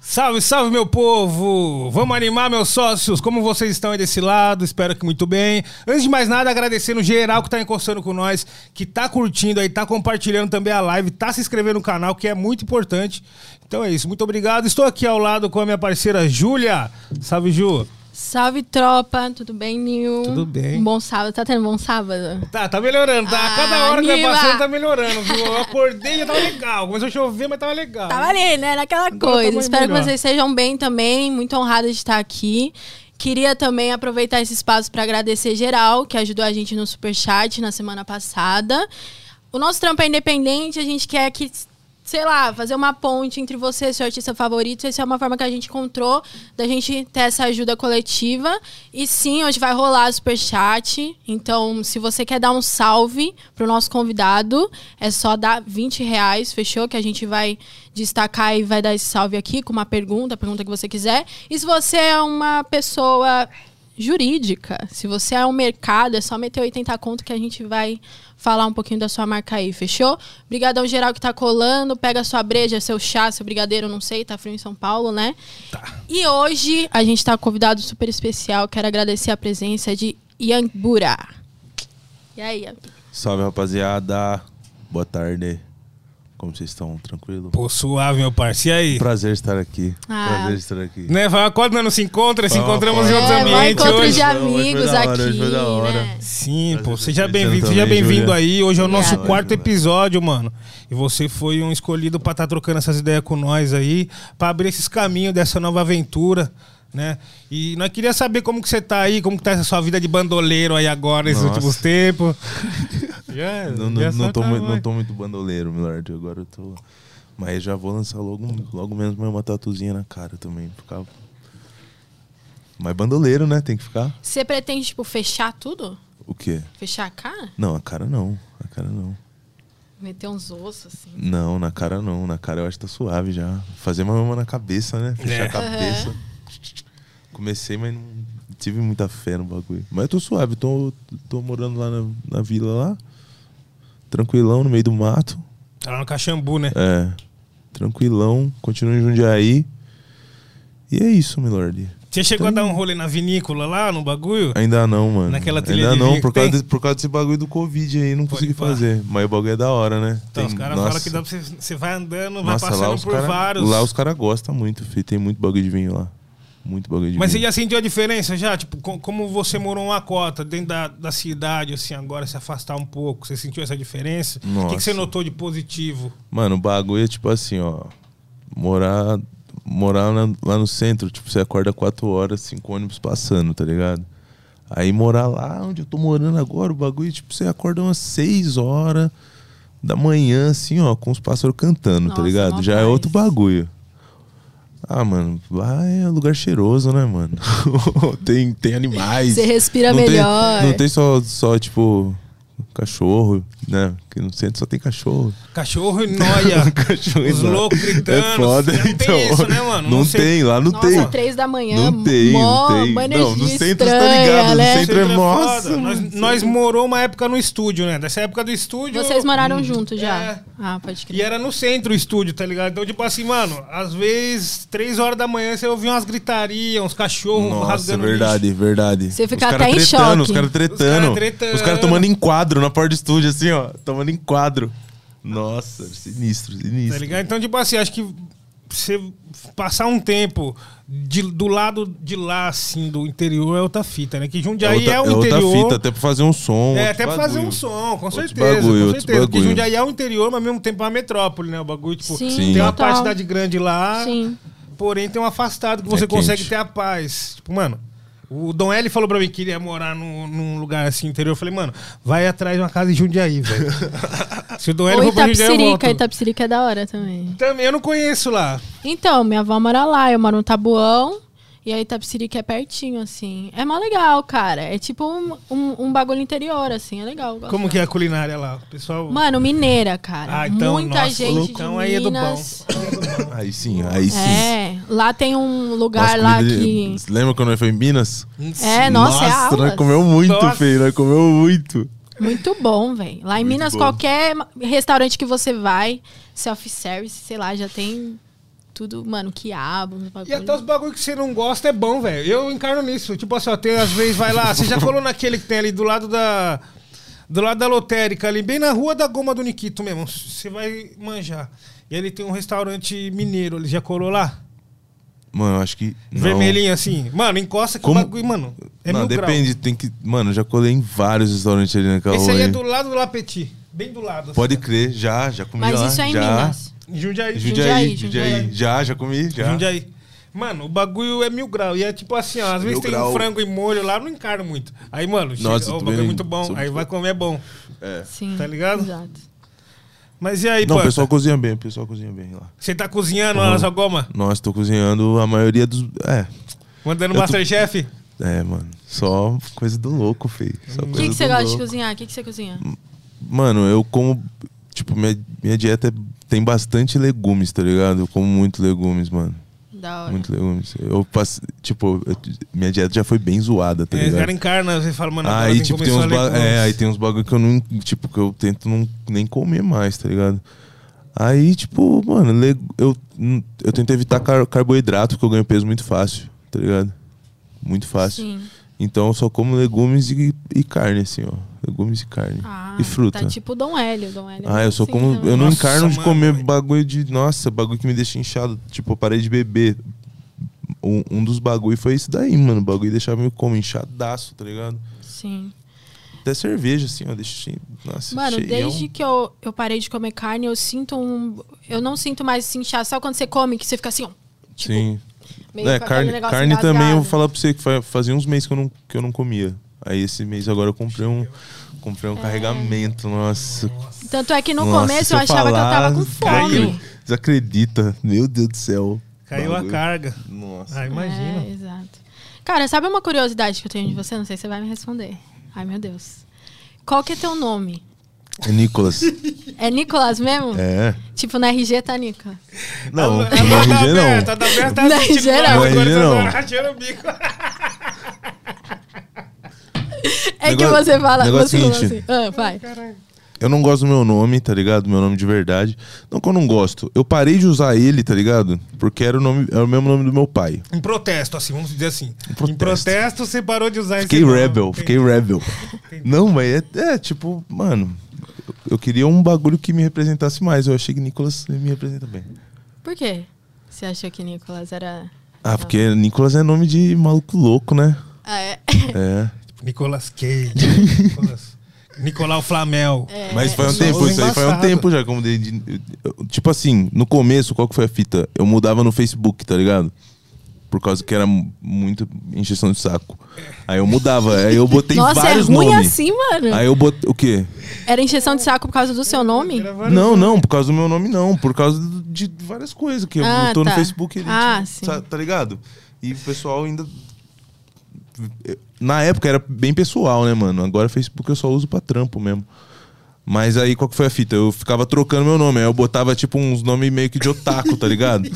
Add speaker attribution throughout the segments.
Speaker 1: Salve, salve, meu povo! Vamos animar, meus sócios! Como vocês estão aí desse lado? Espero que muito bem. Antes de mais nada, agradecendo geral que tá encostando com nós, que tá curtindo aí, tá compartilhando também a live, tá se inscrevendo no canal, que é muito importante. Então é isso, muito obrigado. Estou aqui ao lado com a minha parceira Júlia. Salve, Ju!
Speaker 2: Salve, tropa. Tudo bem, Nil?
Speaker 1: Tudo bem.
Speaker 2: Um bom sábado. Tá tendo um bom sábado?
Speaker 1: Tá, tá melhorando, tá?
Speaker 2: Ah,
Speaker 1: Cada hora que vai
Speaker 2: Niva.
Speaker 1: passando tá melhorando, viu? Eu acordei e já tava legal. Começou a chover, mas tava legal.
Speaker 2: Tava ali, né? Naquela
Speaker 1: tamo
Speaker 2: coisa. Espero
Speaker 1: melhor.
Speaker 2: que vocês sejam bem também. Muito honrada de estar aqui. Queria também aproveitar esse espaço para agradecer geral, que ajudou a gente no Superchat na semana passada. O nosso trampo é independente, a gente quer que, sei lá, fazer uma ponte entre você e seu artista favorito. Essa é uma forma que a gente encontrou da gente ter essa ajuda coletiva. E sim, hoje vai rolar Superchat. Então, se você quer dar um salve pro nosso convidado, é só dar 20 reais, fechou? Que a gente vai destacar e vai dar esse salve aqui com uma pergunta, a pergunta que você quiser. E se você é uma pessoa jurídica, se você é um mercado, é só meter 80 conto que a gente vai falar um pouquinho da sua marca aí, fechou? Obrigadão geral que tá colando, pega sua breja, seu chá, seu brigadeiro, não sei, tá frio em São Paulo, né? E hoje a gente tá com um convidado super especial, quero agradecer a presença de Ian Bura. E aí, amigo?
Speaker 3: Salve rapaziada, boa tarde. Como vocês estão? Tranquilo?
Speaker 1: Pô, suave, meu parceiro. E aí?
Speaker 3: Prazer estar aqui.
Speaker 2: Ah.
Speaker 3: Prazer estar aqui.
Speaker 1: Né, vai, quando nós não se encontra, se
Speaker 3: Fala,
Speaker 1: encontramos em
Speaker 3: fala.
Speaker 1: outros
Speaker 2: É, vai
Speaker 1: ambientes
Speaker 2: encontro
Speaker 1: hoje.
Speaker 2: de
Speaker 3: Hoje foi
Speaker 2: amigos
Speaker 3: da hora, hoje
Speaker 2: aqui,
Speaker 3: foi da hora.
Speaker 2: né?
Speaker 1: Sim, pô,
Speaker 3: Prazer
Speaker 1: seja
Speaker 3: em conhecer
Speaker 1: bem-vindo,
Speaker 3: também,
Speaker 1: seja bem-vindo
Speaker 3: Júlia.
Speaker 1: aí. Hoje é o nosso
Speaker 2: Obrigado.
Speaker 1: quarto
Speaker 3: Valeu, valeu.
Speaker 1: episódio, mano. E você foi um escolhido pra estar trocando essas ideias com nós aí, pra abrir esses caminhos dessa nova aventura, né? E nós queria saber como que você tá aí, como que tá essa sua vida de bandoleiro aí agora, nesses
Speaker 3: Nossa.
Speaker 1: últimos tempos. Já-
Speaker 3: Não, não,
Speaker 1: já
Speaker 3: não, tô
Speaker 1: tá,
Speaker 3: muito,
Speaker 1: vai.
Speaker 3: não tô muito bandoleiro, Milord. Agora eu tô. Mas já vou lançar logo, um, logo mesmo mais uma tatuzinha na cara também. Ficar. Mas bandoleiro, né? Tem que ficar.
Speaker 2: Você pretende, tipo, fechar tudo?
Speaker 3: O quê?
Speaker 2: Fechar a cara?
Speaker 3: Não, a cara não. A cara não.
Speaker 2: Meter uns ossos, assim.
Speaker 3: Não, na cara não. Na cara eu acho que tá suave já. Fazer uma mesma na cabeça, né? Fechar
Speaker 1: É.
Speaker 3: a cabeça. Comecei, mas não tive muita fé no bagulho. Mas eu tô suave, tô, tô morando lá na, na vila lá. Tranquilão, no meio do mato.
Speaker 1: Tá lá no Caxambu, né?
Speaker 3: É. Tranquilão, continuo em Jundiaí. E é isso, Milord.
Speaker 1: Você chegou
Speaker 3: Tem-
Speaker 1: a dar um rolê na vinícola lá, no bagulho?
Speaker 3: Ainda não, mano.
Speaker 1: Naquela trilha
Speaker 3: Ainda
Speaker 1: de
Speaker 3: não,
Speaker 1: vinho
Speaker 3: por
Speaker 1: que
Speaker 3: causa,
Speaker 1: tem?
Speaker 3: desse, por causa desse bagulho do Covid aí, não
Speaker 1: Pode
Speaker 3: consegui
Speaker 1: pá.
Speaker 3: fazer. Mas o bagulho é da hora, né?
Speaker 1: Então, os caras falam que dá pra você, você vai andando, vai passando por
Speaker 3: cara-
Speaker 1: vários.
Speaker 3: Lá os caras gostam muito, filho. Tem muito bagulho de vinho lá. Muito bagulho de
Speaker 1: Mas você
Speaker 3: vinho.
Speaker 1: já sentiu a diferença já? Tipo, co- como você morou uma cota dentro da, da cidade, assim, agora se afastar um pouco, você sentiu essa diferença? O que que,
Speaker 3: Nossa.
Speaker 1: você notou de positivo?
Speaker 3: Mano, o bagulho é tipo assim, ó. Morar, morar na- lá no centro, tipo, você acorda 4 horas, 5 ônibus passando, tá ligado? Aí morar lá onde eu tô morando agora, o bagulho, tipo, você acorda umas 6 horas da manhã, assim, ó, com os pássaros cantando,
Speaker 2: Nossa,
Speaker 3: tá ligado?
Speaker 2: mó
Speaker 3: Já é
Speaker 2: paz.
Speaker 3: outro bagulho. Ah, mano, lá é lugar cheiroso, né, mano? tem, tem animais.
Speaker 2: Você respira
Speaker 3: Não tem-
Speaker 2: melhor.
Speaker 3: não tem só, só, tipo, cachorro, né? Que no centro só tem cachorro.
Speaker 1: Cachorro e noia.
Speaker 3: Cachorro
Speaker 1: Os
Speaker 3: exato.
Speaker 1: loucos gritando.
Speaker 3: É foda,
Speaker 1: Não tem
Speaker 3: então.
Speaker 1: isso, né, mano?
Speaker 3: Não,
Speaker 1: Não sei.
Speaker 3: tem, lá não
Speaker 2: Nossa,
Speaker 3: tem.
Speaker 2: três da manhã,
Speaker 3: Não tem,
Speaker 2: mó
Speaker 3: não tem.
Speaker 2: manegia
Speaker 3: Não, no centro
Speaker 2: estranha,
Speaker 3: você tá ligado,
Speaker 2: né?
Speaker 3: no centro é
Speaker 1: foda.
Speaker 3: nossa.
Speaker 1: Nós,
Speaker 3: mano.
Speaker 1: nós morou uma época no estúdio, né? Dessa época do estúdio.
Speaker 2: Vocês moraram juntos já?
Speaker 1: É.
Speaker 2: Ah, pode crer.
Speaker 1: E era no centro o estúdio, tá ligado? Então, tipo assim, mano, às vezes, três horas da manhã, você ouvia umas gritarias, uns cachorros
Speaker 3: Nossa, é
Speaker 1: rasgando
Speaker 3: verdade, verdade.
Speaker 2: Você fica
Speaker 3: Os cara
Speaker 2: até em
Speaker 3: tretando,
Speaker 2: choque.
Speaker 3: Os caras
Speaker 1: Os
Speaker 3: tretando.
Speaker 1: cara tretando.
Speaker 3: Os caras tomando enquadro na porta do estúdio, assim, ó. Tomando enquadro. Nossa, sinistro,
Speaker 1: Tá
Speaker 3: sinistro.
Speaker 1: ligado? Então, tipo assim, acho que você passar um tempo de- do lado de lá, assim, do interior é outra fita, né? Que Jundiaí é,
Speaker 3: outra,
Speaker 1: o
Speaker 3: outra
Speaker 1: interior.
Speaker 3: fita, até pra fazer um som.
Speaker 1: É,
Speaker 3: outro
Speaker 1: até pra fazer
Speaker 3: bagulho.
Speaker 1: um som, com
Speaker 3: Outro
Speaker 1: certeza,
Speaker 3: bagulho,
Speaker 1: com
Speaker 3: outro
Speaker 1: certeza. Porque
Speaker 3: bagulho.
Speaker 1: Jundiaí é o interior, mas ao mesmo tempo é uma metrópole, né? O bagulho, tipo,
Speaker 2: Sim,
Speaker 3: Sim.
Speaker 1: tem uma
Speaker 2: total.
Speaker 1: parte da cidade grande lá,
Speaker 2: Sim.
Speaker 1: porém tem um afastado que você
Speaker 3: É quente.
Speaker 1: consegue ter a paz. Tipo, mano, o Dom L falou pra mim que ele ia morar num, num lugar assim interior. Eu falei, mano, vai atrás de uma casa em Jundiaí, velho. Se o Dom L
Speaker 2: Ou
Speaker 1: for pra Jundiaí, eu volto.
Speaker 2: Itapsirica, Itapsirica é da hora também.
Speaker 1: Também eu não conheço lá.
Speaker 2: Então, minha avó mora lá, eu moro no Tabuão. E aí Itapsirica é pertinho, assim. É mó legal, cara. É tipo um, um, um bagulho interior, assim. É legal. eu gosto.
Speaker 1: Como que é a culinária lá? O pessoal.
Speaker 2: Mano, mineira, cara.
Speaker 1: Ah, então,
Speaker 2: Muita
Speaker 1: nossa,
Speaker 2: gente de
Speaker 1: então aí é do
Speaker 2: Minas.
Speaker 3: Aí sim, aí sim.
Speaker 2: É, lá tem um lugar
Speaker 3: Nossa,
Speaker 2: lá
Speaker 3: comida
Speaker 2: que...
Speaker 3: de- Lembra quando nós foi em Minas?
Speaker 2: É, nossa, é
Speaker 3: nós
Speaker 2: aulas.
Speaker 3: comeu muito,
Speaker 1: Nossa.
Speaker 3: feio. Nós comeu muito.
Speaker 2: Muito bom, velho. Lá em
Speaker 3: Muito
Speaker 2: Minas,
Speaker 3: bom.
Speaker 2: qualquer restaurante que você vai, self-service, sei lá, já tem tudo, mano, quiabo. uns
Speaker 1: E
Speaker 2: bagulho.
Speaker 1: até os bagulho que você não gosta é bom, velho. Eu encarno nisso. Tipo assim, ó, tem, às vezes vai lá, você já colou naquele que tem ali do lado da. Do lado da lotérica, ali, bem na rua da goma do Nikito mesmo. Você vai manjar. E ele tem um restaurante mineiro, ele já colou lá?
Speaker 3: Mano, eu acho que. não.
Speaker 1: Vermelhinho assim. Mano, encosta que o
Speaker 3: Como-
Speaker 1: bagulho, mano. É
Speaker 3: não,
Speaker 1: mil
Speaker 3: depende, tem que. Mano, eu já colei em vários restaurantes ali naquela
Speaker 1: grau. Esse
Speaker 3: rua.
Speaker 1: aí é
Speaker 3: hein?
Speaker 1: do lado do Lapetit. Bem do lado. assim.
Speaker 3: Pode crer, já, já comi
Speaker 2: Mas
Speaker 3: lá.
Speaker 2: isso é em
Speaker 3: já.
Speaker 2: Minas.
Speaker 1: Em Jundiaí.
Speaker 3: Jundiaí,
Speaker 2: Jundiaí,
Speaker 3: Jundiaí.
Speaker 2: Jundiaí.
Speaker 3: Já, já comi, já.
Speaker 1: Jundiaí. Mano, o bagulho é mil grau. E é tipo assim, ó, às vezes
Speaker 3: Mil
Speaker 1: tem
Speaker 3: grau.
Speaker 1: um frango e molho lá, eu não encarno muito. Aí, mano, chega,
Speaker 3: Nossa,
Speaker 1: ó,
Speaker 3: eu
Speaker 1: o
Speaker 3: tô
Speaker 1: bagulho é
Speaker 3: bem-
Speaker 1: muito bom.
Speaker 3: sou
Speaker 1: Aí
Speaker 3: muito
Speaker 1: vai comer é bom.
Speaker 2: Sim.
Speaker 1: Tá ligado?
Speaker 2: Exato.
Speaker 1: Mas e aí,
Speaker 3: Não,
Speaker 1: pô?
Speaker 3: o pessoal Uhum. cozinha bem, o pessoal cozinha bem lá.
Speaker 1: Você tá cozinhando lá na sua goma?
Speaker 3: Nossa, tô cozinhando a maioria dos. É.
Speaker 1: Mandando
Speaker 3: Eu tô-
Speaker 1: Masterchef?
Speaker 3: É, mano. Só coisa do louco, feio. Só
Speaker 2: O
Speaker 3: coisa
Speaker 2: que, que
Speaker 3: do
Speaker 2: você gosta de
Speaker 3: louco. Hum,
Speaker 2: cozinhar? O que, que você cozinha?
Speaker 3: Mano, eu como. Tipo, minha, minha dieta é- tem bastante legumes, tá ligado? Eu como muito legumes, mano.
Speaker 2: Da hora.
Speaker 3: Muito legumes. Eu passo. Tipo, eu- minha dieta já foi bem zoada, tá
Speaker 1: É, os
Speaker 3: ligado?
Speaker 1: caras encarnam, você fala, mano, agora
Speaker 3: Aí,
Speaker 1: tem que
Speaker 3: tipo,
Speaker 1: comer
Speaker 3: tem
Speaker 1: só
Speaker 3: uns ba-
Speaker 1: legumes.
Speaker 3: é, aí tem uns bagulho que eu não. Tipo, que eu tento não, nem comer mais, tá ligado? Aí, tipo, mano, le- eu, eu tento evitar car- carboidrato, porque eu ganho peso muito fácil, tá ligado? Muito fácil.
Speaker 2: Sim.
Speaker 3: Então eu só como legumes e, e carne, assim, ó. Legumes e carne.
Speaker 2: Ah,
Speaker 3: e fruta.
Speaker 2: Tá tipo Dom Hélio. Dom Hélio
Speaker 3: Ah, eu sou
Speaker 2: Sim,
Speaker 3: como.
Speaker 2: então.
Speaker 3: Eu não
Speaker 1: Nossa,
Speaker 3: encarno de
Speaker 1: mano,
Speaker 3: comer
Speaker 1: velho.
Speaker 3: bagulho de. Nossa, bagulho que me deixa inchado. Tipo, eu parei de beber. Um, um dos bagulho foi isso daí, mano. O bagulho deixava me como inchadaço, tá ligado?
Speaker 2: Sim.
Speaker 3: Até cerveja, assim, ó. Deixa. cheio- Nossa,
Speaker 2: Mano,
Speaker 3: cheião.
Speaker 2: desde que eu, eu parei de comer carne, eu sinto um. Eu não sinto mais esse inchaço. Sabe quando você come que você fica assim, ó, tipo,
Speaker 3: Sim.
Speaker 2: meio
Speaker 3: é,
Speaker 2: com aquele
Speaker 3: carne,
Speaker 2: negócio
Speaker 3: carne
Speaker 2: engasgado?
Speaker 3: também, eu vou falar pra você que fa- fazia uns meses que eu não, que eu não comia. Aí esse mês agora eu comprei um. Comprei um carregamento, nossa.
Speaker 2: Tanto é que É. no
Speaker 3: Nossa,
Speaker 2: começo
Speaker 3: se
Speaker 2: eu achava que eu
Speaker 3: falar,
Speaker 2: tava com fome.
Speaker 3: desacre- Desacredita. Meu Deus do céu.
Speaker 1: Caiu a
Speaker 3: Bagulho.
Speaker 1: carga.
Speaker 3: Nossa.
Speaker 1: Ah,
Speaker 2: É,
Speaker 1: imagina.
Speaker 2: exato. Cara, sabe uma curiosidade que eu tenho de você? Não sei se você vai me responder. Ai, meu Deus. Qual que é teu nome?
Speaker 3: É Nicolas.
Speaker 2: É Nicolas mesmo?
Speaker 3: É.
Speaker 2: Tipo, na RG tá Nica.
Speaker 3: Não,
Speaker 1: Ela- ela
Speaker 3: não
Speaker 1: tá
Speaker 3: RG
Speaker 1: aberta,
Speaker 3: não.
Speaker 1: ela tá aberta,
Speaker 2: Não,
Speaker 1: tá assistindo
Speaker 2: geral.
Speaker 1: nós agora,
Speaker 3: Não,
Speaker 1: tá
Speaker 3: não.
Speaker 1: rachando o bico.
Speaker 2: É
Speaker 3: Negócio-
Speaker 2: que você fala,
Speaker 3: negócio
Speaker 2: você fala
Speaker 3: seguinte.
Speaker 2: assim. Ah, vai.
Speaker 3: Eu não gosto do meu nome, tá ligado? Meu nome de verdade. Não que eu não gosto. Eu parei de usar ele, tá ligado? Porque era o, nome, era o mesmo nome do meu pai.
Speaker 1: Em protesto, assim, vamos dizer assim. Em
Speaker 3: protesto.
Speaker 1: protesto, você parou de usar
Speaker 3: Fiquei
Speaker 1: esse nome.
Speaker 3: rebel, fiquei rebel. Não, mas é, é, tipo, mano. eu- Eu queria um bagulho que me representasse mais. Eu achei que Nicolas me representa bem.
Speaker 2: Por quê? Você achou que Nicolas era.
Speaker 3: Ah, porque Nicolas é nome de maluco louco, né?
Speaker 2: Ah, é.
Speaker 3: É.
Speaker 1: Nicolas Cage. Nicolas... Nicolau Flamel.
Speaker 2: É.
Speaker 3: Mas foi um
Speaker 1: só
Speaker 3: tempo
Speaker 1: os
Speaker 3: isso aí, foi um
Speaker 1: embaçados.
Speaker 3: tempo já. Como de, de- eu- tipo assim, no começo, qual que foi a fita? Eu mudava no Facebook, tá ligado? Por causa que era mu- muito injeção de saco. Aí eu mudava, aí eu botei
Speaker 2: Nossa, é
Speaker 3: vários
Speaker 2: ruim
Speaker 3: nomes.
Speaker 2: assim, mano.
Speaker 3: Aí eu botei. O quê?
Speaker 2: Era injeção de saco por causa do seu nome?
Speaker 3: Não, não, por causa do meu nome não, por causa do- de várias coisas que
Speaker 2: Ah,
Speaker 3: eu tô no
Speaker 2: tá.
Speaker 3: Facebook, ele,
Speaker 2: Ah,
Speaker 3: tipo,
Speaker 2: sim.
Speaker 3: Tá, tá ligado? E o pessoal ainda na época era bem pessoal, né, mano? Agora Facebook eu só uso pra trampo mesmo. Mas aí qual que foi a fita? Eu ficava trocando meu nome, aí eu botava tipo uns nomes meio que de otaku, tá ligado?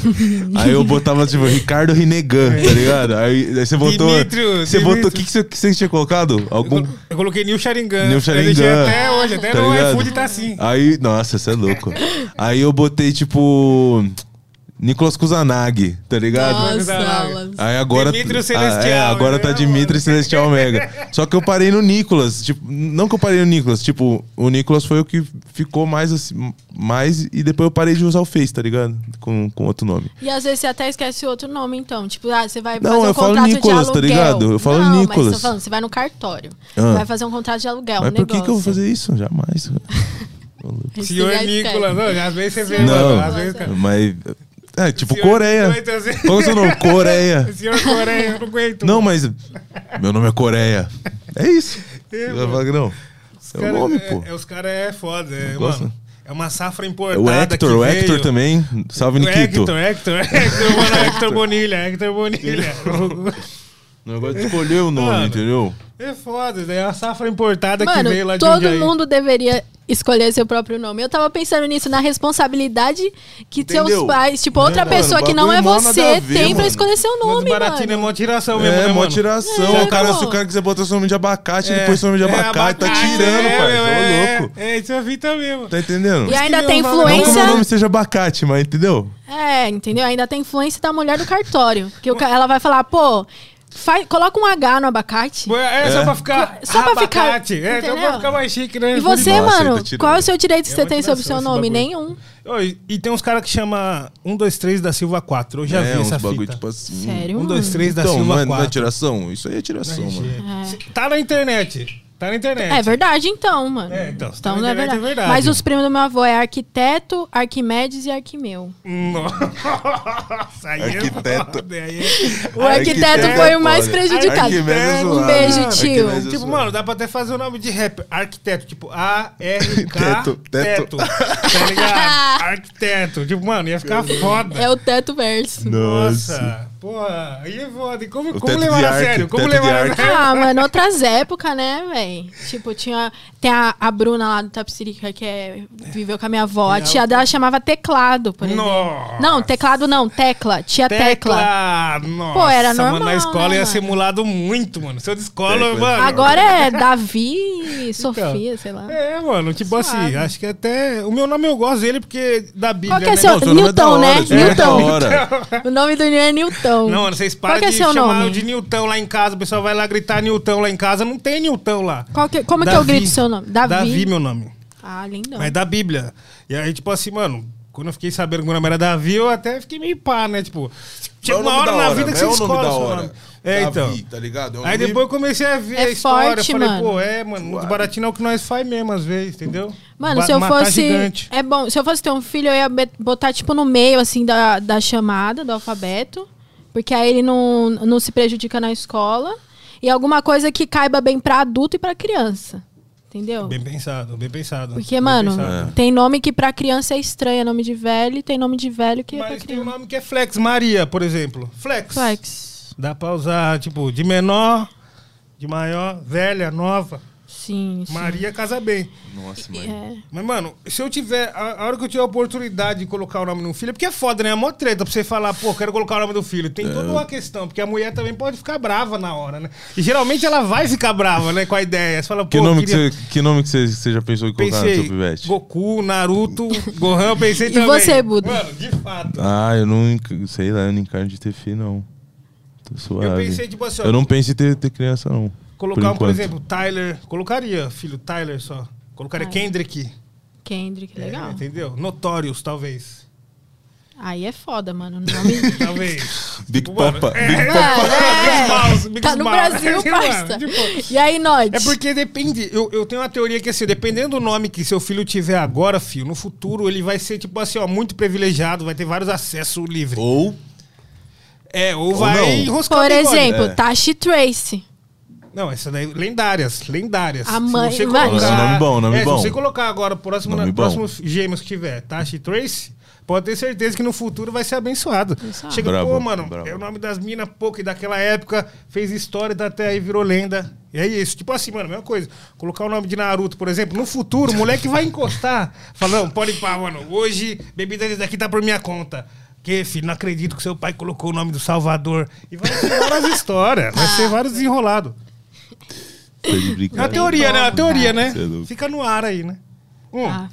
Speaker 3: aí eu botava tipo Ricardo Rinegan, tá ligado? Aí, aí você botou
Speaker 1: Dimitrio,
Speaker 3: Você botou o
Speaker 1: Dimitrio.
Speaker 3: que que você, que você tinha colocado? Algum
Speaker 1: Eu coloquei New Sharingan.
Speaker 3: New
Speaker 1: Ele já
Speaker 3: Sharingan.
Speaker 1: até hoje, até
Speaker 3: Tá
Speaker 1: no
Speaker 3: ligado?
Speaker 1: iFood tá assim.
Speaker 2: Ah.
Speaker 3: Aí, nossa, você é louco. Aí eu botei, tipo. Nicolas Kusanagi, tá ligado?
Speaker 2: Nossa,
Speaker 1: Nicolas.
Speaker 2: Alas.
Speaker 3: Aí agora.
Speaker 1: Dimitrio
Speaker 3: Ah,
Speaker 1: Celestial,
Speaker 3: é, agora tá
Speaker 1: né,
Speaker 3: Dimitri
Speaker 1: mano?
Speaker 3: Celestial Omega. Só que eu parei no Nicolas. Tipo, não que eu parei no Nicolas. Tipo, o Nicolas foi o que ficou mais assim. Mais, e depois eu parei de usar o Face, tá ligado? Com, com outro nome.
Speaker 2: E às vezes você até esquece outro nome, então. Tipo, ah, você vai
Speaker 3: Não,
Speaker 2: fazer um
Speaker 3: eu falo
Speaker 2: contrato
Speaker 3: Nicolas,
Speaker 2: de
Speaker 3: tá
Speaker 2: aluguel.
Speaker 3: ligado? Eu falo
Speaker 2: não, Mas
Speaker 3: Nicolas.
Speaker 2: tô falando, você vai no cartório.
Speaker 3: Ah.
Speaker 2: Vai fazer um contrato de
Speaker 1: É
Speaker 2: aluguel.
Speaker 3: Mas
Speaker 2: um
Speaker 3: por que, que eu vou
Speaker 2: negócio. é
Speaker 3: fazer isso? Jamais.
Speaker 2: Aí você
Speaker 1: Senhor é
Speaker 2: já esquece.
Speaker 1: Nicolas. Não, às vezes você vê,
Speaker 3: não,
Speaker 1: mano. Às vezes, cara.
Speaker 3: mas. É, tipo,
Speaker 1: Senhor-
Speaker 3: Coreia.
Speaker 1: Então, assim,
Speaker 3: Qual que é o seu nome? Coreia.
Speaker 1: Senhor é Coreia, eu não aguento.
Speaker 3: Não, mas meu nome é Coreia. É isso.
Speaker 1: É,
Speaker 3: É,
Speaker 1: mano.
Speaker 3: Vagrão. É o
Speaker 1: Cara,
Speaker 3: nome,
Speaker 1: é-
Speaker 3: pô.
Speaker 1: É, os caras é foda. É,
Speaker 3: Não gosta?
Speaker 1: mano, é uma safra importada.
Speaker 3: O Hector,
Speaker 1: que
Speaker 3: o Hector
Speaker 1: veio. É
Speaker 3: também. Salve,
Speaker 1: O
Speaker 3: Nikito.
Speaker 1: Hector, Hector, Hector, mano, é Hector Bonilha, é Hector Bonilha.
Speaker 3: O negócio de escolher o nome,
Speaker 1: Mano.
Speaker 3: entendeu?
Speaker 1: É foda, né? é uma safra importada que
Speaker 2: Mano,
Speaker 1: veio lá de
Speaker 2: todo
Speaker 1: Jundiaí.
Speaker 2: mundo deveria escolher seu próprio nome. Eu tava pensando nisso, na responsabilidade que
Speaker 3: Entendeu?
Speaker 2: seus pais, tipo,
Speaker 3: Né,
Speaker 2: outra
Speaker 3: mano?
Speaker 2: pessoa que não é
Speaker 3: Bagulho mó nada
Speaker 2: você,
Speaker 3: a ver,
Speaker 2: tem pra
Speaker 3: mano.
Speaker 2: escolher seu
Speaker 1: Mas
Speaker 2: nome,
Speaker 1: baratinho é
Speaker 2: mano.
Speaker 1: mó tiração mesmo,
Speaker 3: É,
Speaker 1: né,
Speaker 3: mó
Speaker 1: mano?
Speaker 3: tiração.
Speaker 2: É,
Speaker 3: o cara,
Speaker 2: pô.
Speaker 3: se o cara quiser botar seu nome de abacate,
Speaker 1: É.
Speaker 3: ele põe seu nome de
Speaker 1: É,
Speaker 3: abacate, tá
Speaker 1: abacate,
Speaker 3: tirando,
Speaker 1: é,
Speaker 3: pai.
Speaker 1: é,
Speaker 3: Ô, louco.
Speaker 1: É, isso eu vi também, mano.
Speaker 3: Tá entendendo?
Speaker 2: E ainda
Speaker 1: que
Speaker 2: tem
Speaker 1: meu nome-
Speaker 3: Não que o meu
Speaker 2: influência.
Speaker 3: nome seja abacate, mas entendeu?
Speaker 2: É, entendeu? Ainda tem influência da mulher do cartório. Porque o ca- ela vai falar, pô, fa- coloca um H no abacate.
Speaker 1: É, é só pra ficar.
Speaker 2: Só pra ficar,
Speaker 1: abacate. É, só pra
Speaker 2: entendeu?
Speaker 1: ficar mais chique, né?
Speaker 2: E você,
Speaker 3: Nossa,
Speaker 2: mano,
Speaker 3: ele tá tirando.
Speaker 2: qual é o seu direito que
Speaker 1: É
Speaker 2: você
Speaker 1: uma
Speaker 2: tem sobre o
Speaker 1: tiração
Speaker 2: seu
Speaker 1: esse
Speaker 2: nome?
Speaker 1: bagulho.
Speaker 2: Nenhum.
Speaker 1: Ô, e- E tem uns caras que chama 1, 2, 3 da Silva 4. Eu já
Speaker 3: é,
Speaker 1: vi
Speaker 3: uns
Speaker 1: essa
Speaker 3: bagulho
Speaker 1: fita.
Speaker 3: tipo assim.
Speaker 2: Sério?
Speaker 1: 1, 2, 3 da
Speaker 3: Então, não
Speaker 1: Silva
Speaker 3: é, não é
Speaker 1: 4.
Speaker 3: tiração? Isso aí é tiração, mano.
Speaker 1: Se- Tá na internet. Tá na internet.
Speaker 2: É verdade, então, mano.
Speaker 1: É, então, se tá
Speaker 2: então
Speaker 1: na
Speaker 2: não é
Speaker 1: internet, é
Speaker 2: verdade.
Speaker 1: verdade.
Speaker 2: Mas os primos do meu avô é arquiteto, Arquimedes e Arquimeu.
Speaker 1: Nossa, aí é
Speaker 3: Arquiteto.
Speaker 1: foda, aí é-
Speaker 2: O arquiteto,
Speaker 3: Arquiteto
Speaker 2: foi o mais
Speaker 3: é foda.
Speaker 2: prejudicado.
Speaker 3: Arquimedes
Speaker 2: Um
Speaker 3: zoado.
Speaker 2: beijo, tio.
Speaker 3: Arquimedes
Speaker 1: Tipo,
Speaker 3: zoado.
Speaker 1: mano, dá pra até fazer o nome de rapper. Arquiteto. Tipo, A-R-K.
Speaker 3: Teto,
Speaker 1: Teto.
Speaker 3: teto.
Speaker 1: Tá ligado? Arquiteto. Tipo, mano, ia ficar foda.
Speaker 2: É o teto verso.
Speaker 3: Nossa.
Speaker 1: Nossa. Porra, aí é foda. E como,
Speaker 3: O
Speaker 1: como
Speaker 3: teto
Speaker 1: levar
Speaker 3: de
Speaker 1: a
Speaker 3: arte,
Speaker 1: sério? Como
Speaker 3: teto de
Speaker 1: levar a
Speaker 3: arte.
Speaker 1: sério?
Speaker 2: Ah, mano, outras épocas, né, véi? Tipo, tinha. Tem a, a Bruna lá do Tapsirica, que é, viveu com a minha avó. A tia dela chamava teclado, por exemplo.
Speaker 1: Nossa.
Speaker 2: Não, teclado não, tecla. Tia tecla.
Speaker 1: Tecla. Nossa,
Speaker 2: Pô, era
Speaker 1: mano, na
Speaker 2: normal,
Speaker 1: escola
Speaker 2: né,
Speaker 1: ia
Speaker 2: mano?
Speaker 1: ser mulado muito, mano. Se eu de escola,
Speaker 3: Tecla.
Speaker 1: mano...
Speaker 2: Agora é Davi e Sofia, sei lá.
Speaker 1: É, mano, tipo
Speaker 2: Suave.
Speaker 1: assim, acho que até... O meu nome eu gosto dele porque da Bíblia,
Speaker 2: Qual que é
Speaker 1: né?
Speaker 2: seu-
Speaker 3: Não, seu nome é da
Speaker 2: Newton,
Speaker 3: hora,
Speaker 2: né?
Speaker 3: seu nome é da
Speaker 2: Newton.
Speaker 3: hora.
Speaker 2: O nome do Nil é Nilton.
Speaker 1: Não, mano, vocês
Speaker 2: Qual
Speaker 1: param
Speaker 2: que é
Speaker 1: de
Speaker 2: seu
Speaker 1: chamar
Speaker 2: nome?
Speaker 1: de Nilton lá em casa. O pessoal vai lá gritar Nilton lá em casa. Não tem Nilton lá.
Speaker 2: Qual que- como é que eu grito seu nome? Davi.
Speaker 1: Davi, meu nome.
Speaker 2: Ah, lindão.
Speaker 1: Mas é da Bíblia. E aí, tipo assim, mano, quando eu fiquei sabendo que meu nome era Davi, eu até fiquei meio pá, né? Tipo, chega
Speaker 3: É o nome
Speaker 1: uma hora
Speaker 3: da
Speaker 1: na vida que
Speaker 3: mas
Speaker 1: você
Speaker 3: é o nome
Speaker 1: descobre
Speaker 3: da
Speaker 1: o seu
Speaker 3: hora.
Speaker 1: nome. É,
Speaker 3: Davi,
Speaker 1: então.
Speaker 3: Tá ligado? É um
Speaker 1: Aí
Speaker 3: nome-
Speaker 1: depois eu comecei a ver
Speaker 2: É
Speaker 1: a história.
Speaker 2: forte,
Speaker 1: eu falei,
Speaker 2: mano.
Speaker 1: pô, é, mano, os baratinhos é o que nós faz mesmo, às vezes, entendeu?
Speaker 2: Mano,
Speaker 1: Ba-
Speaker 2: se eu
Speaker 1: matar
Speaker 2: fosse.
Speaker 1: Gigante.
Speaker 2: É bom, se eu fosse ter um filho, eu ia be- botar, tipo, no meio, assim, da, da chamada, do alfabeto. Porque aí ele não, não se prejudica na escola. E alguma coisa que caiba bem pra adulto e pra criança. Entendeu?
Speaker 1: Bem pensado, bem pensado.
Speaker 2: Porque,
Speaker 1: bem
Speaker 2: mano,
Speaker 3: É.
Speaker 1: pensado.
Speaker 2: tem nome que pra criança é estranho, é nome de velho, e tem nome de velho que é pra
Speaker 1: Mas tem um
Speaker 2: criança.
Speaker 1: nome que é Flex Maria, por exemplo. Flex.
Speaker 2: Flex.
Speaker 1: Dá pra usar, tipo, de menor, de maior, velha, nova.
Speaker 2: Sim, sim.
Speaker 1: Maria casa bem.
Speaker 3: Nossa, mano.
Speaker 2: É.
Speaker 1: Mas, mano, se eu tiver. A, a hora que eu tiver a oportunidade de colocar o nome de um filho, é porque é foda, né? É mó treta pra você falar, pô, quero colocar o nome do filho.
Speaker 3: É.
Speaker 1: Tem toda uma questão, porque a mulher também pode ficar brava na hora, né? E geralmente ela vai ficar brava, né? Com a ideia. Você fala, pô,
Speaker 3: Que, nome
Speaker 1: queria-
Speaker 3: que, você, que nome que você, você já pensou em colocar no
Speaker 1: pensei.
Speaker 3: seu pivete?
Speaker 1: Goku, Naruto, Gohan, eu pensei
Speaker 2: E
Speaker 1: também.
Speaker 2: você, Buda?
Speaker 1: Mano, de fato.
Speaker 3: Ah, eu não enc- sei lá, eu não encaro de ter filho, não. Tô suave.
Speaker 1: Eu pensei, tipo assim, ó,
Speaker 3: Eu não penso em ter, ter criança, não.
Speaker 1: Colocar, um, por
Speaker 3: enquanto.
Speaker 1: exemplo, Tyler. Colocaria, filho, Tyler só. Colocaria Kendrick.
Speaker 2: Kendrick, legal.
Speaker 1: É, entendeu? Notorious, talvez.
Speaker 2: Aí é foda, mano. Nome...
Speaker 1: Talvez.
Speaker 3: Big
Speaker 1: Tipo, mano,
Speaker 3: Papa.
Speaker 1: é,
Speaker 3: Big
Speaker 2: Mano, é.
Speaker 1: Big Mouse, Big
Speaker 2: Tá no
Speaker 1: Mouse.
Speaker 2: Brasil,
Speaker 1: Mano,
Speaker 2: parça.
Speaker 1: tipo-
Speaker 2: E aí, Nod?
Speaker 1: É porque depende. Eu, eu tenho uma teoria que, assim, dependendo do nome que seu filho tiver agora, filho, no futuro ele vai ser, tipo assim, ó, muito privilegiado, vai ter vários acessos livres.
Speaker 3: Ou.
Speaker 1: É, ou, vai
Speaker 3: não.
Speaker 1: enroscar
Speaker 2: Por
Speaker 1: o bigode.
Speaker 2: exemplo,
Speaker 3: É.
Speaker 2: Tashi Trace.
Speaker 1: Não, essa daí, lendárias, lendárias.
Speaker 2: A mãe-
Speaker 1: se você
Speaker 2: mãe.
Speaker 1: colocar,
Speaker 3: Nossa, nome bom, nome
Speaker 1: é,
Speaker 3: bom.
Speaker 1: Se você colocar agora o próximo,
Speaker 3: Nome
Speaker 1: na-
Speaker 3: bom.
Speaker 1: próximos gêmeos que tiver, Tashi e Trace, pode ter certeza que no futuro vai ser abençoado.
Speaker 2: Abençoado.
Speaker 1: Chega, pô,
Speaker 3: Brabo,
Speaker 1: mano,
Speaker 3: brabo.
Speaker 1: é o nome das minas, pô, que daquela época fez história, tá até aí virou lenda. E é isso. Tipo assim, mano, mesma coisa. Colocar o nome de Naruto, por exemplo, no futuro, o moleque vai encostar. Fala, não, pode ir pra, mano, hoje bebida desse daqui tá por minha conta. Que, filho, não acredito que seu pai colocou o nome do Salvador. E vai ter várias histórias,
Speaker 2: Tá.
Speaker 1: vai ser vários desenrolados.
Speaker 3: Tô de
Speaker 1: É a
Speaker 3: brincadeira.
Speaker 1: teoria, né? É A teoria, né?
Speaker 3: Cê é louco.
Speaker 1: Fica no ar aí, né? Hum.
Speaker 2: Ah,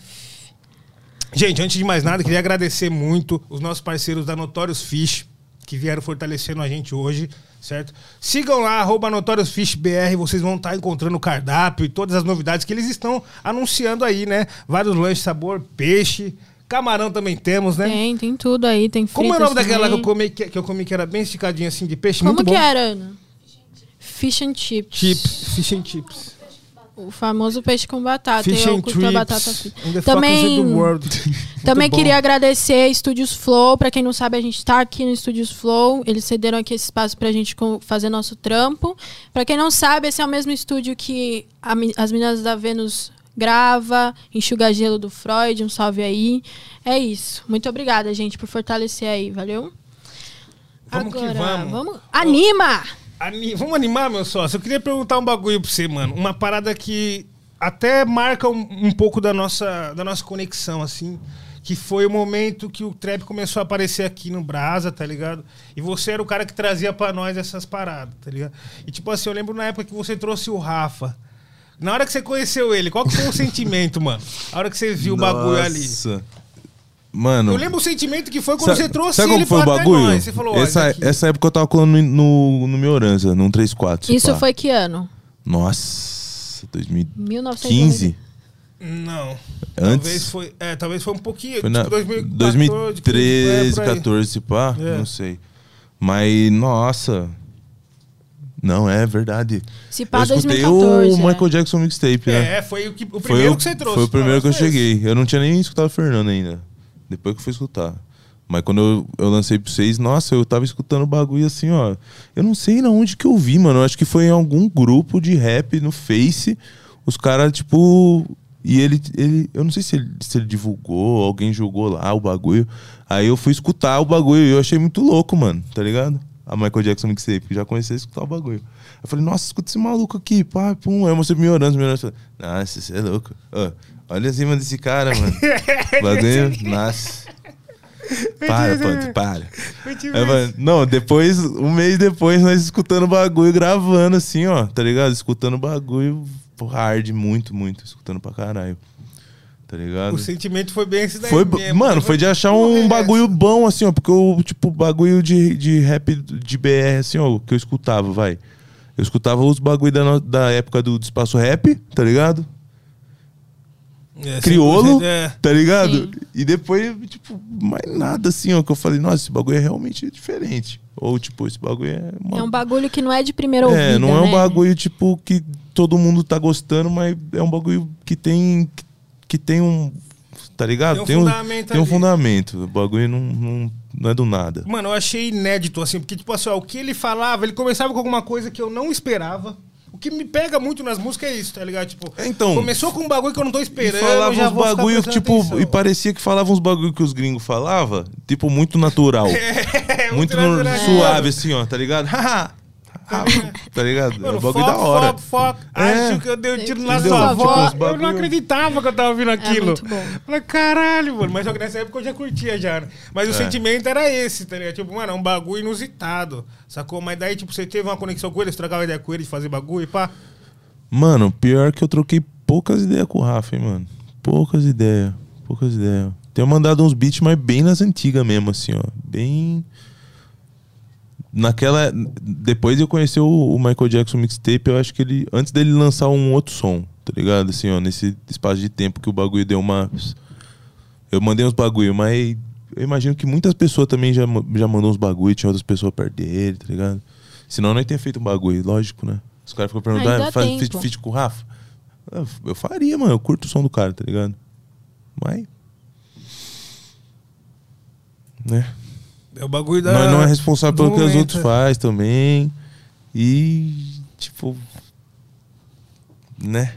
Speaker 1: Gente, antes de mais nada, queria agradecer muito os nossos parceiros da Notorious Fish, que vieram fortalecendo a gente hoje, certo? Sigam lá, arroba Notorious Fish BR, vocês vão estar encontrando o cardápio e todas as novidades que eles estão anunciando aí, né? Vários lanches, sabor, peixe, camarão também temos, né?
Speaker 2: tem, tem tudo aí. Tem
Speaker 1: Como é o
Speaker 2: fritas
Speaker 1: nome daquela que eu,
Speaker 2: também.
Speaker 1: comi, que, que eu comi que era bem esticadinha assim de peixe?
Speaker 2: Como
Speaker 1: muito
Speaker 2: que é?
Speaker 1: bom.
Speaker 2: era, Ana? Fish and chips.
Speaker 1: Chips, fish and chips.
Speaker 2: O famoso peixe com batata.
Speaker 1: Fish
Speaker 2: eu
Speaker 1: and
Speaker 2: curto
Speaker 1: chips. Um
Speaker 2: a batata frita.
Speaker 1: in the fucking
Speaker 2: Também,
Speaker 1: end of the world.
Speaker 2: também
Speaker 1: Muito bom.
Speaker 2: queria agradecer Estúdios Flow. Pra quem não sabe, a gente tá aqui no Estúdios Flow. Eles cederam aqui esse espaço pra gente co- fazer nosso trampo. Pra quem não sabe, esse é o mesmo estúdio que a mi- as meninas da Vênus grava, enxuga gelo do Freud, um salve aí. É isso. Muito obrigada, gente, por fortalecer aí, valeu?
Speaker 1: Vamos que
Speaker 2: Agora,
Speaker 1: vamos.
Speaker 2: Anima!
Speaker 1: Ani- Vamos animar, meu sócio? Eu queria perguntar um bagulho pra você, mano. Uma parada que até marca um, um pouco da nossa, da nossa conexão, assim. Que foi o momento que o trap começou a aparecer aqui no Brasa, tá ligado? E você era o cara que trazia pra nós essas paradas, tá ligado? E tipo assim, eu lembro na época que você trouxe o Rafa. Na hora que você conheceu ele, qual que foi o sentimento, mano? A hora que você viu o bagulho ali.
Speaker 3: Nossa. Mano.
Speaker 1: Eu lembro o sentimento que foi quando
Speaker 3: Sabe-
Speaker 1: você trouxe
Speaker 3: sabe
Speaker 1: ele
Speaker 3: como foi o
Speaker 1: pra até
Speaker 3: bagulho?
Speaker 1: nós. Você falou, ó,
Speaker 3: essa, é,
Speaker 1: isso aqui.
Speaker 3: essa época eu tava colando no, no Miorança, num 3-4.
Speaker 2: Isso
Speaker 3: pá.
Speaker 2: foi que ano?
Speaker 3: Nossa,
Speaker 2: 1915.
Speaker 3: 2015?
Speaker 1: Não. Talvez
Speaker 3: Antes?
Speaker 1: foi, é, talvez foi um pouquinho.
Speaker 3: Foi na
Speaker 1: tipo 2014,
Speaker 3: 2013,
Speaker 1: 15, é, por aí.
Speaker 3: 14, pá,
Speaker 1: É.
Speaker 3: não sei. Mas, nossa. Não, é verdade.
Speaker 2: Se pá,
Speaker 3: Eu escutei
Speaker 2: 2014.
Speaker 3: o
Speaker 2: é.
Speaker 3: Michael Jackson mixtape, né?
Speaker 1: É, foi o, que, o primeiro que você trouxe.
Speaker 3: Foi o primeiro que eu
Speaker 1: pra nós,
Speaker 3: cheguei. Eu não tinha nem escutado o Fernando ainda. Depois que eu fui escutar. Mas quando eu, eu lancei pra vocês, nossa, eu tava escutando o bagulho assim, ó. Eu não sei na onde que eu vi, mano. Eu acho que foi em algum grupo de rap no Face. Os caras, tipo. E ele, ele. Eu não sei se ele, se ele divulgou, alguém jogou lá o bagulho. Aí eu fui escutar o bagulho e eu achei muito louco, mano, tá ligado? A Michael Jackson Mixtape, já comecei a escutar o bagulho. Eu falei, nossa, escuta esse maluco aqui, pá, pum. Aí eu mostrei pro Miorança, o Miorança falou, nossa, você é louco. Ó, olha acima desse cara, mano. Bagulho, nossa. Para, Panto, para. Aí eu falei, não, depois, um mês depois, nós escutando o bagulho, gravando assim, ó, tá ligado? Escutando o bagulho hard, muito, muito, escutando pra caralho. Tá ligado?
Speaker 1: O sentimento foi bem esse daí.
Speaker 3: Foi,
Speaker 1: mesmo.
Speaker 3: mano, foi de achar
Speaker 1: Porra, é
Speaker 3: um
Speaker 1: essa?
Speaker 3: bagulho bom, assim, ó. Porque o, tipo, bagulho de, de rap de BR, assim, ó, que eu escutava, vai. Eu escutava os bagulho da, no- da época do, do espaço rap, tá ligado?
Speaker 1: É,
Speaker 3: Criolo,
Speaker 1: 100%, É.
Speaker 3: tá ligado?
Speaker 2: Sim.
Speaker 3: E depois, tipo, mais nada, assim, ó, que eu falei, nossa, esse bagulho é realmente diferente. Ou, tipo, esse bagulho é. uma-
Speaker 2: É um bagulho que não é de primeira ouvida,
Speaker 3: é, não é um
Speaker 2: né?
Speaker 3: bagulho, tipo, que todo mundo tá gostando, mas é um bagulho que tem. que, que tem um. Tá ligado?
Speaker 1: Tem um fundamento
Speaker 3: Tem um
Speaker 1: ali.
Speaker 3: fundamento. O bagulho não, não, não é do nada.
Speaker 1: Mano, eu achei inédito, assim, porque, tipo assim, ó, o que ele falava, ele começava com alguma coisa que eu não esperava. O que me pega muito nas músicas é isso, tá ligado? Tipo,
Speaker 3: É, então.
Speaker 1: começou com um bagulho que eu não tô
Speaker 3: E
Speaker 1: esperando.
Speaker 3: falava
Speaker 1: já
Speaker 3: uns
Speaker 1: vou ficar
Speaker 3: bagulho,
Speaker 1: prestando
Speaker 3: tipo,
Speaker 1: atenção.
Speaker 3: e parecia que falava uns bagulho que os gringos falavam, tipo, muito natural.
Speaker 1: É,
Speaker 3: muito
Speaker 1: natural,
Speaker 3: no-
Speaker 1: né?
Speaker 3: suave, assim, ó, tá ligado? Haha. tá ligado?
Speaker 1: Mano,
Speaker 3: é um
Speaker 1: foco,
Speaker 3: bagulho da hora.
Speaker 1: Foco, foco.
Speaker 3: É.
Speaker 1: Acho que eu dei um tiro na
Speaker 3: Entendeu?
Speaker 1: sua
Speaker 2: Tipo,
Speaker 1: avó.
Speaker 3: uns
Speaker 1: eu
Speaker 3: bagulho- É
Speaker 1: não acreditava que eu tava ouvindo aquilo.
Speaker 2: muito bom.
Speaker 1: Falei, caralho, mano. Mas só que nessa época eu já curtia já. né? Mas o
Speaker 3: É.
Speaker 1: sentimento era esse, tá ligado? Tipo, mano, é um bagulho inusitado. Sacou? Mas daí, tipo, você teve uma conexão com ele, você trocava ideia com ele de fazer bagulho e pá.
Speaker 3: Mano, pior que eu troquei poucas ideias com o Rafa, hein, mano. Poucas ideias. Poucas ideias. Tenho mandado uns beats, mas bem nas antigas mesmo, assim, ó. Bem. Naquela. Depois eu conheci o o Michael Jackson mixtape, eu acho que ele. Antes dele lançar um outro som, tá ligado? Assim, ó, nesse espaço de tempo que o bagulho deu uma. Eu mandei uns bagulho, mas eu imagino que muitas pessoas também já, ma- já mandou uns bagulho, tinha outras pessoas perto dele, tá ligado? Senão eu não teria feito um bagulho, lógico, né? Os caras ficam perguntando,
Speaker 2: Ainda
Speaker 3: ah, faz
Speaker 2: tempo.
Speaker 3: feat, feat com o Rafa? Eu- Eu faria, mano, eu curto o som do cara, tá ligado? Mas. Né?
Speaker 1: É o bagulho da.
Speaker 2: Ah,
Speaker 3: Nós não é responsável pelo
Speaker 1: do
Speaker 3: que os
Speaker 1: momento,
Speaker 3: outros
Speaker 1: é.
Speaker 3: fazem também. E. Tipo. Né?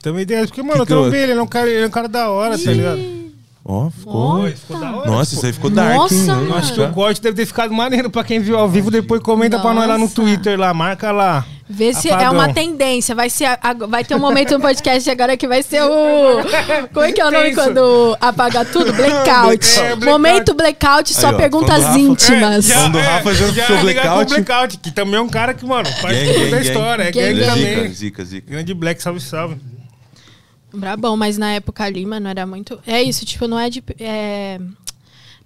Speaker 1: Também tem. Porque, mano,
Speaker 3: Que que
Speaker 1: eu
Speaker 3: eu-
Speaker 1: também, ele é um cara, ele é um cara da hora, tá ligado?
Speaker 3: Ó, ficou.
Speaker 2: Ó.
Speaker 1: Oi, ficou da hora.
Speaker 3: Nossa,
Speaker 1: ficou.
Speaker 3: isso aí ficou dark, hein?
Speaker 2: Nossa,
Speaker 1: Eu acho que o corte deve ter ficado maneiro pra quem viu ao vivo. Depois comenta pra nós lá no
Speaker 2: Nossa.
Speaker 1: Twitter, lá, marca lá.
Speaker 2: Vê se é
Speaker 1: Apagão.
Speaker 2: uma tendência. Vai, ser, a- a- vai ter um momento no podcast agora que vai ser o. Como é que é o
Speaker 1: Que
Speaker 2: nome
Speaker 1: isso?
Speaker 2: quando apaga tudo? Blackout.
Speaker 1: É, blackout.
Speaker 2: Momento blackout, só
Speaker 3: Aí, ó,
Speaker 2: perguntas
Speaker 3: quando o Rafa-
Speaker 2: íntimas.
Speaker 3: É, já- Quando o Rafa já puxou
Speaker 1: ligar
Speaker 3: blackout.
Speaker 1: com o blackout, que também é um cara que, mano, faz parte
Speaker 3: Gang,
Speaker 1: da
Speaker 3: gang, gang.
Speaker 1: história. É
Speaker 2: Gang,
Speaker 1: gang,
Speaker 2: gang.
Speaker 1: também.
Speaker 3: Zica, zica, zica.
Speaker 1: Grande Black, salve, salve.
Speaker 2: Brabão, mas na época ali, mano, era muito. É isso, tipo, não é de. é,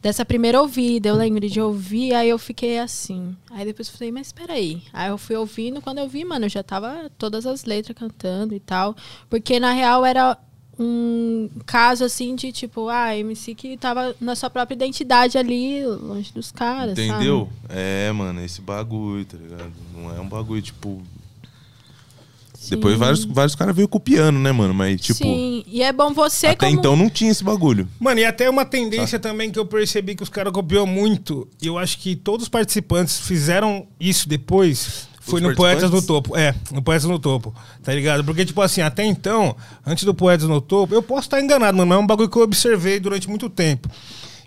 Speaker 2: Dessa primeira ouvida, eu lembro de ouvir, aí eu fiquei assim. Aí depois eu falei, mas peraí. Aí eu fui ouvindo, quando eu vi, mano, eu já tava todas as letras cantando e tal. Porque na real era um caso assim de tipo, ah, MC que tava na sua própria identidade ali, longe dos caras. sabe?
Speaker 3: Entendeu? É, mano, esse bagulho, tá ligado? Não é um bagulho, tipo.
Speaker 2: Sim.
Speaker 3: Depois vários, vários caras veio copiando, né, mano? Mas, tipo.
Speaker 2: Sim, e é bom você
Speaker 3: Até
Speaker 2: como.
Speaker 3: então não tinha esse bagulho.
Speaker 1: Mano, e até uma tendência
Speaker 3: Tá.
Speaker 1: também que eu percebi que os caras copiou muito, e eu acho que todos os participantes fizeram isso depois, foi
Speaker 3: Os
Speaker 1: no Poetas no
Speaker 3: participantes?
Speaker 1: Topo. É, no Poetas no Topo, tá ligado? Porque, tipo assim, até então, antes do Poetas no Topo, eu posso estar enganado, mano, mas é um bagulho que eu observei durante muito tempo.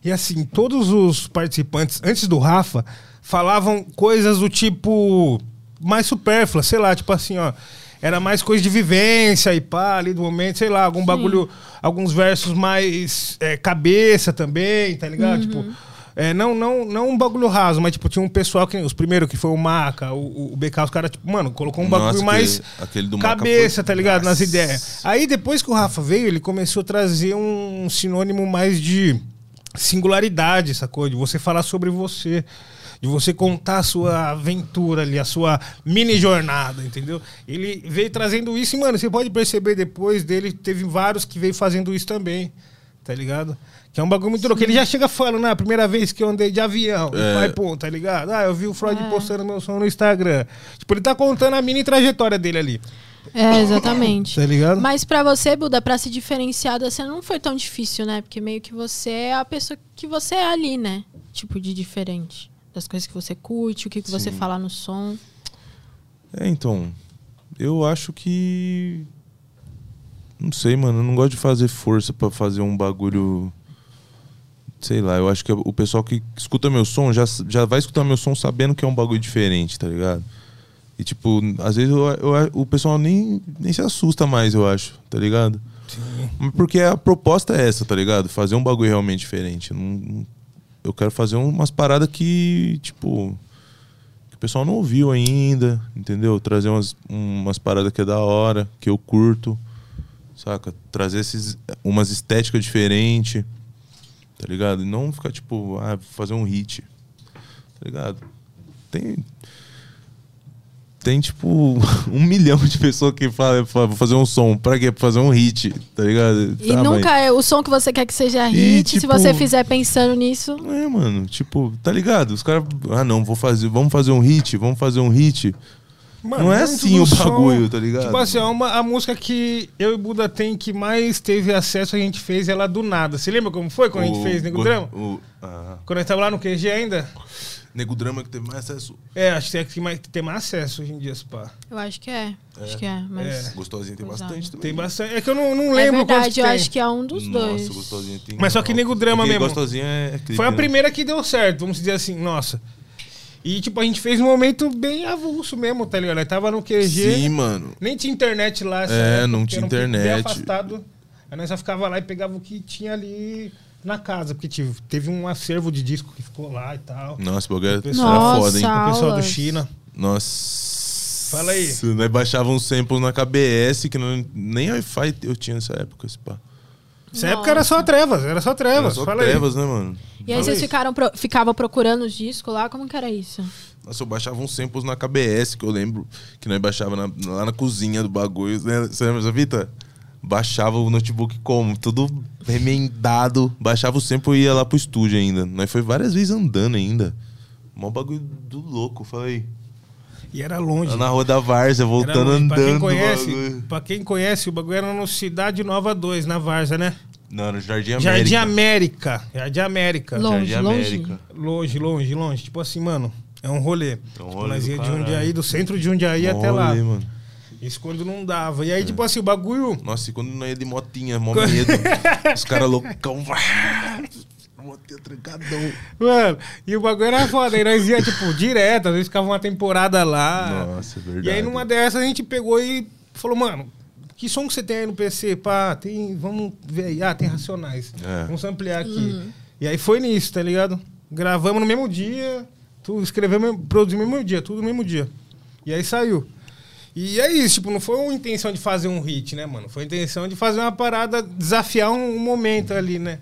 Speaker 1: E assim, todos os participantes, antes do Rafa, falavam coisas do tipo mais supérfluas, sei lá, tipo assim, ó. era mais coisa de vivência e pá, ali do momento, sei lá, algum bagulho, alguns versos mais é, cabeça também, tá ligado? Tipo, é, não, não, não um bagulho raso, mas tipo, tinha um pessoal que. Os primeiros que foi o Maca, o, o BK, os caras, tipo, mano, colocou um
Speaker 3: Nossa,
Speaker 1: bagulho
Speaker 3: aquele-
Speaker 1: mais
Speaker 3: aquele do Maca
Speaker 1: cabeça,
Speaker 3: foi-
Speaker 1: tá ligado? Nas
Speaker 3: Nossa.
Speaker 1: ideias. Aí depois que o Rafa veio, ele começou a trazer um sinônimo mais de singularidade, sacou? De você falar sobre você. De você contar a sua aventura ali, a sua mini jornada, entendeu? Ele veio trazendo isso e, mano, você pode perceber depois dele, teve vários que veio fazendo isso também, tá ligado? Que é um bagulho muito louco. Ele já chega falando, né? A primeira vez que eu andei de avião,
Speaker 3: É.
Speaker 1: pai, pô, tá ligado? Ah, eu vi o Freud postando meu som no Instagram. Tipo, ele tá contando a mini trajetória dele ali.
Speaker 2: É, exatamente.
Speaker 1: Tá ligado?
Speaker 2: Mas pra você, Buda, pra se diferenciar da cena não foi tão difícil, né? Porque meio que você é a pessoa que você é ali, né? Tipo, de diferente. Das coisas que você curte, o que, que você fala no som.
Speaker 3: É, então. Eu acho que. Não sei, mano. Eu não gosto de fazer força pra fazer um bagulho. Sei lá, eu acho que o pessoal que escuta meu som já, já vai escutar meu som sabendo que é um bagulho diferente, tá ligado? E, tipo, às vezes eu- eu- o pessoal nem, nem se assusta mais, eu acho, tá ligado? Mas Porque a proposta é essa, tá ligado? Fazer um bagulho realmente diferente. Não- eu quero fazer umas paradas que, tipo, que o pessoal não ouviu ainda, entendeu? Trazer umas, umas paradas que é da hora, que eu curto, saca? Trazer esses, umas estéticas diferentes, tá ligado? E não ficar tipo, ah, vou fazer um hit, tá ligado? Tem. Tem tipo um milhão de pessoas que falam, fala, vou fazer um som, pra quê? Pra fazer um hit, tá ligado?
Speaker 2: E
Speaker 3: Tá, mas-
Speaker 2: nunca é o som que você quer que seja
Speaker 3: E,
Speaker 2: hit. Se
Speaker 3: tipo-
Speaker 2: você fizer pensando nisso.
Speaker 3: Não É, mano, tipo, tá ligado? Os caras, ah não, vou fazer, vamos fazer um hit, vamos fazer um hit.
Speaker 1: Mano,
Speaker 3: Não é
Speaker 1: dentro
Speaker 3: assim
Speaker 1: do
Speaker 3: o bagulho, tá ligado?
Speaker 1: Tipo assim, é uma, a música que eu e Buda tem que mais teve acesso, a gente fez ela do nada. Você lembra como foi quando a gente
Speaker 3: O-
Speaker 1: fez Nego
Speaker 3: go-
Speaker 1: Drama?
Speaker 3: o- ah,
Speaker 1: Quando a gente tava lá no QG ainda?
Speaker 3: Nego Drama que teve mais acesso.
Speaker 1: É, acho que tem que mais- tem mais acesso hoje em dia, pá.
Speaker 2: Eu acho que é. Acho que é. Mas.
Speaker 3: Gostosinha tem
Speaker 2: Exato.
Speaker 3: bastante também.
Speaker 1: Tem bastante. É que eu não, não
Speaker 2: É,
Speaker 1: lembro quantos
Speaker 2: verdade, eu
Speaker 1: tem.
Speaker 2: acho que é um dos
Speaker 3: Nossa,
Speaker 2: dois.
Speaker 3: Gostosinha tem.
Speaker 1: Mas só que Nego Drama
Speaker 3: É que
Speaker 1: mesmo.
Speaker 3: Gostosinha é clipe,
Speaker 1: Foi a
Speaker 3: né?
Speaker 1: primeira que deu certo, vamos dizer assim, nossa. E tipo, a gente fez um momento bem avulso mesmo, tá ligado? Aí tava no QG.
Speaker 3: Sim, mano.
Speaker 1: Nem tinha internet lá. essa
Speaker 3: É,
Speaker 1: época,
Speaker 3: não
Speaker 1: porque
Speaker 3: tinha
Speaker 1: era um pico bem
Speaker 3: internet.
Speaker 1: Afastado, aí nós só ficava lá e pegava o que tinha ali na casa, porque tive, teve um acervo de disco que ficou lá e tal.
Speaker 3: Nossa, o bagulho era
Speaker 2: Nossa.
Speaker 3: era foda, hein?
Speaker 1: O pessoal do
Speaker 2: Aulas.
Speaker 1: China.
Speaker 3: Nossa.
Speaker 1: Fala aí.
Speaker 3: Nós baixava uns samples na KBS que não, nem Wi-Fi eu tinha nessa época, esse pá.
Speaker 1: Nessa época era só trevas, era só trevas.
Speaker 3: Era só
Speaker 1: fala aí.
Speaker 3: trevas, né, mano?
Speaker 2: E aí
Speaker 1: Fala
Speaker 2: vocês
Speaker 1: isso.
Speaker 2: ficaram pro- ficavam procurando os discos lá? Como que era isso?
Speaker 3: Nossa, eu baixava uns samples na KBS, que eu lembro que nós baixava na- lá na cozinha do bagulho. Né? Você lembra dessa fita? Baixava o notebook como? Tudo remendado. Baixava o sample e ia lá pro estúdio ainda. Nós foi várias vezes andando ainda. Mó bagulho do louco, falei.
Speaker 1: E era longe.
Speaker 3: Lá na rua da Várzea,
Speaker 1: Era
Speaker 3: voltando
Speaker 1: longe.
Speaker 3: andando.
Speaker 1: Pra quem,
Speaker 3: do
Speaker 1: conhece,
Speaker 3: bagulho.
Speaker 1: pra quem conhece, o bagulho era no Cidade Nova 2, na Varza, né?
Speaker 3: Não, no Jardim América.
Speaker 1: Jardim América. Jardim América.
Speaker 2: Longe.
Speaker 3: Jardim América.
Speaker 1: Longe, longe, longe. Tipo assim, mano, é um rolê.
Speaker 3: É um
Speaker 1: Tipo,
Speaker 3: rolê
Speaker 1: nós
Speaker 3: do
Speaker 1: ia de
Speaker 3: caralho.
Speaker 1: Jundiaí, do centro de Jundiaí
Speaker 3: Mó
Speaker 1: até lá.
Speaker 3: rolê, mano. É.
Speaker 1: Isso quando não dava. E aí, tipo assim, o bagulho.
Speaker 3: Nossa, e quando não ia de motinha, mó medo. Os caras loucão. Motinha trancadão.
Speaker 1: Mano, e o bagulho era foda. Aí nós ia, tipo, direto, às vezes ficava uma temporada lá.
Speaker 3: Nossa, é verdade.
Speaker 1: E aí numa dessas a gente pegou e falou, mano, que som que você tem aí no PC? Pá, tem. Vamos ver aí. Ah, tem Racionais.
Speaker 3: É.
Speaker 1: Vamos ampliar aqui.
Speaker 2: Uhum.
Speaker 1: E aí foi nisso, tá ligado? Gravamos no mesmo dia, tu escreveu, mesmo- produzimos no mesmo dia, tudo no mesmo dia. E aí saiu. E é isso, tipo, não foi uma intenção de fazer um hit, né, mano? Foi a intenção de fazer uma parada, desafiar um, um momento ali, né?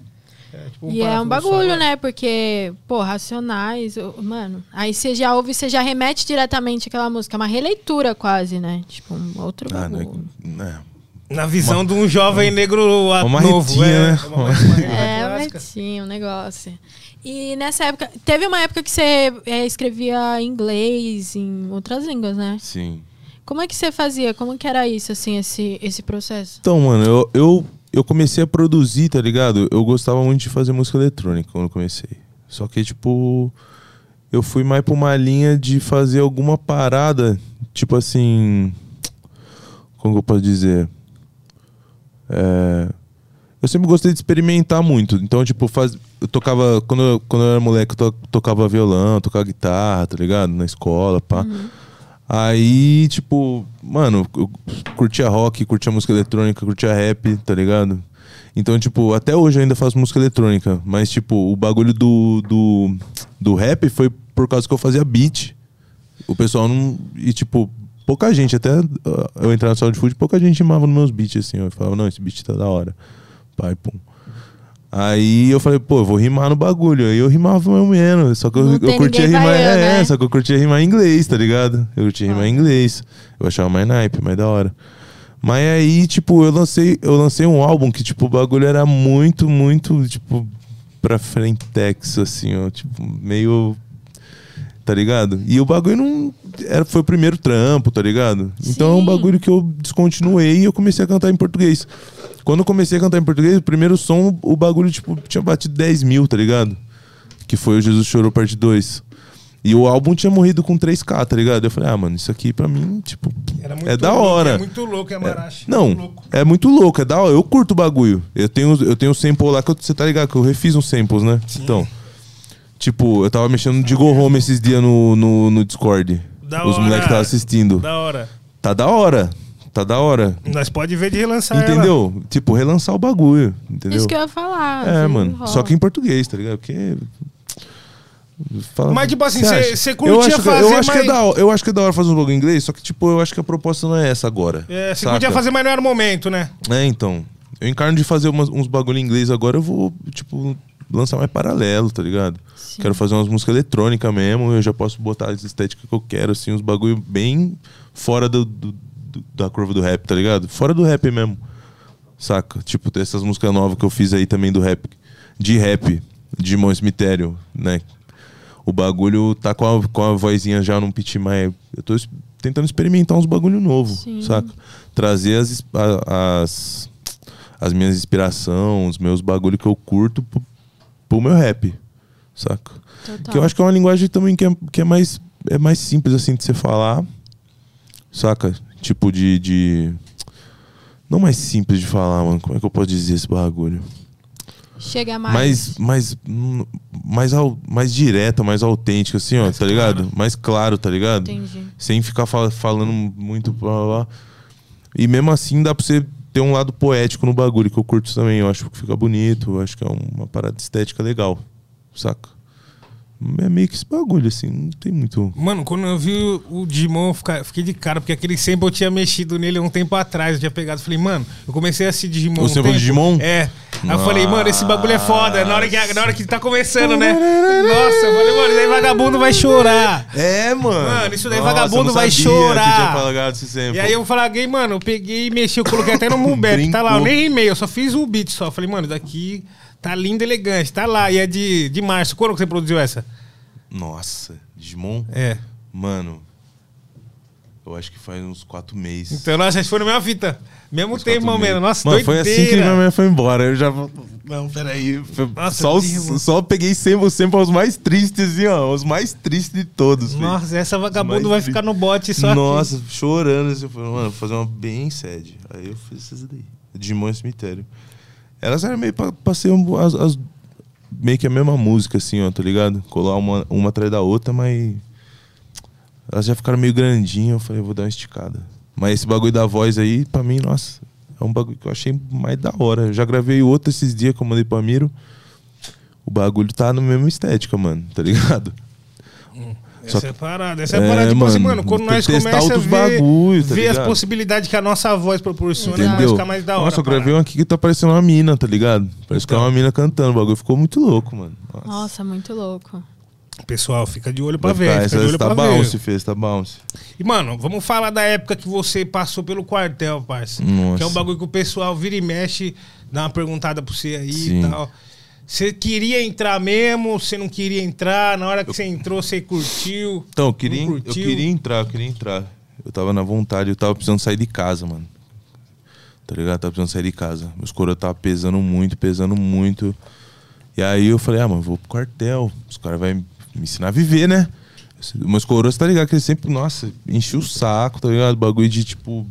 Speaker 1: É, tipo,
Speaker 2: e é um
Speaker 1: parafuso,
Speaker 2: bagulho,
Speaker 1: sabe?
Speaker 2: né? Porque, pô, Racionais, eu- mano. Aí você já ouve, você já remete diretamente àquela música. É uma releitura quase, né? Tipo, um outro
Speaker 3: Ah, não é,
Speaker 2: bagulho.
Speaker 3: não é.
Speaker 1: Na visão de um jovem negro a-
Speaker 3: uma
Speaker 1: novo,
Speaker 3: retinha,
Speaker 1: é.
Speaker 3: né?
Speaker 1: Uma marretinha
Speaker 2: É,
Speaker 1: clássica.
Speaker 2: bonitinho o negócio. E nessa época, teve uma época que você é, escrevia em inglês, em outras línguas, né?
Speaker 3: Sim.
Speaker 2: Como é que você fazia? Como que era isso, assim, esse, esse processo?
Speaker 3: Então, mano, eu, eu, eu comecei a produzir, tá ligado? Eu gostava muito de fazer música eletrônica quando eu comecei. Só que, tipo, eu fui mais pra uma linha de fazer alguma parada, tipo assim. Como que eu posso dizer? É, eu sempre gostei de experimentar muito. Então, tipo, faz, eu tocava. Quando eu, quando eu era moleque, eu to- tocava violão, tocava guitarra, tá ligado? Na escola, pá. Aí, tipo, mano, eu curtia rock, curtia música eletrônica, curtia rap, tá ligado? Então, tipo, até hoje eu ainda faço música eletrônica, mas, tipo, o bagulho do, do, do rap foi por causa que eu fazia beat. O pessoal não. E, tipo, pouca gente, até uh, eu entrar no Sound Food, pouca gente amava nos meus beats, assim. Eu falava, não, esse beat tá da hora. Pai, pum. Aí eu falei, pô, eu vou rimar no bagulho. Aí eu rimava mais ou menos. Só que eu,
Speaker 2: Não
Speaker 3: eu
Speaker 2: tem
Speaker 3: curtia
Speaker 2: ninguém
Speaker 3: rimar.
Speaker 2: baiano,
Speaker 3: é,
Speaker 2: né? Ah.
Speaker 3: só que eu curtia rimar em inglês, tá ligado? Eu curtia rimar em inglês. Eu achava mais naipe, mais da hora. Mas aí, tipo, eu lancei, eu lancei um álbum que, tipo, o bagulho era muito, muito, tipo, pra frentex, assim, ó. Tipo, meio. Tá ligado? E o bagulho não. Era, foi o primeiro trampo, tá ligado? Então é um
Speaker 2: Sim.
Speaker 3: bagulho que eu descontinuei e eu comecei a cantar em português. Quando eu comecei a cantar em português, o primeiro som, o bagulho, tipo, tinha batido 10 mil, tá ligado? Que foi o Jesus Chorou Parte 2. E o álbum tinha morrido com 3K, tá ligado? Eu falei, ah, mano, isso aqui pra mim, tipo,
Speaker 1: Era
Speaker 3: é da hora.
Speaker 1: É muito louco, é Marashi.
Speaker 3: Não,
Speaker 1: Muito louco.
Speaker 3: é muito louco, é da hora. Eu curto o bagulho. Eu tenho, eu tenho um sample lá que eu- você tá ligado, que eu refiz uns samples, né? Então. Tipo, eu tava mexendo no Digo Home esses dias no, no, no Discord.
Speaker 1: Da
Speaker 3: Os
Speaker 1: hora.
Speaker 3: moleques estavam assistindo.
Speaker 1: Da hora.
Speaker 3: Tá da hora. Tá da hora.
Speaker 1: Nós pode ver de relançar ela.
Speaker 3: Entendeu? Tipo, relançar o bagulho. Entendeu?
Speaker 2: Isso que eu ia falar.
Speaker 3: É,
Speaker 2: assim,
Speaker 3: mano.
Speaker 2: rola.
Speaker 3: Só que em português, tá ligado? Porque. Fala-
Speaker 1: Mas, tipo assim,
Speaker 3: Cê
Speaker 1: cê-
Speaker 3: acha?
Speaker 1: cê curtia
Speaker 3: eu acho, que-
Speaker 1: fazer,
Speaker 3: eu acho que é
Speaker 1: mas-
Speaker 3: da hora, Eu acho que é da hora fazer um bagulho em inglês, só que, tipo, eu acho que a proposta não é essa agora.
Speaker 1: É, você
Speaker 3: saca?
Speaker 1: podia fazer, mas não era o momento, né?
Speaker 3: É, então. Eu encarno de fazer umas- uns bagulho em inglês agora, eu vou, tipo, lançar mais paralelo, tá ligado?
Speaker 2: Sim.
Speaker 3: Quero fazer umas músicas eletrônicas mesmo, eu já posso botar as estéticas que eu quero, assim, uns bagulho bem fora do, do- do- da curva do rap, tá ligado? Fora do rap mesmo. Saca? Tipo, tem essas músicas novas que eu fiz aí também do rap. De rap, de Mão Cemitério, né? O bagulho tá com a, com a vozinha já num pitch mais. Eu tô es- tentando experimentar uns bagulho novo,
Speaker 2: Sim.
Speaker 3: saca? Trazer as, es- a- as, as minhas inspirações, os meus bagulho que eu curto pro, pro meu rap, saca?
Speaker 2: Total.
Speaker 3: Que eu acho que é uma linguagem também que é, que é, mais, é mais simples, assim, de você falar. Saca? Tipo de, de. Não mais simples de falar, mano. Como é que eu posso dizer esse bagulho?
Speaker 2: Chega mais.
Speaker 3: Mais. Mais. hum, Mais, au- mais direta, mais autêntica, assim, ó, tá ligado? Mais claro, tá ligado?
Speaker 2: Entendi.
Speaker 3: Sem ficar fal- falando muito. Blá, blá, blá. E mesmo assim dá pra você ter um lado poético no bagulho, que eu curto também. Eu acho que fica bonito, eu acho que é uma parada estética legal, saca? É meio que esse bagulho, assim, não tem muito.
Speaker 1: Mano, quando eu vi o Digimon, eu fica- fiquei de cara, porque aquele sample eu tinha mexido nele há um tempo atrás, eu tinha pegado. Falei, mano, eu comecei a assistir Digimon.
Speaker 3: O
Speaker 1: um
Speaker 3: sample
Speaker 1: tempo.
Speaker 3: do Digimon?
Speaker 1: É. Aí eu falei, mano, esse bagulho é foda. Na hora que, na hora que tá começando, né? Nossa, eu falei, mano, isso daí vagabundo vai chorar.
Speaker 3: É, mano.
Speaker 1: Mano, isso daí
Speaker 3: Nossa,
Speaker 1: vagabundo
Speaker 3: eu não
Speaker 1: vai
Speaker 3: sabia
Speaker 1: chorar.
Speaker 3: Que tinha falado isso sempre.
Speaker 1: E aí eu falei, mano, eu peguei e mexi, eu coloquei até no Moonback, tá lá, eu
Speaker 3: Brincou.
Speaker 1: nem rimei, eu só fiz o beat só. Falei, mano, daqui tá lindo e elegante, tá lá, e é de, de março. Quando que você produziu essa?
Speaker 3: Nossa, Digimon?
Speaker 1: É.
Speaker 3: Mano. Eu acho que faz uns quatro meses.
Speaker 1: Então, nossa, acho que foi na mesma fita. Mesmo tempo,
Speaker 3: Quatro
Speaker 1: mano,
Speaker 3: meses.
Speaker 1: nossa,
Speaker 3: Mano, foi assim que
Speaker 1: doideira.
Speaker 3: minha mãe foi embora. Eu já. Não, peraí. Foi
Speaker 1: Nossa,
Speaker 3: só, os-
Speaker 1: Deus.
Speaker 3: só peguei sempre, sempre os mais tristes, assim, ó. Os mais tristes de todos. filho.
Speaker 1: Nossa, essa vagabundo
Speaker 3: Mas
Speaker 1: vai
Speaker 3: vi-
Speaker 1: ficar no bote só aqui.
Speaker 3: Nossa, chorando. Assim, eu falei, mano, vou fazer uma bem sede. Aí eu fiz essas daí. Digimon e Cemitério. Elas eram meio pra, pra ser um- as, as- meio que a mesma música, assim, ó, tá ligado? Colar uma, uma atrás da outra, mas. Elas já ficaram meio grandinhas, eu falei, vou dar uma esticada. Mas esse bagulho da voz aí, pra mim, nossa, é um bagulho que eu achei mais da hora. Eu já gravei outro esses dias que eu mandei pro Amiro. O bagulho tá na mesma estética, mano, tá ligado?
Speaker 1: Essa
Speaker 3: Só
Speaker 1: é parada. Essa é,
Speaker 3: É,
Speaker 1: parada, tipo assim,
Speaker 3: mano,
Speaker 1: mano, quando
Speaker 3: tem que
Speaker 1: nós
Speaker 3: testar
Speaker 1: começa a
Speaker 3: outros
Speaker 1: ver,
Speaker 3: bagulho, tá
Speaker 1: ver as
Speaker 3: ligado?
Speaker 1: possibilidades que a nossa voz proporciona,
Speaker 2: Entendeu?
Speaker 1: vai ficar é mais da hora.
Speaker 3: Nossa, eu
Speaker 1: a parada.
Speaker 3: gravei um aqui que tá parecendo uma mina, tá ligado? Parece que é uma mina cantando. O bagulho ficou muito louco, mano. Nossa.
Speaker 2: Nossa, muito louco.
Speaker 1: Pessoal, fica de olho pra
Speaker 3: um- Vai
Speaker 1: ver,
Speaker 3: ficar-
Speaker 1: fica de
Speaker 3: essa
Speaker 1: olho
Speaker 3: tá
Speaker 1: pra
Speaker 3: bounce,
Speaker 1: ver.
Speaker 3: fez, tá bounce.
Speaker 1: E, mano, vamos falar da época que você passou pelo quartel, parceiro.
Speaker 3: Nossa.
Speaker 1: Que é um bagulho que o pessoal vira e mexe, dá uma perguntada pra você aí
Speaker 3: Sim.
Speaker 1: e tal. Você queria entrar mesmo? Você não queria entrar? Na hora que você entrou, você curtiu?
Speaker 3: Então, eu queria,
Speaker 1: Não
Speaker 3: eu
Speaker 1: curtiu?
Speaker 3: queria entrar, eu queria entrar. Eu tava na vontade, eu tava precisando sair de casa, mano. Tá ligado? Eu tava precisando sair de casa. Meus coroas tava pesando muito, pesando muito. E aí eu falei, ah, mano, vou pro quartel. Os caras vão me ensinar a viver, né? Meus coroas, tá ligado? Que eles sempre, nossa, enchiam o saco, tá ligado? Bagulho de, tipo,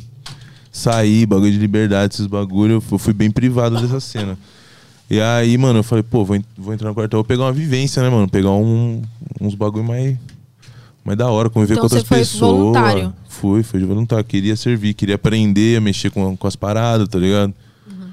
Speaker 3: sair, bagulho de liberdade, esses bagulho. Eu fu- eu fui bem privado dessa cena. E aí, mano, eu falei, pô, vou, en- vou entrar no quartel, vou pegar uma vivência, né, mano? Pegar um, uns bagulho mais Mas da hora, conviver
Speaker 2: Então
Speaker 3: com outras
Speaker 2: você foi
Speaker 3: pessoas.
Speaker 2: voluntário?
Speaker 3: Fui, fui de voluntário. Queria servir, queria aprender a mexer com, com as paradas, tá ligado?
Speaker 2: Uhum.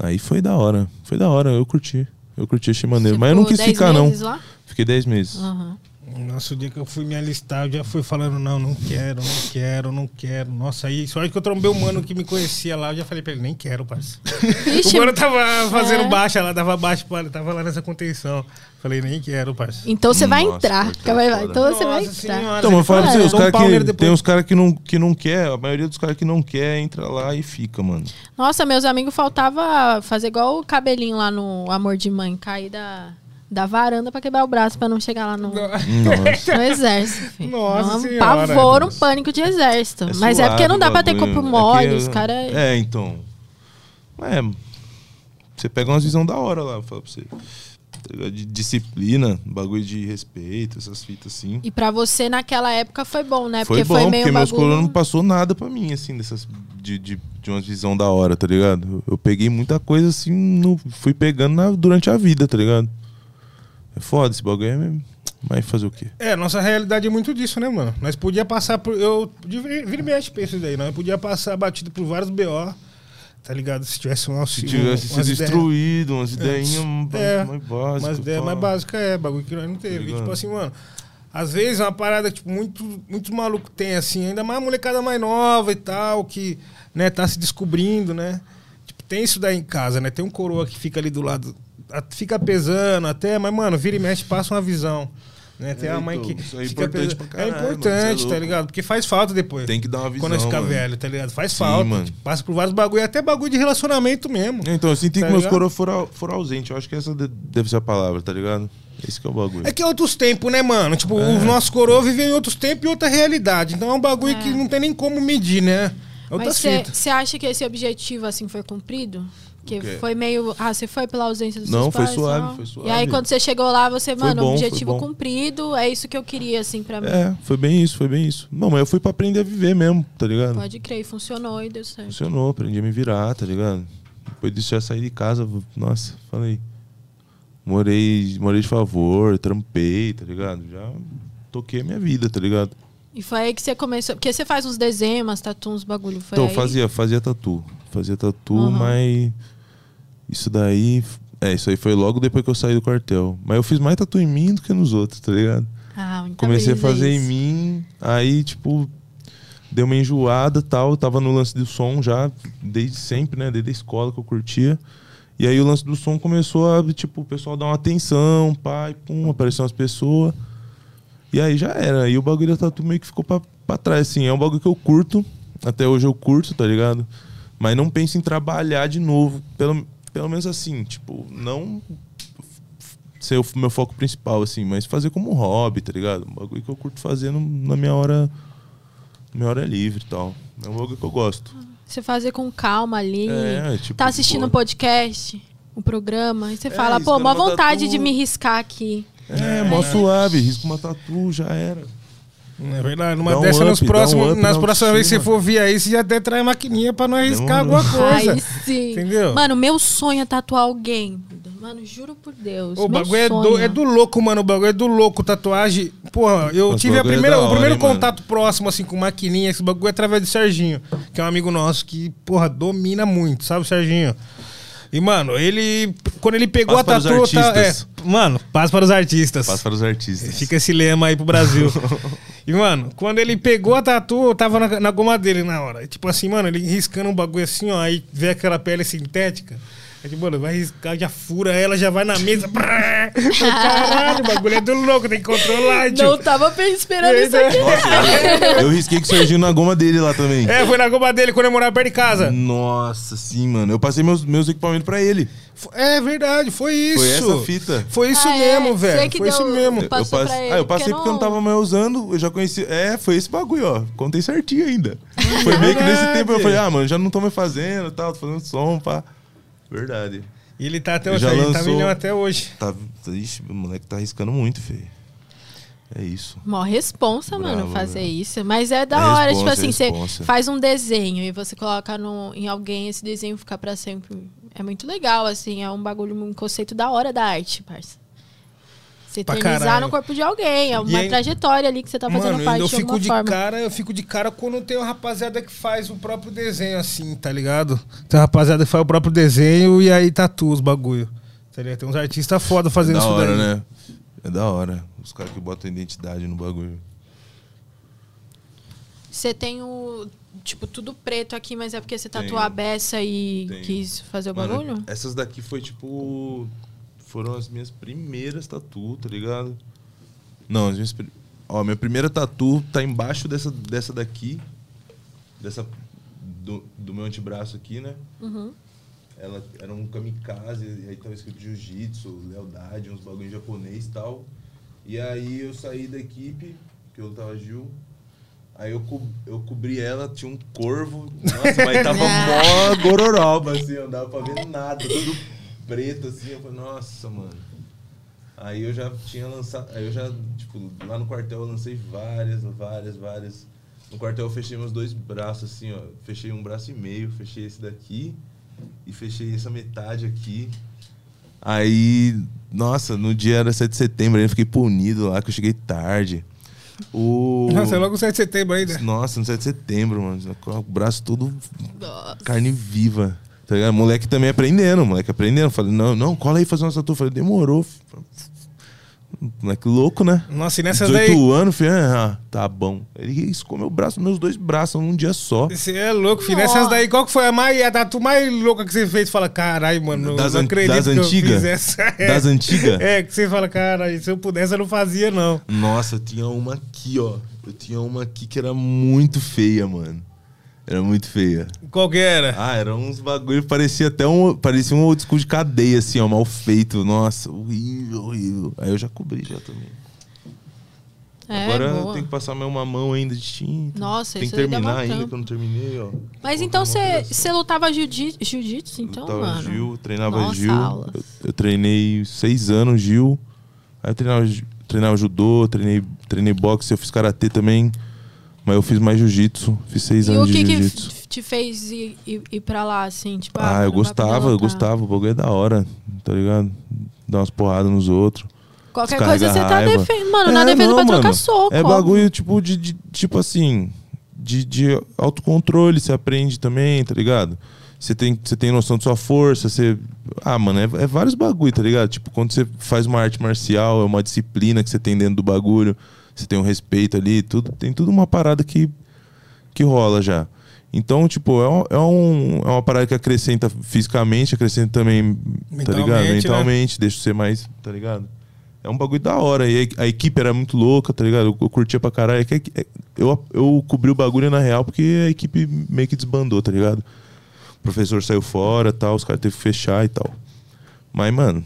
Speaker 3: Aí foi da hora. Foi da hora, eu curti. Eu curti, achei maneiro.
Speaker 2: Você
Speaker 3: Mas eu não
Speaker 2: ficou
Speaker 3: quis
Speaker 2: 10
Speaker 3: ficar, não.
Speaker 2: Tipo, meses Ah. lá?
Speaker 3: Fiquei 10 meses.
Speaker 2: Aham.
Speaker 1: Nossa, o dia que eu fui me alistar, eu já fui falando, não, não quero, não quero, não quero. Nossa, aí, só que eu trombei um mano que me conhecia lá, eu já falei pra ele, nem quero, parceiro.
Speaker 2: Ixi,
Speaker 1: o mano tava fazendo
Speaker 2: é.
Speaker 1: baixa lá, dava baixa pra ele, tava lá nessa contenção. Falei, nem quero, parceiro.
Speaker 2: Então você vai
Speaker 3: Nossa,
Speaker 2: entrar.
Speaker 3: coitado,
Speaker 2: que vai- vai-
Speaker 3: foda.
Speaker 2: Então você vai
Speaker 1: Nossa
Speaker 2: entrar.
Speaker 1: senhora,
Speaker 3: Então, mas eu
Speaker 1: ele
Speaker 3: falo pra
Speaker 1: falou,
Speaker 3: você, os
Speaker 1: "Dom
Speaker 3: cara
Speaker 1: Paulo, ele
Speaker 3: que,
Speaker 1: um depois
Speaker 3: tem um uns caras que não, que não quer, a maioria dos caras que não quer entra lá e fica, mano.
Speaker 2: Nossa, meus amigos faltava fazer igual o cabelinho lá no Amor de Mãe, cair da, da varanda pra quebrar o braço pra não chegar lá no, no
Speaker 3: Nossa.
Speaker 2: exército. filho.
Speaker 1: Nossa
Speaker 2: Não, um
Speaker 1: senhora.
Speaker 2: pavor, um pânico de exército. Mas é
Speaker 3: suave
Speaker 2: porque não dá
Speaker 3: o
Speaker 2: pra ter
Speaker 3: bagulho.
Speaker 2: corpo
Speaker 3: É
Speaker 2: mole,
Speaker 3: que-
Speaker 2: os caras.
Speaker 3: É, então. É. Você pega umas visão da hora lá, fala pra você. Tá ligado? De disciplina, bagulho de respeito, essas fitas assim.
Speaker 2: E pra você naquela época foi bom, né?
Speaker 3: foi bom, porque meus
Speaker 2: bagulho-
Speaker 3: colonos não passou nada pra mim, assim, dessas. De, de, de umas visão da hora, tá ligado? Eu, eu peguei muita coisa assim, no- fui pegando na- durante a vida, tá ligado? É foda esse bagulho é mesmo. Mas fazer o quê?
Speaker 1: É, nossa realidade é muito disso, né, mano? Nós podia passar por. Eu. de- Vira e mexe pra isso daí, nós podia passar batido por vários BO, tá ligado? Se tivesse um
Speaker 3: Se
Speaker 1: auxílio.
Speaker 3: tivesse
Speaker 1: umas
Speaker 3: sido
Speaker 1: ideias-
Speaker 3: instruído, umas ideinhas
Speaker 1: É,
Speaker 3: um mais básicas.
Speaker 1: Mas ideia
Speaker 3: pá.
Speaker 1: mais básica é, bagulho que nós não
Speaker 3: Tá
Speaker 1: teve. E,
Speaker 3: ligado?
Speaker 1: tipo assim, mano. Às vezes é uma parada que tipo, muito, muitos malucos tem, assim, ainda mais a molecada mais nova e tal, que né, tá se descobrindo, né? Tipo, tem isso daí em casa, né? Tem um coroa que fica ali do lado, a- fica pesando até, mas, mano, vira e mexe, passa uma visão. Né? Tem a
Speaker 3: É,
Speaker 1: mãe
Speaker 3: então,
Speaker 1: que.
Speaker 3: isso é
Speaker 1: fica
Speaker 3: importante
Speaker 1: pesando.
Speaker 3: pra caralho,
Speaker 1: É
Speaker 3: mano, você é
Speaker 1: importante,
Speaker 3: louco.
Speaker 1: tá ligado? Porque faz falta depois.
Speaker 3: Tem que dar uma visão,
Speaker 1: Quando nós fica
Speaker 3: mano.
Speaker 1: velho, tá ligado? Faz falta.
Speaker 3: mano.
Speaker 1: tipo, passa por vários bagulho, até bagulho de relacionamento mesmo.
Speaker 3: É, Então, eu senti
Speaker 1: Tá
Speaker 3: que meus
Speaker 1: ligado?
Speaker 3: coroas foram, foram ausentes. Eu acho que essa de- deve ser a palavra, tá ligado? Esse que é o bagulho.
Speaker 1: É que é outros tempos, né, mano? Tipo,
Speaker 3: É.
Speaker 1: os nossos coroas vivem em outros tempos e outra realidade. Então é um bagulho que não tem nem como medir, né? É
Speaker 2: Mas
Speaker 1: outras fitas.
Speaker 2: você acha que esse objetivo, assim, foi cumprido? Que
Speaker 3: O quê?
Speaker 2: foi meio. Ah, você foi pela ausência dos
Speaker 3: Não,
Speaker 2: seus
Speaker 3: foi
Speaker 2: pais,
Speaker 3: suave,
Speaker 2: não?
Speaker 3: foi
Speaker 2: E aí,
Speaker 3: suave.
Speaker 2: quando você chegou lá, você,
Speaker 3: Foi
Speaker 2: mano,
Speaker 3: bom, foi
Speaker 2: objetivo
Speaker 3: bom.
Speaker 2: cumprido, é isso que eu queria, assim, pra mim.
Speaker 3: É, foi bem isso, foi bem isso. Não, mas eu fui pra aprender a viver mesmo, tá ligado?
Speaker 2: Pode crer, e funcionou e deu certo.
Speaker 3: Funcionou, aprendi a me virar, tá ligado? Depois disso já saí de casa, nossa, falei. Morei, morei de favor, trampei, tá ligado? Já toquei a minha vida, tá ligado?
Speaker 2: E foi aí que você começou. Porque você faz uns desenhos, umas tatu, uns bagulho. Foi
Speaker 3: então,
Speaker 2: aí.
Speaker 3: fazia, fazia tatu. Fazia tatu,
Speaker 2: Aham.
Speaker 3: mas isso daí. É, isso aí foi logo depois que eu saí do quartel. Mas eu fiz mais tatu em mim do que nos outros, tá ligado?
Speaker 2: Ah, muita
Speaker 3: Comecei a
Speaker 2: brisa
Speaker 3: fazer em
Speaker 2: isso.
Speaker 3: mim, aí, tipo, deu uma enjoada e tal. Eu tava no lance do som já, desde sempre, né? Desde a escola que eu curtia. E aí o lance do som começou a, tipo, o pessoal dar uma atenção, pai, pum, apareceram as pessoas. E aí já era. E o bagulho da tatu meio que ficou pra, pra trás, assim. É um bagulho que eu curto, até hoje eu curto, tá ligado? Mas não penso em trabalhar de novo. Pelo, pelo menos assim, tipo, não ser o f- meu foco principal, assim, mas fazer como hobby, tá ligado? Um bagulho que eu curto fazer no- na minha hora. na Minha hora livre e tal. É um bagulho que eu gosto.
Speaker 2: Você fazer com calma ali.
Speaker 3: É, tipo,
Speaker 2: tá assistindo
Speaker 3: boa.
Speaker 2: um podcast, um programa, e você
Speaker 3: É,
Speaker 2: fala, pô,
Speaker 3: riscando
Speaker 2: mó
Speaker 3: uma
Speaker 2: vontade
Speaker 3: tatu.
Speaker 2: de me riscar aqui.
Speaker 1: Ah.
Speaker 3: É, mó suave, risco uma tatu, já era.
Speaker 1: É verdade. Numa
Speaker 3: Dá um
Speaker 1: dessa, nos
Speaker 3: up, dá um
Speaker 1: próximos,
Speaker 3: up na
Speaker 1: nas próximas vezes que você
Speaker 3: autoestima.
Speaker 1: for vir aí, você já até traz maquininha pra nós riscar
Speaker 3: Demorou.
Speaker 1: alguma coisa.
Speaker 2: Aí sim.
Speaker 1: Entendeu?
Speaker 2: Mano, meu sonho é tatuar alguém. Mano, juro por Deus.
Speaker 1: O
Speaker 2: meu
Speaker 1: bagulho é do,
Speaker 2: sonho.
Speaker 1: é do louco, mano. O bagulho é do louco. Tatuagem. Porra, eu
Speaker 3: Nossa,
Speaker 1: tive a
Speaker 3: o bagulho é
Speaker 1: primeira,
Speaker 3: da
Speaker 1: o
Speaker 3: hora,
Speaker 1: primeiro
Speaker 3: hein,
Speaker 1: contato próximo, assim, com maquininha. Esse bagulho é através do Serginho, que é um amigo nosso que, porra, domina muito. Sabe, o Serginho? E, mano, ele. Quando ele pegou
Speaker 3: Passa
Speaker 1: a
Speaker 3: para
Speaker 1: tatu.
Speaker 3: os
Speaker 1: Tá, é,
Speaker 3: artistas.
Speaker 1: mano, passa para os artistas.
Speaker 3: Passa para os artistas.
Speaker 1: Fica esse lema aí pro Brasil. E, mano, quando ele pegou a tatu, eu tava na, na goma dele na hora. E, tipo assim, mano, ele riscando um bagulho assim, ó, aí vê aquela pele sintética. Aí, tipo, mano, vai riscar, já fura ela, já vai na mesa. brrr. Eu, Caralho, o bagulho é do louco, tem que controlar, tio.
Speaker 2: Não tava pe- esperando isso
Speaker 1: Eita.
Speaker 2: aqui.
Speaker 3: Eu risquei que surgiu na goma dele lá também.
Speaker 1: É, foi na goma dele quando eu morava perto de casa.
Speaker 3: Nossa, sim, mano. Eu passei meus, meus equipamentos pra ele.
Speaker 1: F- É verdade, foi isso.
Speaker 3: Foi essa fita.
Speaker 1: Foi isso
Speaker 2: Ah, é?
Speaker 1: mesmo,
Speaker 2: Você
Speaker 1: velho.
Speaker 2: que
Speaker 1: Foi isso
Speaker 2: deu-
Speaker 1: mesmo.
Speaker 2: Passou
Speaker 3: eu
Speaker 2: pra ele,
Speaker 3: ah, eu
Speaker 2: porque
Speaker 3: passei porque eu não
Speaker 2: não-
Speaker 3: tava mais usando, eu já conheci. É, foi esse bagulho, ó. Contei certinho ainda. Foi meio que nesse
Speaker 1: Verdade.
Speaker 3: tempo eu falei, ah, mano, já não tô mais fazendo, tal, tô fazendo som, pá. Verdade.
Speaker 1: E ele tá até
Speaker 3: Ele
Speaker 1: hoje,
Speaker 3: já
Speaker 1: ele tá
Speaker 3: lançou-
Speaker 1: milhão até hoje.
Speaker 3: Tá, tá- ixi, o moleque tá arriscando muito, feio. É isso.
Speaker 2: Mó responsa, mano,
Speaker 3: Bravo,
Speaker 2: fazer
Speaker 3: velho.
Speaker 2: isso. Mas é da
Speaker 3: É
Speaker 2: hora,
Speaker 3: responsa,
Speaker 2: tipo assim,
Speaker 3: é
Speaker 2: você
Speaker 3: responsa.
Speaker 2: faz um desenho e você coloca no, em alguém, esse desenho fica pra sempre. É muito legal, assim, é um bagulho, um conceito da hora da arte, parça. Você
Speaker 1: Pra
Speaker 2: eternizar
Speaker 1: caralho.
Speaker 2: no corpo de alguém. É
Speaker 1: E
Speaker 2: uma
Speaker 1: aí-
Speaker 2: trajetória ali que você tá fazendo
Speaker 1: Mano,
Speaker 2: parte
Speaker 1: eu
Speaker 2: de
Speaker 1: fico
Speaker 2: alguma
Speaker 1: de
Speaker 2: forma.
Speaker 1: cara, eu fico de cara quando tem uma rapaziada que faz o próprio desenho assim, tá ligado? Tem uma rapaziada que faz o próprio desenho e aí tatua os bagulho. Tá ligado? Tem uns artistas foda
Speaker 3: É
Speaker 1: fazendo
Speaker 3: da
Speaker 1: isso
Speaker 3: hora,
Speaker 1: daí.
Speaker 3: né? É da hora. Os caras que botam identidade no bagulho.
Speaker 2: Você tem o. Tipo, tudo preto aqui, mas é porque você tatuou
Speaker 3: Tenho.
Speaker 2: a beça e
Speaker 3: Tenho.
Speaker 2: quis fazer o
Speaker 3: Mano,
Speaker 2: bagulho?
Speaker 3: essas daqui foi tipo. Foram as minhas primeiras tatu, tá ligado? Não, as minhas. pri- Ó, minha primeira tatu tá embaixo dessa, dessa daqui. Dessa. Do, do meu antebraço aqui, né?
Speaker 2: Uhum.
Speaker 3: Ela era um kamikaze, e aí tava escrito jiu-jitsu, lealdade, uns bagulho em japonês e tal. E aí eu saí da equipe, que eu tava Gil. Aí eu, co- eu cobri ela, tinha um corvo. Nossa, mas tava mó gororoba, assim, eu não dava pra ver nada, tudo preto, assim. Eu falei, nossa, mano. Aí eu já tinha lançado, aí eu já, tipo, lá no quartel eu lancei várias, várias, várias. No quartel eu fechei meus dois braços, assim, ó. Fechei um braço e meio, fechei esse daqui e fechei essa metade aqui. Aí, nossa, no dia era 7 de setembro, aí eu fiquei punido lá, que eu cheguei tarde. O...
Speaker 1: Nossa, é logo 7 de setembro ainda.
Speaker 3: Nossa, no 7 de setembro, mano. Com o braço todo carne viva. Tá ligado? Moleque também aprendendo, moleque aprendendo. Falei, não, não, cola aí fazer uma tatu. Falei, demorou. fi. Moleque louco, né?
Speaker 1: Nossa, e nessas
Speaker 3: 18
Speaker 1: daí.
Speaker 3: anos, filho, ah, tá bom. Ele riscou meu braço, meus dois braços num dia só.
Speaker 1: Você é louco, filho.
Speaker 2: Nossa.
Speaker 1: Nessas daí, qual que foi a, mais, a tatu mais louca que você fez? Você Fala, caralho, mano, eu
Speaker 3: Das
Speaker 1: não
Speaker 3: an-
Speaker 1: acredito
Speaker 3: das
Speaker 1: que eu
Speaker 3: antigas?
Speaker 1: fiz essa. É.
Speaker 3: Das antigas?
Speaker 1: É, que você fala, caralho, se eu pudesse, eu não fazia, não.
Speaker 3: Nossa, eu tinha uma aqui, ó. Eu tinha uma aqui que era muito feia, mano. Era muito feia.
Speaker 1: Qual que era?
Speaker 3: Ah, era uns bagulho, parecia até um. Parecia um old school de cadeia, assim, ó, mal feito. Nossa, horrível, horrível. Aí eu já cobri já também.
Speaker 2: É,
Speaker 3: Agora eu
Speaker 2: boa.
Speaker 3: tenho que passar mais uma mão ainda de tinta.
Speaker 2: Nossa,
Speaker 3: Tem
Speaker 2: isso
Speaker 3: que
Speaker 2: aí dá mó
Speaker 3: terminar ainda,
Speaker 2: trampo.
Speaker 3: que eu não terminei, ó.
Speaker 2: Mas
Speaker 3: Coloquei
Speaker 2: então
Speaker 3: uma
Speaker 2: você
Speaker 3: operação.
Speaker 2: você lutava jiu-jitsu, jiu-jitsu, então,
Speaker 3: Lutava
Speaker 2: mano?
Speaker 3: Gil, treinava
Speaker 2: Nossa,
Speaker 3: Gil.
Speaker 2: aulas.
Speaker 3: Eu, eu treinei seis anos Gil. Aí eu treinava, ju- treinava judô, treinei, treinei boxe, eu fiz karatê também. Mas eu fiz mais jiu-jitsu, fiz seis
Speaker 2: E o
Speaker 3: anos
Speaker 2: que
Speaker 3: de
Speaker 2: que
Speaker 3: jiu-jitsu.
Speaker 2: f- te fez ir, ir, ir pra lá, assim? Tipo,
Speaker 3: Ah, eu
Speaker 2: não vai poder
Speaker 3: gostava, eu
Speaker 2: lutar.
Speaker 3: gostava. O bagulho é da hora, tá ligado? Dar umas porradas nos outros.
Speaker 2: Qualquer
Speaker 3: Descarrega
Speaker 2: coisa você tá
Speaker 3: raiva.
Speaker 2: defendendo. Mano, na
Speaker 3: É,
Speaker 2: defesa pra
Speaker 3: mano.
Speaker 2: trocar soco.
Speaker 3: É
Speaker 2: ó.
Speaker 3: bagulho tipo de, de- tipo assim, de, de autocontrole, você aprende também, tá ligado? Você tem, você tem noção de sua força, você. Ah, mano, é, é vários bagulho, tá ligado? Tipo, quando você faz uma arte marcial, é uma disciplina que você tem dentro do bagulho, você tem um respeito ali, tudo. Tem tudo uma parada que, que rola já. Então, tipo, é, um- é, um, é uma parada que acrescenta fisicamente, acrescenta também, tá ligado?
Speaker 1: Mentalmente, né?
Speaker 3: Mentalmente, deixa você mais, tá ligado? É um bagulho da hora. E a a equipe era muito louca, tá ligado? Eu, eu curtia pra caralho. É que a equi- é- Eu, eu cobri o bagulho na real porque a equipe meio que desbandou, tá ligado? O professor saiu fora tal, os caras teve que fechar e tal. Mas, mano,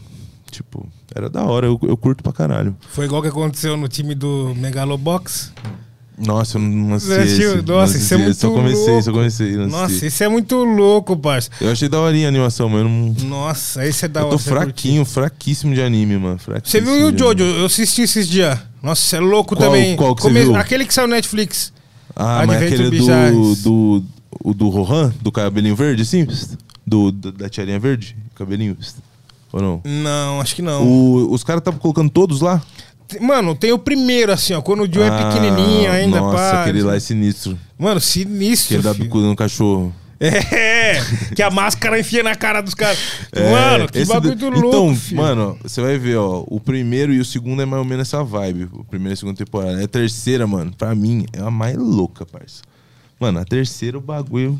Speaker 3: tipo, era da hora. Eu, eu curto pra caralho.
Speaker 1: Foi igual que aconteceu no time do Megalobox.
Speaker 3: Nossa, eu não assisti.
Speaker 1: Você assistiu?
Speaker 3: esse,
Speaker 1: Nossa,
Speaker 3: não assisti
Speaker 1: isso é
Speaker 3: esse. Só
Speaker 1: muito
Speaker 3: comecei, só
Speaker 1: louco.
Speaker 3: comecei. não assisti.
Speaker 1: Nossa, isso é muito louco, parça.
Speaker 3: Eu achei daorinha a animação, mas eu não.
Speaker 1: Nossa, esse é da
Speaker 3: Eu
Speaker 1: hora.
Speaker 3: tô
Speaker 1: você curtiu.
Speaker 3: fraquinho, fraquíssimo de anime, mano.
Speaker 1: Você
Speaker 3: Fraquíssimo
Speaker 1: viu e o
Speaker 3: de
Speaker 1: Jojo?
Speaker 3: anime.
Speaker 1: Eu assisti esses dias. Nossa, você é louco
Speaker 3: né? Qual-
Speaker 1: também.
Speaker 3: qual que você viu?
Speaker 1: Aquele que saiu no Netflix.
Speaker 3: Ah, mas
Speaker 1: Adventure
Speaker 3: aquele do,
Speaker 1: Bizarres.
Speaker 3: do. O do Rohan, do cabelinho verde, assim? Do, do- da tiarinha verde? Cabelinho. Ou não?
Speaker 1: Não, acho que não.
Speaker 3: O- os caras estavam colocando todos lá?
Speaker 1: Te- Mano, tem o primeiro, assim, ó. Quando o Joe é
Speaker 3: Ah,
Speaker 1: pequenininho ainda,
Speaker 3: Nossa,
Speaker 1: pá. assim.
Speaker 3: aquele lá é sinistro.
Speaker 1: Mano, sinistro.
Speaker 3: Aquele dá
Speaker 1: filho.
Speaker 3: bico no cachorro.
Speaker 1: É, que a máscara enfia na cara dos caras.
Speaker 3: É,
Speaker 1: mano, que
Speaker 3: esse
Speaker 1: bagulho
Speaker 3: do-
Speaker 1: louco.
Speaker 3: Então,
Speaker 1: filho.
Speaker 3: mano, você vai ver, ó. O primeiro e o segundo é mais ou menos essa vibe. O primeiro e a segunda temporada. A terceira, mano, pra mim, é a mais louca, parça. Mano, a terceira, o bagulho.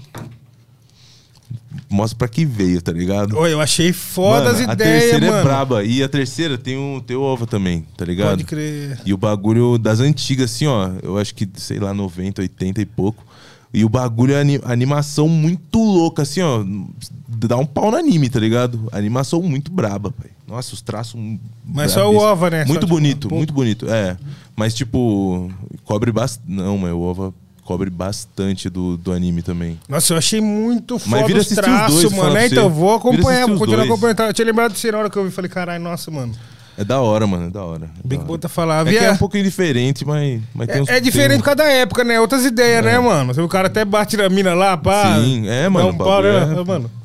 Speaker 3: Mostra pra que veio, tá ligado?
Speaker 1: Ô, eu achei foda
Speaker 3: Mano,
Speaker 1: as
Speaker 3: a
Speaker 1: ideias,
Speaker 3: terceira
Speaker 1: mano.
Speaker 3: é braba. E a terceira tem o teu ova também, tá ligado?
Speaker 1: Pode crer.
Speaker 3: E o bagulho das antigas, assim, ó. Eu acho que, sei lá, 90, 80 e pouco. E o bagulho é ani- animação muito louca, assim, ó. Dá um pau no anime, tá ligado? Animação muito braba, pai. Nossa, os traços.
Speaker 1: Mas só o
Speaker 3: brabíssimos.
Speaker 1: OVA, né? Só,
Speaker 3: Muito
Speaker 1: tipo,
Speaker 3: bonito,
Speaker 1: pô.
Speaker 3: muito bonito. É. Mas, tipo, cobre bastante. Não, mas o ova cobre bastante do, do anime também.
Speaker 1: Nossa, eu achei muito
Speaker 3: Mas
Speaker 1: foda
Speaker 3: vira
Speaker 1: os
Speaker 3: assistir os
Speaker 1: traços,
Speaker 3: dois, fala
Speaker 1: mano.
Speaker 3: pra
Speaker 1: É,
Speaker 3: você.
Speaker 1: então, eu vou
Speaker 3: Vira
Speaker 1: acompanhar,
Speaker 3: assistir
Speaker 1: vou
Speaker 3: os
Speaker 1: continuar
Speaker 3: dois.
Speaker 1: acompanhando. Eu tinha lembrado de você na hora que eu vi. Falei, caralho, nossa, mano.
Speaker 3: É da hora, mano. É da hora. É
Speaker 1: Big
Speaker 3: da hora.
Speaker 1: Bota falava.
Speaker 3: É,
Speaker 1: e
Speaker 3: que é
Speaker 1: é-
Speaker 3: um pouquinho diferente, mas, mas tem uns.
Speaker 1: É, é diferente por
Speaker 3: tem
Speaker 1: causa da época, né? Outras ideias, né, mano? O cara até bate na mina lá, pá.
Speaker 3: Sim, é,
Speaker 1: dá
Speaker 3: mano,
Speaker 1: Um
Speaker 3: o
Speaker 1: pau,
Speaker 3: bagulho
Speaker 1: né?
Speaker 3: é-
Speaker 1: mano.
Speaker 3: um-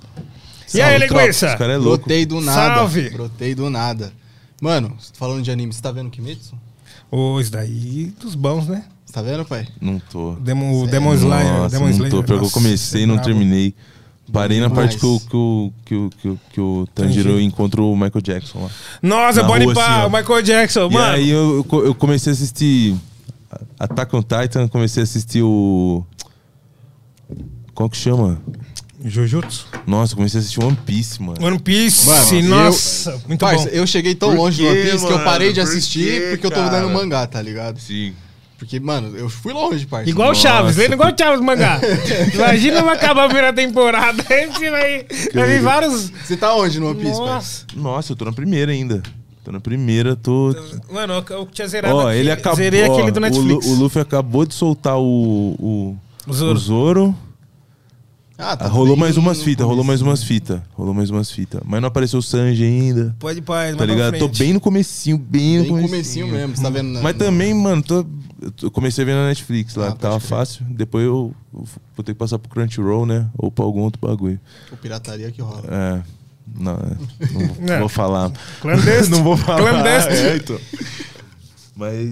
Speaker 1: E aí,
Speaker 3: Salve, tropa,
Speaker 1: linguiça?
Speaker 3: Os caras é louco.
Speaker 4: Brotei do nada.
Speaker 1: Salve.
Speaker 4: Brotei do nada. Mano, falando de anime, você tá vendo Kimetsu?
Speaker 1: Ô, isso daí dos bons, né?
Speaker 4: Você tá vendo, pai?
Speaker 3: Não tô.
Speaker 1: Demon, o Demon Slayer.
Speaker 3: é
Speaker 1: né?
Speaker 3: Nossa,
Speaker 1: Demon
Speaker 3: não
Speaker 1: Slayer.
Speaker 3: tô. Pegou,
Speaker 1: Nossa,
Speaker 3: comecei
Speaker 1: é
Speaker 3: e não
Speaker 1: brabo.
Speaker 3: terminei. Parei na parte que o,
Speaker 4: demais.
Speaker 3: que o, que o, que o, que o Tanjiro
Speaker 1: Tanjiro.
Speaker 3: encontra o Michael Jackson lá.
Speaker 1: Nossa,
Speaker 3: Na
Speaker 1: Bonnie
Speaker 3: rua,
Speaker 1: Pá,
Speaker 3: assim, ó.
Speaker 1: Michael Jackson, mano.
Speaker 3: E aí eu, eu co- eu comecei a assistir Attack on Titan, comecei a assistir o... Qual que chama?
Speaker 1: Jujutsu.
Speaker 3: Nossa, comecei a assistir One Piece, mano.
Speaker 1: One Piece,
Speaker 4: Mano, eu-
Speaker 1: nossa, muito
Speaker 4: Parça,
Speaker 1: bom.
Speaker 4: eu cheguei tão
Speaker 3: Por
Speaker 4: longe do
Speaker 3: quê,
Speaker 4: One Piece que eu
Speaker 3: mano?
Speaker 4: parei de
Speaker 3: Por
Speaker 4: assistir
Speaker 3: quê,
Speaker 4: porque eu tô lendo
Speaker 3: cara?
Speaker 4: mangá, tá ligado?
Speaker 3: Sim.
Speaker 4: Porque, mano, eu fui longe, parça.
Speaker 1: Igual o
Speaker 3: Nossa.
Speaker 1: Chaves, lendo igual o Chaves mangá. Imagina vai acabar a primeira temporada. aí Você vai, vai vir vários.
Speaker 4: Você tá onde no One Piece, parça?
Speaker 1: Nossa.
Speaker 3: Nossa, eu tô na primeira ainda. Tô na primeira, tô...
Speaker 1: Mano, eu, eu tinha zerado.
Speaker 3: Ó,
Speaker 1: aquele-
Speaker 3: ele acabou...
Speaker 1: Zerei
Speaker 3: ó,
Speaker 1: aquele do
Speaker 3: o
Speaker 1: Netflix.
Speaker 3: Lu- O, Luffy acabou de soltar o... o...
Speaker 1: O Zoro.
Speaker 3: O Zoro.
Speaker 4: Ah, tá
Speaker 3: Ah, rolou
Speaker 4: bem
Speaker 3: mais umas
Speaker 4: no
Speaker 3: fitas, rolou
Speaker 4: começo.
Speaker 3: mais umas fitas. Rolou mais umas fitas. Mas não apareceu o Sanji ainda.
Speaker 1: Pode pai,
Speaker 3: Tá ligado? Tô bem no comecinho, bem,
Speaker 4: Bem
Speaker 3: no comecinho.
Speaker 4: comecinho mesmo, você tá vendo? na-
Speaker 3: Mas
Speaker 4: na-
Speaker 3: também, mano, tô, eu tô- eu comecei a ver na Netflix lá,
Speaker 4: Ah,
Speaker 3: que tava
Speaker 4: pode crer.
Speaker 3: fácil. Depois eu, eu f- vou ter que passar pro Crunchyroll, né? Ou pra algum outro bagulho.
Speaker 4: O pirataria que rola.
Speaker 3: É. Não, é, não vou-
Speaker 1: É.
Speaker 3: vou falar.
Speaker 1: Clandestino.
Speaker 3: não vou falar.
Speaker 1: Clandestino.
Speaker 3: É, então. Mas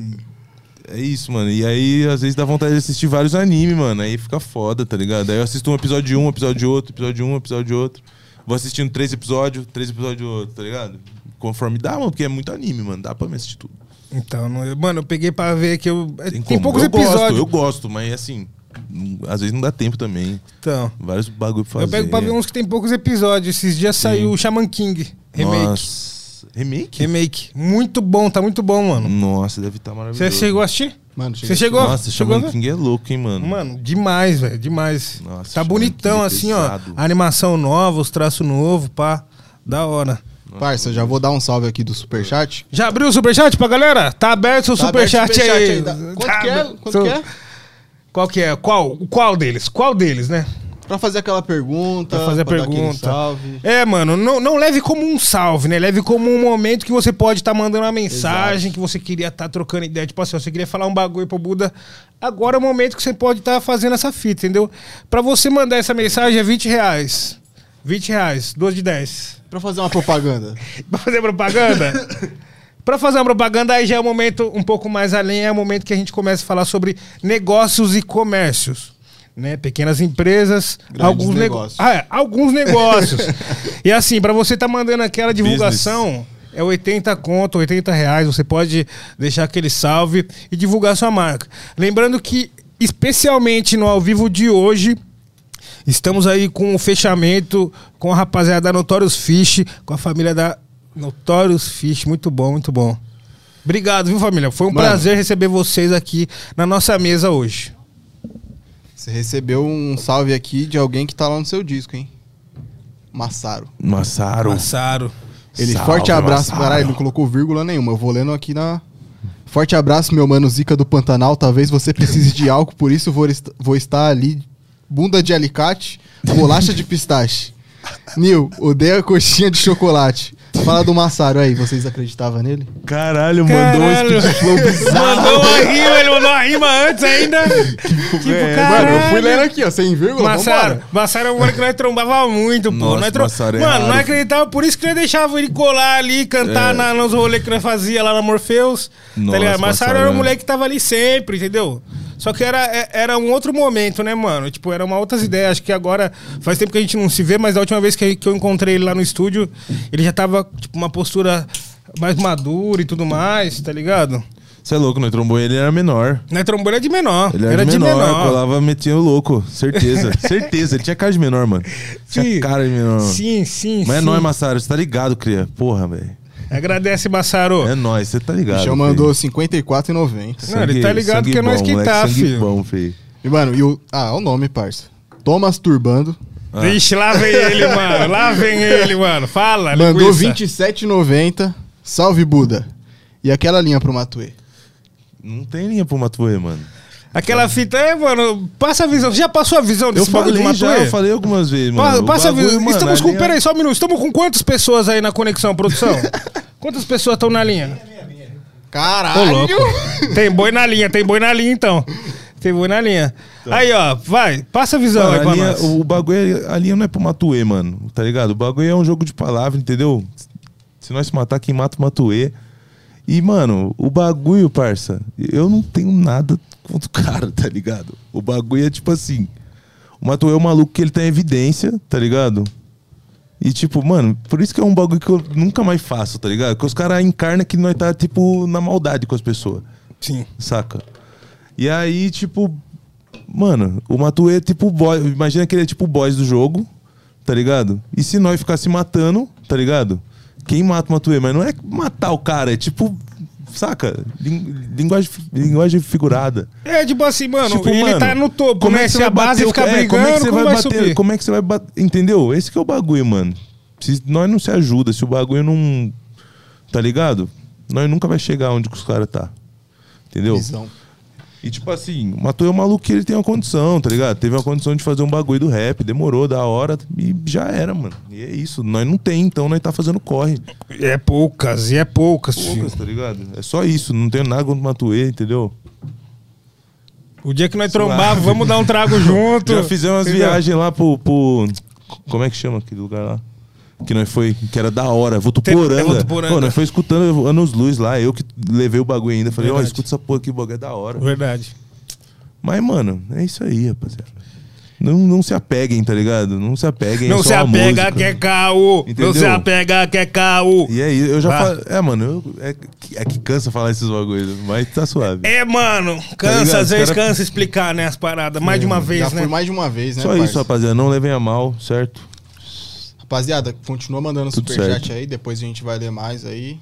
Speaker 3: é isso, mano. E aí, às vezes, dá vontade de assistir vários animes, mano. Aí fica foda, tá ligado? Aí eu assisto um episódio de um, episódio de outro, episódio de um, episódio de outro. Vou assistindo três episódios, três episódios de outro, tá ligado? Conforme dá, mano, porque é muito anime, mano. Dá pra me assistir tudo.
Speaker 1: Então, não- eu- mano, eu peguei pra ver que eu. é, Tem,
Speaker 3: como.
Speaker 1: poucos
Speaker 3: eu
Speaker 1: episódios.
Speaker 3: Gosto, eu gosto, mas assim, não- às vezes não dá tempo também.
Speaker 1: Então.
Speaker 3: Vários bagulho pra fazer.
Speaker 1: Eu pego pra ver uns que tem poucos episódios. Esses dias saiu o Shaman King. Remake.
Speaker 3: Nossa. Remake?
Speaker 1: Remake. Muito bom, tá muito bom, mano.
Speaker 3: Nossa, deve estar Hum, maravilhoso.
Speaker 1: Você chegou a assistir?
Speaker 4: Mano, cheguei
Speaker 1: Você chegou?
Speaker 3: Nossa,
Speaker 1: chegou a
Speaker 3: Shaman
Speaker 1: ver?
Speaker 3: King é louco, hein, mano.
Speaker 1: Mano, demais, velho, demais.
Speaker 3: Nossa,
Speaker 1: tá
Speaker 3: Shaman
Speaker 1: bonitão
Speaker 3: King é
Speaker 1: assim, ó.
Speaker 3: pesado.
Speaker 1: A animação nova, os traços novos, pá. Da hora.
Speaker 4: Parça, eu já vou dar um salve aqui do Superchat.
Speaker 1: Já abriu o superchat pra galera? Tá aberto o
Speaker 4: Tá
Speaker 1: superchat
Speaker 4: aberto o
Speaker 1: aí.
Speaker 4: dá- Quanto
Speaker 1: Tá
Speaker 4: que é?
Speaker 1: aberto.
Speaker 4: Quanto que é?
Speaker 1: Qual que é? Qual? Qual deles? Qual deles, né?
Speaker 4: Pra fazer aquela pergunta,
Speaker 1: Pra fazer a
Speaker 4: dar aquele
Speaker 1: pergunta.
Speaker 4: salve.
Speaker 1: É, mano, não, não leve como um salve, né? Leve como um momento que você pode estar mandando uma mensagem, que você queria estar trocando ideia. Tipo assim, ó, você queria falar um bagulho pro Buda. Agora é o momento que você pode estar fazendo essa fita, entendeu? Pra você mandar essa mensagem é 20 reais. 20 reais, duas de 10.
Speaker 4: Pra fazer uma propaganda.
Speaker 1: Pra fazer propaganda? Pra fazer uma propaganda, aí já é o momento um pouco mais além, é o momento que a gente começa a falar sobre negócios e comércios. Né? Pequenas empresas,
Speaker 4: Grandes
Speaker 1: alguns negócios.
Speaker 4: negócios.
Speaker 1: Ah, é, alguns negócios. e assim, pra você tá mandando aquela divulgação, é 80 conto, 80 reais. Você pode deixar aquele salve e divulgar sua marca. Lembrando que, especialmente no ao vivo de hoje, Estamos aí com o fechamento com a rapaziada da Notorious Fish, com a família da Notorious Fish. Muito bom, muito bom. Obrigado, viu, família? Foi um
Speaker 4: Mano.
Speaker 1: prazer receber vocês aqui na nossa mesa hoje.
Speaker 4: Você recebeu um salve aqui de alguém que tá lá no seu disco, hein? Massaro.
Speaker 3: Massaro.
Speaker 1: Passaro.
Speaker 4: Ele,
Speaker 3: Salve,
Speaker 4: forte abraço.
Speaker 3: Massaro.
Speaker 4: Caralho, não colocou vírgula nenhuma. Eu vou lendo aqui na. Forte abraço, meu mano Zica do Pantanal. Talvez você precise de álcool, por isso vou, est- vou estar ali. Bunda de alicate, bolacha de pistache. Nil, odeia coxinha de chocolate. Fala do Massaro aí, vocês acreditavam nele?
Speaker 3: Caralho, mandou
Speaker 1: Caralho.
Speaker 3: um speed flow bizarro.
Speaker 1: Mandou uma rima, ele mandou uma rima antes ainda. tipo,
Speaker 3: é,
Speaker 1: caralho.
Speaker 4: Mano, eu fui lendo aqui, ó, sem vírgula,
Speaker 1: Massaro,
Speaker 4: vambora.
Speaker 1: Massaro é um mano que nós trombava muito, pô.
Speaker 3: Nossa,
Speaker 1: nós trom-
Speaker 3: Massaro é
Speaker 1: Mano,
Speaker 3: raro.
Speaker 1: nós acreditava, por isso que nós deixava ele colar ali, cantar
Speaker 3: É.
Speaker 1: na, nos rolês que nós fazia lá na Morpheus. tá
Speaker 3: Nossa,
Speaker 1: ligado? Massaro
Speaker 3: Massaro
Speaker 1: era um
Speaker 3: é-
Speaker 1: moleque que tava ali sempre, entendeu? Só que era, é- era um outro momento, né, mano? Tipo, eram uma outras ideias. Acho que agora faz tempo que a gente não se vê, mas da última vez que, que eu encontrei ele lá no estúdio, ele já tava, tipo, uma postura mais madura e tudo mais, tá ligado?
Speaker 3: Você é louco, nós trombou ele, ele era menor.
Speaker 1: Nós trombou ele é de menor.
Speaker 3: Ele era, de menor, colava metia o louco, certeza. certeza, ele tinha cara de menor, mano.
Speaker 1: Sim.
Speaker 3: Tinha cara de menor.
Speaker 1: Sim, sim,
Speaker 3: Mas é
Speaker 1: sim.
Speaker 3: nóis, Massaro, você tá ligado, cria. Porra, velho.
Speaker 1: Agradece, Massaro.
Speaker 3: É nóis, você tá
Speaker 4: O
Speaker 3: ligado.
Speaker 4: bichão
Speaker 3: filho.
Speaker 4: mandou 54,90.
Speaker 1: Não, ele tá ligado que é nós que
Speaker 3: moleque,
Speaker 1: tá,
Speaker 3: sangue
Speaker 1: filho.
Speaker 3: Bom, filho.
Speaker 4: E, mano, e o. Ah, é o nome, parça. Thomas Turbando.
Speaker 1: Ah. Vixe, lá vem ele, mano. Lá vem ele, mano.
Speaker 3: É
Speaker 1: Fala,
Speaker 4: Mandou
Speaker 1: linguiça.
Speaker 4: 27,90. Salve, Buda. E aquela linha pro Matuê.
Speaker 3: Não tem linha pro Matuê, mano.
Speaker 1: Aquela fita é, mano. Passa a visão. Você já passou a visão
Speaker 3: Eu
Speaker 1: desse bagulho
Speaker 3: falei
Speaker 1: de
Speaker 3: já,
Speaker 1: Matuê?
Speaker 3: eu falei algumas vezes,
Speaker 1: Pa-
Speaker 3: mano. O
Speaker 1: passa a
Speaker 3: bagulho,
Speaker 1: visão.
Speaker 3: mano,
Speaker 1: Estamos
Speaker 3: a
Speaker 1: com.
Speaker 3: linha-
Speaker 1: Peraí, só um minuto. Estamos com quantas pessoas aí na conexão, produção? Quantas pessoas estão na linha? Ô,
Speaker 4: Caralho!
Speaker 1: louco. Tem boi na linha, tem boi na linha então. Tem boi na linha. Aí, ó, vai, passa a visão
Speaker 3: Mano,
Speaker 1: aí
Speaker 3: Tá. a
Speaker 1: pra
Speaker 3: linha-
Speaker 1: nós.
Speaker 3: o bagulho, é- a linha não é pro Matuê, mano, tá ligado? O bagulho é um jogo de palavra, entendeu? Se nós se matar, quem mata o Matuê. E, mano, o bagulho, parça, eu não tenho nada contra o cara, tá ligado? O bagulho é tipo assim. O Matuê é um maluco que ele tem evidência, tá ligado? E tipo, mano, por isso que é um bagulho que eu nunca mais faço, tá ligado? Que os caras encarnam que nós tá, tipo, na maldade com as pessoas,
Speaker 1: Sim.
Speaker 3: saca? E aí, tipo, mano, o Matuê é tipo o boy. Imagina que ele é tipo o boss do jogo, tá ligado? E se nós ficar se matando, tá ligado? Quem mata o Matuê? Mas não é matar o cara, é tipo, saca? Lin- Linguagem, linguagem figurada.
Speaker 1: É, tipo assim, mano,
Speaker 3: Tipo,
Speaker 1: ele
Speaker 3: mano,
Speaker 1: tá no topo,
Speaker 3: como
Speaker 1: né?
Speaker 3: é que
Speaker 1: Se
Speaker 3: você
Speaker 1: a
Speaker 3: vai
Speaker 1: base
Speaker 3: bater o-
Speaker 1: ficar
Speaker 3: é,
Speaker 1: brigando,
Speaker 3: como é que você
Speaker 1: como
Speaker 3: vai
Speaker 1: vai
Speaker 3: bater?
Speaker 1: subir?
Speaker 3: Como é que você vai bater? Entendeu? Esse que é o bagulho, mano. Se nós não se ajuda, se o bagulho não. Tá ligado? Nós nunca vai chegar onde que os caras tá. Entendeu?
Speaker 4: Visão.
Speaker 3: E tipo assim, o Matuê é um maluco que ele tem uma condição, tá ligado? Teve uma condição de fazer um bagulho do rap, demorou, da hora, e já era, mano. E é isso. Nós não tem, então nós tá fazendo corre.
Speaker 1: É poucas, e é poucas, filho.
Speaker 3: Poucas, tá ligado? É só isso, não tenho nada contra o Matuê, entendeu?
Speaker 1: O dia que nós trombar, vamos dar um trago junto.
Speaker 3: Já fizemos umas
Speaker 1: Entendeu?
Speaker 3: viagens lá pro, pro- Como é que chama aquele lugar lá? Que nós foi, que era da hora,
Speaker 1: Tem- é
Speaker 3: Votuporanga.
Speaker 1: Votuporanga.
Speaker 3: Pô, nós foi escutando Anos Luz lá, eu que levei o bagulho ainda. Falei, ó,
Speaker 1: Verdade.
Speaker 3: escuta essa porra aqui, o bagulho é da hora.
Speaker 1: Verdade.
Speaker 3: Mas, mano, é isso aí, rapaziada. Não, não se apeguem, tá ligado? Não se apeguem. é
Speaker 1: Não
Speaker 3: só
Speaker 1: se
Speaker 3: uma
Speaker 1: apega
Speaker 3: música.
Speaker 1: que é caô. Não
Speaker 3: Entendeu?
Speaker 1: se apega que é caô.
Speaker 3: E aí, eu já
Speaker 1: Vá.
Speaker 3: falo. É, mano, eu- é, que- é que cansa falar esses bagulhos, mas tá suave.
Speaker 1: É, mano,
Speaker 3: Tá
Speaker 1: cansa,
Speaker 3: ligado?
Speaker 1: às vezes
Speaker 3: Os cara- É,
Speaker 1: cansa explicar, né, as paradas. Mais de uma
Speaker 4: Já
Speaker 1: vez, né?
Speaker 4: foi mais de uma vez, né,
Speaker 3: Só
Speaker 4: parça?
Speaker 3: isso, rapaziada. Não levem a mal, certo?
Speaker 4: Rapaziada, continua mandando
Speaker 3: Tudo
Speaker 4: superchat
Speaker 3: certo.
Speaker 4: aí, depois a gente vai ler mais aí.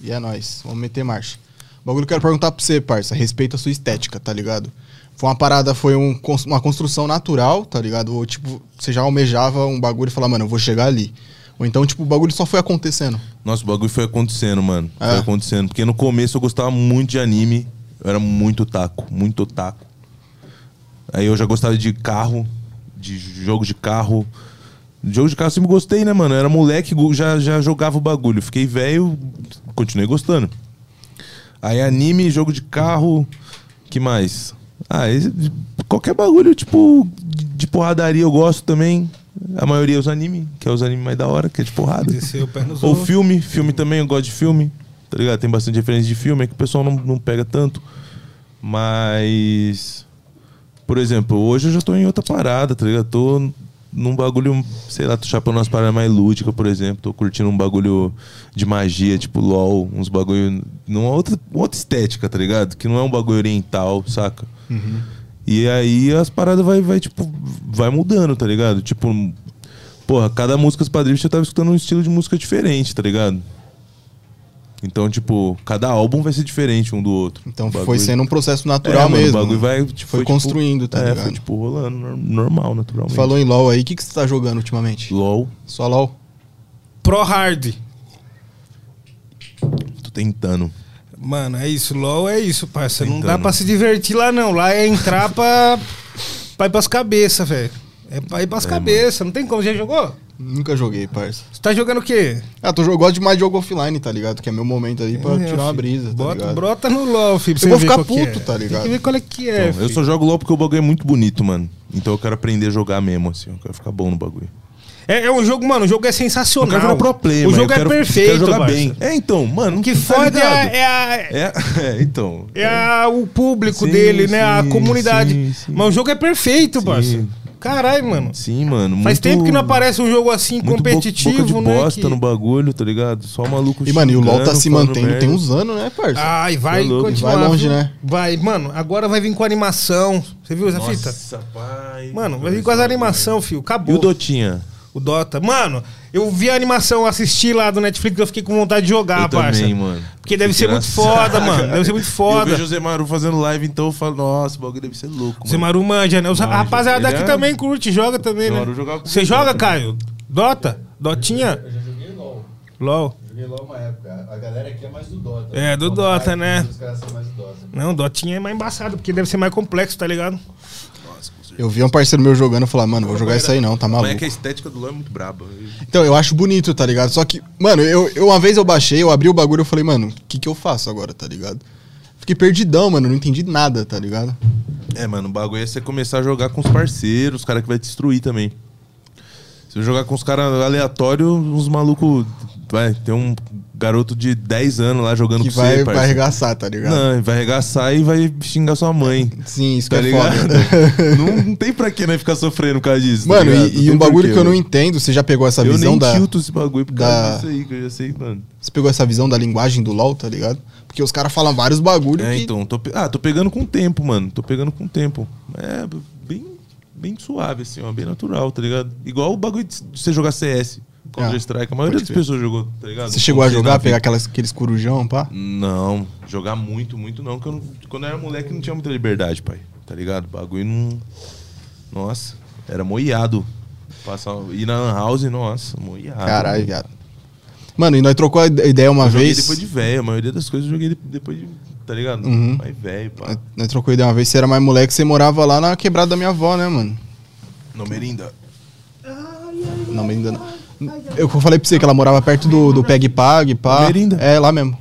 Speaker 4: E é nóis, vamos meter marcha. O bagulho que eu quero perguntar pra você, parça, respeito à sua estética, tá ligado? Foi uma parada, foi um cons- uma construção natural, tá ligado? Ou tipo, você já almejava um bagulho e falava, mano, eu vou chegar ali. Ou então, tipo, o bagulho só foi acontecendo.
Speaker 3: Nossa, o bagulho foi acontecendo, mano.
Speaker 4: É.
Speaker 3: Foi acontecendo. Porque no começo eu gostava muito de anime. Eu era muito taco, muito taco. Aí eu já gostava de carro, de jogo de carro. Jogo de carro eu sempre gostei, né, mano? Eu era moleque, go- já, já jogava o bagulho. Fiquei velho, continuei gostando. Aí anime, jogo de carro, que mais? Ah, esse- qualquer bagulho, tipo, de de porradaria eu gosto também. A maioria é os anime, que é os anime mais da hora, que é de porrada.
Speaker 1: Desceu o pé nos
Speaker 3: Ou
Speaker 1: outros.
Speaker 3: filme, filme também, eu gosto de filme, tá ligado? Tem bastante referência de filme, é que o pessoal não, não pega tanto. Mas, por exemplo, hoje eu já tô em outra parada, tá ligado? Tô num bagulho, sei lá, tô chapando umas paradas mais lúdicas, por exemplo. Tô curtindo um bagulho de magia, tipo LOL, uns bagulho. numa outra, outra estética, tá ligado? Que não é um bagulho oriental, saca? E aí as paradas vai, vai, tipo, vai mudando, tá ligado? Tipo, porra, cada música dos padrinhos eu tava escutando um estilo de música diferente, tá ligado? Então, tipo, cada álbum vai ser diferente um do outro.
Speaker 4: Então
Speaker 3: O bagulho-
Speaker 4: foi sendo um
Speaker 3: É,
Speaker 4: processo natural
Speaker 3: mano,
Speaker 4: mesmo. né?
Speaker 3: O bagulho vai, tipo,
Speaker 4: Foi construindo, tá
Speaker 3: é,
Speaker 4: ligado?
Speaker 3: Foi, tipo, rolando, nor- normal, naturalmente.
Speaker 4: Falou em LOL aí, o que, que você tá jogando ultimamente?
Speaker 3: LOL,
Speaker 4: Só LOL?
Speaker 1: Pro hard.
Speaker 3: tô tentando.
Speaker 1: Mano, é isso. LOL é isso, parça. Não dá
Speaker 3: Tentando.
Speaker 1: pra se divertir lá, não. Lá é entrar pra, pra ir pras cabeças, velho. É pra ir pras cabeças. Não tem como. Já jogou?
Speaker 4: Nunca joguei, parça.
Speaker 1: Você tá jogando o quê?
Speaker 4: Ah, tô, jo- eu gosto demais de jogo offline, tá ligado? Que é meu momento ali pra
Speaker 1: É,
Speaker 4: tirar uma
Speaker 1: filho.
Speaker 4: brisa, tá
Speaker 1: Bota,
Speaker 4: ligado?
Speaker 1: brota no LOL, filho. pra
Speaker 4: Eu vou
Speaker 1: você ver
Speaker 4: ficar
Speaker 1: qual que é.
Speaker 4: puto, tá ligado?
Speaker 1: Tem que ver qual é que é,
Speaker 3: Então, eu
Speaker 1: filho.
Speaker 3: só jogo LOL porque o bagulho é muito bonito, mano. Então eu quero aprender a jogar mesmo, assim. Eu quero ficar bom no bagulho.
Speaker 1: É, é um jogo, mano, o jogo é
Speaker 3: Eu
Speaker 1: sensacional.
Speaker 3: quero virar pro player,
Speaker 1: o
Speaker 3: mas
Speaker 1: jogo
Speaker 3: eu quero,
Speaker 1: é perfeito,
Speaker 3: quero jogar
Speaker 1: parça.
Speaker 3: bem. É, então, mano.
Speaker 1: O que
Speaker 3: tá
Speaker 1: foda
Speaker 3: ligado?
Speaker 1: é, a- é a-
Speaker 3: É, é, então.
Speaker 1: é a- o público
Speaker 3: Sim,
Speaker 1: dele, né? A
Speaker 3: sim,
Speaker 1: comunidade.
Speaker 3: sim, sim.
Speaker 1: Mas o jogo é perfeito,
Speaker 3: Sim.
Speaker 1: parça. Caralho, mano.
Speaker 3: Sim, mano.
Speaker 1: Faz
Speaker 3: muito-
Speaker 1: tempo que não aparece um jogo assim
Speaker 3: muito bo-
Speaker 1: competitivo,
Speaker 3: boca de
Speaker 1: né?
Speaker 3: bosta
Speaker 1: que-
Speaker 3: no bagulho, tá ligado? Só o maluco
Speaker 4: E, mano, e o LoL tá
Speaker 3: xingando,
Speaker 4: se
Speaker 3: falando
Speaker 4: mantendo tem
Speaker 3: merda.
Speaker 4: uns anos, né, parça?
Speaker 1: Ai, vai
Speaker 3: Tá louco.
Speaker 1: continuar.
Speaker 4: Vai longe,
Speaker 1: viu?
Speaker 4: né?
Speaker 1: Vai, mano, agora vai vir com animação. Você viu essa fita?
Speaker 3: Nossa, pai.
Speaker 1: Mano, vai vir com as animação, filho.
Speaker 3: E
Speaker 1: Acabou.
Speaker 3: o Dotinha?
Speaker 1: O Dota. Mano, eu vi a animação, assisti lá do Netflix, eu fiquei com vontade de jogar,
Speaker 3: eu
Speaker 1: parça.
Speaker 3: também, mano.
Speaker 1: Porque deve ser muito foda, mano. Deve ser muito
Speaker 3: Eu
Speaker 1: foda.
Speaker 3: vejo o Zé Maru fazendo live, então eu falo, nossa, o bagulho deve ser louco,
Speaker 1: Você
Speaker 3: mano.
Speaker 1: Maru manja, né? Os- A rapaziada
Speaker 3: Ele
Speaker 1: aqui
Speaker 3: é-
Speaker 1: também curte, joga também, né?
Speaker 3: Maru jogava com
Speaker 1: Você joga, Caio? Dota? Dotinha?
Speaker 5: Eu já joguei LOL.
Speaker 1: LOL.
Speaker 5: Joguei LOL uma época. A galera aqui é mais do Dota.
Speaker 1: É, do Dota,
Speaker 5: Counter-Strike,
Speaker 1: né?
Speaker 5: Os caras são mais do Dota.
Speaker 1: Não, Dotinha é mais embaçado, porque deve ser mais complexo, tá ligado?
Speaker 4: Eu vi um parceiro meu jogando e falei, mano, vou jogar isso aí não, tá
Speaker 3: Como é que
Speaker 4: maluco.
Speaker 3: a estética do LoL é muito braba.
Speaker 4: Então, eu acho bonito, tá ligado? Só que, mano, eu, eu- uma vez eu baixei, eu abri o bagulho e falei, mano, o que que eu faço agora, tá ligado? Fiquei perdidão, mano, não entendi nada, tá ligado?
Speaker 3: É, mano, o bagulho é você começar a jogar com os parceiros, os caras que vai te destruir também. Se eu jogar com os caras aleatórios, uns malucos vai, tem um garoto de 10 anos lá jogando
Speaker 4: que
Speaker 3: com
Speaker 4: vai,
Speaker 3: você,
Speaker 4: vai
Speaker 3: parça.
Speaker 4: arregaçar, tá ligado?
Speaker 3: Não, vai arregaçar e vai xingar sua mãe.
Speaker 4: Sim, isso
Speaker 3: Tá
Speaker 4: que é foda.
Speaker 3: ligado? não, não tem pra que né, ficar sofrendo por causa disso. tá
Speaker 4: Mano,
Speaker 3: ligado?
Speaker 4: e, e
Speaker 3: tem
Speaker 4: um bagulho
Speaker 3: porquê,
Speaker 4: que eu não
Speaker 3: mano.
Speaker 4: entendo, você já pegou essa
Speaker 3: Eu
Speaker 4: visão
Speaker 3: nem
Speaker 4: da.
Speaker 3: tilto esse bagulho por causa
Speaker 4: da-
Speaker 3: disso aí, que eu já sei, mano.
Speaker 4: Você pegou essa visão da linguagem do LOL, tá ligado? Porque os caras falam vários bagulhos
Speaker 3: É,
Speaker 4: que.
Speaker 3: então, tô, pe- ah, tô pegando com o tempo, mano. Tô pegando com o tempo. É, b- bem, bem suave, assim, ó, bem natural, tá ligado? Igual o bagulho de de você jogar CS, Counter
Speaker 4: Ah,
Speaker 3: Strike. A maioria
Speaker 4: pode
Speaker 3: das
Speaker 4: crer.
Speaker 3: pessoas jogou, tá ligado?
Speaker 4: Você chegou a
Speaker 3: Não sei
Speaker 4: jogar,
Speaker 3: na vida.
Speaker 4: pegar aquelas, aqueles corujão, pá?
Speaker 3: Não, jogar muito, muito não. Porque eu não- quando eu era moleque não tinha muita liberdade, pai. Tá ligado? O bagulho não. Nossa, era moiado. Passar, ir na Lan House, nossa, moiado.
Speaker 4: Caralho, viado. Mano, e nós trocou a ideia uma
Speaker 3: Eu joguei
Speaker 4: vez.
Speaker 3: depois de velho. A maioria das coisas eu joguei de- depois de. Tá ligado?
Speaker 4: Uhum.
Speaker 3: Mais velho, pá.
Speaker 4: Nós- Nós trocou ideia uma vez, você era mais moleque, você morava lá na quebrada da minha avó, né, mano?
Speaker 3: No Merinda.
Speaker 4: Não, ainda não. Eu falei pra você que ela morava perto do, do Peg Pag, pá.
Speaker 3: Almerinda.
Speaker 4: É, lá mesmo.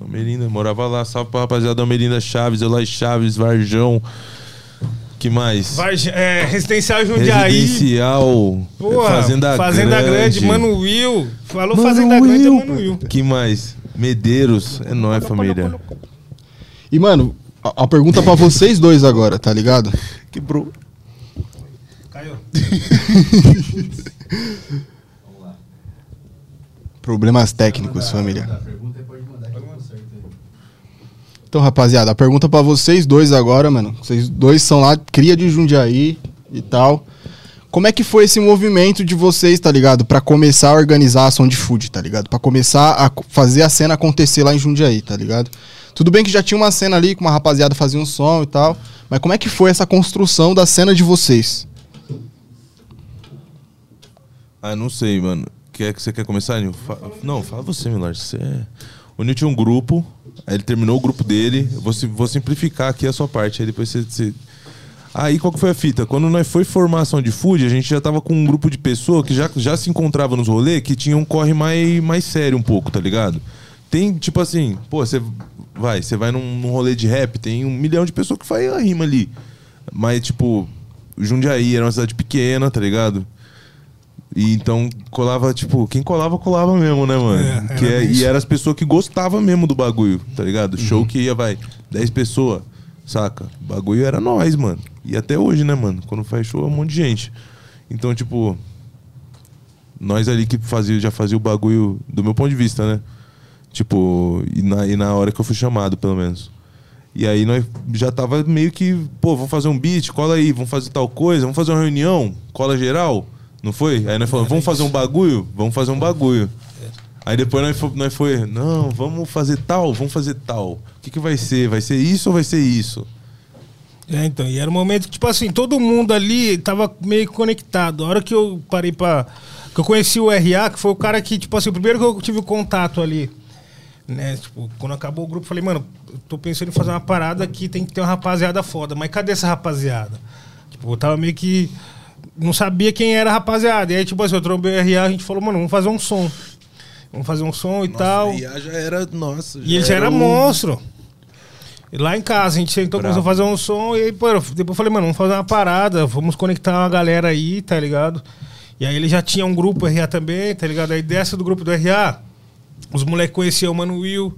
Speaker 3: Almerinda, morava lá. Salve pra rapaziada da Almerinda Chaves, Eloy Chaves, Varjão. Que mais?
Speaker 1: Varge- é, Residencial Jundiaí.
Speaker 3: Residencial.
Speaker 1: Porra,
Speaker 3: Fazenda,
Speaker 1: Grande. Mano Will. Falou Fazenda
Speaker 3: Mano
Speaker 1: Grande, é
Speaker 3: Will.
Speaker 1: Mano Will.
Speaker 3: Que mais? Medeiros. É nóis, família.
Speaker 4: E, mano, a, a pergunta é pra vocês dois agora, tá ligado?
Speaker 3: Quebrou.
Speaker 1: Caiu.
Speaker 4: Problemas técnicos, família.
Speaker 5: A pergunta é pode mandar que eu conserto.
Speaker 4: Então, rapaziada, a pergunta pra vocês dois agora, mano. Vocês dois são lá, cria de Jundiaí e tal. Como é que foi esse movimento de vocês, tá ligado? Pra começar a organizar a ação de food, tá ligado? Pra começar a co- fazer a cena acontecer lá em Jundiaí, tá ligado? Tudo bem que já tinha uma cena ali, com uma rapaziada fazia um som e tal. Mas como é que foi essa construção da cena de vocês?
Speaker 3: Ah, não sei, mano. Quer que você quer começar, Nil? Fa- Não, fala você, Milar. Você é... O Nil tinha um grupo, aí ele terminou o grupo dele. Eu Vou, sim- vou simplificar aqui a sua parte, aí depois você. você- Aí qual que foi a fita? Quando nós foi formação de food, a gente já tava com um grupo de pessoas que já, já se encontrava nos rolês que tinha um corre mais, mais sério um pouco, tá ligado? Tem, tipo assim, pô, você vai, você vai num, num rolê de rap, tem um milhão de pessoas que faz a rima ali. Mas, tipo, Jundiaí era uma cidade pequena, tá ligado? E então colava, tipo, quem colava, colava mesmo, né, mano?
Speaker 1: É,
Speaker 3: que
Speaker 1: era
Speaker 3: é-
Speaker 1: isso. Uhum.
Speaker 3: e era as pessoas que gostavam mesmo do bagulho, tá ligado? Show que ia, vai, 10 pessoas, saca? O bagulho era nós, mano. E até hoje, né, mano? Quando faz show é um monte de gente. Então, tipo, nós ali que fazia, já fazia o bagulho, do meu ponto de vista, né? Tipo, e na, e na hora que eu fui chamado, pelo menos. E aí nós já tava meio que, pô, vamos fazer um beat, cola aí, vamos fazer tal coisa, vamos fazer uma reunião, cola geral, não foi? Aí nós falamos, vamos fazer um bagulho? Vamos fazer um bagulho. Aí depois nós foi, nós foi, não, vamos fazer tal, vamos fazer tal. O que, que vai ser? Vai ser isso ou vai ser isso?
Speaker 1: É, então, e era um momento que, tipo assim, todo mundo ali tava meio que conectado. A hora que eu parei pra. que eu conheci o RA, que foi o cara que, tipo assim, o primeiro que eu tive contato ali. Né, tipo, quando acabou o grupo, eu falei, mano, eu tô pensando em fazer uma parada que tem que ter uma rapaziada foda, mas cadê essa rapaziada? Tipo, eu tava meio que. Não sabia quem era a rapaziada. E aí, tipo assim, eu trombei o RA, a gente falou, mano, vamos fazer um som. Vamos fazer um som e tal.
Speaker 3: E já era, nossa.
Speaker 1: E ele já era um- monstro. E lá em casa, a gente sentou,
Speaker 3: Bravo.
Speaker 1: começou a fazer um som e aí, pô, eu- depois eu falei, mano, vamos fazer uma parada, vamos conectar uma galera aí, tá ligado? E aí ele já tinha um grupo RA também, tá ligado? Aí dessa do grupo do RA, os moleques conheciam o Mano Will,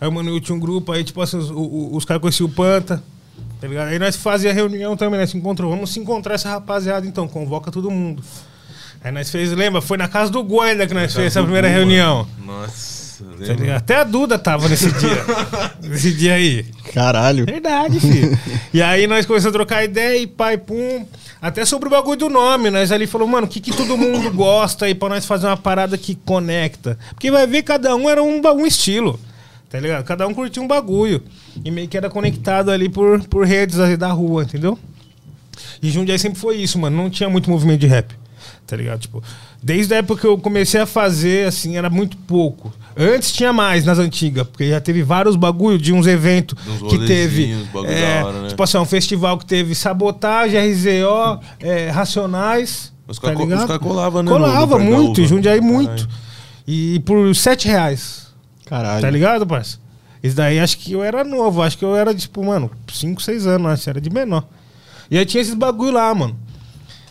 Speaker 1: aí o Mano Will tinha um grupo, aí tipo assim, os, o- o- os caras conheciam o Panta, tá ligado? Aí nós fazia reunião também, né? Se encontrou, vamos se encontrar essa rapaziada então, convoca todo mundo. Aí nós fez, lembra? Foi na casa do Guarda que nós fez essa primeira reunião.
Speaker 3: Nossa,
Speaker 1: Tá ligado? Até a Duda tava nesse dia. nesse dia aí.
Speaker 4: Caralho.
Speaker 1: Verdade, filho. e aí nós começamos a trocar ideia e pai, pum. Até sobre o bagulho do nome, nós ali falou, mano, o que, que todo mundo gosta aí pra nós fazer uma parada que conecta? Porque vai ver, cada um era um, ba- um estilo. Tá ligado? Cada um curtia um bagulho. E meio que era conectado ali por, por redes ali da rua, entendeu? E Jundiaí sempre foi isso, mano. Não tinha muito movimento de rap. Tá ligado? Tipo, desde a época que eu comecei a fazer, assim, era muito pouco. Antes tinha mais nas antigas, porque já teve vários bagulho de uns eventos
Speaker 3: Dos
Speaker 1: que teve.
Speaker 3: rolezinhos, bagulho
Speaker 1: É,
Speaker 3: da hora, né?
Speaker 1: Tipo assim, um festival que teve Sabotagem, RZO, é, Racionais.
Speaker 3: Os
Speaker 1: tá
Speaker 3: caras co-
Speaker 1: ligado?
Speaker 3: os caras colavam, né, no-
Speaker 1: Colava
Speaker 3: no Parque da
Speaker 1: muito,
Speaker 3: Uva.
Speaker 1: Jundiaí
Speaker 3: Caralho.
Speaker 1: muito. E por R$ 7 reais.
Speaker 4: Caralho.
Speaker 1: Tá ligado, parça? Isso daí acho que eu era novo, acho que eu era, tipo, mano, 5, 6 anos, acho que era de menor. E aí tinha esses bagulho lá, mano.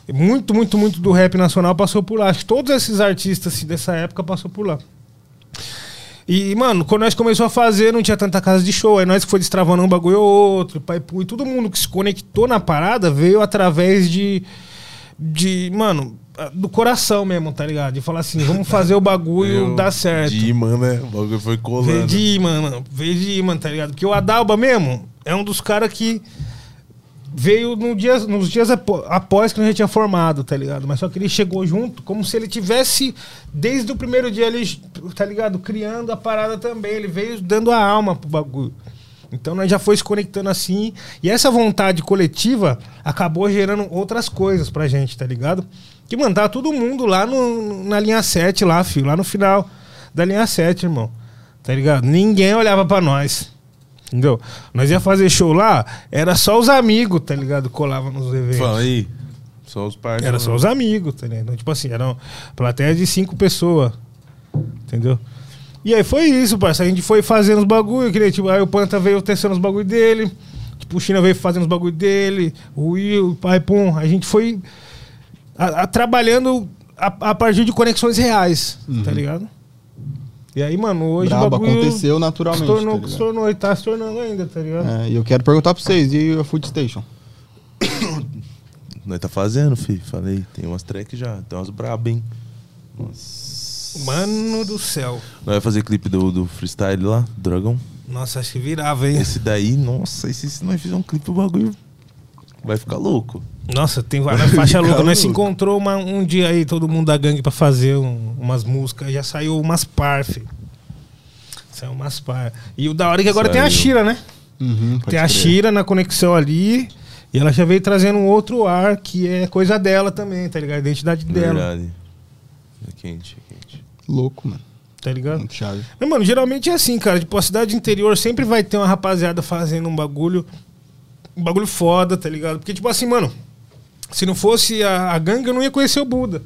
Speaker 1: E Muito, muito, muito do rap nacional passou por lá. Acho que todos esses artistas assim, dessa época passou por lá. E, mano, quando nós começou a fazer, não tinha tanta casa de show. Aí nós que foi destravando um bagulho ou outro, pai, pu, e todo mundo que se conectou na parada veio através de. de mano, do coração mesmo, tá ligado? De falar assim, vamos fazer o bagulho
Speaker 3: Eu-
Speaker 1: dar um certo.
Speaker 3: De imã, né? O bagulho foi colando.
Speaker 1: Veio de imã, mano. Veio de imã, tá ligado? Porque o Adalba mesmo é um dos caras que veio no dia, nos dias apo- após que a gente tinha formado, tá ligado? Mas só que ele chegou junto como se ele tivesse, desde o primeiro dia ele, tá ligado? Criando a parada também. Ele veio dando a alma pro bagulho. Então nós já foi se conectando assim. E essa vontade coletiva acabou gerando outras coisas pra gente, tá ligado? Que, mano, tava todo mundo lá no, na linha 7, lá, filho. Lá no final da linha 7, irmão. Tá ligado? Ninguém olhava pra nós. Entendeu? Nós ia fazer show lá, era só os amigos, tá ligado? Colava nos eventos.
Speaker 3: Fala aí. Só os parceiros.
Speaker 1: Era só os amigos, tá ligado? Então, Tipo assim, era uma plateia de cinco pessoas. Entendeu? E aí foi isso, parça. A gente foi fazendo os bagulho, que nem, tipo, aí o Panta veio testando os bagulho dele, tipo, o China veio fazendo os bagulho dele, o Will, o Pai Pum. A gente foi a- a- trabalhando a, a partir de conexões reais, tá ligado? E aí, mano, hoje
Speaker 4: Brabo,
Speaker 1: o bagulho
Speaker 4: aconteceu naturalmente,
Speaker 1: se tornou,
Speaker 4: tá
Speaker 1: se
Speaker 4: ligado?
Speaker 1: tornou e tá se tornando ainda, tá ligado?
Speaker 4: É, e eu quero perguntar pra vocês, e a Food Station?
Speaker 3: Nós tá fazendo, filho. Falei, tem umas tracks já. Tem umas braba, hein? É.
Speaker 1: Mano do céu.
Speaker 3: Nós vai fazer clipe do, do freestyle lá, Dragão.
Speaker 1: Nossa, acho que virava, hein?
Speaker 3: Esse daí, nossa, esse se nós fizer um clipe, o bagulho vai ficar louco.
Speaker 1: Nossa, tem várias faixas loucas.
Speaker 3: Calma.
Speaker 1: Nós se encontrou uma- um dia aí, todo mundo da gangue, pra fazer um- umas músicas. Já saiu umas par, fi. Saiu umas par. E o da hora é que agora tem a
Speaker 3: Saiu.
Speaker 1: Shira, né?
Speaker 4: Uhum,
Speaker 1: tem a Shira na conexão ali. E ela já veio trazendo um outro ar, que é coisa dela também, tá ligado? A identidade dela,
Speaker 3: Verdade. É quente, é quente.
Speaker 4: Louco, mano.
Speaker 1: tá ligado?
Speaker 4: Muito chave.
Speaker 1: Mas, mano, geralmente é assim, cara. Tipo, a cidade interior sempre vai ter uma rapaziada fazendo um bagulho. Um bagulho foda, tá ligado? Porque, tipo assim, mano. Se não fosse a, a gangue, eu não ia conhecer o Buda.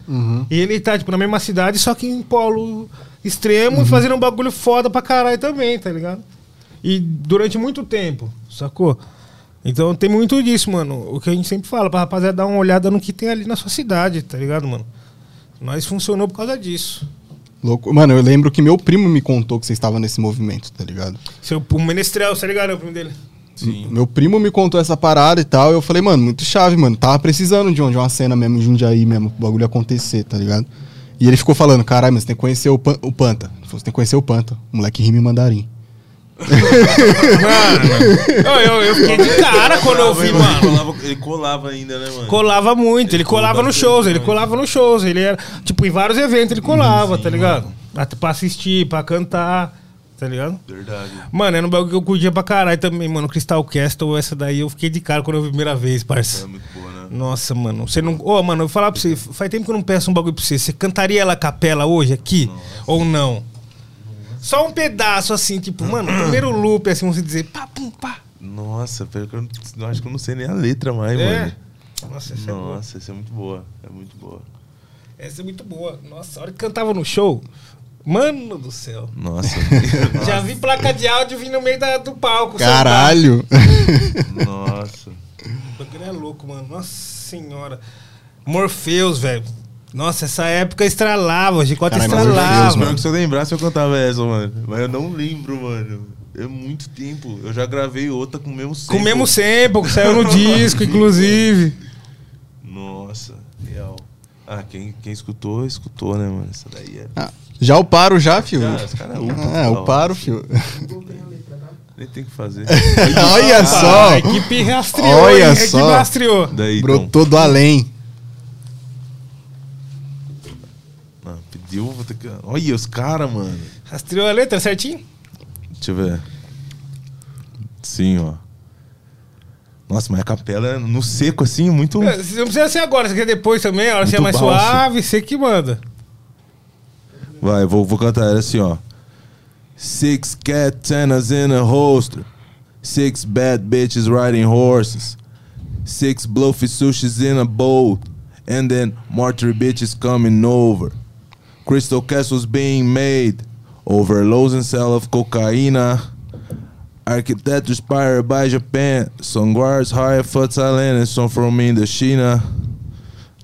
Speaker 1: E ele tá, tipo, na mesma cidade, só que em polo extremo e fazendo um bagulho foda pra caralho também, tá ligado? E durante muito tempo, sacou? Então tem muito disso, mano. O que a gente sempre fala, pra rapaziada dar uma olhada no que tem ali na sua cidade, tá ligado, mano? Nós funcionou por causa disso.
Speaker 4: Louco. Mano, eu lembro que meu primo me contou que vocês estavam nesse movimento, tá ligado?
Speaker 1: Seu, o Menestrel, tá ligado? É o primo dele.
Speaker 3: Sim.
Speaker 4: Meu primo me contou essa parada e tal. Eu falei, mano, muito chave, mano. Tava precisando de onde uma cena mesmo, de um dia aí mesmo, pro bagulho acontecer, tá ligado? E ele ficou falando, caralho, mas você tem que conhecer o, Pan- o Panta. Ele falou, você tem que conhecer o Panta. O moleque rima em mandarim.
Speaker 1: Eu, eu, eu fiquei de cara quando eu vi,
Speaker 3: Ele
Speaker 1: mano.
Speaker 3: colava- Ele colava ainda, né, mano?
Speaker 1: Colava muito, ele colava
Speaker 3: colava
Speaker 1: nos shows, ele
Speaker 3: bastante.
Speaker 1: colava nos shows, ele era, tipo, em vários eventos ele colava, tá ligado? Até Pra assistir, pra cantar, tá ligado?
Speaker 3: Verdade.
Speaker 1: Mano, era um bagulho que eu curtia pra caralho também, mano. Crystal Castle, essa daí eu fiquei de cara quando eu vi a primeira vez,
Speaker 3: É
Speaker 1: parça.
Speaker 3: muito boa, né?
Speaker 1: Nossa, mano, você não. Ô, mano, eu vou falar pra você, faz tempo que eu não peço um bagulho pra você. Você cantaria ela a capela hoje aqui? Ou não? Só um pedaço assim, tipo, mano, primeiro loop, assim, você dizer, pá, pum, pá.
Speaker 3: Nossa, pera que eu não- eu acho que eu não sei nem a letra mais,
Speaker 1: É.
Speaker 3: mano.
Speaker 1: Nossa, essa é boa.
Speaker 3: Nossa, essa é muito boa. É muito boa.
Speaker 1: Essa é muito boa. Nossa, a hora que cantava no show, mano do céu.
Speaker 3: Nossa.
Speaker 1: Já vi placa de áudio vindo no meio da- do palco.
Speaker 3: é um
Speaker 4: Caralho!
Speaker 3: Nossa.
Speaker 1: sabe? O bagulho é louco, mano. Nossa senhora. Morpheus, velho. Nossa, essa época estralava, a G4
Speaker 4: Caralho, mas
Speaker 1: estralava.
Speaker 4: Morpheus,
Speaker 3: Pior
Speaker 4: mano.
Speaker 3: Ah, que se eu lembrasse eu cantava essa, mano. Mas eu não lembro, mano. É muito tempo. Eu já gravei outra com o mesmo
Speaker 1: Com
Speaker 3: sample.
Speaker 1: o mesmo sample, que saiu no disco, inclusive.
Speaker 3: Nossa, real. Ah, quem, quem escutou, escutou, né, mano? Essa daí é.
Speaker 4: Ah, já o paro, já, fio?
Speaker 3: Cara, é um os caras upam
Speaker 4: Ah,
Speaker 3: total.
Speaker 4: o paro, fio.
Speaker 3: Nem tem o que fazer.
Speaker 4: Olha só!
Speaker 1: A equipe rastreou,
Speaker 4: Olha
Speaker 1: hein? a
Speaker 4: só.
Speaker 1: equipe rastreou.
Speaker 3: daí, então.
Speaker 4: Brotou do além.
Speaker 3: Ah, pediu, vou ter que. Olha os caras, mano.
Speaker 1: Rastreou a letra certinho?
Speaker 3: Deixa eu ver. Sim, ó. Nossa, mas a capela é no seco, assim, muito.
Speaker 1: É, Você não precisa ser agora, você quer depois também, a hora você é
Speaker 3: Muito
Speaker 1: mais
Speaker 3: balsa.
Speaker 1: suave, você que manda.
Speaker 3: Vai, vou, vou cantar ela assim, ó. Six cat tenors in a holster. Six bad bitches riding horses. Six bluffy sushis in a boat. And then mortar bitches coming over. Crystal castles being made. Overloads and sell of cocaína. Architect inspired by Japan. Some guards higher for Thailand and some from Indochina.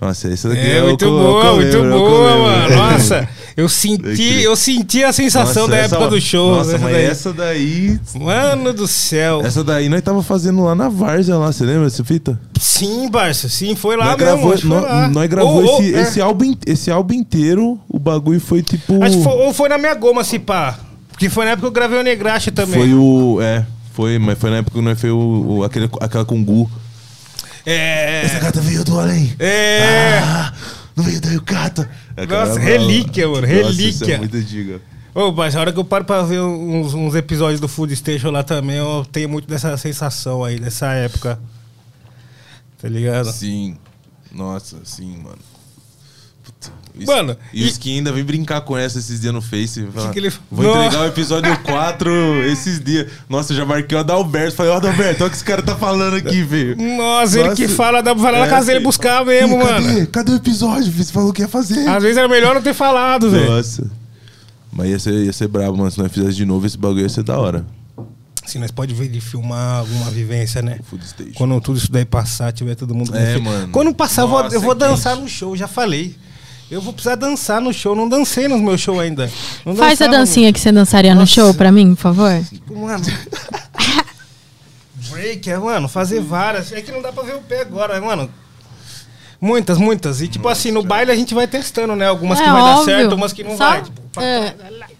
Speaker 3: Nossa, esse daqui
Speaker 1: É,
Speaker 3: o
Speaker 1: muito
Speaker 3: que eu- é o que
Speaker 1: boa,
Speaker 3: eu
Speaker 1: muito
Speaker 3: lembro, é o que eu
Speaker 1: boa,
Speaker 3: lembro.
Speaker 1: mano. Nossa, eu senti,
Speaker 3: Incrível.
Speaker 1: eu senti a sensação
Speaker 3: Nossa,
Speaker 1: da
Speaker 3: essa-
Speaker 1: época do show.
Speaker 3: Nossa,
Speaker 1: essa
Speaker 3: mas
Speaker 1: daí.
Speaker 3: essa daí.
Speaker 1: Mano do céu.
Speaker 3: Essa daí nós tava fazendo lá na Várzea lá, você lembra essa fita?
Speaker 1: Sim, Barça, sim, foi lá
Speaker 3: nós
Speaker 1: mesmo.
Speaker 3: gravou,
Speaker 1: acho que foi
Speaker 3: nó-
Speaker 1: lá.
Speaker 3: nós gravou
Speaker 1: Ou- ou-
Speaker 3: esse,
Speaker 1: é.
Speaker 3: esse álbum, in- esse álbum inteiro, o bagulho foi tipo.
Speaker 1: Acho que foi, ou foi na minha goma, se pá. Porque foi na época que eu gravei o Negrache também.
Speaker 3: Foi o. É, foi, mas foi na época que nós fez o, o- aquele, aquela com o Gu.
Speaker 1: É.
Speaker 3: Essa gata veio do além.
Speaker 1: É.
Speaker 3: Ah, não veio daí o gata.
Speaker 1: Nossa, relíquia, mano, relíquia.
Speaker 3: é muito diga.
Speaker 1: Ô, mas a hora que eu paro pra ver uns, uns episódios do Food Station lá também, eu tenho muito dessa sensação aí, dessa época. Tá ligado?
Speaker 3: Sim. Nossa, sim, mano. Puta, o
Speaker 1: Mano,
Speaker 3: Sk- e o
Speaker 1: e-
Speaker 3: Skin ainda vem brincar com essa esses dias no Face. e fala,
Speaker 1: que ele-
Speaker 3: Vou
Speaker 1: Nossa.
Speaker 3: entregar o episódio 4 esses dias. Nossa, eu já marquei o Adalberto. Falei, ó, Adalberto, olha o que esse cara tá falando aqui, velho.
Speaker 1: Nossa, ele
Speaker 3: Nossa.
Speaker 1: que fala, dá pra falar na
Speaker 3: É,
Speaker 1: casa dele
Speaker 3: filho.
Speaker 1: buscar
Speaker 3: Ih,
Speaker 1: mesmo,
Speaker 3: cadê?
Speaker 1: mano.
Speaker 3: Cadê o episódio? Você falou que ia fazer.
Speaker 1: Às vezes era melhor não ter falado, velho.
Speaker 3: Nossa. Mas ia ser, ia ser brabo, mano. Se nós fizesse de novo, esse bagulho ia ser da hora.
Speaker 1: Assim, nós pode ver de filmar alguma vivência, né?
Speaker 3: O Food Station.
Speaker 1: Quando tudo isso daí passar, tiver todo mundo.
Speaker 3: É,
Speaker 1: Fi-
Speaker 3: mano.
Speaker 1: Quando passar, eu vou-
Speaker 3: Nossa,
Speaker 1: eu vou
Speaker 3: é
Speaker 1: dançar
Speaker 3: quente.
Speaker 1: no show, já falei. Eu vou precisar dançar no show. Não dancei nos meus shows ainda. Não
Speaker 2: Faz a
Speaker 1: dançava no-
Speaker 2: dancinha que você dançaria no
Speaker 1: Nossa.
Speaker 2: show pra mim, por favor.
Speaker 1: Mano. Break, é, mano, fazer várias. É que não dá pra ver o pé agora, mano. Muitas, muitas. E tipo assim, no baile a gente vai testando, né? Algumas
Speaker 2: É
Speaker 1: que vai dar
Speaker 2: óbvio.
Speaker 1: certo, umas que não
Speaker 2: Só-
Speaker 1: vai. Tipo, pá.
Speaker 2: É.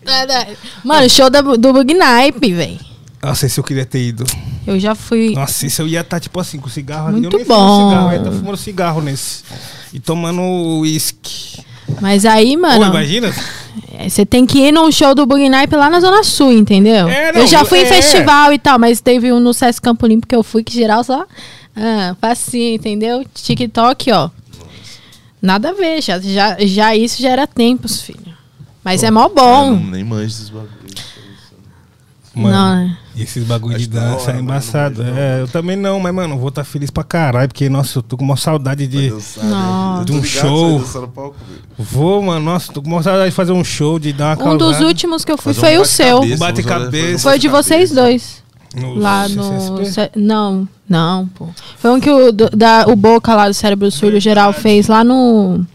Speaker 2: É, é. Mano, show da, do Bug Naipe, velho.
Speaker 1: Nossa, esse eu queria ter ido.
Speaker 2: Eu já fui.
Speaker 1: Nossa, esse eu ia estar, tipo assim, com cigarro
Speaker 2: Muito
Speaker 1: ali. Eu nem
Speaker 2: bom.
Speaker 1: fumo cigarro, eu ia tá fumando cigarro nesse. E tomando uísque.
Speaker 2: Mas aí,
Speaker 1: Pô,
Speaker 2: mano,
Speaker 1: imagina?
Speaker 2: é, você tem que ir num show do Bug Naipe lá na Zona Sul, entendeu?
Speaker 1: É, não,
Speaker 2: eu já fui em
Speaker 1: é.
Speaker 2: festival e tal, mas teve um no Sesc Campo Limpo que eu fui, que geral só. Ah, facinho, entendeu? TikTok, ó. Nada a ver, já, já, já isso já era tempos, filho. Mas é mó
Speaker 3: Eu
Speaker 2: bom.
Speaker 3: não- nem manjo esses bagulhos.
Speaker 1: Mano.
Speaker 2: Não. é.
Speaker 1: E esses bagulho
Speaker 3: Acho
Speaker 1: de
Speaker 3: da
Speaker 1: dança
Speaker 3: hora,
Speaker 1: é
Speaker 3: mas
Speaker 1: embaçado. É, eu também não, mas, mano, eu vou estar feliz pra caralho, porque, nossa, eu tô com uma saudade de.
Speaker 2: Nossa.
Speaker 1: De um show.
Speaker 3: palco, velho.
Speaker 1: Vou, mano, nossa, tô com uma saudade de fazer um show, de dar uma
Speaker 2: Um dos
Speaker 1: causada.
Speaker 2: últimos que eu fui
Speaker 3: Fazer um
Speaker 2: foi o seu.
Speaker 3: bate-cabeça,
Speaker 1: Bate
Speaker 3: vamos fazer- um
Speaker 1: cabeça.
Speaker 2: Foi o de vocês dois.
Speaker 1: No
Speaker 2: Lá no.
Speaker 1: CCSP.
Speaker 2: ce- Não, não, pô. Foi um que o, do- da, o Boca lá do Cérebro Surdo Geral fez lá no.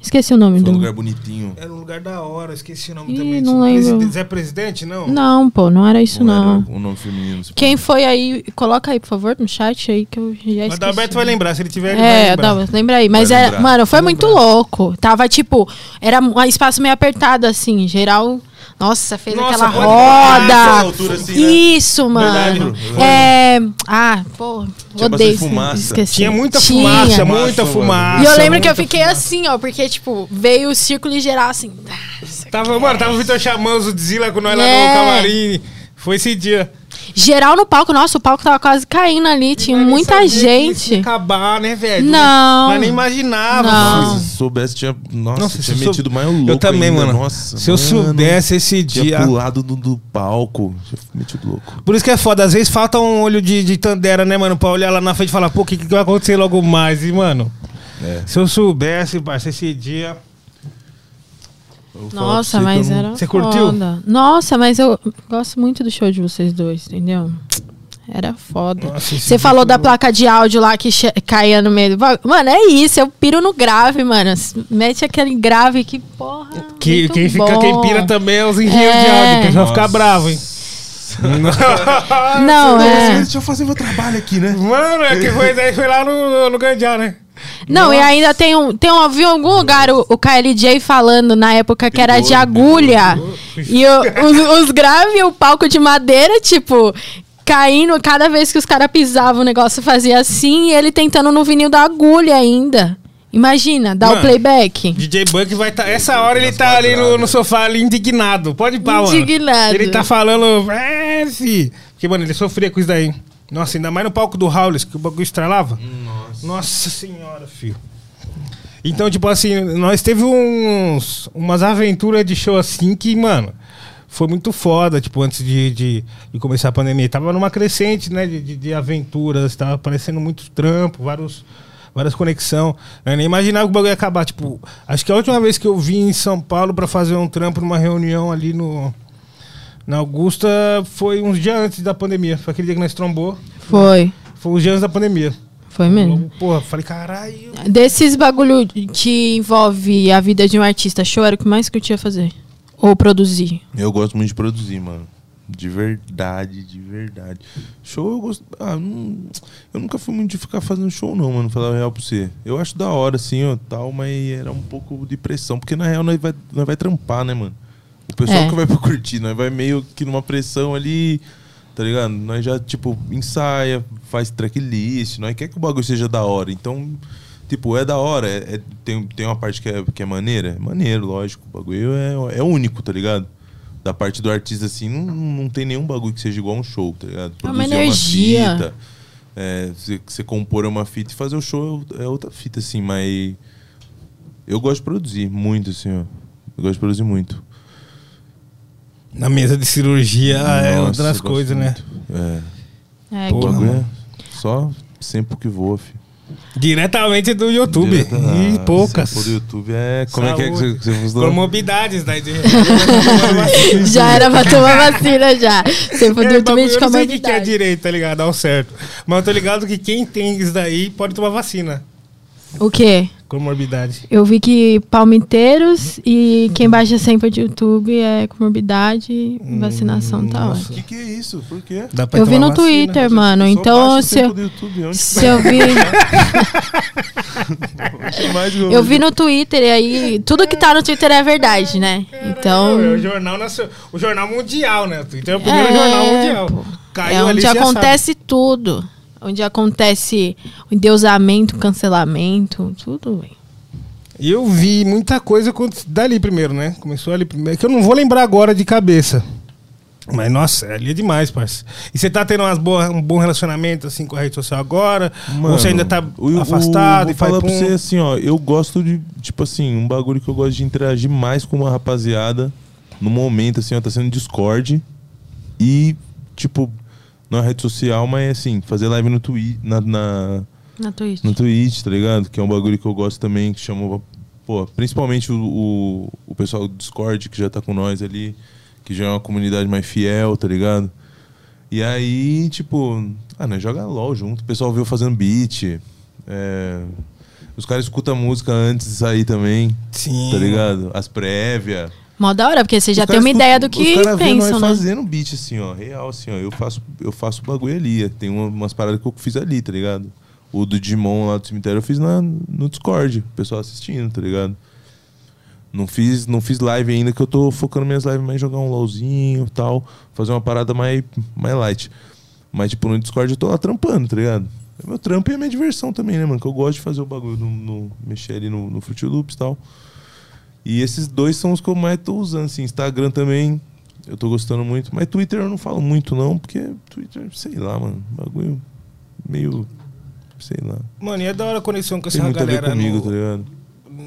Speaker 2: Esqueci o nome
Speaker 3: Foi um
Speaker 2: do.
Speaker 3: lugar bonitinho.
Speaker 1: Era um lugar da hora, eu esqueci o nome
Speaker 2: Ih,
Speaker 1: também.
Speaker 2: não
Speaker 1: Tipo,
Speaker 2: lembro.
Speaker 1: presidente- Zé Presidente, não?
Speaker 2: Não, pô, não era isso não.
Speaker 3: era um nome feminino. se
Speaker 2: Quem foi aí, coloca aí, por favor, no chat aí que eu já esqueci.
Speaker 1: Mas o Adalberto vai lembrar, se ele tiver, ele vai
Speaker 2: É,
Speaker 1: lembrar.
Speaker 2: não, lembra aí. Mas
Speaker 3: Vai
Speaker 2: era,
Speaker 3: lembrar.
Speaker 2: mano, foi muito louco. Tava tipo, era um espaço meio apertado assim, geral. Nossa, fez
Speaker 1: Nossa,
Speaker 2: aquela
Speaker 1: pode colocar
Speaker 3: nessa
Speaker 2: roda.
Speaker 3: altura, assim, né?
Speaker 2: Isso, mano.
Speaker 3: lembro, eu lembro.
Speaker 2: É, ah, pô,
Speaker 3: Tinha
Speaker 2: odeio
Speaker 3: bastante fumaça.
Speaker 2: esqueci.
Speaker 1: Tinha muita
Speaker 2: Tinha.
Speaker 1: fumaça,
Speaker 3: mano.
Speaker 1: muita fumaça.
Speaker 2: E eu lembro que eu
Speaker 1: muita
Speaker 2: fiquei assim, ó, porque tipo, veio o círculo e geral assim. ah, isso aqui.
Speaker 1: Tava, mano, tava o Vitor chamando o Zila com nós lá
Speaker 2: É.
Speaker 1: no camarim. Foi esse dia.
Speaker 2: Geral no palco, nossa, o palco tava quase caindo ali, tinha
Speaker 1: Mas nem
Speaker 2: muita
Speaker 1: sabia que isso ia
Speaker 2: gente.
Speaker 1: acabar, né, velho?
Speaker 2: Não.
Speaker 1: Mas nem imaginava.
Speaker 2: Não.
Speaker 1: mano.
Speaker 3: Se soubesse, tinha. Nossa,
Speaker 1: Ah. se
Speaker 3: tinha
Speaker 1: eu sou-
Speaker 3: metido mais um louco.
Speaker 1: Eu também,
Speaker 3: ainda.
Speaker 1: mano.
Speaker 3: Nossa,
Speaker 1: se eu
Speaker 3: mano,
Speaker 1: soubesse esse
Speaker 3: Tinha
Speaker 1: dia.
Speaker 3: pulado do, do palco. Tinha metido louco.
Speaker 1: Por isso que é foda, às vezes falta um olho de, de Tandera, né, mano? Pra olhar lá na frente e falar, pô, o que, que vai acontecer logo mais? E, mano,
Speaker 3: É.
Speaker 1: se eu soubesse, parça, esse dia.
Speaker 3: Eu vou falar
Speaker 2: Nossa,
Speaker 3: pra você que eu
Speaker 2: mas
Speaker 3: não-
Speaker 2: era.
Speaker 1: Você curtiu?
Speaker 2: Foda. Nossa, mas eu gosto muito do show de vocês dois, entendeu? Era foda.
Speaker 1: Nossa, é esse
Speaker 2: Você
Speaker 1: dia
Speaker 2: falou
Speaker 1: foi
Speaker 2: da
Speaker 1: louco.
Speaker 2: placa de áudio lá que che- caía no meio do. ba- Mano, é isso, eu piro no grave, mano. S- Mete aquele grave que porra.
Speaker 1: Que,
Speaker 2: muito
Speaker 1: quem, fica,
Speaker 2: bom.
Speaker 1: quem pira também é os engenheiros de
Speaker 2: É.
Speaker 1: áudio, o pessoal fica
Speaker 3: Nossa.
Speaker 1: bravo, hein?
Speaker 2: Não, é.
Speaker 3: Deixa eu fazer meu trabalho aqui, né?
Speaker 1: Mano, é que foi, daí foi lá no, no Gandiá, né?
Speaker 2: Não, e ainda tem um. Tem um viu em algum lugar o, o KLJ falando na época que era de agulha. E o- os, os graves e o palco de madeira, tipo, caindo cada vez que os caras pisavam, o negócio fazia assim e ele tentando no vinil da agulha ainda. Imagina, dá o
Speaker 1: Mano,
Speaker 2: playback.
Speaker 1: DJ Buck vai estar. essa hora ele tá ali no, no sofá ali indignado. Pode ir pra, mano.
Speaker 2: Indignado.
Speaker 1: Ele tá falando. É, fi. Porque, mano, ele sofria com isso daí. Nossa, ainda mais no palco do Howlis, que o bagulho estralava. Nossa, senhora, filho. Então, tipo assim, nós teve uns, umas aventuras de show assim que, mano, foi muito foda, tipo, antes de, de, de começar a pandemia. Tava numa crescente, né, de, de, de aventuras, tava aparecendo muito trampo, vários, várias conexão. Eu nem imaginava que o bagulho ia acabar, tipo, acho que a última vez que eu vim em São Paulo pra fazer um trampo numa reunião ali no... Na Augusta foi uns dias antes da pandemia. Foi aquele dia que nós trombou.
Speaker 2: Foi.
Speaker 1: Foi uns dias antes da pandemia.
Speaker 2: Foi mesmo.
Speaker 1: Porra, falei, caralho.
Speaker 2: Desses bagulho que envolve a vida de um artista, show era o que mais curtia fazer. Ou produzir.
Speaker 3: Eu gosto muito de produzir, mano. De verdade, de verdade. Show eu gosto. Ah, não- eu nunca fui muito de ficar fazendo show, não, mano. Falar a real pra você. Eu acho da hora, assim, ó, tal, mas era um pouco de pressão. Porque na real nós vai, nós vai trampar, né, mano? O pessoal
Speaker 2: É.
Speaker 3: que vai pra curtir, nós vai meio que numa pressão ali, tá ligado? Nós já, tipo, ensaia, faz tracklist, nós quer que o bagulho seja da hora. Então, tipo, é da hora. é- é- tem, tem uma parte que é, que é maneira? É maneiro, lógico. O bagulho é, é único, tá ligado? Da parte do artista, assim, não, não tem nenhum bagulho que seja igual a um show, tá ligado?
Speaker 2: É uma energia.
Speaker 3: fita, é, você- você compor é uma fita e fazer o show é outra fita, assim, mas. Eu gosto de produzir muito, assim, ó. Eu gosto de produzir muito.
Speaker 1: Na mesa de cirurgia é
Speaker 3: Nossa,
Speaker 1: outras
Speaker 3: eu gosto
Speaker 1: coisas, né?
Speaker 3: muito. É.
Speaker 2: É,
Speaker 1: Pô,
Speaker 3: O
Speaker 2: que-
Speaker 3: bagulho
Speaker 1: mano.
Speaker 3: é só sempre que voa, filho.
Speaker 1: Diretamente do YouTube.
Speaker 3: Direto na-
Speaker 1: E poucas.
Speaker 3: sempre do YouTube é. Como é que é que você,
Speaker 1: Saúde.
Speaker 3: que você fez lá?
Speaker 1: Comorbidades né, da ideia.
Speaker 2: já era pra tomar vacina já. Você foi
Speaker 1: É,
Speaker 2: dormir
Speaker 1: bagulho,
Speaker 2: de
Speaker 1: eu não sei o que que é
Speaker 2: comorbidade.
Speaker 1: direito, tá ligado? Ao certo. Mas eu tô ligado que quem tem isso daí pode tomar vacina.
Speaker 2: O quê?
Speaker 1: Comorbidade.
Speaker 2: Eu vi que palmiteiros e quem baixa sempre de YouTube é comorbidade, vacinação tá
Speaker 1: Hum, nossa.
Speaker 2: ótimo.
Speaker 3: O que, que é isso? Por quê?
Speaker 1: Dá pra
Speaker 2: Eu vi
Speaker 1: tomar
Speaker 2: no
Speaker 1: vacina. né?
Speaker 2: Twitter, mano.
Speaker 3: Só baixa
Speaker 2: Então,
Speaker 3: o
Speaker 2: se
Speaker 3: tempo
Speaker 2: eu,
Speaker 3: do YouTube, onde
Speaker 2: se eu vi.
Speaker 3: que mais
Speaker 2: Eu vi no Twitter e aí tudo que tá no Twitter é verdade, né? Então,
Speaker 1: É o jornal nacional, o jornal mundial, né? O Twitter é o primeiro
Speaker 2: É,
Speaker 1: jornal mundial.
Speaker 2: pô.
Speaker 1: Caiu
Speaker 2: é
Speaker 1: ali,
Speaker 2: onde
Speaker 1: já sabe.
Speaker 2: acontece tudo. Onde acontece o endeusamento, o cancelamento, tudo. velho.
Speaker 1: E Eu vi muita coisa quando- dali primeiro, né? Começou ali primeiro, que eu não vou lembrar agora de cabeça. Mas, nossa, ali é demais, parceiro. E você tá tendo umas boa, um bom relacionamento, assim, com a rede social agora? ou você ainda tá
Speaker 3: o- o-
Speaker 1: afastado e
Speaker 3: vou
Speaker 1: um- faz
Speaker 3: falar pra
Speaker 1: pum?
Speaker 3: você assim, ó. Eu gosto de, tipo assim, um bagulho que eu gosto de interagir mais com uma rapaziada no momento, assim, ó. Tá sendo Discord e, tipo, na rede social, mas assim, fazer live no Twitter, na, na,
Speaker 2: Na Twitch.
Speaker 3: no Twitch, tá ligado? Que é um bagulho que eu gosto também, que chama. Pô, principalmente o, o, o pessoal do Discord que já tá com nós ali, que já é uma comunidade mais fiel, tá ligado? E aí, tipo, ah, nós joga LOL junto. O pessoal viu fazendo beat. é, os caras escutam música antes de sair também,
Speaker 1: Sim.
Speaker 3: tá ligado? As prévias.
Speaker 2: Mó da hora, porque você já
Speaker 3: Os
Speaker 2: tem
Speaker 3: caras
Speaker 2: uma
Speaker 3: escutam-
Speaker 2: ideia do que
Speaker 3: os caras vê nós
Speaker 2: pensam, né?
Speaker 3: fazendo beat, assim, ó. Real, assim, ó. Eu faço, eu faço bagulho ali. Tem uma- umas paradas que eu fiz ali, tá ligado? O do Digimon lá do cemitério eu fiz na, no Discord. O pessoal assistindo, tá ligado? Não fiz, não fiz live ainda, que eu tô focando minhas lives mais em jogar um LOLzinho e tal. Fazer uma parada mais, mais light. Mas, tipo, no Discord eu tô lá trampando, tá ligado? É meu trampo e a minha diversão também, né, mano? Que eu gosto de fazer o bagulho, no, no- mexer ali no, no Fruity Loops e tal. E esses dois são os que eu mais tô usando, assim. Instagram também, eu tô gostando muito. Mas Twitter eu não falo muito, não, porque Twitter, sei lá, mano. Bagulho meio. Sei lá.
Speaker 1: Mano, e é da hora a conexão com
Speaker 3: Tem
Speaker 1: essa
Speaker 3: muito a ver
Speaker 1: galera
Speaker 3: comigo,
Speaker 1: no-
Speaker 3: tá ligado?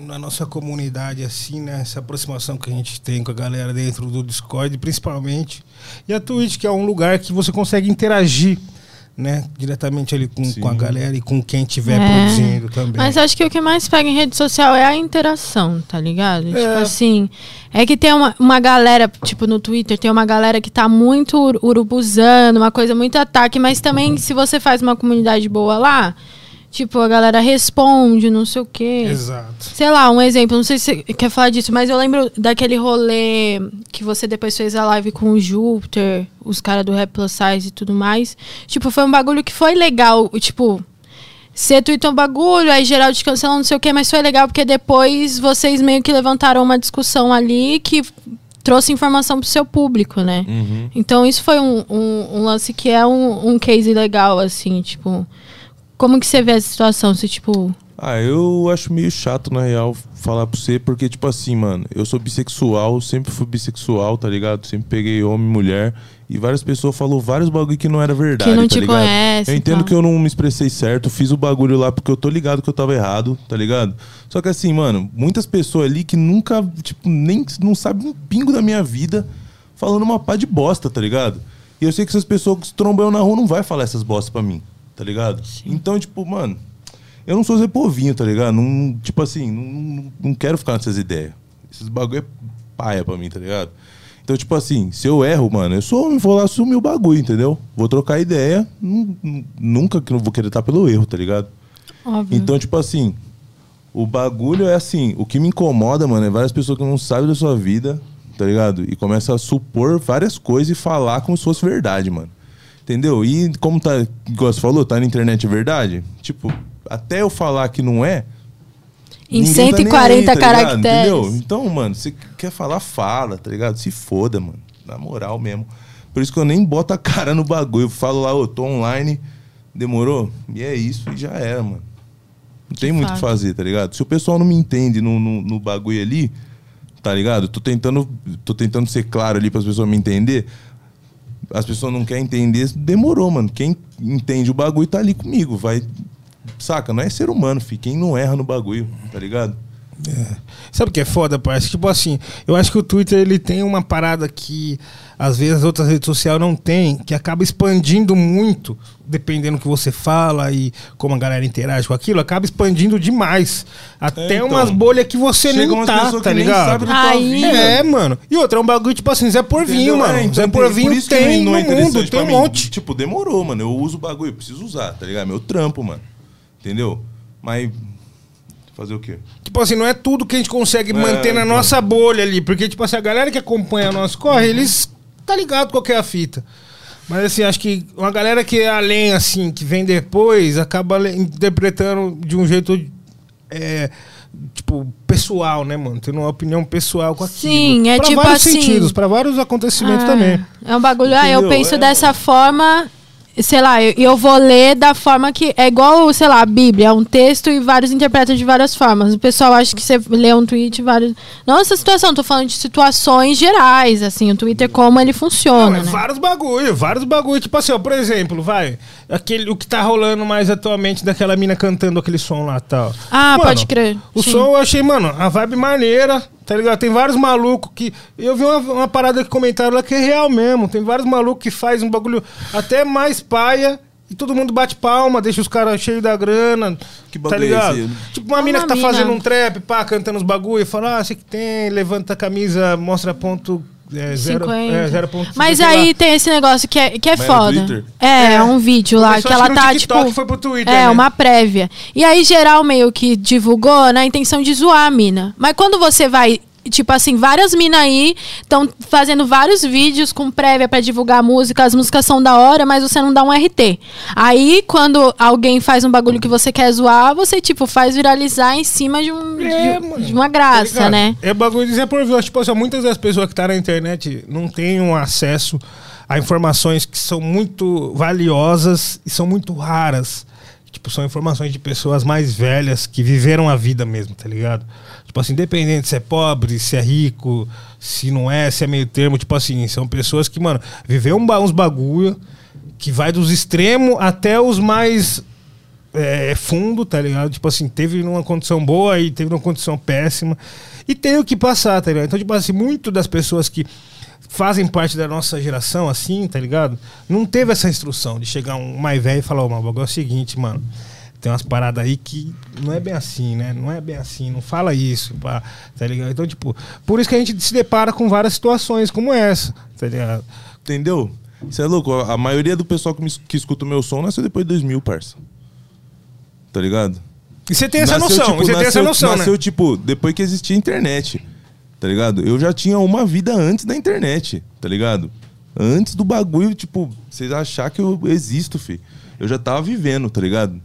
Speaker 1: na nossa comunidade, assim, né? Essa aproximação que a gente tem com a galera dentro do Discord, principalmente. E a Twitch, que é um lugar que você consegue interagir, né? Diretamente ali com,
Speaker 3: Sim.
Speaker 1: com a galera e com quem estiver
Speaker 2: É.
Speaker 1: produzindo também.
Speaker 2: Mas acho que o que mais pega em rede social é a interação, tá ligado? Tipo assim, é que tem uma, uma galera, tipo no Twitter, tem uma galera que tá muito ur- urubuzando, uma coisa muito ataque, mas também se você faz uma comunidade boa lá, tipo, a galera responde, não sei o quê.
Speaker 1: Exato.
Speaker 2: Sei lá, um exemplo, não sei se você quer falar disso, mas eu lembro daquele rolê que você depois fez a live com o Júpiter, os caras do Rap Plus Size e tudo mais. Tipo, foi um bagulho que foi legal. Tipo, você tweetou um bagulho, aí geral descansando, não sei o quê, mas foi legal porque depois vocês meio que levantaram uma discussão ali que trouxe informação pro seu público, né?
Speaker 3: Uhum.
Speaker 2: Então isso foi um, um- um lance que é um, um case legal, assim, tipo. Como que você vê essa situação? Se, tipo.
Speaker 3: Ah, eu acho meio chato, na real, falar pra você, porque, tipo assim, mano, eu sou bissexual, sempre fui bissexual, tá ligado? Sempre peguei homem e mulher. E várias pessoas falaram vários bagulho que não era verdade.
Speaker 2: Que não
Speaker 3: tá
Speaker 2: te
Speaker 3: ligado?
Speaker 2: conhece
Speaker 3: Eu
Speaker 2: e
Speaker 3: entendo
Speaker 2: tal.
Speaker 3: que eu não me expressei certo, fiz o bagulho lá porque eu tô ligado que eu tava errado, tá ligado? Só que assim, mano, muitas pessoas ali que nunca, tipo, nem não sabem um pingo da minha vida falando uma pá de bosta, tá ligado? E eu sei que essas pessoas que se trombam eu na rua não vai falar essas bostas pra mim, tá ligado? Então, tipo, mano, eu não sou Zé Povinho, tá ligado? Não, tipo assim, não, não- não quero ficar nessas ideias. Esses bagulho é paia pra mim, tá ligado? Então, tipo assim, se eu erro, mano, eu sou homem, vou lá assumir o bagulho, entendeu? Vou trocar ideia, nu- nu- nunca que eu vou querer estar pelo erro, tá ligado?
Speaker 2: Óbvio.
Speaker 3: Então, tipo assim, o bagulho é assim, o que me incomoda, mano, é várias pessoas que não sabem da sua vida, tá ligado? E começa a supor várias coisas e falar como se fosse verdade, mano. Entendeu? E como tá, igual você falou, tá na internet é verdade, tipo, até eu falar que não é,
Speaker 2: em
Speaker 3: Ninguém tá nem
Speaker 2: 140
Speaker 3: aí, tá ligado?
Speaker 2: caracteres.
Speaker 3: Entendeu? Então, mano, se quer falar, fala, tá ligado? Se foda, mano. Na moral mesmo. Por isso que eu nem boto a cara no bagulho. Eu falo lá, ô, tô online, demorou? E é isso, e já era, mano. Não tem muito o que
Speaker 2: fato.
Speaker 3: fazer, tá ligado? Se o pessoal não me entende no, no, no bagulho ali, tá ligado? Tô tentando, tô tentando ser claro ali pras pessoas me entender. As pessoas não querem entender, demorou, mano. Quem entende o bagulho tá ali comigo, vai. Saca, não é ser humano, fi. Quem não erra no bagulho, tá ligado?
Speaker 1: Sabe o que é foda, parça? Tipo assim, eu acho que o Twitter ele tem uma parada que às vezes as outras redes sociais não tem, que acaba expandindo muito, dependendo do que você fala e como a galera interage com aquilo, acaba expandindo demais. Até
Speaker 3: então.
Speaker 1: umas bolhas que você
Speaker 3: Chegam
Speaker 1: nem
Speaker 3: umas
Speaker 1: tá,
Speaker 3: pessoas
Speaker 1: tá
Speaker 3: que nem
Speaker 1: ligado?
Speaker 3: sabem da tua
Speaker 2: Aí-
Speaker 3: vida.
Speaker 1: É, mano. E outra, é um bagulho tipo assim, Zé Porvinho,
Speaker 3: Entendeu?
Speaker 1: mano.
Speaker 3: É, então
Speaker 1: Zé
Speaker 3: tem- por
Speaker 1: Porvinho
Speaker 3: isso que
Speaker 1: tem
Speaker 3: não
Speaker 1: no
Speaker 3: é interessante
Speaker 1: mundo, tem
Speaker 3: pra
Speaker 1: um
Speaker 3: mim.
Speaker 1: monte.
Speaker 3: Tipo, demorou, mano. Eu uso o bagulho, eu preciso usar, tá ligado? Meu trampo, mano. Entendeu? Mas. Fazer o quê?
Speaker 1: Tipo assim, não é tudo que a gente consegue
Speaker 3: É,
Speaker 1: manter na
Speaker 3: então.
Speaker 1: nossa bolha ali. Porque, tipo assim, a galera que acompanha nosso corre, eles tá ligado qual que é a fita. Mas assim, acho que uma galera que é além, assim, que vem depois, acaba le- interpretando de um jeito. é, tipo, pessoal, né, mano? Tendo uma opinião pessoal com aquilo.
Speaker 2: Sim, é
Speaker 1: pra
Speaker 2: tipo
Speaker 1: vários
Speaker 2: assim-
Speaker 1: sentidos, pra vários acontecimentos
Speaker 2: Ah,
Speaker 1: também.
Speaker 2: É um bagulho, ah, eu
Speaker 3: Entendeu?
Speaker 2: penso
Speaker 3: É.
Speaker 2: dessa forma, sei lá, eu, eu vou ler da forma que. É igual, sei lá, a Bíblia, é um texto e vários interpretam de várias formas. O pessoal acha que você lê um tweet vários. Não essa situação, tô falando de situações gerais, assim, o Twitter, como ele
Speaker 1: Não,
Speaker 2: funciona.
Speaker 1: é
Speaker 2: né?
Speaker 1: vários bagulho, vários bagulho. Tipo assim, ó, por exemplo, vai. Aquele, o que tá rolando mais atualmente daquela mina cantando aquele som lá tal.
Speaker 2: Ah, pode crer,
Speaker 1: O
Speaker 2: sim.
Speaker 1: som eu achei, mano, a vibe maneira, tá ligado? Tem vários malucos que. Eu vi uma, uma parada que comentaram lá que é real mesmo. Tem vários malucos que faz um bagulho até mais paia. E todo mundo bate palma, deixa os caras cheios da grana.
Speaker 3: Que
Speaker 1: tá
Speaker 3: bagulho é
Speaker 1: ligado?
Speaker 3: esse?
Speaker 1: Tipo, uma
Speaker 2: É
Speaker 1: mina
Speaker 2: uma
Speaker 1: que tá
Speaker 2: mina.
Speaker 1: fazendo um trap, pá, cantando os bagulho, e fala, ah, sei que tem, levanta a camisa, mostra ponto. É, zero,
Speaker 2: 50.
Speaker 1: é, 0.50,
Speaker 2: Mas
Speaker 1: sei lá.
Speaker 2: aí tem esse negócio que é, que é
Speaker 3: Mas é
Speaker 2: foda.
Speaker 3: Twitter?
Speaker 2: É,
Speaker 1: É.
Speaker 2: é um vídeo lá
Speaker 1: Começou,
Speaker 2: que
Speaker 1: acho
Speaker 2: ela
Speaker 1: que no
Speaker 2: tá
Speaker 1: TikTok
Speaker 2: tipo.
Speaker 1: foi pro Twitter,
Speaker 2: é,
Speaker 1: né?
Speaker 2: uma prévia. E aí geral meio que divulgou na intenção de zoar a mina. Mas quando você vai Tipo assim, várias minas aí estão fazendo vários vídeos com prévia pra divulgar a música. As músicas são da hora, mas você não dá um RT. Aí, quando alguém faz um bagulho que você quer zoar, você, tipo, faz viralizar em cima de, um,
Speaker 1: É,
Speaker 2: de-
Speaker 1: mano.
Speaker 2: de uma
Speaker 1: Tá
Speaker 2: graça,
Speaker 1: ligado?
Speaker 2: né?
Speaker 1: É bagulho de Zé por view. Tipo assim, muitas das pessoas que estão na internet não têm um acesso a informações que são muito valiosas e são muito raras. Tipo, são informações de pessoas mais velhas que viveram a vida mesmo, tá ligado? Tipo assim, independente se é pobre, se é rico, se não é, se é meio termo. Tipo assim, são pessoas que, mano, viveu um ba- uns bagulho que vai dos extremos até os mais é, fundo, tá ligado? Tipo assim, teve numa condição boa e teve numa condição péssima. E tem o que passar, tá ligado? Então, tipo assim, muito das pessoas que fazem parte da nossa geração, assim, tá ligado? Não teve essa instrução de chegar um mais velho e falar, ô, mano, o bagulho é o seguinte, mano. Tem umas paradas aí que não é bem assim, né? Não é bem assim, não fala isso, pá, tá ligado? Então, tipo, por isso que a gente se depara com várias situações como essa, tá ligado?
Speaker 3: Entendeu? Você é louco? A a maioria do pessoal que, me, es- que escuta o meu som nasceu depois de 2000, parça. Tá ligado?
Speaker 1: E você tem essa
Speaker 3: Nasceu,
Speaker 1: noção,
Speaker 3: tipo,
Speaker 1: e você tem essa
Speaker 3: nasceu-
Speaker 1: noção,
Speaker 3: nasceu,
Speaker 1: né?
Speaker 3: tipo, depois que existia internet, tá ligado? Eu já tinha uma vida antes da internet, tá ligado? Antes do bagulho, tipo, vocês achar que eu existo, fi. Eu já tava vivendo, tá ligado?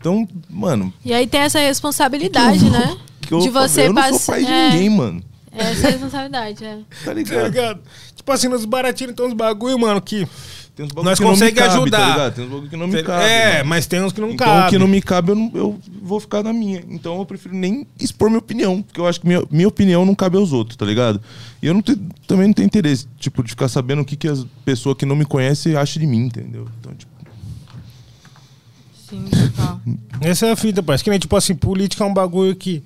Speaker 3: Então, mano...
Speaker 2: E aí tem essa responsabilidade, né?
Speaker 3: que eu
Speaker 2: de
Speaker 3: falo?
Speaker 2: você
Speaker 3: Eu não sou
Speaker 2: passar-
Speaker 3: pai de
Speaker 2: é,
Speaker 3: ninguém, mano.
Speaker 2: É essa responsabilidade, é.
Speaker 3: Tá
Speaker 1: Tá
Speaker 3: ligado?
Speaker 1: ligado? Tipo assim, nos baratinhos tem uns bagulho, mano, que.
Speaker 3: Tem uns bagulho
Speaker 1: Nós
Speaker 3: que não me
Speaker 1: consegue
Speaker 3: cabe,
Speaker 1: ajudar.
Speaker 3: Tá ligado? Tem uns bagulho que não me cabe.
Speaker 1: é,
Speaker 3: mano.
Speaker 1: mas tem uns que não
Speaker 3: então,
Speaker 1: cabe.
Speaker 3: o que não me cabe, eu, não- eu vou ficar na minha. Então, eu prefiro nem expor minha opinião, porque eu acho que minha, minha opinião não cabe aos outros, tá ligado? E eu não te- também não tenho interesse, tipo, de ficar sabendo o que, que as pessoas que não me conhecem acham de mim, entendeu? Então, tipo,
Speaker 2: Sim, total.
Speaker 1: Essa é a fita, parece que nem tipo assim, política é um bagulho que,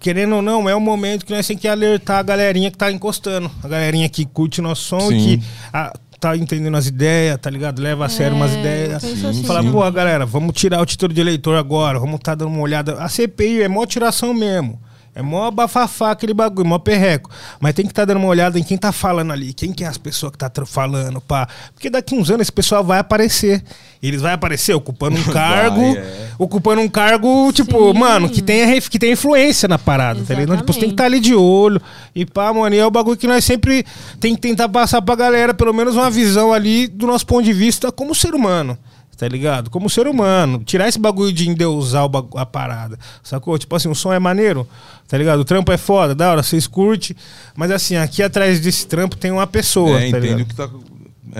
Speaker 1: querendo ou não, é um momento que nós temos que alertar a galerinha que tá encostando. A galerinha que curte nosso som,
Speaker 3: Sim.
Speaker 1: que ah, tá entendendo as ideias, tá ligado? Leva a sério umas ideias.
Speaker 2: eu penso assim.
Speaker 1: Falar, pô, galera, vamos tirar o título de eleitor agora, vamos tá dando uma olhada. A CPI é mó tiração mesmo. É mó bafafá aquele bagulho, mó perreco. Mas tem que estar dando uma olhada em quem tá falando ali, quem que é as pessoas que tá tra- falando, pá. Porque daqui uns anos esse pessoal vai aparecer. Eles vai aparecer ocupando um cargo,
Speaker 3: é.
Speaker 1: ocupando um cargo, tipo, mano, que tenha, ref- que tenha influência na parada, tá ligado? Tipo, você tem que
Speaker 2: Exatamente.
Speaker 1: estar ali de olho. E pá, mano, e é o bagulho que nós sempre tem que tentar passar pra galera, pelo menos uma visão ali do nosso ponto de vista como ser humano. Tá ligado? Como ser humano. Tirar esse bagulho de endeusar o bagu- a parada. Sacou? Tipo assim, o som é maneiro. Tá ligado? O trampo é foda, da hora, vocês curte. Mas assim, aqui atrás desse trampo tem uma pessoa.
Speaker 3: É,
Speaker 1: tá
Speaker 3: entende
Speaker 1: ligado?
Speaker 3: o que tá.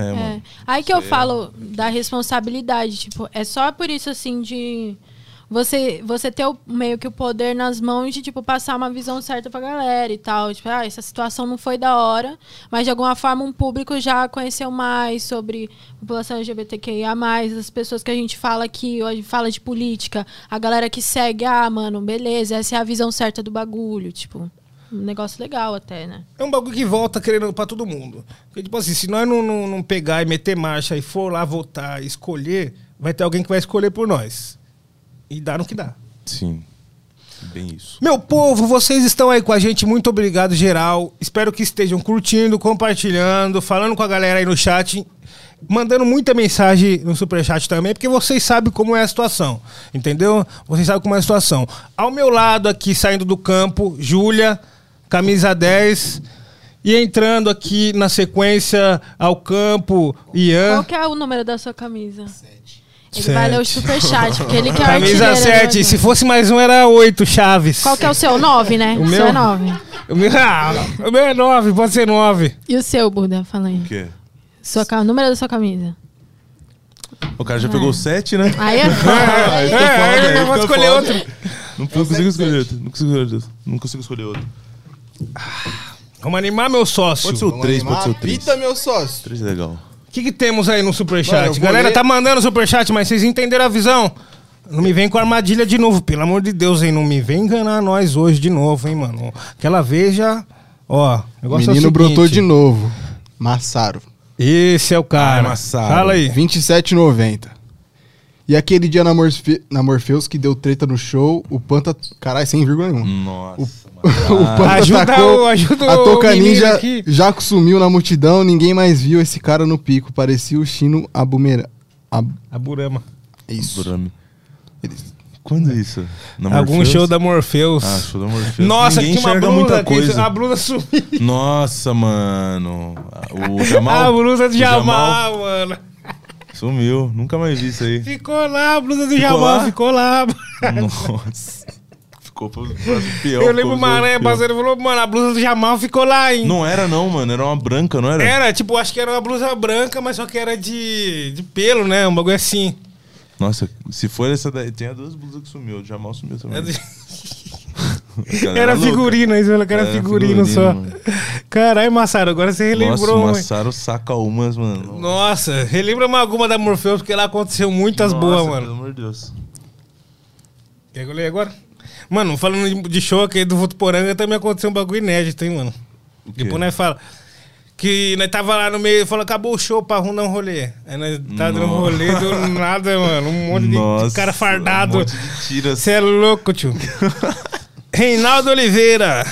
Speaker 3: É,
Speaker 2: É.
Speaker 3: mano.
Speaker 2: Aí que eu falo da responsabilidade, tipo, é só por isso assim de você você ter o, meio que o poder nas mãos de tipo passar uma visão certa pra galera e tal, tipo, ah, essa situação não foi da hora, mas de alguma forma um público já conheceu mais sobre população LGBTQIA+, as pessoas que a gente fala aqui, hoje fala de política, a galera que segue, ah, mano, beleza, essa é a visão certa do bagulho, tipo, um negócio legal até, né?
Speaker 1: É um bagulho que volta querendo pra todo mundo. Porque, tipo assim, se nós não, não, não pegar e meter marcha e for lá votar e escolher, vai ter alguém que vai escolher por nós. E dá no que dá.
Speaker 3: Sim. Bem isso.
Speaker 1: Meu povo, vocês estão aí com a gente, muito obrigado geral. Espero que estejam curtindo, compartilhando, falando com a galera aí no chat, mandando muita mensagem no superchat também, porque vocês sabem como é a situação, entendeu? Vocês sabem como é a situação. Ao meu lado aqui, saindo do campo, Júlia, camisa 10, e entrando aqui na sequência ao campo, Ian.
Speaker 2: Qual que é o número da sua camisa? Ele
Speaker 1: Sete.
Speaker 2: vai ler o superchat, porque ele que é o
Speaker 1: Camisa
Speaker 2: artilheiro. né,
Speaker 1: 7,
Speaker 2: mano?
Speaker 1: se fosse mais um era 8, Chaves.
Speaker 2: Qual que é o seu? Nove, né?
Speaker 1: O
Speaker 2: O
Speaker 1: meu?
Speaker 2: seu é nove.
Speaker 1: O meu, ah, o meu é 9, pode ser 9.
Speaker 2: E o seu, Buda? Fala aí.
Speaker 3: O quê?
Speaker 2: Sua, ca- o número da sua camisa.
Speaker 3: O cara
Speaker 1: Ah.
Speaker 3: já pegou sete, né?
Speaker 2: Aí é foda.
Speaker 1: É,
Speaker 3: Aí fica foda,
Speaker 1: é,
Speaker 3: aí
Speaker 1: eu vou
Speaker 3: fica
Speaker 1: escolher
Speaker 3: foda.
Speaker 1: outro.
Speaker 3: Não consigo escolher outro. Não consigo escolher outro. Não consigo escolher outro.
Speaker 1: Vamos animar meu sócio.
Speaker 3: Pode ser o
Speaker 4: Vamos
Speaker 3: três,
Speaker 4: animar?
Speaker 3: pode ser o três.
Speaker 4: Pita, meu sócio.
Speaker 3: Três é legal.
Speaker 1: O que, que temos aí no
Speaker 4: Mano, eu
Speaker 1: superchat?
Speaker 4: vou
Speaker 1: Galera,
Speaker 4: ler-
Speaker 1: tá mandando superchat, mas vocês entenderam a visão? Não me vem com armadilha de novo, pelo amor de Deus, hein? Não me vem enganar nós hoje de novo, hein, mano? Aquela vez já. Ó, o
Speaker 4: O
Speaker 1: negócio é o
Speaker 4: menino brotou
Speaker 1: seguinte.
Speaker 4: de novo. Massaro.
Speaker 1: Esse é o
Speaker 3: Ah, é
Speaker 1: cara.
Speaker 3: amassado.
Speaker 1: Fala aí.
Speaker 4: 27,90. E aquele dia na, Morfe... na Morpheus que deu treta no show, o Panta. Caralho, sem vírgula nenhuma.
Speaker 3: Nossa, mano.
Speaker 4: o Panta
Speaker 1: Ajuda
Speaker 4: tacou,
Speaker 1: o- ajuda
Speaker 4: a
Speaker 1: o
Speaker 4: Toca
Speaker 1: menino
Speaker 4: Ninja
Speaker 1: aqui.
Speaker 4: já sumiu na multidão, ninguém mais viu esse cara no pico. Parecia o Chino Abumera. Ab...
Speaker 1: A Burama.
Speaker 4: Isso.
Speaker 3: Burame. Quando é isso? Na
Speaker 1: Algum
Speaker 3: Morpheus?
Speaker 1: show da Morpheus.
Speaker 3: Ah, show da Morpheus.
Speaker 1: Nossa,
Speaker 3: Ninguém
Speaker 1: que uma
Speaker 3: enxerga
Speaker 1: blusa.
Speaker 3: muita
Speaker 1: que
Speaker 3: coisa.
Speaker 1: isso- A blusa sumiu.
Speaker 3: Nossa, mano. O Jamal.
Speaker 1: a blusa do
Speaker 3: o
Speaker 1: Jamal, mano.
Speaker 3: Sumiu. Nunca mais vi isso aí.
Speaker 1: Ficou lá, a blusa do
Speaker 3: Ficou
Speaker 1: Jamal
Speaker 3: lá?
Speaker 1: ficou lá.
Speaker 3: Nossa. Ficou pra, pra pior.
Speaker 1: Eu lembro
Speaker 3: pô,
Speaker 1: uma aranha
Speaker 3: pior.
Speaker 1: passando e falou, mano, a blusa do Jamal ficou lá, hein?
Speaker 3: Não era não, mano. Era uma branca, não era?
Speaker 1: Era, tipo, acho que era uma blusa branca, mas só que era de, de pelo, né? Um bagulho assim.
Speaker 3: Nossa, se for essa daí, tinha duas blusas que sumiu. O Jamal sumiu também.
Speaker 1: Era, de-
Speaker 3: A galera é
Speaker 1: era
Speaker 3: louca.
Speaker 1: figurino, isso falou que era
Speaker 3: Era
Speaker 1: figurino só.
Speaker 3: figurino,
Speaker 1: Caralho, Massaro, agora você
Speaker 3: Nossa,
Speaker 1: relembrou,
Speaker 3: o
Speaker 1: mano.
Speaker 3: Massaro saca umas, mano.
Speaker 1: Nossa, relembra uma alguma da Morpheus, porque lá aconteceu muitas
Speaker 3: Nossa,
Speaker 1: boas,
Speaker 3: Pelo
Speaker 1: mano.
Speaker 3: amor de Deus.
Speaker 1: Quer que eu leia agora? Mano, falando de- de show aqui do Votuporanga, também aconteceu um bagulho inédito, hein, mano.
Speaker 3: O quê?
Speaker 1: Depois nós fala. Que nós tava lá no meio, falou, acabou o show pra dar um rolê. Aí nós tá dando um
Speaker 3: Nossa.
Speaker 1: rolê, do nada, mano. Um monte de- de
Speaker 3: Nossa,
Speaker 1: cara
Speaker 3: Um
Speaker 1: fardado.
Speaker 3: monte de assim. tiras.
Speaker 1: Você é louco, tio. Reinaldo Oliveira.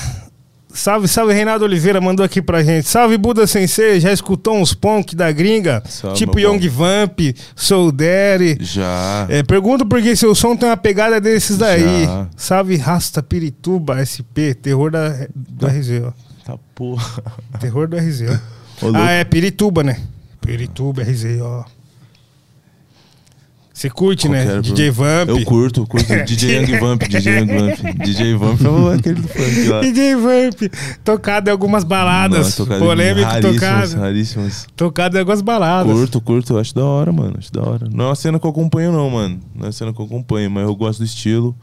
Speaker 1: Salve, salve, Reinaldo Oliveira mandou aqui pra gente. Salve, Buda Sensei. Já escutou uns punk da gringa?
Speaker 3: Salve,
Speaker 1: tipo
Speaker 3: meu bom.
Speaker 1: Young Vamp, Soul Daddy.
Speaker 3: Já.
Speaker 1: É, pergunto por que seu som tem uma pegada desses daí.
Speaker 3: Já.
Speaker 1: Salve, Rasta Pirituba SP. Terror da, do RZ, ó.
Speaker 3: Tá porra.
Speaker 1: Terror do RZ, ó.
Speaker 3: Ô, louco.
Speaker 1: ah, é Pirituba, né? Pirituba, RZ, ó. Você curte,
Speaker 3: Qual que
Speaker 1: né?
Speaker 3: era,
Speaker 1: DJ
Speaker 3: Bruno?
Speaker 1: Vamp.
Speaker 3: Eu curto, eu curto. DJ Young Vamp, DJ Young Vamp. DJ Vamp é o- aquele do funk lá.
Speaker 1: DJ Vamp, tocado em algumas baladas.
Speaker 3: Nossa, tocado-
Speaker 1: polêmico
Speaker 3: raríssimas,
Speaker 1: tocado.
Speaker 3: raríssimas.
Speaker 1: Tocado em algumas baladas.
Speaker 3: Curto, curto, eu acho da hora, mano. Acho da hora. Não é uma cena que eu acompanho, não, mano. Não é uma cena que eu acompanho, mas eu gosto do estilo.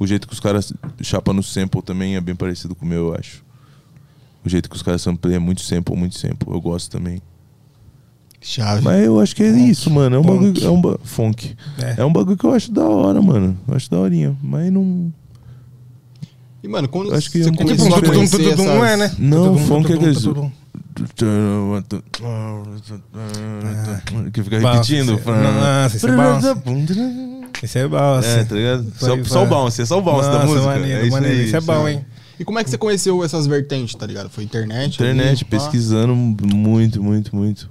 Speaker 3: O jeito que os caras chapam no sample também é bem parecido com o meu, eu acho. O jeito que os caras sampleiam é muito sample, muito sample. Eu gosto também.
Speaker 4: Chave.
Speaker 3: Mas eu acho que é isso, mano. É um
Speaker 1: Funk.
Speaker 3: bagulho. É um ba- funk.
Speaker 1: É.
Speaker 3: É. um bagulho que eu acho da hora, mano. Eu acho daorinha. Mas não.
Speaker 4: E, mano, quando
Speaker 3: Acho que
Speaker 4: você
Speaker 3: é um-
Speaker 1: É tipo
Speaker 4: começou
Speaker 1: um
Speaker 4: a
Speaker 1: tudum, tudum,
Speaker 4: conhecer
Speaker 1: tudum,
Speaker 4: essas...
Speaker 1: não é, né?
Speaker 3: Não,
Speaker 1: Tudum,
Speaker 3: funk é
Speaker 1: tudum,
Speaker 3: aqueles.
Speaker 1: tudum.
Speaker 3: Que fica
Speaker 1: Bounce,
Speaker 3: repetindo.
Speaker 1: esse- Nossa, esse é Esse é bom,
Speaker 3: É,
Speaker 1: assim.
Speaker 3: tá ligado?
Speaker 1: Foi-
Speaker 3: Só, só
Speaker 1: foi-
Speaker 3: o bounce, é só o bounce da
Speaker 1: tá Nossa,
Speaker 3: música.
Speaker 1: maneiro,
Speaker 3: é isso
Speaker 1: maneiro.
Speaker 3: aí,
Speaker 1: Isso é
Speaker 3: aí.
Speaker 1: bom, hein?
Speaker 4: E como é que você conheceu essas vertentes, tá ligado? Foi internet?
Speaker 3: Internet, pesquisando muito, muito, muito.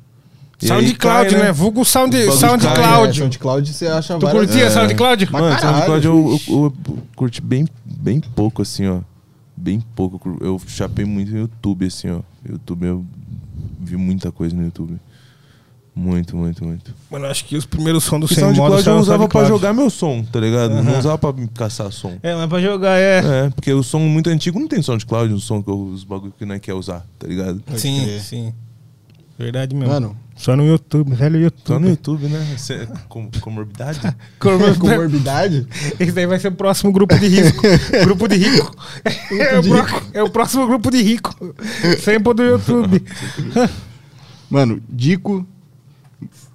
Speaker 3: E
Speaker 1: SoundCloud,
Speaker 3: aí cai,
Speaker 1: né? Vulgo Sound,
Speaker 3: O bagulho né?
Speaker 1: SoundCloud.
Speaker 3: Cloud.
Speaker 4: Cláudio. Cláudio é, você acha
Speaker 1: tu curtia
Speaker 3: é.
Speaker 1: SoundCloud?
Speaker 4: Mas-
Speaker 3: Mano,
Speaker 4: caralho,
Speaker 3: SoundCloud eu, eu, eu curti bem, bem pouco, assim, ó. Bem pouco. Eu cur- Eu chapei muito no YouTube, assim, ó. YouTube, eu vi muita coisa no YouTube. Muito, muito, muito.
Speaker 1: Mano, acho que os primeiros sons do
Speaker 3: O
Speaker 1: Sem Moda
Speaker 3: SoundCloud
Speaker 1: saiu
Speaker 3: eu
Speaker 1: no
Speaker 3: usava pra
Speaker 1: SoundCloud.
Speaker 3: jogar meu som, tá ligado?
Speaker 1: Aham.
Speaker 3: Não usava pra me caçar som.
Speaker 1: É, mas pra jogar, é.
Speaker 3: É, porque o som muito antigo não tem SoundCloud, um som que eu, os bagulho que não quer usar, tá ligado?
Speaker 1: Sim,
Speaker 4: crer.
Speaker 1: sim. Verdade mesmo.
Speaker 4: É. Mano,
Speaker 1: Só no YouTube, velho
Speaker 3: Só no
Speaker 1: YouTube.
Speaker 3: YouTube, né? Cê- com, comorbidade?
Speaker 4: comorbidade?
Speaker 1: Esse daí vai ser o próximo grupo de risco. grupo de rico. É o, pro- é o próximo grupo de rico. Sempre do YouTube.
Speaker 4: Mano, Dico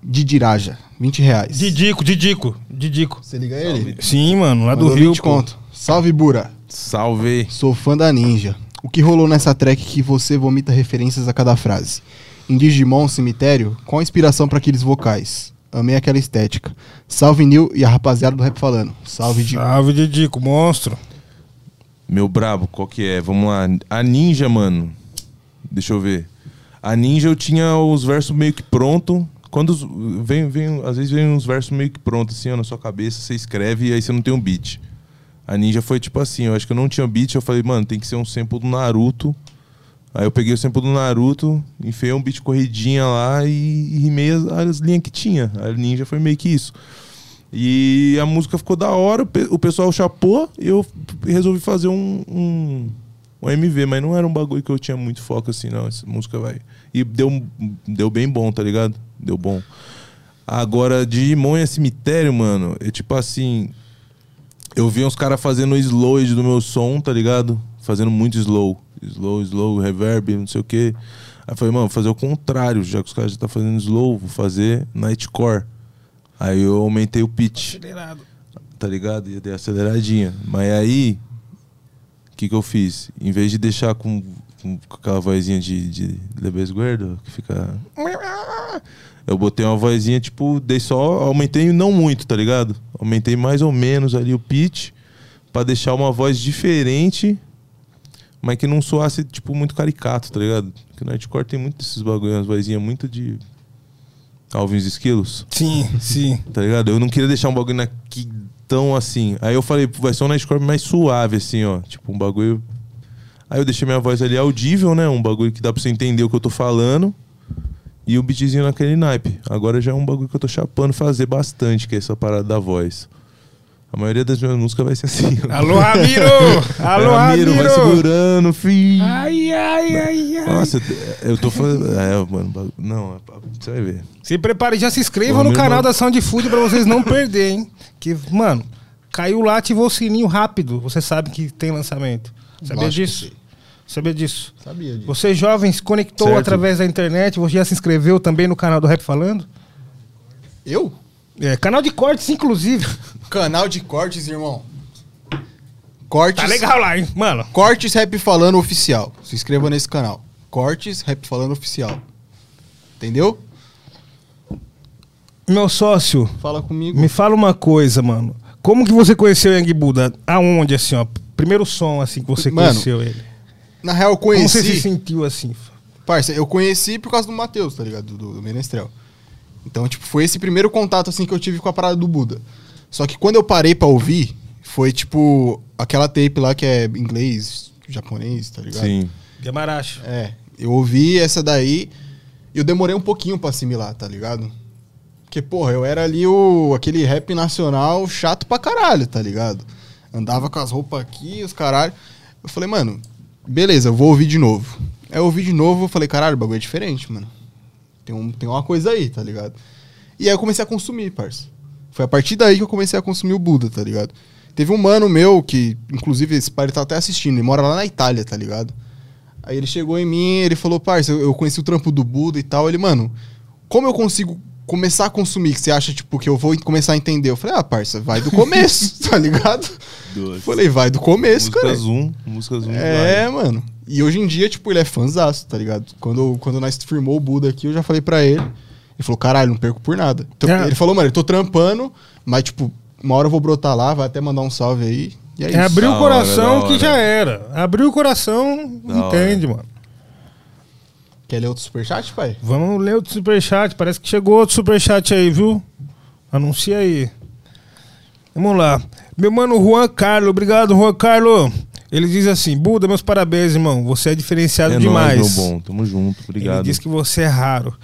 Speaker 4: de Diraja, 20 reais.
Speaker 1: Didico, Didico, Didico.
Speaker 4: Você liga ele?
Speaker 1: Sim, mano, lá do
Speaker 4: Mandou
Speaker 1: Rio.
Speaker 4: 20 conto. Salve, Bura.
Speaker 3: Salve!
Speaker 4: Sou fã da Ninja. O que rolou nessa track que você vomita referências a cada frase? Em Digimon Cemitério, qual a inspiração pra aqueles vocais? Amei aquela estética. Salve Nil e a rapaziada do Rap Falando. Salve Dico.
Speaker 1: Salve, Didico, monstro.
Speaker 3: Meu brabo, qual que é? Vamos lá. A Ninja, mano. Deixa eu ver. A Ninja eu tinha os versos meio que pronto. Quando os- vem, vem, às vezes vem uns versos meio que pronto assim, ó, na sua cabeça, você escreve e aí você não tem um beat. A Ninja foi tipo assim, eu acho que eu não tinha beat, eu falei, mano, tem que ser um sample do Naruto. Aí eu peguei o sample do Naruto, enfiei um beat corridinha lá e, e rimei as, as linhas que tinha. A Ninja foi meio que isso. E a música ficou da hora, o pe- o pessoal chapou e eu f- resolvi fazer um, um, um MV, mas não era um bagulho que eu tinha muito foco assim, não. Essa música vai. E deu, um- deu bem bom, tá ligado? Deu bom. Agora, Digimon é cemitério, mano. É tipo assim. Eu vi uns caras fazendo slow do meu som, tá ligado? Fazendo muito slow. Slow, slow, reverb, não sei o quê. Aí eu falei, mano, vou fazer o contrário, já que os caras já tá fazendo slow, vou fazer nightcore. Aí eu aumentei o pitch, tá ligado? E dei aceleradinha. Mas aí, o que que eu fiz? Em vez de deixar com, com aquela vozinha de, de Lebes Guerdo, que fica... Eu botei uma vozinha, tipo, dei só. Aumentei não muito, tá ligado? Aumentei mais ou menos ali o pitch pra deixar uma voz diferente, mas que não soasse, tipo, muito caricato, tá ligado? Porque no hardcore tem muito desses bagulhos, umas vozinhas muito de. Alvins Esquilos
Speaker 1: Sim, sim.
Speaker 3: tá ligado? Eu não queria deixar um bagulho aqui tão assim. Aí eu falei, vai ser um Nightcore mais suave, assim, ó. Tipo, um bagulho. Aí eu deixei minha voz ali audível, né? Um bagulho que dá pra você entender o que eu tô falando. E o beatzinho naquele naipe. Agora já é um bagulho que eu tô chapando fazer bastante, que é essa parada da voz. A maioria das minhas músicas vai ser assim. ó.
Speaker 1: Alô, Ramiro! Alô, Ah. Ramiro!
Speaker 3: vai segurando, filho.
Speaker 1: Ai, ai, ai, ai.
Speaker 3: Nossa, eu tô falando. É, mano, bagulho- não, é pra- você vai ver.
Speaker 1: Se prepare, já se inscreva
Speaker 3: Ô,
Speaker 1: no
Speaker 3: meu
Speaker 1: canal
Speaker 3: irmão.
Speaker 1: da Sound Food pra vocês não perder, hein? Que, mano, caiu lá, ativou o sininho rápido. Você sabe que tem lançamento. Sabia
Speaker 4: Lógico que
Speaker 1: disso? Sabia disso?
Speaker 4: Sabia disso.
Speaker 1: Você jovem se conectou
Speaker 3: Certo.
Speaker 1: através da internet, você já se inscreveu também no canal do Rap Falando?
Speaker 4: Eu?
Speaker 1: É, canal de cortes, inclusive.
Speaker 4: Canal de cortes, irmão. Cortes.
Speaker 1: Tá legal lá, hein? Mano,
Speaker 4: Cortes Rap Falando Oficial. Se inscreva nesse canal. Cortes Rap Falando Oficial. Entendeu?
Speaker 1: meu sócio,
Speaker 4: Fala comigo.
Speaker 1: me fala uma coisa, mano. Como que você conheceu o Yang Buda? Aonde, assim, ó? Primeiro som, assim, que você
Speaker 4: Mano,
Speaker 1: conheceu ele.
Speaker 4: Na real, eu
Speaker 1: Como você se
Speaker 4: conheci.
Speaker 1: sentiu, assim?
Speaker 4: Parça, eu conheci por causa do Matheus, tá ligado? Do, do- do Menestrel. Então, tipo, foi esse primeiro contato, assim, que eu tive com a parada do Buda. Só que quando eu parei pra ouvir, foi, tipo, aquela tape lá que é inglês, japonês, tá ligado?
Speaker 3: Sim.
Speaker 1: Gamaracho.
Speaker 4: É, eu ouvi essa daí e eu demorei um pouquinho pra assimilar, tá ligado? Porque, porra, eu era ali o aquele rap nacional chato pra caralho, tá ligado? Andava com as roupas aqui, os caralho. Eu falei, mano, beleza, eu vou ouvir de novo. Aí eu ouvi de novo, eu falei, caralho, o bagulho é diferente, mano. Tem, um, tem uma coisa aí, tá ligado? E aí eu comecei a consumir, parça. Foi a partir daí que eu comecei a consumir o Buda, tá ligado? Teve um mano meu que, inclusive, esse pai ele tá até assistindo, ele mora lá na Itália, tá ligado? Aí ele chegou em mim, ele falou, parça, eu eu conheci o trampo do Buda e tal. Ele, mano, como eu consigo começar a consumir? Que você acha, tipo, que eu vou começar a entender? Eu falei, ah, parça, vai do começo, tá ligado? Eu Falei, vai do começo,
Speaker 3: música
Speaker 4: cara.
Speaker 3: Zoom, música Zoom. vai.
Speaker 4: É, mano. E hoje em dia, tipo, ele é fãzaço, tá ligado? Quando, quando nós firmou o Buda aqui, eu já falei pra ele. Ele falou, caralho, não perco por nada. Então,
Speaker 1: É.
Speaker 4: Ele falou, mano, eu tô trampando, mas, tipo, uma hora eu vou brotar lá, vai até mandar um salve aí. E é
Speaker 1: É
Speaker 4: isso.
Speaker 1: abrir
Speaker 3: Da
Speaker 1: o
Speaker 3: hora,
Speaker 1: coração
Speaker 3: da hora.
Speaker 1: que já era. Abrir o coração,
Speaker 3: Da hora.
Speaker 1: entende, mano.
Speaker 4: Quer ler outro superchat, pai?
Speaker 1: Vamos ler outro superchat. Parece que chegou outro superchat aí, viu? Anuncia aí. Vamos lá. Meu mano Juan Carlo, obrigado, Juan Carlo. Ele diz assim: Buda, meus parabéns, irmão. Você é diferenciado
Speaker 3: É
Speaker 1: demais.
Speaker 3: nóis, meu bom. Tamo junto,
Speaker 1: Ele
Speaker 3: obrigado.
Speaker 1: diz que você é raro.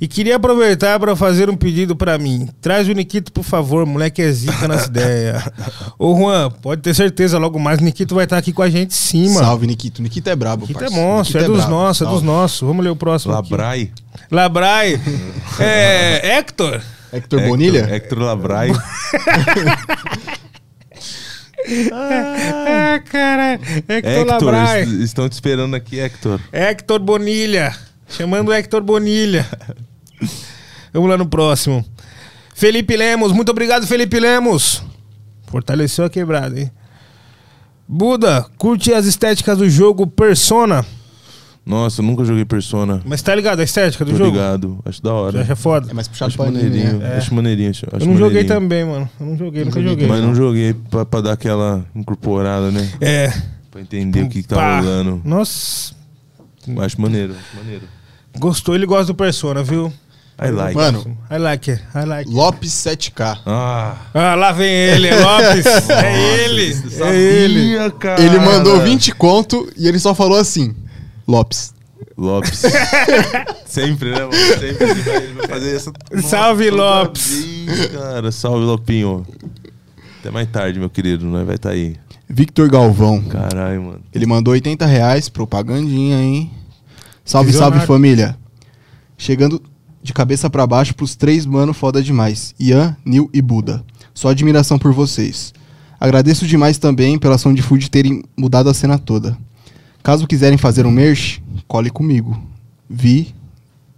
Speaker 1: E queria aproveitar para fazer um pedido para mim. Traz o Nikito, por favor, moleque é zica nas ideias. Ô Juan, pode ter certeza, logo mais o Nikito vai estar aqui com a gente sim, mano.
Speaker 4: Salve, Nikito. Nikito é brabo,
Speaker 1: Nikito é
Speaker 4: parça.
Speaker 1: monstro, é,
Speaker 4: Nikito
Speaker 1: dos
Speaker 4: brabo.
Speaker 1: nossos, é dos
Speaker 4: Salve.
Speaker 1: nossos. Vamos ler o próximo. aqui.
Speaker 3: Labrai.
Speaker 1: Labrai. é, Hector.
Speaker 4: Hector Bonilha?
Speaker 3: Hector, Hector Labrai.
Speaker 1: Ah, cara. Hector,
Speaker 3: Hector,
Speaker 1: Labrai.
Speaker 3: est- estão te esperando aqui, Hector.
Speaker 1: Hector Bonilha. Chamando o Hector Bonilha. Vamos lá no próximo. Felipe Lemos. Muito obrigado, Felipe Lemos. Fortaleceu a quebrada, hein? Buda, curte as estéticas do jogo Persona.
Speaker 3: Nossa, eu nunca joguei Persona.
Speaker 1: Mas tá ligado a estética do
Speaker 3: Tô
Speaker 1: jogo?
Speaker 3: ligado. Acho da
Speaker 1: Já
Speaker 3: hora.
Speaker 1: acha foda?
Speaker 4: É mais puxado
Speaker 3: Acho
Speaker 4: pra anime,
Speaker 3: maneirinho.
Speaker 4: né?
Speaker 3: Acho maneirinho. Acho
Speaker 1: É. Eu não joguei
Speaker 3: maneirinho.
Speaker 1: também, mano. Eu não joguei, nunca joguei.
Speaker 3: Mas não joguei pra, pra dar aquela incorporada, né?
Speaker 1: É.
Speaker 3: Pra entender o que, que tá
Speaker 1: Pá.
Speaker 3: rolando.
Speaker 1: Nossa.
Speaker 3: Acho maneiro, acho maneiro.
Speaker 1: Gostou, ele gosta do Persona, viu?
Speaker 3: I
Speaker 1: É,
Speaker 3: like.
Speaker 4: Mano,
Speaker 1: I like it, I like it.
Speaker 4: Lopes 7K.
Speaker 3: Ah,
Speaker 1: Ah, lá vem ele, é Lopes. é ele. É ele.
Speaker 3: Ih, cara.
Speaker 4: Ele mandou 20 conto e ele só falou assim: Lopes.
Speaker 3: Lopes. Sempre, né, mano? Sempre ele vai, ele vai fazer essa.
Speaker 1: Salve,
Speaker 3: toda
Speaker 1: Lopes.
Speaker 3: vez, cara, salve, Lopinho. Até mais tarde, meu querido. Nós vai tá aí.
Speaker 4: Victor Galvão.
Speaker 3: Caralho, mano.
Speaker 4: Ele mandou 80 reais, propagandinha, hein? Salve,
Speaker 1: Visionário.
Speaker 4: salve família. Chegando de cabeça pra baixo pros três mano foda demais. Ian, Nil e Buda. Só admiração por vocês. Agradeço demais também pela Sound Food terem mudado a cena toda. Caso quiserem fazer um merch, cole comigo. Vi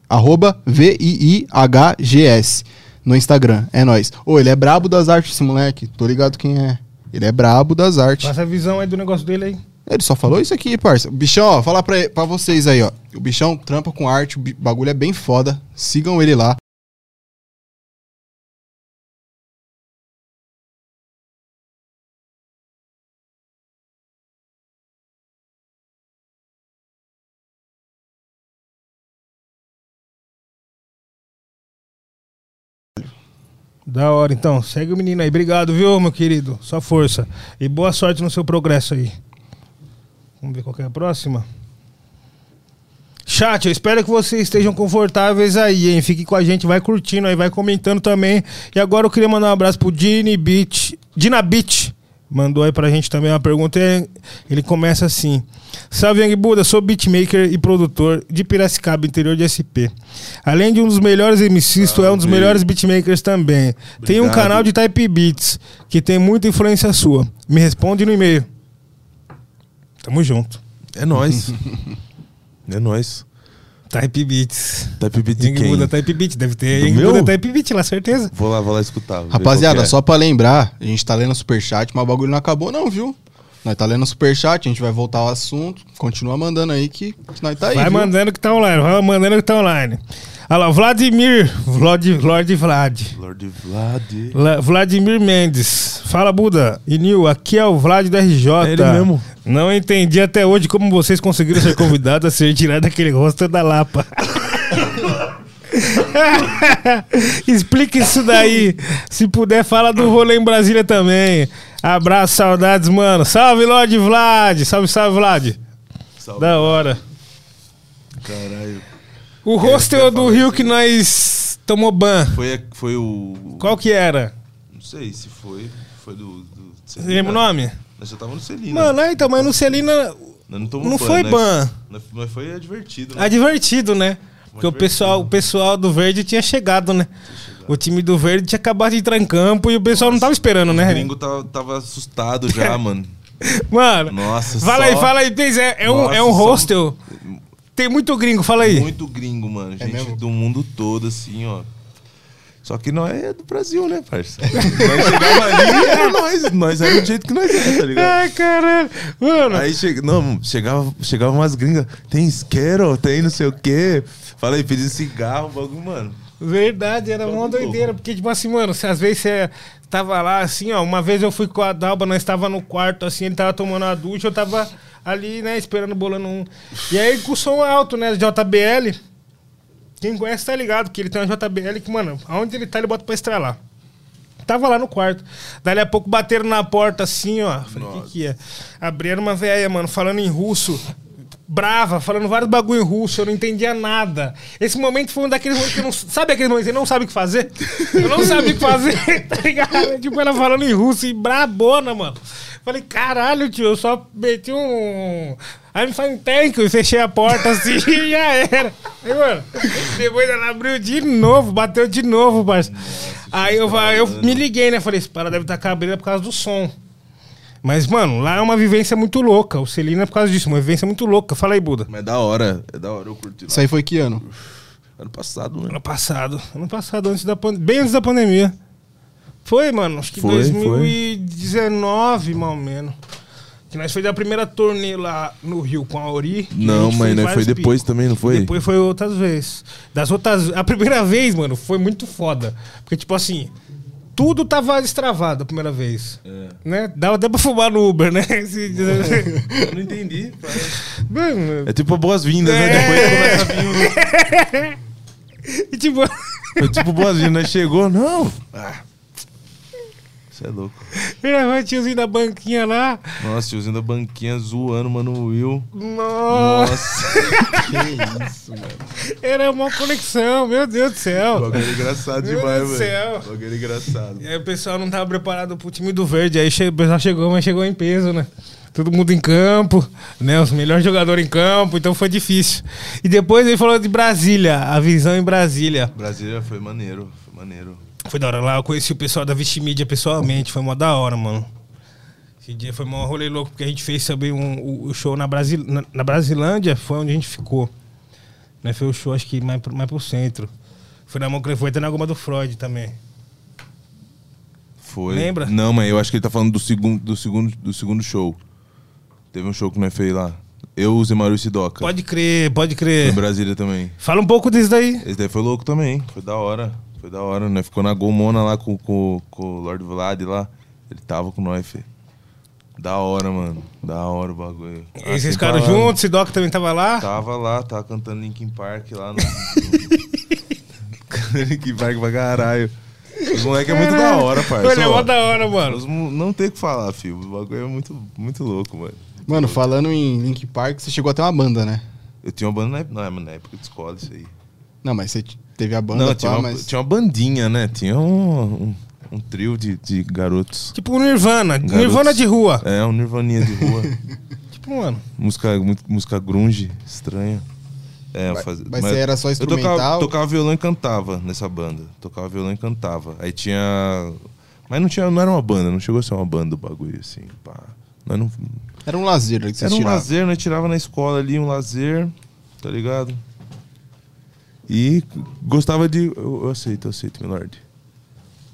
Speaker 4: arroba V-I-I-H-G-S no Instagram. É nóis. Ô, ele é brabo das artes, esse moleque. Tô ligado quem é. Ele é brabo das artes.
Speaker 1: Passa a visão aí do negócio dele aí.
Speaker 4: Ele só falou isso aqui, parça. O bichão, ó, falar pra, pra vocês aí, ó. O bichão trampa com arte, o bi- bagulho é bem foda. Sigam ele lá.
Speaker 1: Da hora, então. Segue o menino aí. Obrigado, viu, meu querido? Só força. E boa sorte no seu progresso aí. Vamos ver qual que é a próxima. Chat, eu espero que vocês estejam confortáveis aí, hein? Fique com a gente, vai curtindo aí, vai comentando também. E agora eu queria mandar um abraço pro Dini Beach. Dina Beach. Mandou aí pra gente também uma pergunta. e Ele começa assim: Salve Yang Buda, sou beatmaker e produtor de Piracicaba, interior de SP. Além de um dos melhores MCs, tu é um dos
Speaker 3: Salve.
Speaker 1: melhores beatmakers também. Tem um
Speaker 3: Obrigado.
Speaker 1: canal de Type Beats que tem muita influência sua. Me responde no e-mail. Tamo junto.
Speaker 3: É nóis. é nóis.
Speaker 1: Type Beats.
Speaker 3: Type beat de
Speaker 1: Yang
Speaker 3: quem?
Speaker 1: Buda Type Beat, deve ter
Speaker 3: Do
Speaker 1: Yang
Speaker 3: meu?
Speaker 1: Buda Type Beat lá, certeza.
Speaker 3: Vou lá, vou lá escutar. ver qual que
Speaker 4: Rapaziada,
Speaker 3: é.
Speaker 4: só pra lembrar, a gente tá lendo superchat, mas o bagulho não acabou não, viu? Nós tá lendo superchat, a gente vai voltar ao assunto. Continua mandando aí que, que nós tá aí,
Speaker 1: Vai
Speaker 4: viu?
Speaker 1: mandando que tá online, vai mandando que tá online. Olha lá, Vladimir, Vlad, Lord Vlad.
Speaker 3: Lord Vlad.
Speaker 1: La- Vladimir Mendes. Fala, Buda. E Nil, aqui é o Vlad da RJ.
Speaker 3: É ele mesmo.
Speaker 1: Não entendi até hoje como vocês conseguiram ser convidados a se retirar daquele rosto da Lapa. Explica isso daí. Se puder, fala do rolê em Brasília também. Abraço, saudades, mano. Salve, Lorde Vlad. Salve, salve, Vlad.
Speaker 3: Salve.
Speaker 1: Da hora.
Speaker 3: Caralho. É,
Speaker 1: O hostel do Rio que nós tomou ban.
Speaker 3: Foi, a- foi o.
Speaker 1: Qual que era?
Speaker 3: Não sei se foi. Foi do. do
Speaker 1: Você lembra o nome?
Speaker 3: Nós já tava no Celina.
Speaker 1: Mano, é, então, mas no Celina
Speaker 3: Nós não tomamos
Speaker 1: não
Speaker 3: ban,
Speaker 1: foi
Speaker 3: né?
Speaker 1: ban.
Speaker 3: Nós- Mas foi advertido, né?
Speaker 1: É divertido, né? Porque o
Speaker 3: divertido.
Speaker 1: pessoal, o pessoal do verde tinha chegado, né? O time do verde tinha acabado de entrar em campo e o pessoal não tava esperando,
Speaker 3: O
Speaker 1: né?
Speaker 3: gringo tava, tava assustado já, mano.
Speaker 1: Mano,
Speaker 3: Nossa,
Speaker 1: fala
Speaker 3: só-
Speaker 1: aí, fala aí. Pez, É, é um,
Speaker 3: Nossa,
Speaker 1: é um
Speaker 3: só-
Speaker 1: hostel. Tem muito gringo, fala aí.
Speaker 3: Muito gringo, mano. Gente
Speaker 4: mesmo?
Speaker 3: do mundo todo, assim, ó. Só que nós é do Brasil, né, parça? nós chegava ali né? e era nós. Nós era do jeito que nós era, tá ligado?
Speaker 1: Ai, caralho. Mano,
Speaker 3: Aí che... não, chegava, chegava umas gringas, tem isqueiro, tem não sei o quê. Falei, pedi cigarro, bagulho, mano.
Speaker 1: Verdade, era uma doideira. Porque, tipo assim, mano, se às vezes você tava lá, assim, ó. Uma vez eu fui com a Dalba, nós tava no quarto, assim, ele tava tomando a ducha, eu tava ali, né, esperando bolando um. E aí com o som alto, né, JBL. Quem conhece tá ligado, que ele tem uma JBL que, mano, aonde ele tá, ele bota pra estralar. Tava lá no quarto. Dali a pouco bateram na porta assim, ó. Falei, o que, que é? Abriram uma velha, mano, falando em russo. Brava, falando vários bagulho em russo, eu não entendia nada. Esse momento foi um daqueles momentos que eu não. Sabe aquele momento que você não sabe o que fazer? Eu não sabia o que fazer, tá ligado? Tipo, ela falando em russo e brabona, mano. Falei, caralho, tio, eu só meti um. Aí me faz um tank e fechei a porta assim e já era. Aí, mano, depois ela abriu de novo, bateu de novo, parceiro. Aí eu, fa- eu me liguei, né? Falei, esse para deve estar cabreiro por causa do som. Mas, mano, lá é uma vivência muito louca. O Celina é por causa disso, uma vivência muito louca. Fala aí, Buda.
Speaker 3: Mas é da hora, é da hora eu curti
Speaker 4: Isso aí foi que ano?
Speaker 3: Ano passado, né?
Speaker 1: Ano passado. Ano passado, antes da pan- bem antes da pandemia. Foi, mano, acho que
Speaker 3: Foi,
Speaker 1: 2019, mal ou menos. Que nós foi da primeira turnê lá no Rio com a Ori. que a
Speaker 3: Não,
Speaker 1: gente
Speaker 3: mas
Speaker 1: fez
Speaker 3: né, foi
Speaker 1: vários
Speaker 3: depois
Speaker 1: picos.
Speaker 3: também, não foi?
Speaker 1: Depois foi outras vezes. Das outras. A primeira vez, mano, foi muito foda. Porque, tipo assim, tudo tava destravado a primeira vez.
Speaker 3: É.
Speaker 1: Né? Dava até pra fumar no Uber, né? Esse- né?
Speaker 3: Eu não entendi.
Speaker 1: Mano,
Speaker 3: É tipo boas-vindas, né? Depois começa a vir o-
Speaker 1: e tipo.
Speaker 3: Foi tipo boas-vindas, né? Chegou, não. Ah. Você é louco.
Speaker 1: Era o tiozinho da banquinha lá.
Speaker 3: Nossa, tiozinho da banquinha zoando, mano, o Will.
Speaker 1: Nossa,
Speaker 3: Nossa,
Speaker 4: Que isso, mano.
Speaker 1: era uma conexão, meu Deus do céu.
Speaker 3: bagulho engraçado
Speaker 1: Meu
Speaker 3: demais,
Speaker 1: Deus do céu.
Speaker 3: velho. Bagulho engraçado.
Speaker 1: E aí o pessoal não tava preparado pro time do verde. Aí che- o pessoal chegou, mas chegou em peso, né? Todo mundo em campo, né? Os melhores jogadores em campo, então foi difícil. E depois ele falou de Brasília, a visão em Brasília.
Speaker 3: Brasília foi maneiro, foi maneiro.
Speaker 1: Foi da hora lá, eu conheci o pessoal da Vestimídia pessoalmente, foi mó da hora, mano. Esse dia foi mó rolê louco, porque a gente fez também um, o- o show na, Brasil, na, na Brasilândia, foi onde a gente ficou. Né, foi o show, acho que mais, pro- mais pro centro. Foi na mão foi até na goma do Freud também.
Speaker 3: Foi.
Speaker 1: Lembra?
Speaker 3: Não, mas eu acho que ele tá falando do segundo, do segundo, do segundo show. Teve um show que nós fez lá. Eu, o Zé Maru e o Sidoca.
Speaker 1: Pode crer, pode
Speaker 3: Em
Speaker 1: crer.
Speaker 3: Brasília também.
Speaker 1: Fala um pouco disso daí.
Speaker 3: Esse daí foi louco também, foi da hora. Foi da hora, né? Ficou na Gomona lá com, com, com o Lord Vlad lá. Ele tava com nós, filho. Da hora, mano. Da hora o bagulho. Ah, Tá
Speaker 1: Esses
Speaker 3: sem
Speaker 1: caras
Speaker 3: palavra.
Speaker 1: juntos, o Doc também tava lá.
Speaker 3: Tava lá, tava cantando Linkin Park lá no. Cantando Linkin Park pra caralho. Os moleque é muito da hora, parça.
Speaker 1: Olha,
Speaker 3: ó.
Speaker 1: mó da hora, mano.
Speaker 3: Os mo- Não tem o que falar, filho. O bagulho é muito, muito louco, mano.
Speaker 4: Mano, falando em Link Park, você chegou até uma banda, né?
Speaker 3: Eu tinha uma banda na época. Não, mas na época de escola isso aí.
Speaker 4: Não, mas você t- teve a banda,
Speaker 3: não,
Speaker 4: não,
Speaker 3: tinha uma,
Speaker 4: mas...
Speaker 3: tinha uma bandinha, né? Tinha um, um, um trio de, de garotos.
Speaker 1: Tipo Nirvana,
Speaker 3: Garotos.
Speaker 1: Nirvana de
Speaker 4: Ah.
Speaker 1: rua.
Speaker 3: É, um Nirvaninha de rua.
Speaker 1: Tipo, mano.
Speaker 3: música, mu- música grunge, estranha. É, eu fazia-
Speaker 4: mas você era só
Speaker 3: Eu
Speaker 4: instrumental?
Speaker 3: tocava, tocava violão e cantava nessa banda. Tocava violão e cantava. Aí tinha. Mas não, tinha, não era uma banda, não chegou a ser uma banda o bagulho, assim. Pá. Nós não,
Speaker 4: Era um lazer que vocês
Speaker 3: era um
Speaker 4: tiravam.
Speaker 3: lazer, nós tirava na escola ali um lazer, tá ligado? E gostava de. Eu, eu aceito, eu aceito, meu lord.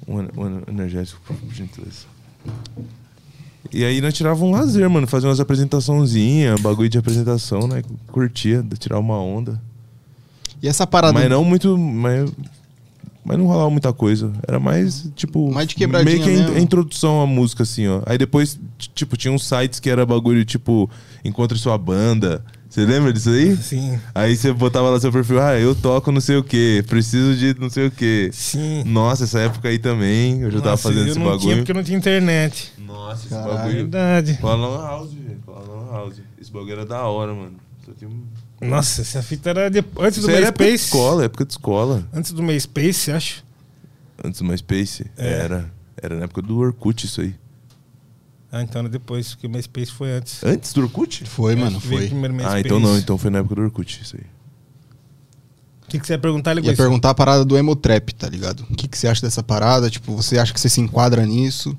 Speaker 3: Um, ener- um ener- energético, por gentileza. E aí nós tirava um lazer, mano. Fazia umas apresentaçãozinhas, bagulho de apresentação, né? Curtia, tirar uma onda.
Speaker 4: E essa parada...
Speaker 3: Mas não muito. Mas, mas não rolava muita coisa. Era mais, tipo.
Speaker 4: Mais de quebradinha
Speaker 3: Meio que a in-
Speaker 4: mesmo.
Speaker 3: a introdução à música, assim, ó. Aí depois, t- tipo, tinha uns sites que era bagulho, tipo, encontre sua banda. Você lembra disso aí?
Speaker 1: Sim,
Speaker 3: Aí você botava lá seu perfil, ah, eu toco não sei o quê, preciso de não sei o quê.
Speaker 1: sim.
Speaker 3: Nossa, essa época aí também, eu já tava
Speaker 1: Nossa,
Speaker 3: fazendo
Speaker 1: eu
Speaker 3: esse
Speaker 1: não Tinha
Speaker 3: bagulho.
Speaker 1: porque eu não tinha internet.
Speaker 3: Nossa, esse
Speaker 4: Caralho.
Speaker 3: bagulho.
Speaker 1: Verdade.
Speaker 3: Cola na house, velho. Cola na house. Esse bagulho era da hora, mano. Só tinha um-
Speaker 1: Nossa, essa fita era de- antes do
Speaker 3: Isso aí era época de
Speaker 1: MySpace.
Speaker 3: escola, época de escola.
Speaker 1: Antes do MySpace, acho.
Speaker 3: Antes do MySpace?
Speaker 1: É.
Speaker 3: Era. Era na época do Orkut isso aí.
Speaker 1: Ah, então era depois, porque o MySpace foi antes.
Speaker 3: Antes do Orkut?
Speaker 4: Foi, mano,
Speaker 1: Veio
Speaker 4: foi.
Speaker 1: primeiro
Speaker 3: Ah,
Speaker 1: MySpace.
Speaker 3: então não. Então foi na época do Orkut isso aí.
Speaker 1: O que, que você ia perguntar,
Speaker 4: Ia
Speaker 1: Linguiça?
Speaker 4: perguntar a parada do emo trap, tá ligado? O que, que você acha dessa parada? Tipo, você acha que você se enquadra nisso?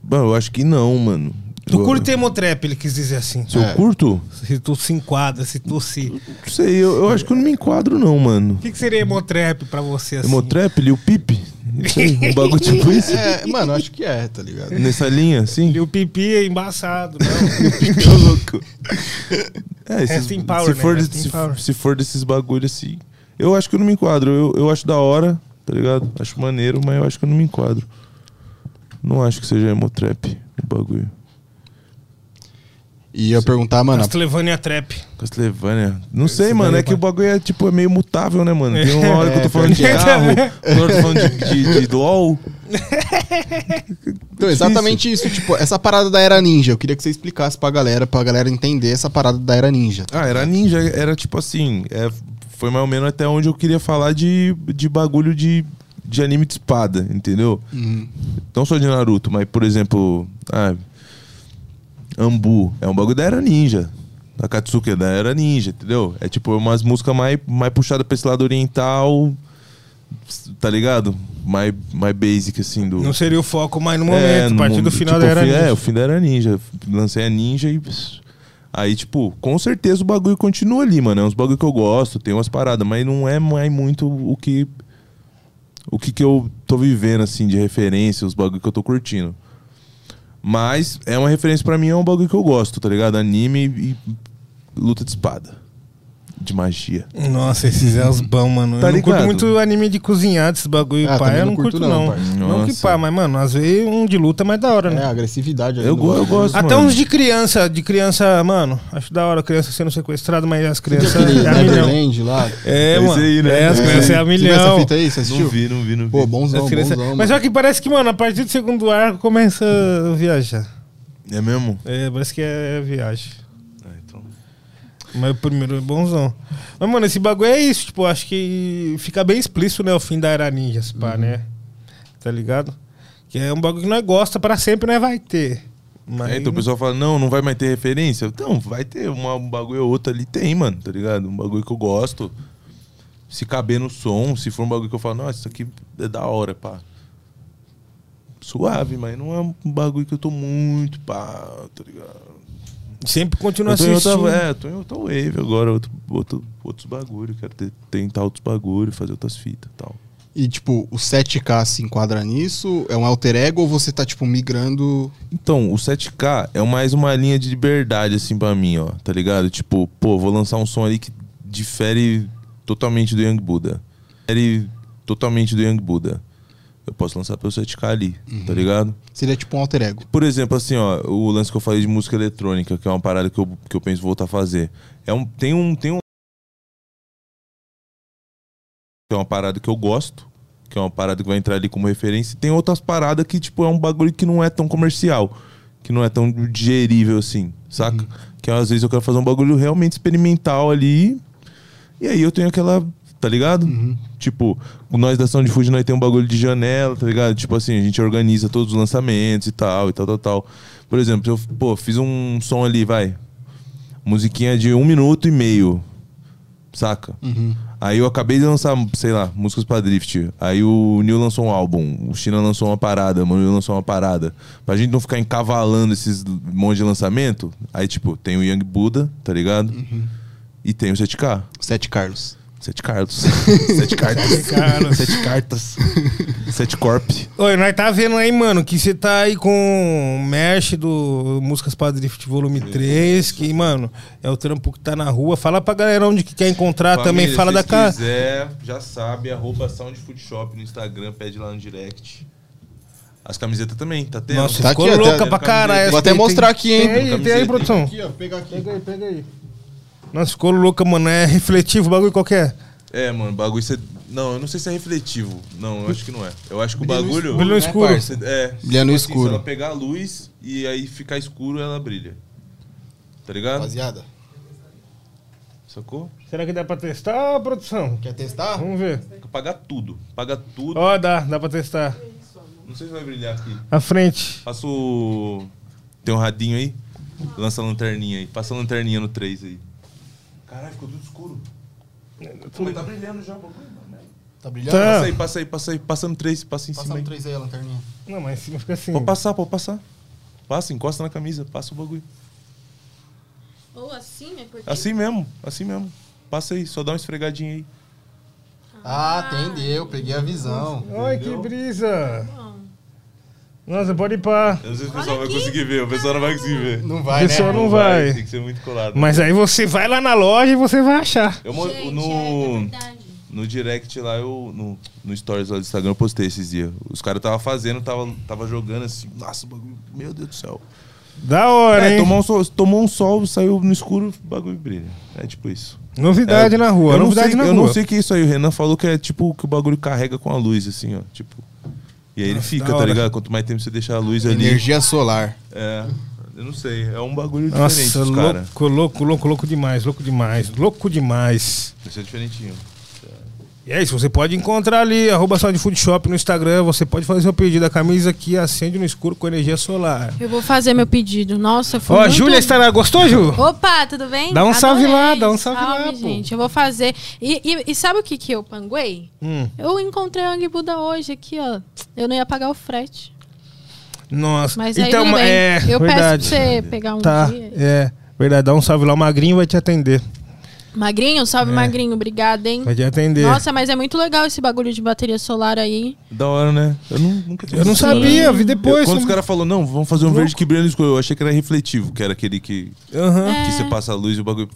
Speaker 3: Bom, eu acho que não, mano.
Speaker 1: Tu
Speaker 3: eu,
Speaker 1: curte emotrap, ele quis dizer assim.
Speaker 3: Se eu
Speaker 4: É.
Speaker 3: curto?
Speaker 1: Se tu se enquadra, se tu se... O
Speaker 3: Não sei, eu, eu acho que eu não me enquadro não, mano.
Speaker 1: que, que seria emotrap pra você, assim?
Speaker 3: Emotrap, Lil Peep? Não sei, um bagulho tipo isso.
Speaker 4: É, mano, acho que é, tá ligado?
Speaker 3: Nessa linha, assim.
Speaker 1: E o pipi é embaçado, não.
Speaker 3: Peep é louco. É, esses,
Speaker 1: Rest in power,
Speaker 3: se,
Speaker 1: né?
Speaker 3: for,
Speaker 1: Rest in
Speaker 3: se,
Speaker 1: power.
Speaker 3: se for desses bagulhos assim, Eu acho que eu não me enquadro. Eu, eu acho da hora, tá ligado? Acho maneiro, mas eu acho que eu não me enquadro. Não acho que seja emotrap o bagulho.
Speaker 4: E ia perguntar, mano, a-
Speaker 1: Castlevania Trap.
Speaker 3: Castlevania. Não sei, mano. É que o bagulho é, tipo, é meio mutável, né, mano? Tem uma hora que eu
Speaker 4: É,
Speaker 3: tô falando de
Speaker 1: pior que é.
Speaker 3: carro, outra hora eu tô falando de, de, de LOL.
Speaker 4: Então, exatamente isso. Tipo, essa parada da Era Ninja, eu queria que você explicasse pra galera, pra galera entender essa parada da Era Ninja.
Speaker 3: Ah, era ninja, era tipo assim. é, foi mais ou menos até onde eu queria falar de, de bagulho de, de anime de espada, entendeu? Não só de Naruto, mas por exemplo. Ah, Ambu. É um bagulho da era ninja. A Katsuki é da era ninja, entendeu? É tipo umas músicas mais, mais puxadas pra esse lado oriental. Tá ligado? Mais, mais basic, assim. Do,
Speaker 1: Não seria o foco, mas no
Speaker 3: é,
Speaker 1: momento, a
Speaker 3: no
Speaker 1: partir do
Speaker 3: momento,
Speaker 1: final
Speaker 3: tipo,
Speaker 1: da era
Speaker 3: o fim- É,
Speaker 1: ninja.
Speaker 3: o fim da era ninja. Lancei a ninja e. pss, Aí, tipo, com certeza o bagulho continua ali, mano. É uns bagulho que eu gosto, tem umas paradas, mas não é mais muito o que. O que, que eu tô vivendo, assim, de referência, os bagulho que eu tô curtindo. Mas é uma referência pra mim, é um bagulho que eu gosto, tá ligado? Anime e luta de espada. De magia.
Speaker 1: Nossa, esses é os bons, mano.
Speaker 3: Tá
Speaker 1: eu não curto
Speaker 3: ligado?
Speaker 1: muito anime de cozinhar, desses bagulho,
Speaker 4: Ah,
Speaker 1: pai.
Speaker 4: também
Speaker 1: Eu
Speaker 4: não
Speaker 1: não curto,
Speaker 4: curto não,
Speaker 1: não.
Speaker 4: parça.
Speaker 1: Não, que
Speaker 3: Nossa.
Speaker 1: pá, mas, mano, às vezes um de luta é mais da hora,
Speaker 4: É,
Speaker 1: né?
Speaker 4: a agressividade. ali
Speaker 3: Eu,
Speaker 4: no
Speaker 3: go- eu
Speaker 4: bagulho.
Speaker 3: gosto.
Speaker 1: Até
Speaker 3: mano.
Speaker 1: uns de criança, de criança, mano, acho da hora criança sendo sequestrada, mas as crianças
Speaker 4: Aquele
Speaker 1: é a milhão.
Speaker 4: Neverland lá.
Speaker 1: É,
Speaker 3: É isso
Speaker 1: mano.
Speaker 3: aí, né?
Speaker 1: É, as
Speaker 3: É
Speaker 1: crianças
Speaker 3: isso
Speaker 1: é a
Speaker 4: Você viu essa
Speaker 1: milhão.
Speaker 4: fita aí? Você
Speaker 3: Não
Speaker 4: assistiu?
Speaker 3: vi, não vi, é não vi.
Speaker 4: Pô, bonzão,
Speaker 1: As crianças-
Speaker 4: bonzão.
Speaker 1: Mas
Speaker 4: mano.
Speaker 1: só que parece que, mano, a partir do segundo arco começa a viajar.
Speaker 3: É mesmo?
Speaker 1: É, parece que é viagem.
Speaker 3: Ah, então.
Speaker 1: Mas o primeiro é bonzão. Mas, mano, esse bagulho é isso. Tipo, acho que fica bem explícito, né? O fim da era ninja, se
Speaker 3: Uhum.
Speaker 1: pá, né? Tá ligado? Que é um bagulho que nós gosta pra sempre, né? Vai ter. Mas...
Speaker 3: É, então o pessoal fala, não, não vai mais ter referência. Então, vai ter uma, um bagulho ou outro ali, tem, mano, tá ligado? Um bagulho que eu gosto. Se caber no som, se for um bagulho que eu falo, nossa, isso aqui é da hora, pá. Suave, mas não é um bagulho que eu tô muito, pá, tá ligado?
Speaker 1: Sempre continua
Speaker 3: eu tô em outra-
Speaker 1: assistindo.
Speaker 3: é, eu tô em outra wave agora, outro, outro- outros bagulho, quero ter- tentar outros bagulho, fazer outras fitas e tal.
Speaker 4: E, tipo, o 7K se enquadra nisso? É um alter ego ou você tá, tipo, migrando?
Speaker 3: Então, o 7K é mais uma linha de liberdade, assim, pra mim, ó. Tá ligado? Tipo, pô, vou lançar um som ali que difere totalmente do Young Buddha. Difere totalmente do Young Buddha. Eu posso lançar pelo 7K ali, tá ligado?
Speaker 4: Seria, tipo, um alter ego.
Speaker 3: Por exemplo, assim, ó, o lance que eu falei de música eletrônica, que é uma parada que eu, que eu penso voltar a fazer. É um, tem um. Tem um. Que é uma parada que eu gosto, que é uma parada que vai entrar ali como referência. E tem outras paradas que, tipo, é um bagulho que não é tão comercial, que não é tão digerível assim, saca? Que às vezes eu quero fazer um bagulho realmente experimental ali. E aí eu tenho aquela. Tá ligado? Tipo, nós da Sound Food, nós tem um bagulho de janela, tá ligado? Tipo assim, a gente organiza todos os lançamentos e tal, e tal, tal, tal. Por exemplo, se eu pô, fiz um som ali, vai. Musiquinha de um minuto e meio. Saca? Aí eu acabei de lançar, sei lá, músicas pra drift. Aí o Neil lançou um álbum, o China lançou uma parada, o Manu lançou uma parada. Pra gente não ficar encavalando esses monte de lançamento, aí, tipo, tem o Young Buddha, tá ligado? E tem o 7K.
Speaker 4: Sete Carlos.
Speaker 3: Sete Carlos. Sete cartas.
Speaker 1: Carlos.
Speaker 3: Sete cartas. Sete corp.
Speaker 1: Oi, nós tá vendo aí, mano, que você tá aí com o merch do Músicas para Drift Volume 3, que, mano, é o trampo que tá na rua. Fala pra galera onde que quer encontrar Ah, também, fala da casa.
Speaker 3: casa. Se quiser, já sabe, arroba Sound Food Shop no Instagram, pede lá no direct. As camisetas também, tá tendo?
Speaker 1: Nossa,
Speaker 4: Tá
Speaker 1: ficou
Speaker 4: aqui, ó,
Speaker 1: louca
Speaker 4: tá-
Speaker 1: pra caralho.
Speaker 4: Vou até
Speaker 1: Tem-
Speaker 4: mostrar aqui, hein?
Speaker 1: Tem aí, tem aí,
Speaker 3: Camiseta.
Speaker 1: produção.
Speaker 4: ó, pega aqui. Pega aí, pega aí.
Speaker 1: Nossa, ficou louca, mano. É refletivo o bagulho qualquer.
Speaker 3: É, mano, o bagulho... Cê... Não, eu não sei se é refletivo. Não, eu acho que não é. Eu acho que o bagulho...
Speaker 1: Brilho no escuro.
Speaker 3: Cê- É.
Speaker 4: Brilha no
Speaker 3: tipo
Speaker 4: escuro.
Speaker 3: se ela pegar a luz e aí ficar escuro, ela brilha. Tá ligado?
Speaker 4: Rapaziada,
Speaker 3: Sacou?
Speaker 1: Será que dá pra testar, produção?
Speaker 4: quer testar?
Speaker 1: Vamos ver.
Speaker 3: Tem que Pagar tudo. Paga tudo.
Speaker 1: Ó, dá, dá pra testar.
Speaker 3: Não sei se vai brilhar aqui.
Speaker 1: A frente.
Speaker 3: Passa o. Tem um radinho aí? Lança a lanterninha aí. Passa a lanterninha no 3 aí. Caralho, ficou tudo escuro. Pô, mas tá brilhando já o bagulho, mano.
Speaker 4: Tá brilhando? um
Speaker 1: Tá.
Speaker 3: Passa aí, passa aí, passa aí. Passa no 3, passa em cima aí.
Speaker 4: três aí a lanterninha.
Speaker 1: Não, mas em cima fica assim.
Speaker 3: Pode passar, pode passar. Passa, encosta na camisa, passa o bagulho.
Speaker 2: Ou assim, é porque...
Speaker 3: Assim mesmo, assim mesmo. Passa aí, só dá uma esfregadinha aí.
Speaker 4: Ah, entendeu. Peguei a visão.
Speaker 1: Ai, que brisa. Nossa, pode ir pra.
Speaker 3: Eu não sei se o pessoal vai conseguir ver, o pessoal não vai conseguir ver.
Speaker 4: Não
Speaker 1: O
Speaker 4: vai, né?
Speaker 1: pessoal não vai.
Speaker 3: Tem que ser muito colado.
Speaker 1: Mas aí você vai lá na loja e você vai achar.
Speaker 3: Eu mo-
Speaker 2: Gente,
Speaker 3: no...
Speaker 2: é, é verdade.
Speaker 3: No direct lá, eu. No, no stories lá do Instagram, eu postei esses dias. Os caras tava fazendo, tava, tava jogando assim. Nossa, o bagulho. Meu Deus do céu.
Speaker 1: Da hora,
Speaker 3: É,
Speaker 1: hein?
Speaker 3: tomou um, sol, tomou um sol, saiu no escuro, o bagulho brilha. É tipo isso.
Speaker 1: Novidade
Speaker 3: É,
Speaker 1: na rua,
Speaker 3: eu não
Speaker 1: novidade
Speaker 3: sei,
Speaker 1: na
Speaker 3: eu
Speaker 1: rua.
Speaker 3: não sei o que é isso aí. O Renan falou que é tipo que o bagulho carrega com a luz, assim, ó. Tipo. E aí ele
Speaker 1: Nossa,
Speaker 3: fica,
Speaker 1: da
Speaker 3: tá
Speaker 1: hora.
Speaker 3: ligado? Quanto mais tempo você deixar a luz ali.
Speaker 4: Energia solar.
Speaker 3: É. Eu não sei. É um bagulho diferente
Speaker 1: Nossa,
Speaker 3: dos caras.
Speaker 1: louco, louco, louco, louco demais, louco demais, louco demais.
Speaker 3: Isso é diferentinho.
Speaker 1: E é isso, você pode encontrar ali, arroba só de food shop no Instagram, você pode fazer seu pedido. A camisa que acende no escuro com energia solar.
Speaker 2: Eu vou fazer meu pedido. Nossa, foi
Speaker 1: Ó,
Speaker 2: muito...
Speaker 1: Júlia está na. Gostou, Ju?
Speaker 2: Opa, tudo bem?
Speaker 1: Dá um salve lá, dá um salve
Speaker 2: salve
Speaker 1: lá, pô.
Speaker 2: gente. Eu vou fazer. E, e- e sabe o que que eu panguei?
Speaker 1: Hum.
Speaker 2: Eu encontrei o Ang Buda hoje aqui, ó. Eu não ia pagar o frete.
Speaker 1: Nossa,
Speaker 2: Mas aí,
Speaker 1: então,
Speaker 2: tudo bem.
Speaker 1: é.
Speaker 2: eu
Speaker 1: verdade.
Speaker 2: peço pra você pegar um
Speaker 1: Tá,
Speaker 2: dia.
Speaker 1: é. Verdade, dá um salve lá, o magrinho vai te atender.
Speaker 2: Magrinho, salve,
Speaker 1: É.
Speaker 2: Magrinho. Obrigada, hein?
Speaker 1: Vai te atender.
Speaker 2: Nossa, mas é muito legal esse bagulho de bateria solar aí.
Speaker 3: Da hora, né? Eu nu- nunca tinha
Speaker 1: eu não
Speaker 3: visto,
Speaker 1: sabia,
Speaker 3: né?
Speaker 1: vi depois.
Speaker 3: Eu- quando os
Speaker 1: Aham.
Speaker 3: caras falaram, não, vamos fazer um
Speaker 1: Louco.
Speaker 3: verde que brilha no escuro, eu achei que era refletivo, que era aquele que,
Speaker 2: É.
Speaker 3: Ah, que você passa a luz e o bagulho.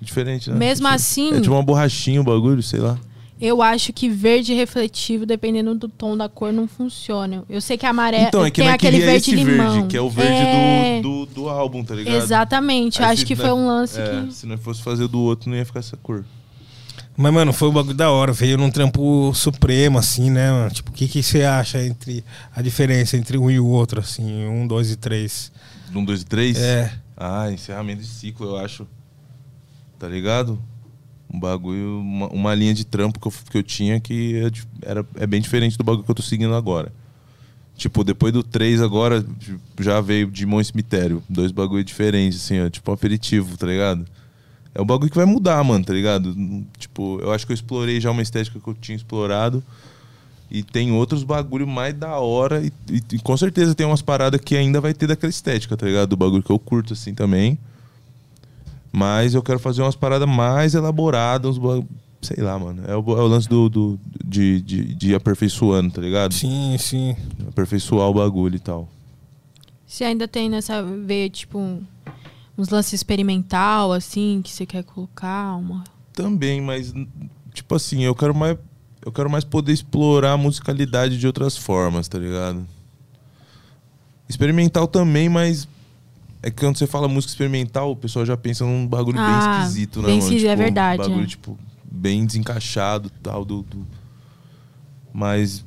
Speaker 3: Diferente, né?
Speaker 2: Mesmo
Speaker 3: Tipo,
Speaker 2: assim,
Speaker 3: É tipo uma borrachinha o bagulho, sei lá.
Speaker 2: eu acho que verde refletivo, dependendo do tom da cor, não funciona. Eu sei que amarelo
Speaker 3: então, é que
Speaker 2: tem
Speaker 3: nós
Speaker 2: aquele
Speaker 3: queria
Speaker 2: verde
Speaker 3: esse
Speaker 2: limão.
Speaker 3: verde, que é o verde
Speaker 2: É,
Speaker 3: do, do, do álbum, tá ligado?
Speaker 2: Exatamente. Eu
Speaker 3: Aí
Speaker 2: acho
Speaker 3: se
Speaker 2: que
Speaker 3: nós-
Speaker 2: foi um lance
Speaker 3: é,
Speaker 2: que.
Speaker 3: Se não fosse fazer do outro, não ia ficar essa cor.
Speaker 1: Mas, mano, foi um bagulho da hora. Veio num trampo supremo, assim, né, mano? Tipo, o que, que você acha entre a diferença entre um e o outro, assim? Um, dois e três.
Speaker 3: Um, dois e três?
Speaker 1: É.
Speaker 3: Ah, encerramento de ciclo, eu acho. Tá ligado? Um bagulho, uma, uma linha de trampo que eu, que eu tinha que é di- era, é bem diferente do bagulho que eu tô seguindo agora. Tipo, depois do 3 agora, tipo, já veio Dimon e Cemitério. Dois bagulho diferentes, assim, ó. Tipo um aperitivo, tá ligado? É um bagulho que vai mudar, mano, tá ligado? Hum, Tipo, eu acho que eu explorei já uma estética que eu tinha explorado. E tem outros bagulho mais da hora. E, e- e com certeza tem umas paradas que ainda vai ter daquela estética, tá ligado? Do bagulho que eu curto assim também. Mas eu quero fazer umas paradas mais elaboradas, uns ba- sei lá, mano. É o, bo- é o lance do, do- de, de, de ir aperfeiçoando, tá ligado?
Speaker 1: Sim, sim.
Speaker 3: Aperfeiçoar o bagulho e tal.
Speaker 2: Se ainda tem nessa veia, tipo, um- uns lances experimental, assim, que você quer colocar. Uma...
Speaker 3: Também, mas n- tipo assim, eu quero mais eu quero mais poder explorar a musicalidade de outras formas, tá ligado? Experimental também, mas é que quando você fala música experimental, o pessoal já pensa num bagulho
Speaker 2: Ah,
Speaker 3: bem esquisito, né,
Speaker 2: bem
Speaker 3: mano?
Speaker 2: esquisito, é
Speaker 3: Tipo,
Speaker 2: verdade,
Speaker 3: Um bagulho
Speaker 2: é.
Speaker 3: tipo bem desencaixado, tal do, do- mas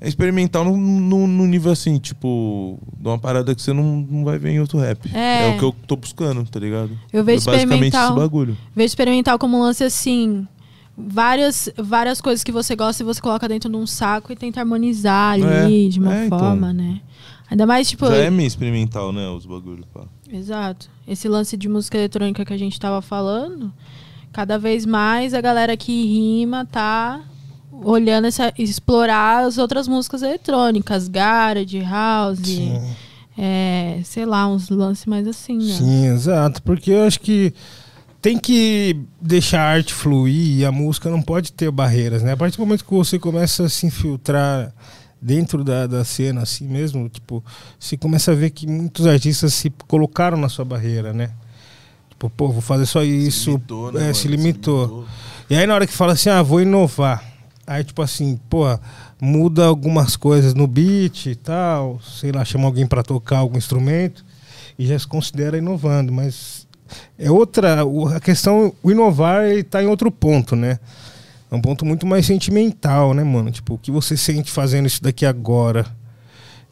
Speaker 3: é experimental num, num- num nível assim, tipo, de uma parada que você não, não vai ver em outro rap.
Speaker 2: É.
Speaker 3: o que eu tô buscando, tá ligado?
Speaker 2: Eu vejo
Speaker 3: é basicamente esse
Speaker 2: experimental.
Speaker 3: bagulho.
Speaker 2: Vejo experimental como um lance assim. Várias, várias coisas que você gosta e você coloca dentro de um saco e tenta harmonizar ali
Speaker 3: É,
Speaker 2: de uma
Speaker 3: é, então.
Speaker 2: forma, né? Ainda mais, tipo.
Speaker 3: Já é meio experimental, né? Os bagulhos, pá.
Speaker 2: Exato. Esse lance de música eletrônica que a gente tava falando, cada vez mais a galera que rima tá olhando essa explorar as outras músicas eletrônicas, garage, house,
Speaker 1: Sim.
Speaker 2: é, sei lá, uns lances mais assim, né?
Speaker 1: Sim, exato. Porque eu acho que tem que deixar a arte fluir e a música não pode ter barreiras, né? A partir do momento que você começa a se infiltrar dentro da, da cena, assim mesmo, tipo, você começa a ver que muitos artistas se colocaram na sua barreira, né? Tipo, pô, vou fazer só isso.
Speaker 3: limitou, né,
Speaker 1: É,
Speaker 3: mano?
Speaker 1: se limitou. E aí na hora que fala assim, ah, vou inovar. Aí tipo assim, porra, muda algumas coisas no beat e tal, sei lá, chama alguém pra tocar algum instrumento e já se considera inovando, mas é outra, o- a questão, o inovar ele tá em outro ponto, né? É um ponto muito mais sentimental, né, mano? Tipo, o que você sente fazendo isso daqui agora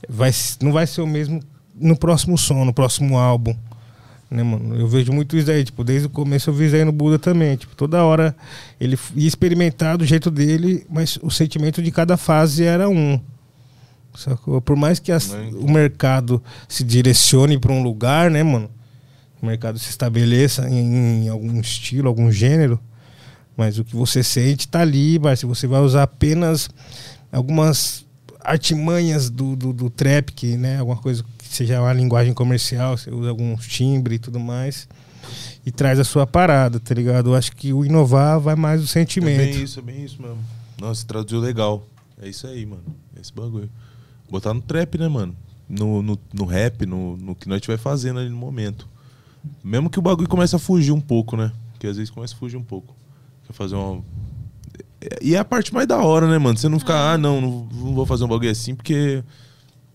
Speaker 1: vai, s- não vai ser o mesmo no próximo som, no próximo álbum né, mano? Eu vejo muito isso aí, tipo, desde o começo eu vi isso aí no Buda também, tipo, toda hora ele f- ia experimentar do jeito dele, mas o sentimento de cada fase era um. Sacou? Por mais que as-
Speaker 3: Né, então.
Speaker 1: o mercado se direcione para um lugar, né, mano? O mercado se estabeleça em, em algum estilo, algum gênero, mas o que você sente tá ali, mas se você vai usar apenas algumas artimanhas do, do, do trap, que, né, alguma coisa que seja uma linguagem comercial, você usa alguns timbre e tudo mais, e traz a sua parada, tá ligado? Eu acho que o inovar vai mais o
Speaker 3: É bem
Speaker 1: sentimento.
Speaker 3: isso, é bem isso mesmo. Nossa, você traduziu legal. É isso aí, mano. É esse bagulho. Botar no trap, né, mano? No, no, no rap, no, no que nós estiver fazendo ali no momento. Mesmo que o bagulho comece a fugir um pouco, né? Porque às vezes começa a fugir um pouco. Quer fazer uma. E é a parte mais da hora, né, mano? Você não ficar, ah, não, não, não vou fazer um bagulho assim porque.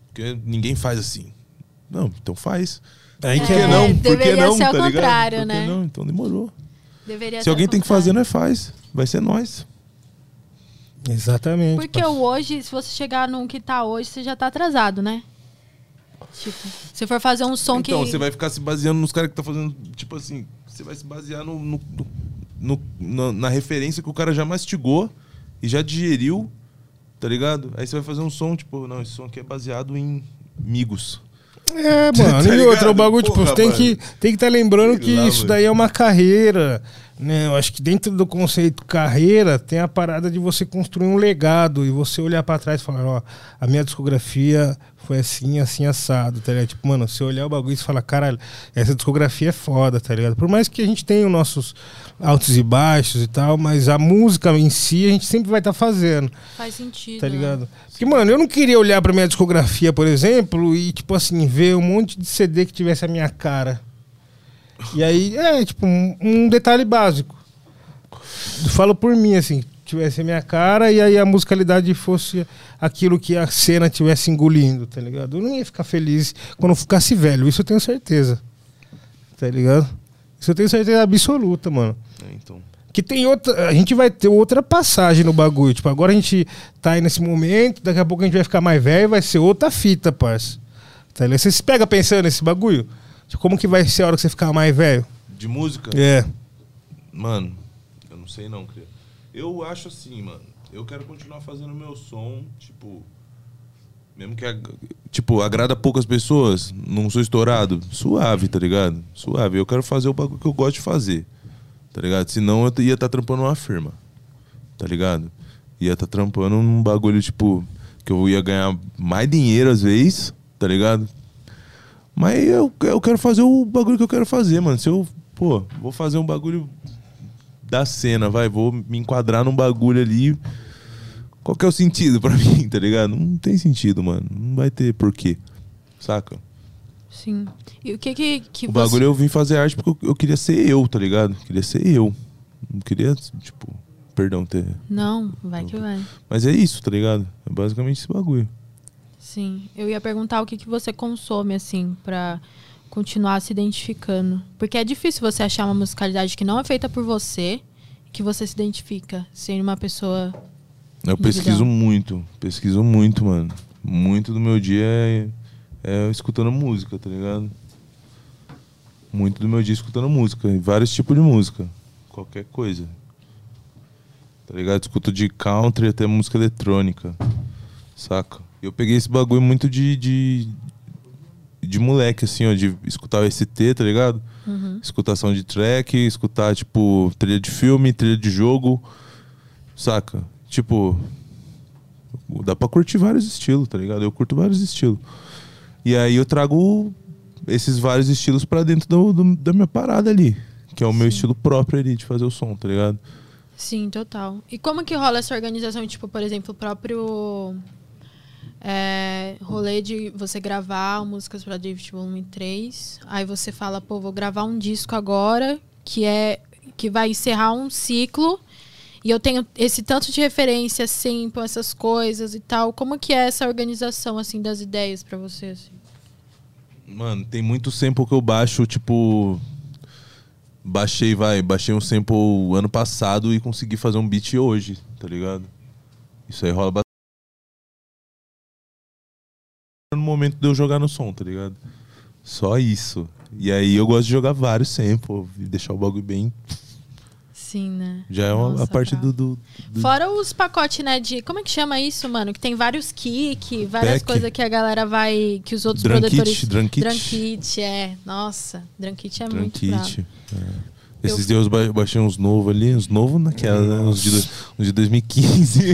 Speaker 3: Porque ninguém faz assim. Não, então faz.
Speaker 1: Aí
Speaker 2: É,
Speaker 1: que
Speaker 3: Por que
Speaker 1: é
Speaker 3: não? Por que
Speaker 2: deveria
Speaker 3: não?
Speaker 2: ser ao
Speaker 3: tá ligado?
Speaker 2: contrário,
Speaker 3: Por que
Speaker 2: né?
Speaker 3: não? Então demorou.
Speaker 2: Deveria
Speaker 3: Se
Speaker 2: ser
Speaker 3: alguém tem que
Speaker 2: contrário.
Speaker 3: fazer, nós faz. Vai ser nós.
Speaker 1: Exatamente.
Speaker 2: Porque
Speaker 1: parceiro.
Speaker 2: hoje, se você chegar num que tá hoje, você já tá atrasado, né? Tipo, se for fazer um som
Speaker 3: então,
Speaker 2: que.
Speaker 3: você vai ficar se baseando nos caras que tá fazendo. Tipo assim, você vai se basear no, no- no- no- na referência que o cara já mastigou e já digeriu, tá ligado? Aí você vai fazer um som, tipo, não, esse som aqui é baseado em migos.
Speaker 1: É, mano.
Speaker 3: Tá
Speaker 1: e outro, o
Speaker 3: ligado?
Speaker 1: bagulho, tipo,
Speaker 3: Porra,
Speaker 1: você tem
Speaker 3: mano.
Speaker 1: que estar tem que tá lembrando
Speaker 3: Sei
Speaker 1: que
Speaker 3: lá,
Speaker 1: isso
Speaker 3: mano.
Speaker 1: daí é uma carreira, né? Eu acho que dentro do conceito carreira tem a parada de você construir um legado e você olhar pra trás e falar, ó, a minha discografia foi assim, assim, assado, tá ligado? Tipo, mano, você olhar o bagulho e você fala, caralho, essa discografia é foda, tá ligado? Por mais que a gente tenha os nossos altos e baixos e tal, mas a música em si a gente sempre vai estar fazendo.
Speaker 2: Faz sentido.
Speaker 1: Tá
Speaker 2: né?
Speaker 1: ligado? Porque, mano, eu não queria olhar pra minha discografia, por exemplo, e, tipo assim, ver um monte de CD que tivesse a minha cara. E aí, é, tipo, um, um detalhe básico. Falo por mim, assim, que tivesse a minha cara e aí a musicalidade fosse aquilo que a cena tivesse engolindo, tá ligado? Eu não ia ficar feliz quando eu ficasse velho, isso eu tenho certeza. Tá ligado? Isso eu tenho certeza absoluta, mano.
Speaker 3: É, então.
Speaker 1: Que tem outra. A gente vai ter outra passagem no bagulho. Tipo, agora a gente tá aí nesse momento, daqui a pouco a gente vai ficar mais velho e vai ser outra fita, parça. Tá ligado? Você se pega pensando nesse bagulho? De Como que vai ser a hora que você ficar mais velho?
Speaker 3: De música?
Speaker 1: É.
Speaker 3: Mano, eu não sei não, cria. Eu acho assim, mano. Eu quero continuar fazendo meu som, tipo. Mesmo que. ag- Tipo, agrada poucas pessoas, não sou estourado. Suave, tá ligado? Suave. Eu quero fazer o bagulho que eu gosto de fazer. Tá ligado? Senão eu t- ia estar trampando uma firma. Tá ligado? Ia estar trampando num bagulho, tipo, que eu ia ganhar mais dinheiro às vezes, tá ligado? Mas eu, eu quero fazer o bagulho que eu quero fazer, mano. Se eu, pô, vou fazer um bagulho da cena, vai, vou me enquadrar num bagulho ali. Qual que é o sentido pra mim, tá ligado? Não tem sentido, mano. Não vai ter porquê. Saca?
Speaker 2: né? Sim. E o que que, que
Speaker 3: o bagulho eu vim fazer arte porque eu, eu queria ser eu, tá ligado? Eu queria ser eu. Não queria, tipo, perdão ter.
Speaker 2: Não, vai que vai.
Speaker 3: Mas é isso, tá ligado? É basicamente esse bagulho.
Speaker 2: Sim. Eu ia perguntar o que, que você consome, assim, pra continuar se identificando. Porque é difícil você achar uma musicalidade que não é feita por você, que você se identifica, sendo uma pessoa.
Speaker 3: Eu pesquiso
Speaker 2: Legal.
Speaker 3: muito, pesquiso muito, mano. Muito do meu dia é, é escutando música, tá ligado? Muito do meu dia é escutando música, e vários tipos de música, qualquer coisa. Tá ligado? Escuto de country até música eletrônica, saca? Eu peguei esse bagulho muito de, de, de moleque, assim, ó, de escutar o ST, tá ligado? Escutação de track, escutar, tipo, trilha de filme, trilha de jogo, Saca? Tipo, dá pra curtir vários estilos, tá ligado? Eu curto vários estilos. E aí eu trago esses vários estilos pra dentro do- do- da minha parada ali. Que é o meu estilo próprio ali de fazer o som, tá ligado?
Speaker 2: Sim, total. E como que rola essa organização? Tipo, por exemplo, o próprio é, rolê de você gravar músicas pra Drift Volume 3. Aí você fala, pô, vou gravar um disco agora que é que vai encerrar um ciclo. E eu tenho esse tanto de referência, assim, com essas coisas e tal. Como que é essa organização, assim, das ideias pra você? Assim?
Speaker 3: Mano, tem muito sample que eu baixo, tipo. Baixei, vai, baixei um sample ano passado e consegui fazer um beat hoje, tá ligado? Isso aí rola bastante. No momento de eu jogar no som, tá ligado? Só isso. E aí eu gosto de jogar vários samples e deixar o bagulho bem.
Speaker 2: Sim, né?
Speaker 3: Já é uma,
Speaker 2: Nossa,
Speaker 3: a parte
Speaker 2: brabo.
Speaker 3: do. do, do
Speaker 2: Fora os pacotes, né, de... Como é que chama isso, mano? Que tem vários kick, várias
Speaker 3: Pack.
Speaker 2: coisas que a galera vai... Que os outros
Speaker 3: drum
Speaker 2: produtores...
Speaker 3: kit, drum kit.
Speaker 2: Drum kit, é. Nossa, drum kit é
Speaker 3: Drum
Speaker 2: muito
Speaker 3: kit,
Speaker 2: brabo.
Speaker 3: é. Esses dias eu ba- baixei uns novos ali, uns novos naquela, né?
Speaker 2: Uhum.
Speaker 3: Uns de, dois- uns de 2015.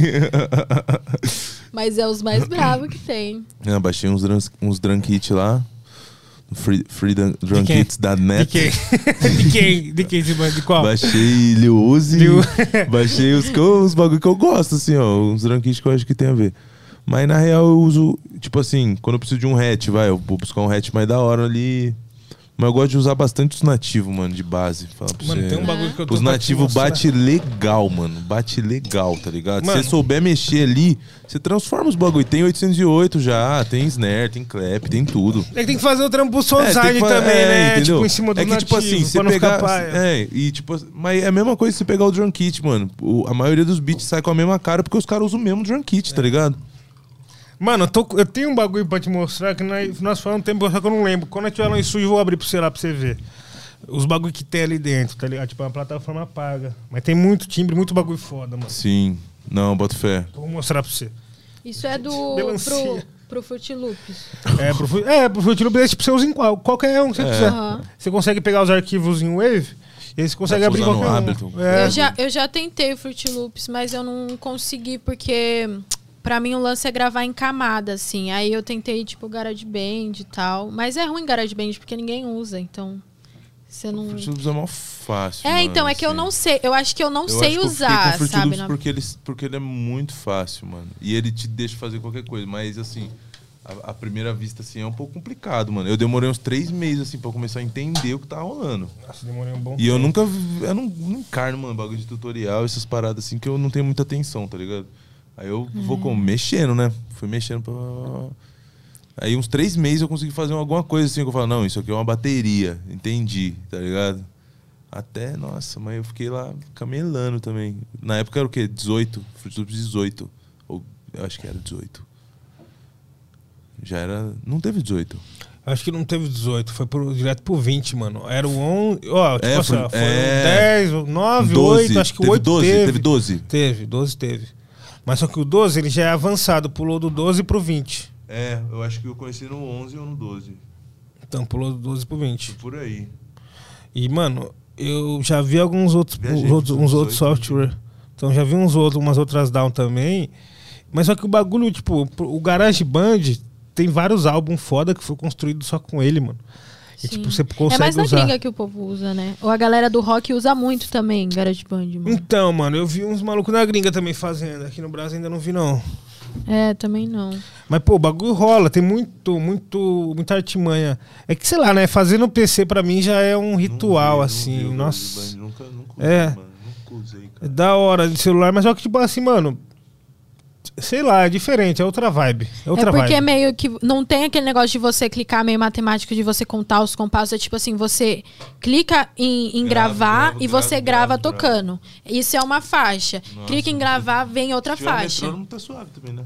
Speaker 2: Mas é os mais bravos que tem.
Speaker 3: É, baixei uns, drums- uns drum kit lá. Free, free drum, drum
Speaker 1: quem?
Speaker 3: kits da
Speaker 1: De
Speaker 3: net.
Speaker 1: quem? de quem? De quem? esse bagulho? De qual?
Speaker 3: Baixei Lil Uzi.
Speaker 1: Lil-
Speaker 3: baixei os, que eu- os bagulho que eu gosto, assim, ó. Uns drum kits que eu acho que tem a ver. Mas na real eu uso, tipo assim, quando eu preciso de um hatch, vai, eu vou buscar um hatch mais da hora ali. Mas eu gosto de usar bastante os nativos, mano, de base. Fala pra
Speaker 1: Mano,
Speaker 3: você.
Speaker 1: tem um bagulho que eu tô
Speaker 3: é. Os
Speaker 1: pra te
Speaker 3: nativos
Speaker 1: mostrar.
Speaker 3: bate legal, mano. Bate legal, tá ligado? Se
Speaker 1: Mano.
Speaker 3: você souber mexer ali, você transforma os bagulho. Tem 808 já, tem snare, tem clap, tem tudo.
Speaker 1: É que tem que fazer o trampo pro
Speaker 3: É, tem
Speaker 1: Sonside
Speaker 3: que fa-
Speaker 1: também,
Speaker 3: é,
Speaker 1: né?
Speaker 3: entendeu?
Speaker 1: Tipo, em cima do
Speaker 3: É que, tipo
Speaker 1: nativo,
Speaker 3: assim,
Speaker 1: pra
Speaker 3: você
Speaker 1: não ficar
Speaker 3: pegar...
Speaker 1: paia.
Speaker 3: É, e tipo... assim, Mas é a mesma coisa se você pegar o drum kit, mano. O- a maioria dos beats sai com a mesma cara porque os caras usam o mesmo drum kit,
Speaker 1: É.
Speaker 3: tá ligado?
Speaker 1: Mano, eu, tô- eu tenho um bagulho pra te mostrar que nós, nós falamos um tempo, só que eu não lembro. Quando eu tiver lá em sujo, eu vou abrir pra você lá pra você ver. Os bagulho que tem ali dentro, tá ligado? Tipo, é uma plataforma paga. Mas tem muito timbre, muito bagulho foda, mano.
Speaker 3: Sim. Não, boto fé.
Speaker 1: Eu vou mostrar pra você.
Speaker 2: Isso é do.
Speaker 1: Melancia.
Speaker 2: pro, pro Fruit Loops.
Speaker 1: É, pro, Fu- é, pro Fruit Loops, esse pra você usa em qual, qualquer um que você
Speaker 3: É.
Speaker 1: quiser.
Speaker 2: Aham.
Speaker 1: Você consegue pegar os arquivos em Wave e aí você consegue
Speaker 3: Dá pra
Speaker 1: abrir
Speaker 3: usar no
Speaker 1: qualquer
Speaker 3: Ableton.
Speaker 1: um. É.
Speaker 2: Eu, já, eu já tentei o Fruit Loops, mas eu não consegui, porque pra mim o lance é gravar em camada, assim. Aí eu tentei, tipo, GarageBand e tal. Mas é ruim GarageBand, porque ninguém usa, então. Você não.
Speaker 3: Fruit Loops é mó fácil,
Speaker 2: É,
Speaker 3: mano,
Speaker 2: então, é que eu
Speaker 3: assim.
Speaker 2: não sei. Eu acho que eu não
Speaker 3: Eu
Speaker 2: sei
Speaker 3: acho que eu fiquei
Speaker 2: usar,
Speaker 3: com o Fruit
Speaker 2: sabe?
Speaker 3: Loops
Speaker 2: na-
Speaker 3: porque ele, porque ele é muito fácil, mano. E ele te deixa fazer qualquer coisa. Mas, assim, a, a primeira vista, assim, é um pouco complicado, mano. Eu demorei uns três meses, assim, pra começar a entender o que tá rolando.
Speaker 1: Nossa, demorei um bom
Speaker 3: E eu nunca... vi- Eu não, não encarno, mano, bagulho de tutorial, essas paradas, assim, que eu não tenho muita atenção, tá ligado? Aí eu vou como? Mexendo, né? Fui mexendo pra... Aí uns três meses eu consegui fazer alguma coisa assim que eu falo, não, isso aqui é uma bateria, entendi, tá ligado? Até, nossa, mas eu fiquei lá camelando também. Na época era o quê? 18? Fruit Loops 18. Ou eu acho que era 18. Já era. Não teve 18.
Speaker 1: Acho que não teve 18, foi pro- direto pro 20, mano. Era o 11, ó, tipo
Speaker 3: É,
Speaker 1: assim, ó,
Speaker 3: foi-
Speaker 1: foi o
Speaker 3: é.
Speaker 1: 10, o 9, 8, acho que o
Speaker 3: teve
Speaker 1: 8
Speaker 3: 12,
Speaker 1: teve.
Speaker 3: teve 12.
Speaker 1: Teve, 12 teve. Mas só que o 12 ele já é avançado, pulou do 12 pro 20.
Speaker 3: É, eu acho que eu conheci no 11 ou no 12.
Speaker 1: Então, pulou do 12 pro 20.
Speaker 3: Por aí.
Speaker 1: E, mano, eu já vi alguns outros,
Speaker 3: Viajei
Speaker 1: uns outros,
Speaker 3: pros
Speaker 1: uns outros
Speaker 3: 18,
Speaker 1: software. Então já vi uns outros, umas outras down também. Mas só que o bagulho, tipo, pro- o GarageBand tem vários álbuns foda que foi construído só com ele, mano. E, tipo,
Speaker 2: Sim.
Speaker 1: você
Speaker 2: É
Speaker 1: consegue
Speaker 2: mais na
Speaker 1: usar.
Speaker 2: gringa que o povo usa, né? Ou a galera do rock usa muito também, GarageBand, mano.
Speaker 1: Então, mano, eu vi uns malucos na gringa também fazendo. Aqui no Brasil ainda não vi, não.
Speaker 2: É, também não.
Speaker 1: Mas, pô, o bagulho rola, tem muito, muito, muita artimanha. É que, sei lá, né? Fazer no PC pra mim já é um ritual, assim. Nossa.
Speaker 3: Nunca, nunca
Speaker 1: É.
Speaker 3: usei, mano. Nunca usei,
Speaker 1: É
Speaker 3: cara.
Speaker 1: da hora de celular, mas só que, tipo assim, mano. Sei lá, é diferente, é outra vibe. É outra
Speaker 2: é porque
Speaker 1: vibe.
Speaker 2: meio que não tem aquele negócio de você clicar meio matemático, de você contar os compassos. É tipo assim, você clica em, em
Speaker 3: Gravo,
Speaker 2: gravar
Speaker 3: gravo,
Speaker 2: e você
Speaker 3: gravo,
Speaker 2: grava
Speaker 3: gravo,
Speaker 2: tocando. Isso é uma faixa.
Speaker 3: Nossa.
Speaker 2: clica em gravar, vem outra
Speaker 3: Se tiver
Speaker 2: faixa.
Speaker 3: metrônomo, tá suave também, né?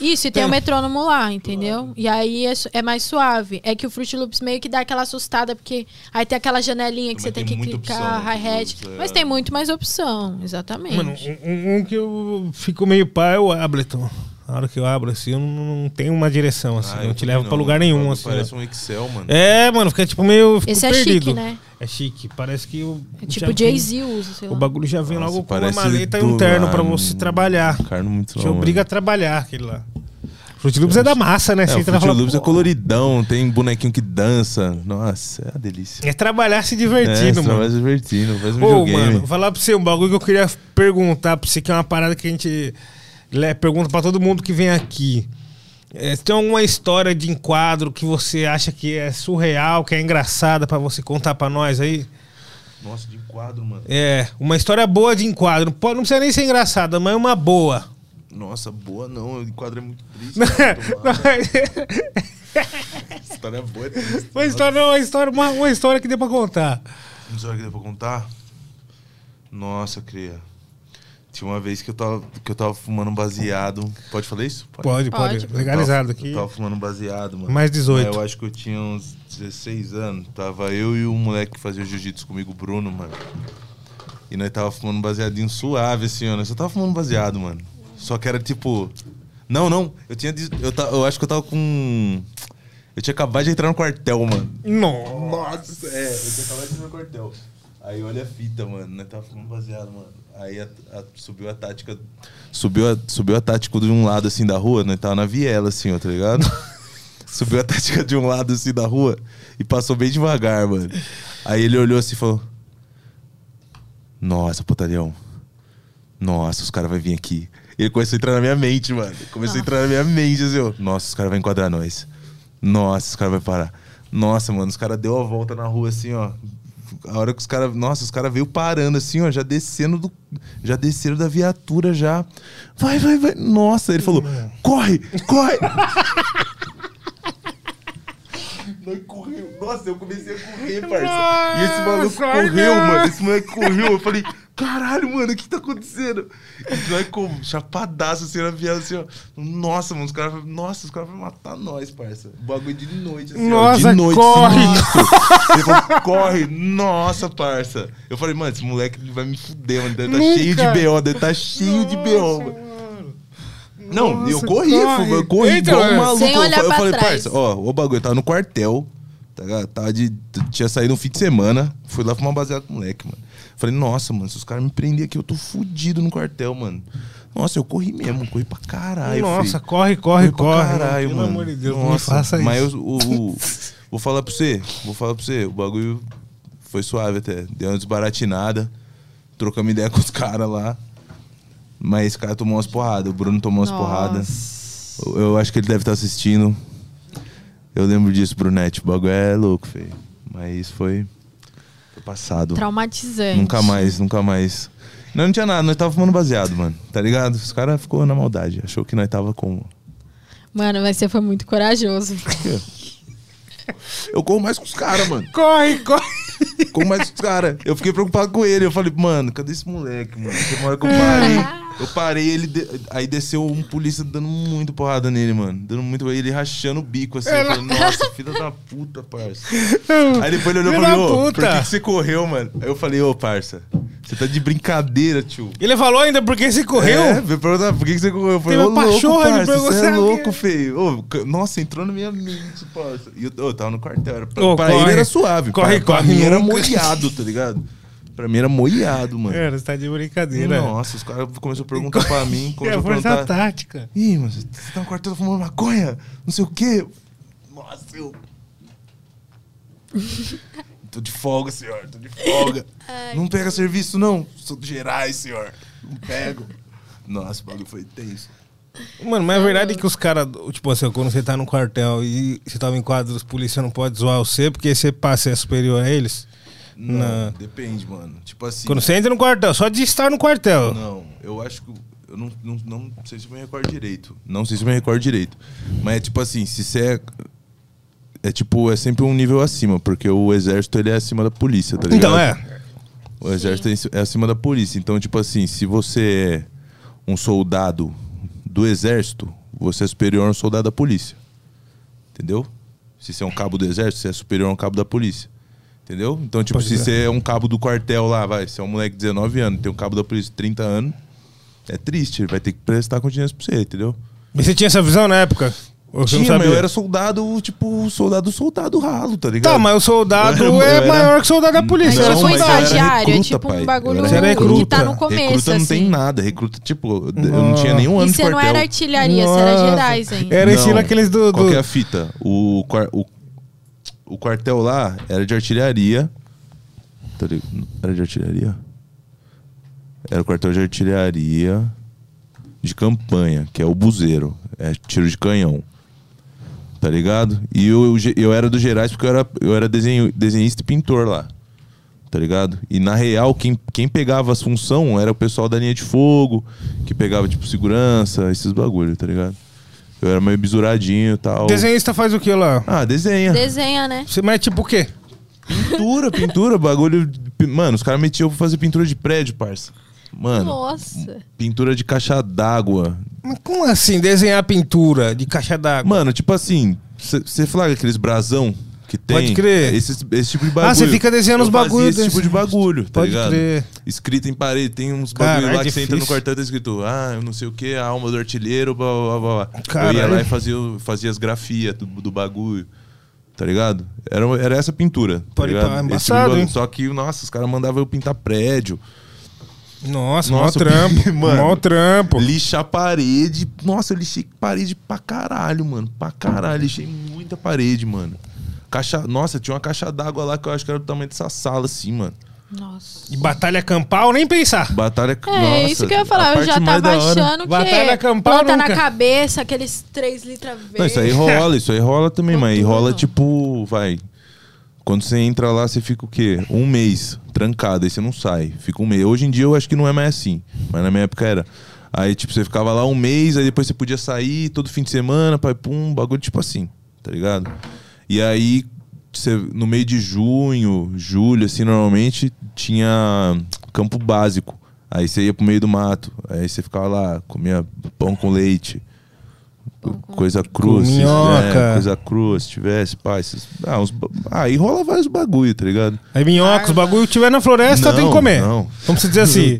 Speaker 2: Isso, e tem o
Speaker 1: Tem.
Speaker 2: metrônomo lá, entendeu? E aí é, su- é mais suave. É que o Fruit Loops meio que dá aquela assustada, porque aí tem aquela janelinha que
Speaker 3: Mas
Speaker 2: você tem,
Speaker 3: tem
Speaker 2: que
Speaker 3: muita
Speaker 2: clicar,
Speaker 3: opção,
Speaker 2: hi-hat.
Speaker 3: Fruit Loops, é.
Speaker 2: Mas tem muito mais opção, exatamente. É
Speaker 1: Mano, um, um- um que eu fico meio pá é o Ableton. A hora que eu abro, assim, eu não, não tenho uma direção, assim.
Speaker 3: Ah,
Speaker 1: não
Speaker 3: eu
Speaker 1: te
Speaker 3: também
Speaker 1: leva pra lugar
Speaker 3: mano.
Speaker 1: nenhum,
Speaker 3: Bagulho
Speaker 1: assim.
Speaker 3: Parece
Speaker 1: ó.
Speaker 3: um Excel, mano.
Speaker 1: É, mano, fica tipo meio. fico
Speaker 2: Esse é
Speaker 1: perdido.
Speaker 2: chique, né?
Speaker 1: É chique. Parece que o.
Speaker 2: É
Speaker 1: já
Speaker 2: tipo
Speaker 1: vem-
Speaker 2: Jay-Z usa, sei
Speaker 1: O
Speaker 2: lá.
Speaker 1: bagulho já vem
Speaker 3: Nossa,
Speaker 1: logo com uma
Speaker 3: parece
Speaker 1: maleta e um
Speaker 3: do-
Speaker 1: terno
Speaker 3: ah,
Speaker 1: pra você
Speaker 3: não-
Speaker 1: trabalhar.
Speaker 3: não Encarno muito
Speaker 1: Te
Speaker 3: não,
Speaker 1: obriga a
Speaker 3: mano.
Speaker 1: trabalhar aquele lá. Fruit Loops é da massa, né?
Speaker 3: É,
Speaker 1: Você
Speaker 3: o
Speaker 1: entra e
Speaker 3: Fruit
Speaker 1: fala,
Speaker 3: Loops é
Speaker 1: "Pô,
Speaker 3: coloridão, tem bonequinho que dança. Nossa, é uma delícia.
Speaker 1: É trabalhar se
Speaker 3: é,
Speaker 1: divertindo,
Speaker 3: isso
Speaker 1: mano.
Speaker 3: mais divertido, faz um
Speaker 1: Ô,
Speaker 3: videogame.
Speaker 1: mano, vou falar pra você um bagulho que eu queria perguntar pra você, que é uma parada que a gente le- pergunta pra todo mundo que vem aqui. É, tem alguma história de enquadro que você acha que é surreal, que é engraçada pra você contar pra nós aí?
Speaker 3: Nossa, de quadro, mano.
Speaker 1: É, uma história boa de enquadro. Pô, não precisa nem ser engraçada, mas é uma boa.
Speaker 3: Nossa, boa não, o quadro é muito triste.
Speaker 1: Não,
Speaker 3: cara, tomara.
Speaker 1: não,
Speaker 3: história boa é triste.
Speaker 1: uma história, não, uma história, uma, uma história que dê pra contar.
Speaker 3: Não sei o que deu pra contar. Nossa, cria. Tinha uma vez que eu tava, que eu tava fumando um baseado. Pode falar isso?
Speaker 1: Pode, pode.
Speaker 2: Pode.
Speaker 1: Legalizado
Speaker 3: Eu tava-
Speaker 1: aqui.
Speaker 3: Eu tava fumando um baseado, mano.
Speaker 1: Mais 18.
Speaker 3: Mas Eu acho que eu tinha uns 16 anos. Tava eu e o moleque que fazia jiu-jitsu comigo, o Bruno, mano. E nós tava fumando um baseadinho suave, assim, ó. Nós só tava fumando baseado, mano. Só que era tipo. Não, não. Eu tinha. de- Eu, ta- eu acho que eu tava com. Eu tinha acabado de entrar no quartel, mano.
Speaker 1: Não.
Speaker 3: Nossa, é, eu tinha acabado de ir no quartel. Aí olha a fita, mano, né? Tava fumando baseado, mano. Aí a- a- subiu a tática. Subiu a, subiu a tática de um lado assim da rua, né? Tava na viela, assim, ó, tá ligado? subiu a tática de um lado assim da rua e passou bem devagar, mano. Aí ele olhou assim e falou: Nossa, putarião. Nossa, os caras vão vir aqui. Ele começou a entrar na minha mente, mano. Começou a entrar na minha mente, assim, ó. Nossa, os caras vão enquadrar nós. Nossa, os caras vão parar. Nossa, mano, os caras deu a volta na rua assim, ó. A hora que os caras. Nossa, os caras veio parando assim, ó, já descendo do. Já desceram da viatura já. Vai, vai, vai. Nossa, ele falou: corre, corre! Nós correu. Nossa, eu comecei a correr, parça. e esse maluco
Speaker 1: Nossa, ai,
Speaker 3: correu,
Speaker 1: não.
Speaker 3: mano. Esse moleque correu. é Eu falei, caralho, mano, o que tá acontecendo? E nós como, chapadaço, assim, na viagem, assim, ó. Nossa, mano, os caras... Nossa, os caras vão matar nós, parça. Bagulho de noite, assim, ó.
Speaker 1: Nossa,
Speaker 3: De noite,
Speaker 1: corre.
Speaker 3: sinistro. Ele falou, corre. Nossa, parça. Eu falei, mano, esse moleque vai me fuder, mano. Ele tá
Speaker 1: Nunca.
Speaker 3: cheio de B.O., dele tá cheio de B.O., mano. Não, eu
Speaker 1: Nossa,
Speaker 3: corri,
Speaker 1: corre.
Speaker 3: eu corri
Speaker 1: Então,
Speaker 3: igual um
Speaker 1: é.
Speaker 3: maluco.
Speaker 2: Sem
Speaker 3: eu
Speaker 2: olhar
Speaker 3: fa- eu
Speaker 2: pra
Speaker 3: falei,
Speaker 2: trás.
Speaker 3: parça, ó, o bagulho, tava no quartel, tá ligado? Tava de, t- tinha saído um fim de semana, fui lá fumar baseado com o moleque, mano. Falei, nossa, mano, se os caras me prenderem aqui, eu tô fudido no quartel, mano. Nossa, eu corri mesmo, corri pra caralho,
Speaker 1: Nossa,
Speaker 3: filho.
Speaker 1: corre, corre,
Speaker 3: Pra
Speaker 1: corre.
Speaker 3: Caralho,
Speaker 1: Pelo
Speaker 3: mano.
Speaker 1: amor de Deus, não
Speaker 3: Nossa,
Speaker 1: faça isso.
Speaker 3: Mas eu, o, o- vou falar pra você, vou falar pra você, o bagulho foi suave até. Deu uma desbaratinada, trocamos ideia com os caras lá. Mas esse cara tomou umas porradas, o Bruno tomou umas
Speaker 2: Nossa.
Speaker 3: porradas. Eu, eu acho que ele deve estar assistindo. Eu lembro disso, Brunete. O bagulho é louco, feio. Mas foi, foi passado.
Speaker 2: Traumatizante.
Speaker 3: Nunca mais, nunca mais. Não, não tinha nada, nós tava fumando baseado, mano. Tá ligado? Os caras ficou na maldade. Achou que nós tava com.
Speaker 2: Mano, mas você foi muito corajoso.
Speaker 3: Eu corro mais com os caras, mano.
Speaker 1: Corre, corre.
Speaker 3: Corro mais com os caras. Eu fiquei preocupado com ele. Eu falei, mano, cadê esse moleque, mano? Tem uma hora que eu parei. Eu parei, ele. de- Aí desceu um polícia dando muito porrada nele, mano. Dando muito. Ele rachando o bico assim. Eu falei, nossa, filha da puta, parça. Aí depois ele olhou
Speaker 1: Filha da
Speaker 3: pra mim, ô, por
Speaker 1: puta."
Speaker 3: que, que você correu, mano? Aí eu falei, ô, parça, você tá de brincadeira, tio.
Speaker 1: Ele falou ainda porque se correu.
Speaker 3: É, me perguntar por que que você correu. Eu falei,
Speaker 1: Teve
Speaker 3: ô
Speaker 1: uma
Speaker 3: louco,
Speaker 1: pachorra, ele
Speaker 3: parça,
Speaker 1: pegou
Speaker 3: você é
Speaker 1: essa
Speaker 3: louco,
Speaker 1: merda.
Speaker 3: feio. Ô, c- nossa, entrou na minha mente, parça. E eu, eu tava no quartel. Era pra
Speaker 1: Ô,
Speaker 3: pra
Speaker 1: corre.
Speaker 3: ele era suave.
Speaker 1: Corre,
Speaker 3: pra, pra
Speaker 1: corre,
Speaker 3: mim era
Speaker 1: nunca.
Speaker 3: moiado, tá ligado? Pra mim era moiado, mano.
Speaker 1: Cara, você tá de brincadeira.
Speaker 3: Nossa, os caras começaram a perguntar pra mim.
Speaker 1: é
Speaker 3: Começaram
Speaker 1: a
Speaker 3: a
Speaker 1: força
Speaker 3: perguntar...
Speaker 1: tática.
Speaker 3: Ih, mas você tá no quartel fumando maconha? Não sei o quê. Nossa, eu. tô de folga, senhor. Tô de folga. não pega serviço, não. Sou do Gerais, senhor. Não pego. Nossa, o bagulho foi tenso.
Speaker 1: Mano, mas a verdade é que os caras, tipo assim, quando você tá no quartel e você tava em quadros, polícia não pode zoar você porque você passa é superior a eles.
Speaker 3: Não,
Speaker 1: Não.
Speaker 3: depende, mano. Tipo assim.
Speaker 1: Quando você entra no quartel, só de estar no quartel.
Speaker 3: Não, eu acho que. Eu não, não, não sei se eu me recordo direito. Não sei se eu me recordo direito. Mas é tipo assim, se você é. É tipo, é sempre um nível acima, porque o exército ele é acima da polícia, tá ligado?
Speaker 1: então, é.
Speaker 3: O exército é acima da polícia. Então, tipo assim, se você é um soldado do exército, você é superior a um soldado da polícia. Entendeu? Se você é um cabo do exército, você é superior a um cabo da polícia. Entendeu? Então, tipo,
Speaker 1: Pode
Speaker 3: se
Speaker 1: crer.
Speaker 3: você é um cabo do quartel lá, vai, você é um moleque de 19 anos, tem um cabo da polícia de 30 anos, é triste, ele vai ter que prestar continência pra você, entendeu?
Speaker 1: Mas você tinha essa visão na época? Ou você não
Speaker 3: Tinha, mas
Speaker 1: sabia?
Speaker 3: eu era soldado, tipo, soldado, soldado ralo, tá ligado?
Speaker 1: Tá, mas o soldado
Speaker 3: Eu era-
Speaker 1: é
Speaker 3: eu era-
Speaker 1: maior que o soldado da polícia.
Speaker 2: Mas
Speaker 3: Não,
Speaker 1: era
Speaker 2: é tipo um
Speaker 3: mas eu era
Speaker 1: soldado.
Speaker 2: estagiário, é
Speaker 3: recruta,
Speaker 2: tipo
Speaker 3: pai.
Speaker 2: um
Speaker 3: Eu
Speaker 2: bagulho
Speaker 3: era
Speaker 2: que
Speaker 1: recruta.
Speaker 2: tá no começo,
Speaker 3: recruta não
Speaker 2: assim.
Speaker 3: tem nada, recruta, tipo, eu não tinha nenhum ano
Speaker 2: E
Speaker 3: de
Speaker 2: você não
Speaker 3: quartel.
Speaker 2: era artilharia, você era
Speaker 1: Nossa.
Speaker 2: Gerais, hein?
Speaker 1: Era
Speaker 3: Não.
Speaker 1: estilo aqueles do.
Speaker 3: Qual
Speaker 1: do-
Speaker 3: que é a fita? O, quar- o, o quartel lá era de artilharia. Tá ligado? Era de artilharia? Era o quartel de artilharia de campanha, que é o buzeiro. É tiro de canhão. Tá ligado? E eu, eu, era do Gerais porque eu era, eu era desenho, desenhista e pintor lá. Tá ligado? E na real, quem, quem pegava as funções era o pessoal da linha de fogo, que pegava, tipo, segurança, esses bagulho, tá ligado? Eu era meio bisuradinho e tal.
Speaker 1: Desenhista faz o que lá?
Speaker 3: Ah, desenha.
Speaker 2: Desenha, né?
Speaker 1: Você mas é tipo o quê?
Speaker 3: Pintura, pintura, bagulho. pi- Mano, os caras metiam pra fazer pintura de prédio, parça. Mano,
Speaker 2: Nossa.
Speaker 3: pintura de caixa d'água.
Speaker 1: Mas como assim desenhar pintura de caixa d'água?
Speaker 3: Mano, tipo assim, você flaga aqueles brasão que tem.
Speaker 1: Pode crer. Ah,
Speaker 3: Esse, esse tipo de bagulho.
Speaker 1: cê fica desenhando
Speaker 3: Eu
Speaker 1: os
Speaker 3: fazia
Speaker 1: bagulho
Speaker 3: Esse tipo
Speaker 1: desse-
Speaker 3: de bagulho, tá
Speaker 1: Pode
Speaker 3: ligado?
Speaker 1: crer.
Speaker 3: Escrito em parede, tem uns
Speaker 1: Caralho,
Speaker 3: bagulho lá que você entra no
Speaker 1: difícil.
Speaker 3: quartel e tá escrito, ah, eu não sei o que, a alma do artilheiro, blá blá blá blá. Eu ia
Speaker 1: Caralho.
Speaker 3: lá e fazia, o- fazia as grafias do, do bagulho. Tá ligado? Era, era essa pintura. Tá
Speaker 1: Pode
Speaker 3: ligado?
Speaker 1: pá, é
Speaker 3: Esse tipo de
Speaker 1: embaçado,
Speaker 3: bagulho.
Speaker 1: hein?
Speaker 3: Só que, nossa, os caras mandavam eu pintar prédio.
Speaker 1: Nossa,
Speaker 3: Nossa,
Speaker 1: mó trampo.
Speaker 3: mano.
Speaker 1: Mó trampo.
Speaker 3: Lixar parede. Nossa, eu lixei parede pra caralho, mano. Pra caralho. Lixei muita parede, mano. Caixa... Nossa, tinha uma caixa d'água lá que eu acho que era do tamanho dessa sala, assim, mano.
Speaker 2: Nossa.
Speaker 1: E batalha campal, nem pensar.
Speaker 3: Batalha.
Speaker 2: É,
Speaker 3: Nossa,
Speaker 2: isso que eu
Speaker 3: a
Speaker 2: ia falar. Eu
Speaker 3: parte
Speaker 2: já
Speaker 3: mais
Speaker 2: tava
Speaker 3: da hora-
Speaker 2: achando que
Speaker 1: Batalha acampar
Speaker 2: planta na
Speaker 1: nunca.
Speaker 2: cabeça, aqueles 3 litros verdes.
Speaker 3: Não, isso aí rola, isso aí rola também, mas aí rola
Speaker 2: Tudo.
Speaker 3: tipo. tipo, vai. Quando você entra lá, você fica o quê? Um mês trancado, aí você não sai. Fica um mês. Hoje em dia eu acho que não é mais assim, mas na minha época era. Aí, tipo, você ficava lá um mês, aí depois você podia sair todo fim de semana, pai, pum, bagulho tipo assim, tá ligado? E aí, você- no meio de junho, julho, assim, normalmente tinha campo básico. Aí você ia pro meio do mato, aí você ficava lá, comia pão com leite, coisa crua, se tiver,
Speaker 1: minhoca.
Speaker 3: coisa crua, se tivesse, pá, esses, ah, uns, ba- aí rola vários bagulho, tá ligado?
Speaker 1: Aí minhoca, os bagulho que tiver na floresta, tem que comer.
Speaker 3: Não.
Speaker 1: Vamos dizer assim.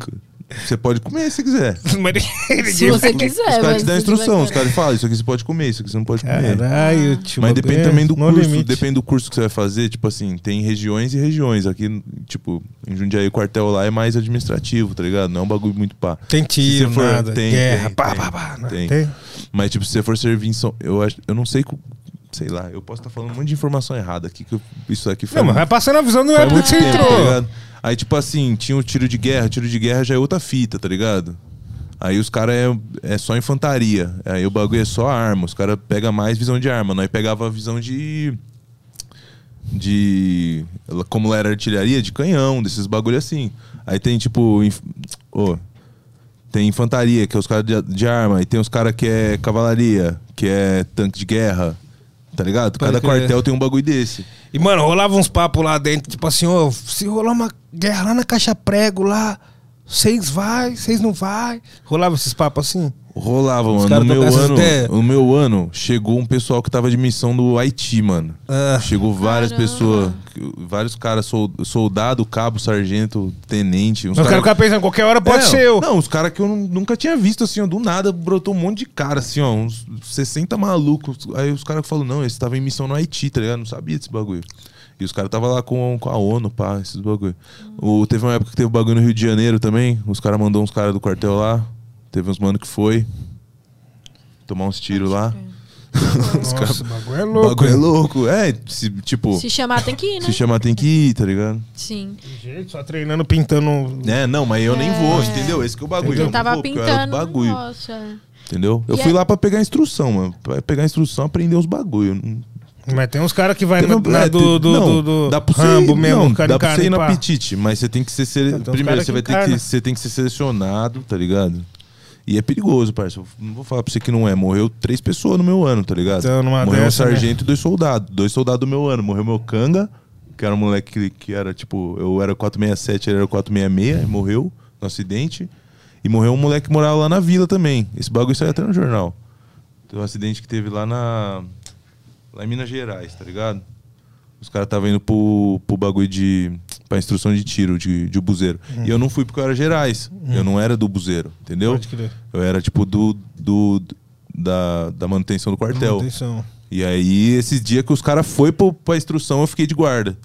Speaker 3: Você pode comer se quiser.
Speaker 1: Mas
Speaker 2: Se
Speaker 1: ninguém-
Speaker 2: você
Speaker 3: Os
Speaker 2: quiser.
Speaker 3: caras
Speaker 2: mas
Speaker 3: te dão
Speaker 2: você
Speaker 3: instrução,
Speaker 2: vai-
Speaker 3: os caras falam, isso aqui você pode comer, isso aqui você não pode
Speaker 1: É
Speaker 3: comer.
Speaker 1: Caralho, tio.
Speaker 3: Mas
Speaker 1: bagulho
Speaker 3: depende
Speaker 1: é
Speaker 3: também do
Speaker 1: no
Speaker 3: curso.
Speaker 1: limite.
Speaker 3: Depende do curso que você vai fazer. Tipo assim, tem regiões e regiões. Aqui, tipo, em Jundiaí, o quartel lá é mais administrativo, tá ligado? Não é um bagulho muito pá.
Speaker 1: Tem tiro,
Speaker 3: Se você for-
Speaker 1: nada,
Speaker 3: tem,
Speaker 1: guerra,
Speaker 3: tem,
Speaker 1: pá,
Speaker 3: tem,
Speaker 1: pá, pá. né?
Speaker 3: tem.
Speaker 1: Tem.
Speaker 3: Mas, tipo, se você for servir em São... Eu, acho, eu não sei... co- Sei lá, eu posso estar falando um monte de informação errada aqui, que eu- isso aqui foi...
Speaker 1: Não, é mas vai passando a visão do
Speaker 3: Faz
Speaker 1: época que
Speaker 3: muito
Speaker 1: você
Speaker 3: tempo, tá
Speaker 1: entrou.
Speaker 3: ligado? Aí, tipo assim, tinha o tiro de guerra. Tiro de guerra já é outra fita, tá ligado? Aí os caras é, é só infantaria. Aí o bagulho é só arma. Os caras pegam mais visão de arma. Nós pegava a visão de. De. Como lá era artilharia, de canhão, desses bagulho assim. Aí tem tipo. inf- ô, tem infantaria, que é os caras de, de arma. E tem os caras que é cavalaria, que é tanque de guerra. Tá ligado?
Speaker 1: Pode
Speaker 3: Cada
Speaker 1: crer.
Speaker 3: quartel tem um bagulho desse.
Speaker 1: E, mano, rolava uns papos lá dentro, tipo assim, ô, se rolar uma guerra lá na caixa prego lá, vocês vai, vocês não vai. Rolava esses papos assim?
Speaker 3: Rolava,
Speaker 1: caras
Speaker 3: mano. No meu,
Speaker 1: trocam essas
Speaker 3: ano,
Speaker 1: ideias.
Speaker 3: no meu ano, chegou um pessoal que tava de missão do Haiti, mano.
Speaker 1: Ah.
Speaker 3: Chegou várias
Speaker 2: Caramba.
Speaker 3: pessoas, vários caras, sol- soldado, cabo, sargento, tenente.
Speaker 1: Os
Speaker 3: Uns
Speaker 1: caras
Speaker 3: cara-
Speaker 1: ficam pensando, qualquer hora pode
Speaker 3: É,
Speaker 1: ser eu.
Speaker 3: Não, os caras que eu nu- nunca tinha visto, assim, ó, do nada brotou um monte de cara, assim, ó, uns 60 malucos. Aí os caras falam, não, esse tava em missão no Haiti, tá ligado? Não sabia desse bagulho. E os caras tava lá com, com a ONU, pá, esses bagulho. O, teve uma época que teve bagulho no Rio de Janeiro também, os caras mandou uns caras do quartel lá, teve uns mano que foi tomar uns tiros lá.
Speaker 1: Nossa, o bagulho é
Speaker 3: O
Speaker 1: louco.
Speaker 3: bagulho é louco, é, se, tipo,
Speaker 2: Se chamar tem que ir, né?
Speaker 3: se chamar tem que ir, tá ligado?
Speaker 1: Hum.
Speaker 2: Sim.
Speaker 1: De jeito, Só treinando, pintando.
Speaker 3: É, não, mas eu nem vou, entendeu? Esse que é o bagulho. eu
Speaker 2: Quem
Speaker 3: não
Speaker 2: tava
Speaker 3: vou, porque eu era do
Speaker 2: pintando.
Speaker 3: bagulho.
Speaker 2: Nossa. é.
Speaker 3: Entendeu? Eu
Speaker 2: E
Speaker 3: fui
Speaker 2: aí-
Speaker 3: lá pra pegar instrução, mano. Pra pegar instrução, aprender os bagulho. Não-
Speaker 1: Mas tem uns caras que vai
Speaker 3: Teve
Speaker 1: na,
Speaker 3: um-
Speaker 1: na
Speaker 3: é,
Speaker 1: do,
Speaker 3: teve-
Speaker 1: do,
Speaker 3: não,
Speaker 1: do, do
Speaker 3: dá pra você
Speaker 1: Rambo
Speaker 3: ir-
Speaker 1: mesmo,
Speaker 3: não,
Speaker 1: cara
Speaker 3: dá
Speaker 1: em
Speaker 3: pra
Speaker 1: cara
Speaker 3: você ir
Speaker 1: e
Speaker 3: no
Speaker 1: pá.
Speaker 3: apetite, mas você tem que ser. sele-
Speaker 1: Tem uns Então, cara
Speaker 3: Primeiro,
Speaker 1: que
Speaker 3: você vai ter
Speaker 1: encarna.
Speaker 3: que, você tem que ser selecionado, tá ligado? E é perigoso, parceiro. Não vou falar pra você que não é. Morreu três pessoas no meu ano, tá ligado?
Speaker 1: Então, numa
Speaker 3: Morreu
Speaker 1: dessa,
Speaker 3: um
Speaker 1: né?
Speaker 3: sargento e dois soldados. Dois soldados do meu ano. Morreu meu canga, que era um moleque que, que era tipo. Eu era 467, ele era 466, e morreu no acidente. E morreu um moleque que morava lá na vila também. Esse bagulho saiu até no jornal. Tem um acidente que teve lá na. Lá em Minas Gerais, tá ligado? Os caras estavam indo pro, pro bagulho de. pra instrução de tiro, de, de buzeiro. E eu não fui porque eu era Gerais. Eu não era do buzeiro, entendeu?
Speaker 1: Pode crer.
Speaker 3: Eu era tipo do. do da, da manutenção do quartel.
Speaker 1: Manutenção.
Speaker 3: E aí, esses dias que os caras foi pro, pra instrução, eu fiquei de guarda.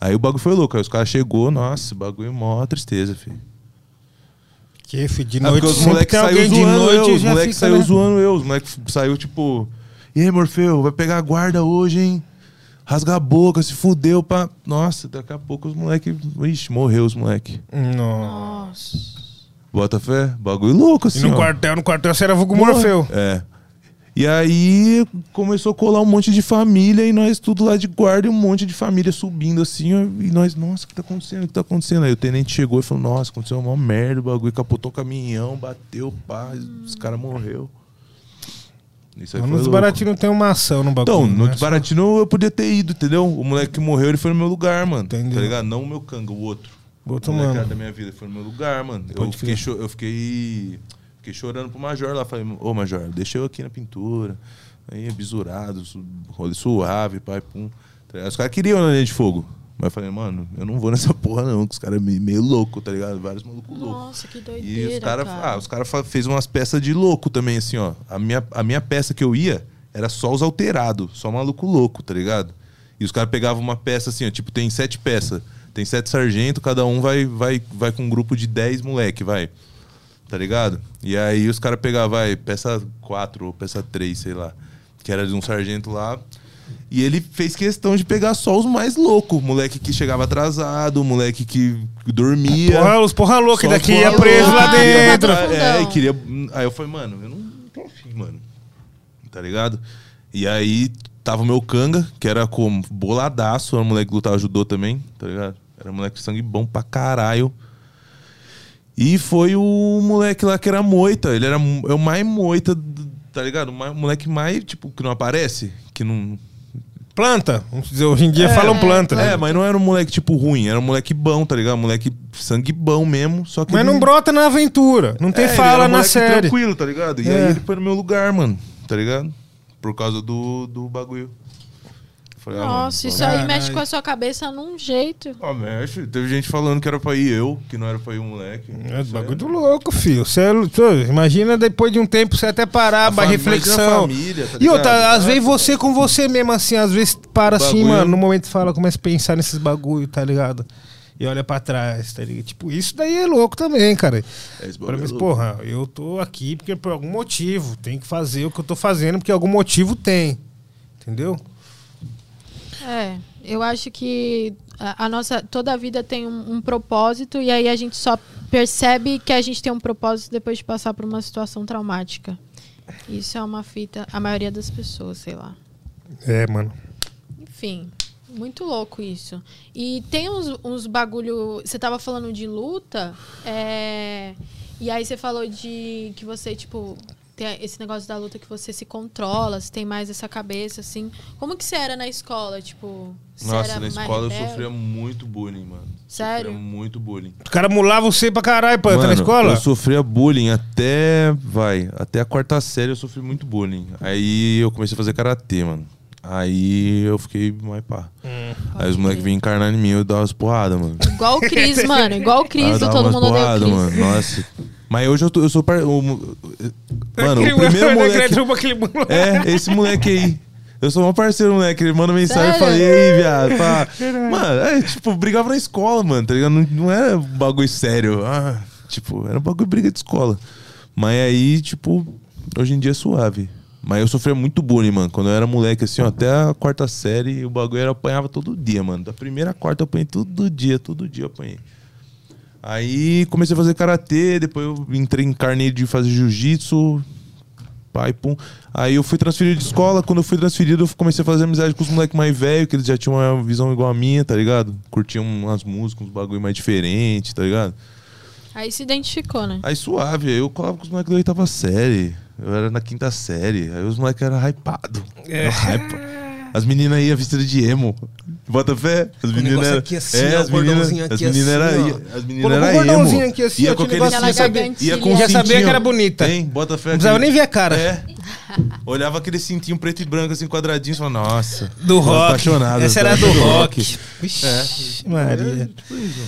Speaker 3: Aí o bagulho foi louco. Aí os caras chegou, nossa, o bagulho é mó tristeza, filho.
Speaker 1: Que filho, de
Speaker 3: É porque
Speaker 1: noite
Speaker 3: os
Speaker 1: sempre
Speaker 3: moleques
Speaker 1: tem
Speaker 3: saiu
Speaker 1: alguém de
Speaker 3: zoando
Speaker 1: noite
Speaker 3: eu,
Speaker 1: e
Speaker 3: os
Speaker 1: já
Speaker 3: moleques
Speaker 1: fica,
Speaker 3: saiu
Speaker 1: né?
Speaker 3: zoando eu, os moleques saiu tipo, e aí Morfeu, vai pegar a guarda hoje, hein? Rasga a boca, se fudeu pra... Nossa, daqui a pouco os moleques... Ixi, morreu os moleques.
Speaker 1: Nossa.
Speaker 2: Nossa.
Speaker 3: Bota fé, bagulho louco assim,
Speaker 1: E no
Speaker 3: ó.
Speaker 1: quartel, no quartel você era vulgo Morfeu.
Speaker 3: É. E aí começou a colar um monte de família e nós tudo lá de guarda e um monte de família subindo assim. ó, E nós, nossa, o que tá acontecendo? O que tá acontecendo? Aí o tenente chegou e falou, nossa, aconteceu uma merda, o bagulho capotou o caminhão, bateu, pá, os caras morreu. Isso aí
Speaker 1: Mas
Speaker 3: foi
Speaker 1: Então, Nos
Speaker 3: louco.
Speaker 1: Baratino tem uma ação no bagulho.
Speaker 3: Então, no
Speaker 1: né?
Speaker 3: Baratino eu podia ter ido, entendeu? O moleque que morreu, ele foi no meu lugar, mano.
Speaker 1: Entendeu.
Speaker 3: Tá ligado? Não o meu canga, o outro.
Speaker 1: Outro
Speaker 3: o moleque
Speaker 1: um mano.
Speaker 3: era da minha vida, ele foi no meu lugar, mano. Eu
Speaker 1: Pode
Speaker 3: fiquei,
Speaker 1: crer.
Speaker 3: cho- eu fiquei, fiquei chorando pro Major lá. Falei, ô Major, deixa eu aqui na pintura. Aí, bisurado, su- rolê suave, pai, pum. Tá ligado? Os caras queriam na linha de fogo. Mas eu falei, mano, eu não vou nessa porra não, que os caras é meio, meio louco, tá ligado? Vários malucos loucos.
Speaker 2: Nossa, que
Speaker 3: E
Speaker 2: doideira.
Speaker 3: os caras
Speaker 2: cara.
Speaker 3: ah, os cara fa- fez umas peças de louco também, assim, ó. A minha, a minha peça que eu ia era só os alterados, só maluco louco, tá ligado? E os caras pegavam uma peça assim, ó, tipo, tem sete peças. Tem sete sargentos, cada um vai, vai, vai com um grupo de dez moleque, vai. Tá ligado? E aí os caras pegavam, vai, peça quatro ou peça três sei lá. Que era de um sargento lá. E ele fez questão de pegar só os mais loucos. Moleque que chegava atrasado, moleque que
Speaker 1: É
Speaker 3: dormia.
Speaker 1: Porra, os porra louca
Speaker 3: Só
Speaker 1: daqui
Speaker 3: porra
Speaker 1: ia preso
Speaker 3: louca
Speaker 1: lá
Speaker 2: que queria
Speaker 1: dentro.
Speaker 2: matar-
Speaker 3: é, e queria. Aí eu falei, mano, eu não tô afim, mano. Tá ligado? E aí Tava o meu canga, que era como boladaço, era um moleque que lutava judô também, tá ligado? Era um moleque de sangue bom pra caralho. E foi o moleque lá que era moita. Ele era mo- é o mais moita, do- tá ligado? O mais- o moleque mais, tipo, que não aparece, que não.
Speaker 1: Planta. Vamos dizer, hoje em dia falam planta, né?
Speaker 3: É, mas não era um moleque, tipo, ruim, era um moleque bom, tá ligado? Um moleque sangue bom mesmo. Só que
Speaker 1: Mas
Speaker 3: ele-
Speaker 1: não brota na aventura. Não tem
Speaker 3: É, ele era
Speaker 1: fala
Speaker 3: um
Speaker 1: na
Speaker 3: moleque
Speaker 1: série.
Speaker 3: Tranquilo, tá ligado? E
Speaker 1: É.
Speaker 3: aí ele foi no meu lugar, mano, tá ligado? Por causa do, do bagulho. Falei, ah, mano,
Speaker 2: Nossa, isso é aí
Speaker 1: Caralho.
Speaker 2: mexe com a sua cabeça num jeito.
Speaker 3: Ah, mexe. Teve gente falando que era pra ir eu, que não era pra ir o moleque.
Speaker 1: É bagulho do louco, filho. Você é lu- pô, imagina depois de um tempo você até parar,
Speaker 3: A
Speaker 1: pra
Speaker 3: fam-
Speaker 1: reflexão.
Speaker 3: imagina a família, tá
Speaker 1: e outra,
Speaker 3: ligado?
Speaker 1: às vezes você com você mesmo, assim, às vezes para assim,
Speaker 3: Bagulho.
Speaker 1: mano, no momento fala, começa a pensar nesses bagulho, tá ligado? E olha pra trás, tá ligado? Tipo, isso daí é louco também, cara.
Speaker 3: É, esse
Speaker 1: Pra
Speaker 3: bagulho
Speaker 1: mim,
Speaker 3: é louco.
Speaker 1: porra, eu tô aqui porque por algum motivo tem que fazer o que eu tô fazendo, porque algum motivo tem. Entendeu?
Speaker 2: É, eu acho que a, a nossa toda a vida tem um, um propósito e aí a gente só percebe que a gente tem um propósito depois de passar por uma situação traumática. Isso é uma fita, a maioria das pessoas, sei lá.
Speaker 1: É, mano.
Speaker 2: Enfim, muito louco isso. E tem uns, uns bagulho. Você tava falando de luta, é, e aí você falou de que você, tipo, tem esse negócio da luta que você se controla, você tem mais essa cabeça, assim. Como que você era na escola, tipo? Você
Speaker 3: Nossa,
Speaker 2: era
Speaker 3: na
Speaker 2: mais
Speaker 3: escola eu
Speaker 2: rebelde?
Speaker 3: sofria muito bullying, mano.
Speaker 2: Sério?
Speaker 3: Sofria muito bullying.
Speaker 1: O cara mulava você pra caralho, pra entrar na
Speaker 3: Mano,
Speaker 1: escola?
Speaker 3: Eu sofria bullying até. Vai, até a quarta série eu sofri muito bullying. Aí eu comecei a fazer karatê, mano. Aí eu fiquei mais pá. Aí os moleques vinham encarnar em mim, eu dava umas porradas, mano.
Speaker 2: Igual o Cris, mano. Igual o
Speaker 3: Aí eu
Speaker 2: Cris, do
Speaker 3: dava
Speaker 2: todo
Speaker 3: umas
Speaker 2: mundo odeia o
Speaker 3: porradas,
Speaker 2: Cris.
Speaker 3: mano. Nossa. Mas hoje eu, tô- eu sou. Par... o- o- Mano,
Speaker 1: Aquele
Speaker 3: o primeiro
Speaker 1: É mano,
Speaker 3: moleque.
Speaker 1: aquele- aquele moleque.
Speaker 3: É, esse moleque aí. Eu sou um parceiro, moleque. Ele manda
Speaker 2: Sério?
Speaker 3: mensagem e fala, e aí, viado? Pá. Mano, é, tipo, brigava na escola, mano, tá ligado? Não, não era um bagulho sério. Ah, tipo, era um bagulho briga de escola. Mas aí, tipo, hoje em dia é suave. Mas eu sofria muito bullying, mano. Quando eu era moleque, assim, ó, até a quarta série, o bagulho era eu apanhava todo dia, mano. Da primeira à quarta eu apanhei todo dia, todo dia eu apanhei. Aí comecei a fazer karatê, depois eu entrei em carneiro de fazer jiu-jitsu, pai, pum. Aí eu fui transferido de escola, quando eu fui transferido eu comecei a fazer amizade com os moleques mais velhos, que eles já tinham uma visão igual a minha, tá ligado? Curtiam umas músicas, uns bagulho mais diferente, tá ligado?
Speaker 2: Aí se identificou, né?
Speaker 3: Aí suave, aí eu colava com os moleques da oitava série, eu era na quinta série, aí os moleques eram hypados.
Speaker 1: É.
Speaker 3: Eu hypa. As meninas iam vestidas de emo. Bota fé? As meninas
Speaker 1: negócio
Speaker 3: eram. É,
Speaker 1: aqui assim, ó,
Speaker 3: as
Speaker 1: o cordãozinho
Speaker 3: meninas
Speaker 1: aqui
Speaker 3: as meninas
Speaker 1: assim,
Speaker 3: eram-
Speaker 1: ó.
Speaker 3: As
Speaker 1: Colocou
Speaker 3: meninas
Speaker 1: o
Speaker 3: eram
Speaker 1: cordãozinho
Speaker 3: emo.
Speaker 1: aqui assim, ó,
Speaker 3: ia
Speaker 1: que
Speaker 3: com aquele
Speaker 1: negócio
Speaker 2: Aquela
Speaker 1: já sabia-
Speaker 2: gargantilha.
Speaker 3: Ia com um
Speaker 1: Já sabia
Speaker 3: cintinho.
Speaker 1: que era bonita.
Speaker 3: Tem, bota fé.
Speaker 1: Não precisava nem ver a cara.
Speaker 3: É. Olhava aquele cintinho preto e branco, assim, quadradinho, e falava, nossa.
Speaker 1: Do
Speaker 3: tô
Speaker 1: rock.
Speaker 3: Apaixonado.
Speaker 1: Essa era do rock. Vixe,
Speaker 3: É. É,
Speaker 1: Maria.
Speaker 3: tipo isso,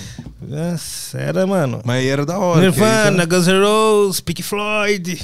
Speaker 3: mano.
Speaker 1: Nossa, era, mano.
Speaker 3: Mas aí era da hora. porque aí
Speaker 1: Nirvana,
Speaker 3: já
Speaker 1: Guns N' Roses, Pink Floyd.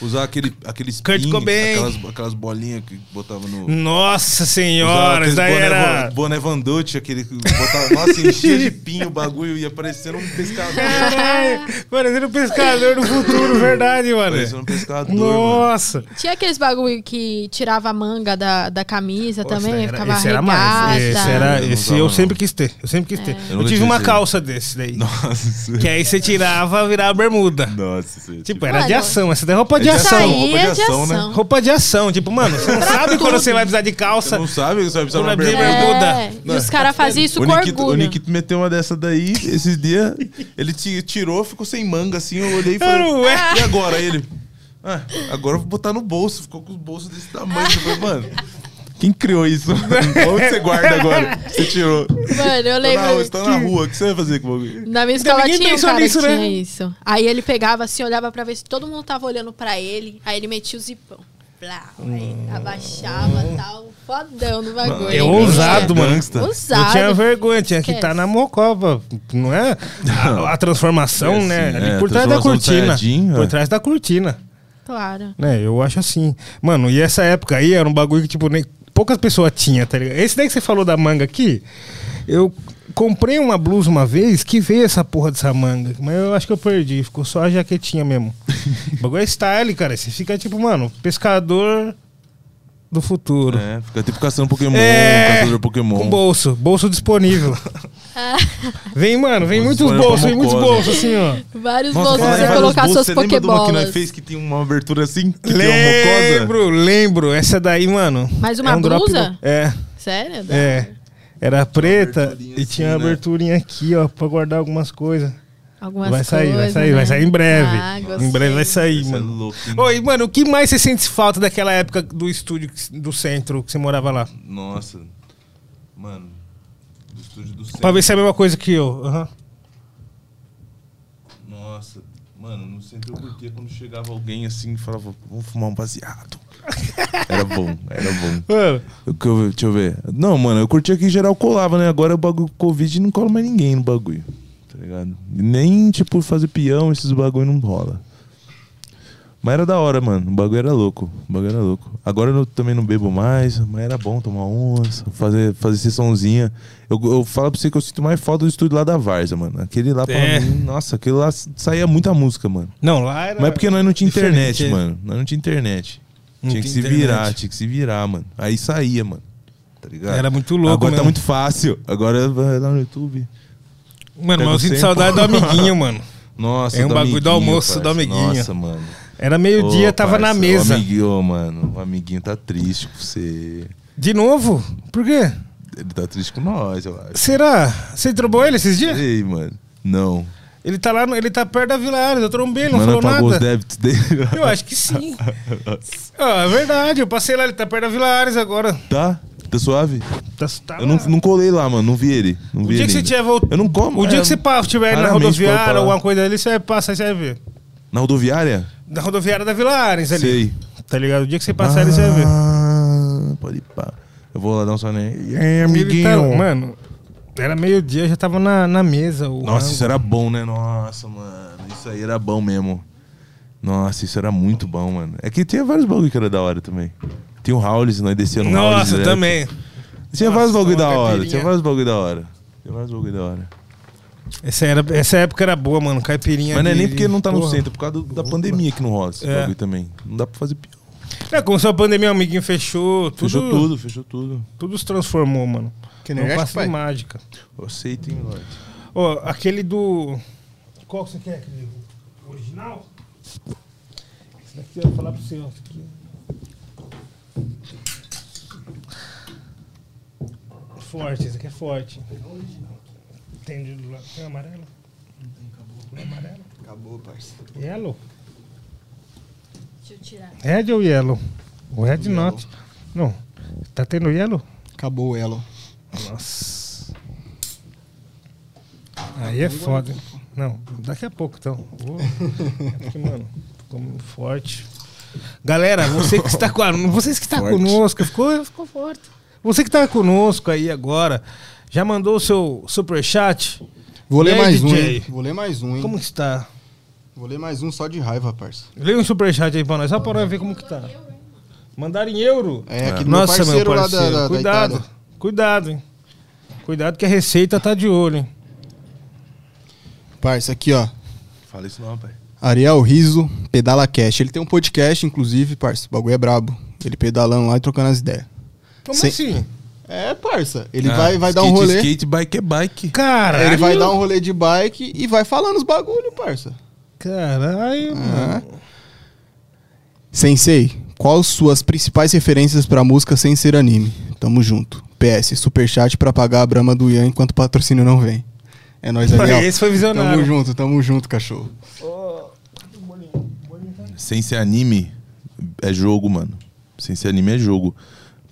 Speaker 3: Usava aquele, aqueles
Speaker 1: Kurt
Speaker 3: pin,
Speaker 1: Cobain. Hum,
Speaker 3: Aquelas, aquelas bolinhas que botava no...
Speaker 1: Nossa
Speaker 3: Usava
Speaker 1: senhora,
Speaker 3: aqueles
Speaker 1: isso daí
Speaker 3: boné é
Speaker 1: era.
Speaker 3: Van- Boné Vanducci, aquele. que Botava, nossa, enchia de pinho o bagulho, ia parecendo um pescador.
Speaker 1: Caralho, Parecendo um pescador do futuro, verdade, mano.
Speaker 3: parecendo um pescador. mano.
Speaker 1: Nossa.
Speaker 2: Tinha aqueles bagulho que tirava a manga da, da camisa
Speaker 1: Pô, esse
Speaker 2: também,
Speaker 1: daí era-
Speaker 2: ficava
Speaker 1: esse era
Speaker 2: arregada.
Speaker 1: mais. Esse, era,
Speaker 3: Eu não
Speaker 1: esse
Speaker 3: usava,
Speaker 1: eu
Speaker 3: não.
Speaker 1: sempre quis ter. Eu sempre quis ter.
Speaker 2: É.
Speaker 3: Eu
Speaker 1: Eu,
Speaker 3: nunca
Speaker 1: tive
Speaker 3: tive
Speaker 1: uma
Speaker 3: esse.
Speaker 1: calça desse daí.
Speaker 3: Nossa, isso-
Speaker 1: Que aí você tirava, virava bermuda.
Speaker 3: Nossa, isso é
Speaker 1: Tipo, era de
Speaker 2: Mano,
Speaker 1: ação. Essa daí é roupa de
Speaker 3: Isso
Speaker 2: Isso
Speaker 1: ação.
Speaker 2: aí é
Speaker 3: Roupa
Speaker 2: de
Speaker 3: de
Speaker 2: ação.
Speaker 3: ação, né?
Speaker 1: Roupa de ação. Tipo, mano, você não sabe quando você vai precisar de
Speaker 3: Você
Speaker 1: calça.
Speaker 3: não sabe, sabe, sabe uma
Speaker 1: Quando abrir
Speaker 3: bermuda.
Speaker 1: a
Speaker 2: É,
Speaker 1: bermuda.
Speaker 2: e os caras faziam isso
Speaker 3: O
Speaker 2: com
Speaker 3: Nikito, o
Speaker 2: orgulho.
Speaker 3: Nikito meteu uma dessa daí esses dias. Ele ti- tirou, ficou sem manga assim. Eu olhei e
Speaker 1: Era
Speaker 3: falei.
Speaker 1: o Ué.
Speaker 3: E agora? Aí ele. Ah, agora eu vou botar no bolso. Ficou com os bolsos desse tamanho. Eu falei, mano. Quem criou isso? Onde você guarda agora? Você tirou.
Speaker 2: Mano, eu
Speaker 3: Tá na, rua,
Speaker 2: lembro.
Speaker 3: você tá na rua, o que você vai fazer com o bagulho?
Speaker 2: Na minha escola
Speaker 1: ninguém
Speaker 2: tinha um
Speaker 1: pensou
Speaker 2: cara
Speaker 1: nisso,
Speaker 2: que
Speaker 1: né?
Speaker 2: tinha isso. Aí ele pegava assim, olhava pra ver se todo mundo tava olhando pra ele. Aí ele metia o zipão. Blá,
Speaker 3: Hum.
Speaker 2: aí abaixava e tal. Fodão no bagulho.
Speaker 1: É ousado, mano.
Speaker 3: Gangsta.
Speaker 1: Eu
Speaker 2: Ousado.
Speaker 1: tinha vergonha, tinha que
Speaker 2: Esquece.
Speaker 1: estar na mocova, não é? A, a transformação,
Speaker 3: É assim,
Speaker 1: né? Ali
Speaker 3: é,
Speaker 1: por trás da
Speaker 3: transformação do
Speaker 1: cortina.
Speaker 3: Saiyajin,
Speaker 1: Por
Speaker 3: é.
Speaker 1: trás da cortina.
Speaker 2: Claro.
Speaker 1: né? Eu acho assim. Mano, e essa época aí era um bagulho que, tipo, nem poucas pessoas tinham, tá ligado? Esse daí que você falou da manga aqui, eu comprei uma blusa uma vez que veio essa porra dessa manga. Mas eu acho que eu perdi, ficou só a jaquetinha mesmo. o bagulho é style, cara. Você fica tipo, mano, pescador. do futuro.
Speaker 3: É, fica tipo caçando Pokémon,
Speaker 1: É.
Speaker 3: caçador Pokémon.
Speaker 1: Com bolso, bolso disponível.
Speaker 2: Ah.
Speaker 1: vem, mano, vem muitos
Speaker 3: Disponível
Speaker 1: bolsos,
Speaker 3: pra
Speaker 1: vem muitos
Speaker 3: mucosa.
Speaker 1: bolsos assim, ó.
Speaker 2: Vários
Speaker 3: Nossa,
Speaker 2: bolsos pra
Speaker 3: fala aí,
Speaker 2: você
Speaker 3: vários
Speaker 2: colocar
Speaker 3: bolsos.
Speaker 2: suas
Speaker 3: Você lembra de uma que nós
Speaker 2: pokebolas.
Speaker 3: fez que tinha uma abertura assim? Que tinha uma mucosa?
Speaker 1: Lembro, lembro. Essa daí, mano.
Speaker 2: Mais uma
Speaker 1: é um drop
Speaker 2: blusa?
Speaker 1: do- É,
Speaker 2: Sério?
Speaker 1: é. Era preta
Speaker 3: aberturinha
Speaker 1: e tinha uma
Speaker 3: assim, né?
Speaker 1: aberturinha aqui, ó, pra guardar algumas coisas.
Speaker 2: Algumas
Speaker 1: Vai sair, vai
Speaker 2: coisas,
Speaker 1: sair,
Speaker 2: né?
Speaker 1: vai sair em breve.
Speaker 2: Ah,
Speaker 1: em
Speaker 2: gostei.
Speaker 1: breve vai sair,
Speaker 3: Isso é
Speaker 1: mano.
Speaker 3: louco, hein?
Speaker 1: Oi, mano, o que mais você sente falta daquela época do estúdio que- do centro que você morava lá?
Speaker 3: Nossa. Mano. Do estúdio do
Speaker 1: Pra
Speaker 3: centro.
Speaker 1: ver se é a mesma coisa que eu. Aham.
Speaker 3: Nossa. Mano, no centro eu curtia quando chegava alguém assim e falava, vamos fumar um baseado. era bom, era bom.
Speaker 1: Mano,
Speaker 3: O que eu- Deixa eu ver. Não, mano, eu curtia que geral colava, né? Agora o bagulho Covid não cola mais ninguém no bagulho. Tá ligado? Nem, tipo, fazer peão, esses bagulho não rola. Mas era da hora, mano. O bagulho era louco. O bagulho era louco. Agora eu também não bebo mais, mas era bom tomar umas, fazer, fazer sessãozinha. Eu, eu falo pra você que eu sinto mais falta do estúdio lá da Varza, mano. Aquele lá pra
Speaker 1: É.
Speaker 3: mim, nossa, aquele lá saía muita música, mano.
Speaker 1: Não, lá era.
Speaker 3: Mas é porque nós não tinha internet,
Speaker 1: Diferente, é.
Speaker 3: mano. Nós não tinha internet.
Speaker 1: Não
Speaker 3: tinha que
Speaker 1: tinha
Speaker 3: se
Speaker 1: internet.
Speaker 3: virar, tinha que se virar, mano. Aí saía, mano. Tá ligado?
Speaker 1: Era muito louco,
Speaker 3: Agora tá
Speaker 1: mesmo.
Speaker 3: muito fácil. Agora vai lá no YouTube.
Speaker 1: Mano, mas eu
Speaker 3: Pega
Speaker 1: sinto
Speaker 3: o
Speaker 1: saudade do
Speaker 3: tempo.
Speaker 1: amiguinho, mano.
Speaker 3: Nossa,
Speaker 1: É um bagulho do
Speaker 3: amiguinho,
Speaker 1: almoço, do amiguinho.
Speaker 3: Nossa, mano.
Speaker 1: Era meio-dia,
Speaker 3: Ô,
Speaker 1: tava na
Speaker 3: parça,
Speaker 1: mesa.
Speaker 3: O amiguinho, ô, mano, o amiguinho tá triste com você.
Speaker 1: De novo? Por quê?
Speaker 3: Ele tá triste com nós, eu acho.
Speaker 1: Será? Você trombou ele esses dias?
Speaker 3: Ei, mano. Não.
Speaker 1: Ele tá lá, no- ele tá perto da Vila Ares, eu trombei, ele não
Speaker 3: Mano,
Speaker 1: falou
Speaker 3: apagou os
Speaker 1: nada.
Speaker 3: débitos dele.
Speaker 1: Eu acho que sim. Ah, é verdade, eu passei lá, ele tá perto da Vila Ares agora.
Speaker 3: Tá? Tá suave?
Speaker 1: Tá, tá
Speaker 3: Eu não,
Speaker 1: lá.
Speaker 3: não colei lá, mano. Não vi ele. Não
Speaker 1: o
Speaker 3: vi
Speaker 1: dia
Speaker 3: ele
Speaker 1: que você
Speaker 3: ainda.
Speaker 1: tiver voltado.
Speaker 3: Eu não como.
Speaker 1: O dia
Speaker 3: é,
Speaker 1: que você pa- tiver aí na
Speaker 3: raramente pra eu
Speaker 1: rodoviária,
Speaker 3: falar.
Speaker 1: alguma coisa ali, você vai passar e você vai ver.
Speaker 3: Na rodoviária?
Speaker 1: Na rodoviária da Vila Ares ali.
Speaker 3: Sei.
Speaker 1: Tá ligado? O dia que você passar ali, você vai ver.
Speaker 3: Ah, pode ir pá. Eu vou lá dar um soninho. É,
Speaker 1: Ele
Speaker 3: amiguinho.
Speaker 1: tá- mano, era meio-dia, eu já tava na, na mesa. O
Speaker 3: Nossa,
Speaker 1: rango.
Speaker 3: isso era bom, né? Nossa, mano. Isso aí era bom mesmo. Nossa, isso era muito bom, mano. É que tinha vários bagulho que era da hora também. Tinha o Howlis, nós descia é no né? Howlis.
Speaker 1: Nossa,
Speaker 3: direto.
Speaker 1: também.
Speaker 3: Tinha
Speaker 1: Nossa,
Speaker 3: vários bagulho
Speaker 1: uma
Speaker 3: da hora.
Speaker 1: caipirinha.
Speaker 3: Tinha vários bagulho da hora. Tinha vários bagulho da hora.
Speaker 1: Essa, era, essa época era boa, mano. Caipirinha.
Speaker 3: Mas não é
Speaker 1: de-
Speaker 3: nem porque não tá no
Speaker 1: Porra.
Speaker 3: centro, é por causa do- da pandemia que não rola esse
Speaker 1: É.
Speaker 3: bagulho também. Não dá pra fazer pior.
Speaker 1: É, começou a pandemia, o amiguinho fechou. Tudo,
Speaker 3: Fechou tudo, fechou tudo.
Speaker 1: Tudo se transformou, mano.
Speaker 4: Que
Speaker 1: Não
Speaker 4: energético,
Speaker 1: passa de
Speaker 4: pai?
Speaker 1: mágica.
Speaker 3: Eu aceito, hein, Lorde.
Speaker 1: Ó, aquele do. Qual que você quer, querido? O Original? Esse daqui eu vou falar pra você, ó. Esse aqui. Forte, esse aqui é forte. Tem de lá. Tem amarelo? É Amarelo?
Speaker 4: Acabou, parceiro.
Speaker 1: Yellow?
Speaker 2: Deixa eu tirar.
Speaker 1: Red ou yellow? O red not. Não. Tá tendo yellow?
Speaker 4: Acabou o elo.
Speaker 1: Nossa. Aí é foda. hein? Não, daqui a pouco então. Vou... É porque, mano, ficou muito forte. Galera, você que está com... vocês que está
Speaker 3: Forte.
Speaker 1: conosco, ficou, ficou forte. Você que está conosco aí agora, já mandou o seu superchat?
Speaker 4: Vou
Speaker 1: E
Speaker 4: ler
Speaker 1: aí,
Speaker 4: mais um,
Speaker 1: DJ?
Speaker 4: hein? Vou ler mais um, hein?
Speaker 1: Como que está?
Speaker 4: Vou ler mais um só de raiva, parça.
Speaker 1: Leia um superchat aí pra nós, só pra nós ver como que tá. Mandar em euro?
Speaker 4: É, aqui do meu
Speaker 1: Nossa,
Speaker 4: parceiro,
Speaker 1: meu parceiro,
Speaker 4: lá da, da, da
Speaker 1: cuidado,
Speaker 4: Itália.
Speaker 1: cuidado, hein? Cuidado que a receita tá de olho, hein?
Speaker 4: Parça, aqui, ó.
Speaker 3: Fala isso não, pai.
Speaker 4: Ariel Riso, Pedala Cash. Ele tem um podcast, inclusive, parça. O bagulho é brabo. Ele pedalando lá e trocando as ideias.
Speaker 1: Como
Speaker 4: Sem-
Speaker 1: assim?
Speaker 4: É, parça. Ele
Speaker 3: Ah,
Speaker 4: vai, vai dar um
Speaker 3: skate,
Speaker 4: rolê.
Speaker 3: Skate, bike é bike.
Speaker 1: Caralho.
Speaker 4: Ele vai dar um rolê de bike e vai falando os bagulho, parça. Ah,
Speaker 1: Caralho, mano.
Speaker 4: Sensei, quais suas principais referências pra música sem ser anime? Tamo junto. PS, superchat pra pagar a brama do Ian enquanto o patrocínio não vem. É nóis, Ariel.
Speaker 1: Esse foi
Speaker 4: Tamo
Speaker 1: visionário.
Speaker 4: junto, tamo junto, cachorro.
Speaker 3: Sem ser anime, é jogo, mano. Sem ser anime é jogo.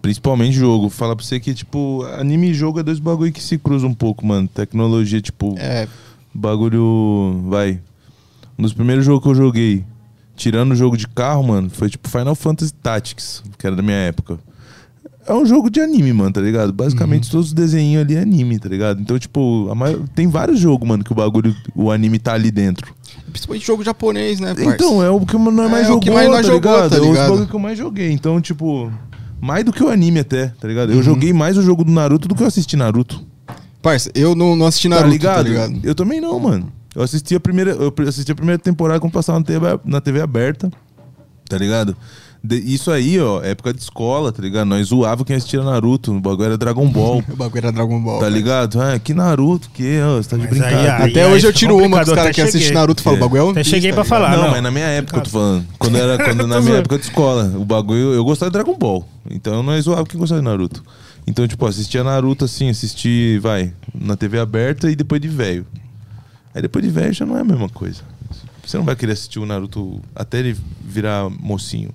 Speaker 3: Principalmente jogo. Fala pra você que, tipo, anime e jogo é dois bagulho que se cruzam um pouco, mano. Tecnologia, tipo,
Speaker 4: É,
Speaker 3: bagulho. Vai. Um dos primeiros jogos que eu joguei, tirando o jogo de carro, mano, foi tipo Final Fantasy Tactics, que era da minha época. É um jogo de anime, mano, tá ligado? Basicamente todos os desenhinhos ali é anime, tá ligado? Então, tipo, a maior- tem vários jogos, mano, que o bagulho, o anime tá ali dentro.
Speaker 4: principalmente jogo japonês, né, parça?
Speaker 3: Então, é o que nós mais
Speaker 4: É,
Speaker 3: jogou,
Speaker 4: o que mais nós
Speaker 3: tá
Speaker 4: jogou,
Speaker 3: ligado?
Speaker 4: tá
Speaker 3: É os
Speaker 4: ligado?
Speaker 3: bagulho que eu mais joguei. Então, tipo, mais do que o anime até, tá ligado?
Speaker 4: Uhum.
Speaker 3: Eu joguei mais o jogo do Naruto do que eu assisti Naruto.
Speaker 4: Parça, eu não, não assisti Naruto,
Speaker 3: tá, ligado?
Speaker 4: tá ligado?
Speaker 3: Eu também não, mano. Eu assisti a primeira, eu pre- assisti a primeira temporada quando passava na TV, ab- na TV aberta, tá ligado? de- isso aí, ó, época de escola, tá ligado? Nós zoava quem assistia Naruto, o bagulho era Dragon Ball,
Speaker 4: O bagulho era Dragon Ball.
Speaker 3: tá
Speaker 4: velho.
Speaker 3: ligado? Ah, que Naruto, que, ó, você tá de
Speaker 1: Mas aí,
Speaker 3: brincadeira.
Speaker 1: aí,
Speaker 4: Até
Speaker 1: aí
Speaker 4: hoje eu
Speaker 1: fica
Speaker 4: tiro uma
Speaker 1: é complicado,
Speaker 4: com os caras
Speaker 1: até
Speaker 4: que assistem
Speaker 1: cheguei.
Speaker 4: Naruto e falam,
Speaker 3: É.
Speaker 4: bagulho é One
Speaker 1: Até
Speaker 4: Piece,
Speaker 1: cheguei
Speaker 4: tá
Speaker 1: pra
Speaker 4: ligado?
Speaker 1: falar.
Speaker 3: não,
Speaker 1: Ah, não.
Speaker 3: mas na minha época eu tô falando. Quando era quando, na minha
Speaker 1: zoando.
Speaker 3: época de escola, o bagulho. Eu gostava de Dragon Ball. Então nós zoava quem gostava de Naruto. Então, tipo, assistia Naruto assim, assisti, vai, na TV aberta e depois de velho. Aí depois de velho já não é a mesma coisa. Você não vai querer assistir o Naruto até ele virar mocinho.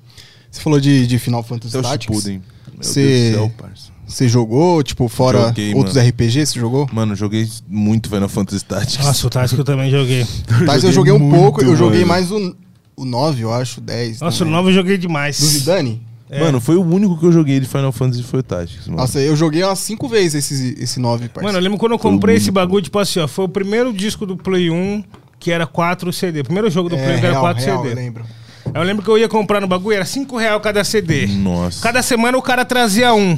Speaker 4: Você falou de, de Final Fantasy
Speaker 3: Até o
Speaker 4: Tactics.
Speaker 3: Shippuden. Meu
Speaker 4: Cê-
Speaker 3: Deus do céu, parça.
Speaker 4: Você jogou, tipo, fora
Speaker 3: Joguei,
Speaker 4: outros
Speaker 3: mano.
Speaker 4: RPG, você jogou?
Speaker 3: Mano, eu joguei muito Final Fantasy Tactics.
Speaker 1: Nossa, o Tactics eu também joguei.
Speaker 4: Mas eu joguei
Speaker 3: joguei
Speaker 4: um
Speaker 3: muito,
Speaker 4: pouco, eu joguei
Speaker 3: mano.
Speaker 4: mais o, o 9, eu acho, 10.
Speaker 1: Nossa, o
Speaker 4: também.
Speaker 1: 9 eu joguei demais.
Speaker 4: Do Zidane?
Speaker 1: É.
Speaker 3: Mano, foi o único que eu joguei de Final Fantasy foi o Tactics, mano.
Speaker 4: Nossa, eu joguei umas 5 vezes esse, esse 9, parceiro.
Speaker 1: Mano, eu lembro quando eu
Speaker 3: Foi
Speaker 1: comprei
Speaker 3: o
Speaker 1: esse
Speaker 3: único.
Speaker 1: bagulho, tipo assim, ó, foi o primeiro disco do Play 1 que era 4 CD. O primeiro jogo do Play 1 que era 4
Speaker 4: É, real,
Speaker 1: CD.
Speaker 4: eu lembro.
Speaker 1: Aí eu lembro que eu ia comprar no bagulho, era 5 real cada CD.
Speaker 4: Uhum.
Speaker 3: Nossa.
Speaker 1: Cada semana o cara trazia um.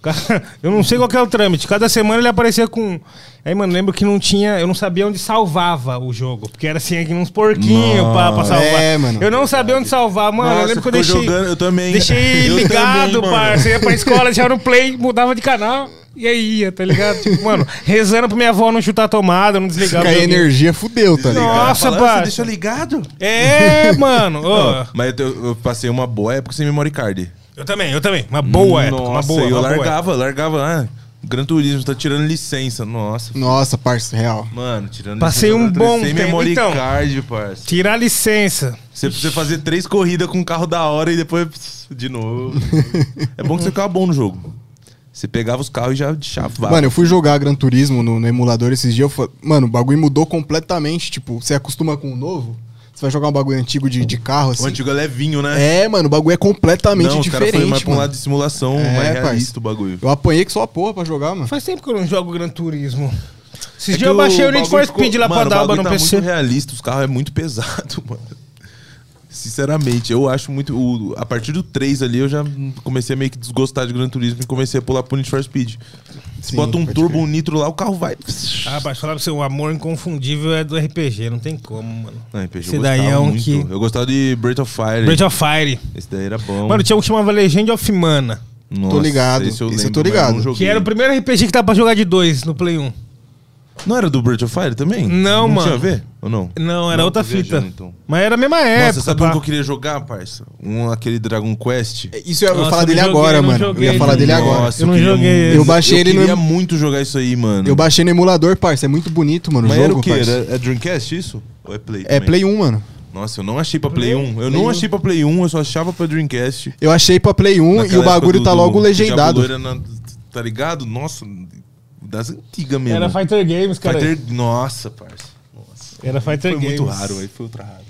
Speaker 1: Ca- Eu não sei qual que é o trâmite. Cada semana ele aparecia com um. Aí, mano, lembro que não tinha. Eu não sabia onde salvava o jogo. Porque era assim, aqui uns porquinhos pra, pra
Speaker 3: Nossa.
Speaker 1: salvar.
Speaker 4: É, mano.
Speaker 1: Eu não sabia onde salvar, mano. um, eu
Speaker 3: Nossa,
Speaker 1: lembro que eu
Speaker 3: ficou
Speaker 1: deixei.
Speaker 3: jogando, eu também.
Speaker 1: Deixei
Speaker 3: Eu
Speaker 1: ligado,
Speaker 3: também, mano.
Speaker 1: parça. Ia pra escola, deixava no play, mudava de canal. E aí ia, tá ligado? Tipo, mano, rezando pra minha avó não chutar a tomada, não desligar o
Speaker 4: Cai
Speaker 1: videogame.
Speaker 4: energia, fudeu, tá ligado?
Speaker 1: Nossa,
Speaker 3: Falaram,
Speaker 1: parça.
Speaker 3: "Ah, Você deixou ligado?
Speaker 1: É, mano. Ô,
Speaker 3: Não, mas eu, eu passei uma boa época sem memory card.
Speaker 1: Eu também, eu também. Uma boa época, uma
Speaker 3: Nossa,
Speaker 1: boa.
Speaker 3: Eu
Speaker 1: uma boa época.
Speaker 3: largava, largava. Ah, Gran Turismo tá tirando licença. Nossa.
Speaker 4: Nossa, parceiro, real.
Speaker 3: Mano, tirando
Speaker 1: Passei
Speaker 3: licença.
Speaker 1: um
Speaker 3: Gran Turismo
Speaker 1: bom
Speaker 3: Sem
Speaker 1: tempo.
Speaker 3: memory
Speaker 1: Então.
Speaker 3: card, parça.
Speaker 1: Tirar licença.
Speaker 3: Você precisa fazer três corridas com um carro da hora e depois pss, de novo. é bom que você ficava bom no jogo. Você pegava os carros e já chavava.
Speaker 4: Mano, eu fui jogar Gran Turismo no, no emulador esses dias. eu fa- Mano, o bagulho mudou completamente. Tipo, você acostuma com o novo, você vai jogar um bagulho antigo de, de carro, assim.
Speaker 3: o antigo é levinho, né?
Speaker 4: É, mano, o bagulho é completamente
Speaker 3: Não, os caras
Speaker 4: diferente.
Speaker 3: foram mais pra um
Speaker 4: mano.
Speaker 3: lado de simulação,
Speaker 4: É,
Speaker 3: mais
Speaker 4: parça.
Speaker 3: realista o bagulho.
Speaker 4: Eu apanhei que só a porra pra jogar, mano.
Speaker 1: Faz tempo que eu não jogo Gran Turismo. Esses
Speaker 3: É que
Speaker 1: dias eu baixei o Need
Speaker 3: bagulho
Speaker 1: for
Speaker 3: ficou-
Speaker 1: Speed lá
Speaker 3: Mano,
Speaker 1: pra
Speaker 3: o
Speaker 1: dar aba
Speaker 3: bagulho
Speaker 1: no
Speaker 3: tá
Speaker 1: PC.
Speaker 3: muito realista, os carros é muito pesado, mano. Sinceramente, eu acho muito. o- a partir do 3 ali, eu já comecei a meio que desgostar de Gran Turismo e comecei a pular pro Need for Speed.
Speaker 4: Sim,
Speaker 3: Se bota um
Speaker 4: pode
Speaker 3: turbo,
Speaker 4: crer.
Speaker 3: um nitro lá, o carro vai.
Speaker 1: Ah, rapaz, falar pra você, o amor inconfundível é do RPG, não tem como, mano.
Speaker 3: Não, RPG,
Speaker 1: Esse
Speaker 3: eu
Speaker 1: daí
Speaker 3: gostava
Speaker 1: é um
Speaker 3: muito.
Speaker 1: que-
Speaker 3: Eu gostava de Breath of Fire.
Speaker 1: Breath of Fire.
Speaker 3: Esse daí era bom.
Speaker 1: Mano, tinha um que chamava Legend of Mana,
Speaker 3: Nossa,
Speaker 4: Tô ligado, esse eu tô
Speaker 3: mas
Speaker 4: ligado.
Speaker 3: Não, joguei.
Speaker 1: que era o primeiro RPG que tava pra jogar de dois no Play 1.
Speaker 3: não era do Breath of Fire também?
Speaker 1: Não, mano.
Speaker 3: Tinha a ver? Ou não?
Speaker 1: Não, era
Speaker 3: Não,
Speaker 1: outra
Speaker 3: tô
Speaker 1: fita.
Speaker 3: viajando, então.
Speaker 1: Mas era a mesma época. tá?
Speaker 3: Nossa, sabe um
Speaker 1: É, pá.
Speaker 3: que eu queria jogar, parça? Um, aquele Dragon Quest.
Speaker 4: Isso eu ia
Speaker 1: Nossa,
Speaker 4: falar
Speaker 1: eu
Speaker 4: dele
Speaker 1: não joguei,
Speaker 4: agora,
Speaker 1: não
Speaker 4: mano.
Speaker 1: joguei,
Speaker 4: eu ia falar
Speaker 1: não.
Speaker 4: dele agora.
Speaker 3: Nossa,
Speaker 1: Eu não
Speaker 3: é queria
Speaker 1: joguei
Speaker 3: muito-
Speaker 1: esse.
Speaker 4: Eu baixei ele no-
Speaker 3: queria muito jogar isso aí, mano.
Speaker 4: Eu baixei no emulador, parça. É muito bonito, mano.
Speaker 3: Mas
Speaker 4: o
Speaker 3: era
Speaker 4: jogo,
Speaker 3: o quê?
Speaker 4: parça.
Speaker 3: Era- é Dreamcast isso? Ou é Play?
Speaker 4: É
Speaker 3: também?
Speaker 4: Play 1, mano.
Speaker 3: Nossa, eu não achei pra Play 1. Eu não
Speaker 4: Play um.
Speaker 3: achei pra Play 1, eu só achava pra Dreamcast.
Speaker 4: Eu achei pra Play 1 e
Speaker 3: Naquela
Speaker 4: o
Speaker 3: época
Speaker 4: bagulho
Speaker 3: do-
Speaker 4: tá
Speaker 3: do-
Speaker 4: logo
Speaker 3: que
Speaker 4: legendado.
Speaker 3: Diablo era na- tá ligado? Nossa, das antigas mesmo.
Speaker 1: Era Fighter Games, cara.
Speaker 3: Fighter- Nossa, parça. Nossa.
Speaker 1: Era Fighter
Speaker 3: Foi
Speaker 1: Games.
Speaker 3: muito raro, aí foi ultra raro.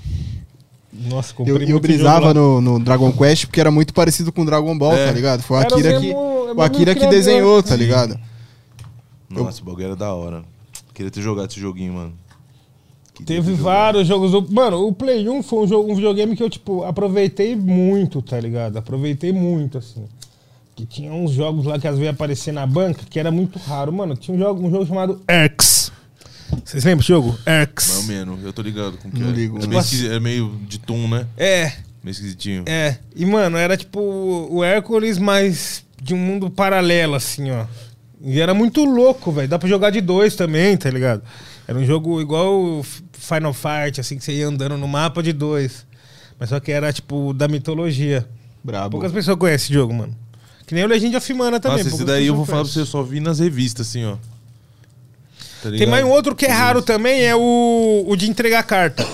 Speaker 1: Nossa,
Speaker 3: um
Speaker 1: comprei
Speaker 4: Eu,
Speaker 1: muito
Speaker 4: eu
Speaker 1: jogo lá.
Speaker 4: brisava no, no Dragon Quest porque era muito parecido com Dragon Ball,
Speaker 3: É.
Speaker 4: tá ligado? Foi o
Speaker 1: Era o
Speaker 4: Akira,
Speaker 1: mesmo-
Speaker 4: que,
Speaker 1: era o
Speaker 4: o
Speaker 1: mesmo
Speaker 4: Akira que
Speaker 1: criador.
Speaker 4: desenhou, tá ligado?
Speaker 3: Nossa, o bagulho era da hora. Queria ter jogado esse joguinho, mano. Queria
Speaker 1: Teve
Speaker 3: ter jogado.
Speaker 1: vários jogos. do- Mano, o Play 1 foi um, jogo, um videogame que eu, tipo, aproveitei muito, tá ligado? Aproveitei muito, assim. Que tinha uns jogos lá que às vezes aparecia na banca, que era muito raro. Mano, tinha um jogo, um jogo chamado X. Vocês lembram do jogo?
Speaker 3: Mais ou
Speaker 1: X.
Speaker 3: menos, eu tô ligado com o que
Speaker 4: Não
Speaker 3: é.
Speaker 4: ligo,
Speaker 3: É
Speaker 4: não.
Speaker 3: meio, esquisi- é meio de tom, né?
Speaker 1: É,
Speaker 3: Meio esquisitinho.
Speaker 1: é. E, mano, era tipo o Hércules, mas de um mundo paralelo, assim, ó. E era muito louco, velho. Dá pra jogar de dois também, tá ligado? Era um jogo igual o F- Final Fight, assim, que você ia andando no mapa de dois. Mas só que era, tipo, da mitologia.
Speaker 4: Brabo.
Speaker 1: Poucas pessoas conhecem esse jogo, mano. Que nem o Legend of Mana também.
Speaker 3: Nossa, esse
Speaker 1: poucas
Speaker 3: daí eu vou
Speaker 1: pessoas
Speaker 3: falar pra você,
Speaker 1: conhecem.
Speaker 3: eu só vi nas revistas, assim, ó. Tá
Speaker 1: Tem
Speaker 3: ligado?
Speaker 1: mais um outro que é raro também, é o, o de entregar carta.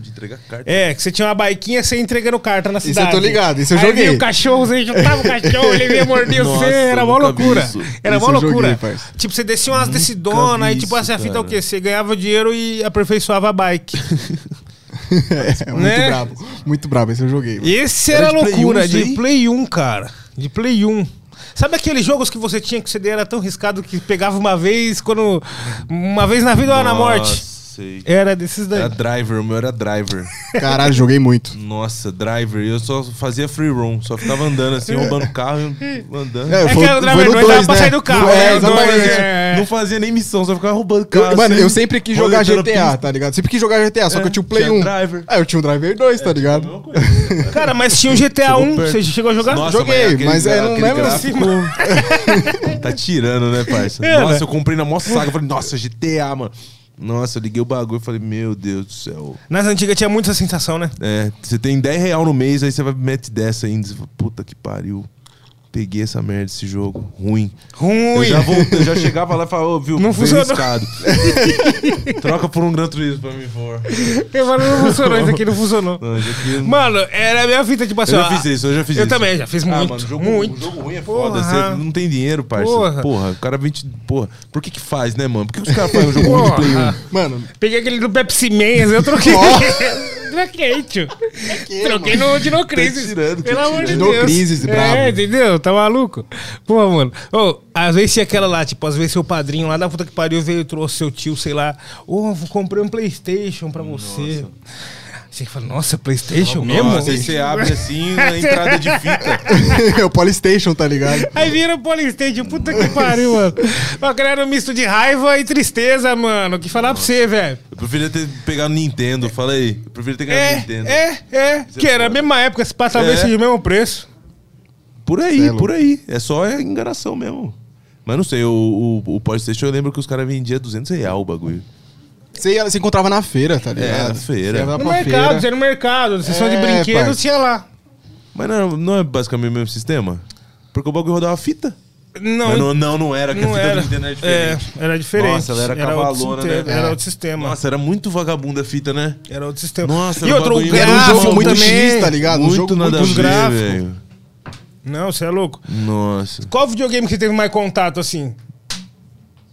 Speaker 3: De entregar carta.
Speaker 1: É, que você tinha uma baiquinha, você ia entregando carta na
Speaker 4: eu
Speaker 1: cidade.
Speaker 4: tô ligado, isso eu
Speaker 1: Aí
Speaker 4: joguei.
Speaker 1: vinha o cachorro, você juntava o cachorro, ele vinha morder
Speaker 3: Nossa,
Speaker 1: você, era mó
Speaker 3: nunca vi
Speaker 1: loucura.
Speaker 3: isso.
Speaker 1: Era
Speaker 4: Isso
Speaker 1: mó
Speaker 4: eu joguei,
Speaker 1: loucura.
Speaker 4: parça.
Speaker 1: tipo, você descia umas
Speaker 3: vi
Speaker 1: decidona, aí tipo,
Speaker 3: isso,
Speaker 1: essa fita é o quê?
Speaker 3: cara.
Speaker 1: Você ganhava dinheiro e aperfeiçoava a bike.
Speaker 4: É, muito
Speaker 1: Né?
Speaker 4: brabo. Muito brabo, esse eu joguei. mano.
Speaker 1: Esse era,
Speaker 3: Era de Play
Speaker 1: loucura,
Speaker 3: 1 isso
Speaker 1: de
Speaker 3: aí?
Speaker 1: Play 1, cara. De Play 1. Sabe aqueles jogos que você tinha que o CD era tão riscado que pegava uma vez, quando. Uma vez tá na vida ou na morte?
Speaker 3: sei.
Speaker 1: Era desses daí.
Speaker 3: Era driver, o meu era driver.
Speaker 4: Caralho, joguei muito.
Speaker 3: Nossa, driver. E eu só fazia free roam, só ficava andando assim, roubando o carro e andando.
Speaker 1: É que era o driver
Speaker 4: no
Speaker 1: dois, dava pra
Speaker 4: né?
Speaker 1: sair do carro.
Speaker 4: É,
Speaker 1: né?
Speaker 4: exatamente.
Speaker 1: Dois, é.
Speaker 3: Não fazia nem missão, só ficava roubando
Speaker 4: Eu-
Speaker 3: carro.
Speaker 4: mano,
Speaker 3: assim,
Speaker 4: eu sempre quis jogar
Speaker 3: roletando
Speaker 4: GTA,
Speaker 3: pista.
Speaker 4: tá ligado? Sempre quis jogar GTA, só
Speaker 3: É,
Speaker 4: que eu tinha o Play
Speaker 3: tinha
Speaker 4: 1.
Speaker 3: driver. É,
Speaker 4: Ah, eu tinha o Driver 2, tá ligado?
Speaker 3: Mesma coisa.
Speaker 1: Cara, mas tinha um GTA
Speaker 3: Chegou
Speaker 1: 1,
Speaker 3: perto.
Speaker 1: você chegou a jogar?
Speaker 3: Nossa,
Speaker 4: Joguei,
Speaker 3: aquele
Speaker 4: mas é,
Speaker 3: gra-
Speaker 4: não
Speaker 3: aquele
Speaker 4: lembro
Speaker 3: gráfico- tá tirando, né, parça?
Speaker 1: É,
Speaker 3: nossa,
Speaker 1: velho.
Speaker 3: eu comprei na mó saga. Falei, nossa, GTA, mano. Nossa, eu liguei o bagulho e falei, meu Deus do céu.
Speaker 1: Nas antigas tinha muita sensação, né?
Speaker 3: É, você tem 10 real no mês, aí você vai mete dessa ainda. Você fala, puta que pariu. Peguei essa merda, esse jogo. Ruim. Eu
Speaker 1: Ruim.
Speaker 3: já, voltei, eu já chegava lá e falava, ô, viu,
Speaker 1: Não funcionou.
Speaker 3: veio riscado. Troca por um Gran Turismo pra mim, por.
Speaker 1: Eu falo, não funcionou, isso aqui não funcionou.
Speaker 3: Não, isso aqui-
Speaker 1: Mano, era a minha fita, tipo assim,
Speaker 3: eu
Speaker 1: ó,
Speaker 3: já fiz isso, eu já fiz
Speaker 1: eu
Speaker 3: isso. Ah,
Speaker 1: também já fiz muito,
Speaker 3: jogo,
Speaker 1: muito.
Speaker 3: jogo ruim é
Speaker 1: Porra.
Speaker 3: foda. Você não tem dinheiro, parça.
Speaker 1: Porra.
Speaker 3: Porra. o cara vem te. Porra. Por que que faz, né, mano? Por que, que os caras fazem um jogo ruim de Play 1?
Speaker 1: Porra.
Speaker 4: Mano,
Speaker 1: Peguei aquele do Pepsi Man, eu troquei. é troquei, tio.
Speaker 3: É
Speaker 1: troquei no Dino Crisis.
Speaker 3: tirando,
Speaker 1: pelo
Speaker 3: tá
Speaker 1: amor de
Speaker 4: tirando. Dino
Speaker 1: Deus.
Speaker 4: Crisis,
Speaker 1: É,
Speaker 4: brabo.
Speaker 1: entendeu? Tá maluco? Pô, mano. Ô, às vezes tinha aquela lá, tipo, às vezes seu padrinho lá da puta que pariu veio e trouxe seu tio, sei lá. Ô, comprei um Playstation pra você. Você fala, nossa, Playstation mesmo?
Speaker 3: Nossa, aí você abre assim na entrada de fita.
Speaker 4: é o Polystation, tá ligado?
Speaker 1: Aí vira o Polystation, puta que pariu, mano. Ó, criaram um misto de raiva e tristeza, mano. O que falar pra você, velho?
Speaker 3: Eu preferia ter pegado Nintendo, fala aí. Eu preferia ter ganhado
Speaker 1: É,
Speaker 3: Nintendo.
Speaker 1: é, é. Que era a mesma época, se pá, talvez
Speaker 3: É.
Speaker 1: seja o mesmo preço.
Speaker 3: Por aí,
Speaker 4: Cê é louco.
Speaker 3: por aí. É só enganação mesmo. Mas não sei, o, o, o PlayStation eu lembro que os caras vendiam 200 real o bagulho.
Speaker 4: Você, ia, você encontrava na feira, tá ligado?
Speaker 3: É, na feira.
Speaker 4: Você ia lá
Speaker 1: No
Speaker 4: pra
Speaker 1: mercado,
Speaker 4: feira.
Speaker 1: você era no mercado, na sessão de
Speaker 4: É,
Speaker 1: brinquedos
Speaker 4: parça.
Speaker 1: tinha lá.
Speaker 3: Mas não, não é basicamente o mesmo sistema? Porque o bagulho rodava fita.
Speaker 1: Não,
Speaker 3: Mas não, não, não era, que a
Speaker 1: não
Speaker 3: fita
Speaker 1: era.
Speaker 3: do Nintendo era diferente.
Speaker 1: É, era diferente.
Speaker 3: Nossa, ela era
Speaker 1: outro
Speaker 3: cavalona,
Speaker 1: sistema,
Speaker 3: né?
Speaker 1: Era
Speaker 3: É.
Speaker 1: outro sistema.
Speaker 3: Nossa, era muito vagabunda a fita, né?
Speaker 1: Era outro sistema.
Speaker 3: Nossa,
Speaker 1: e
Speaker 3: era um
Speaker 1: outro, o
Speaker 3: bagulho- era um
Speaker 1: gráfico
Speaker 4: jogo muito
Speaker 1: também.
Speaker 4: X, tá ligado? Um
Speaker 3: muito
Speaker 4: jogo
Speaker 3: nada
Speaker 1: muito
Speaker 3: a
Speaker 1: gráfico.
Speaker 3: ver, velho.
Speaker 1: Não, você é louco.
Speaker 3: Nossa.
Speaker 1: Qual videogame que teve mais contato, assim?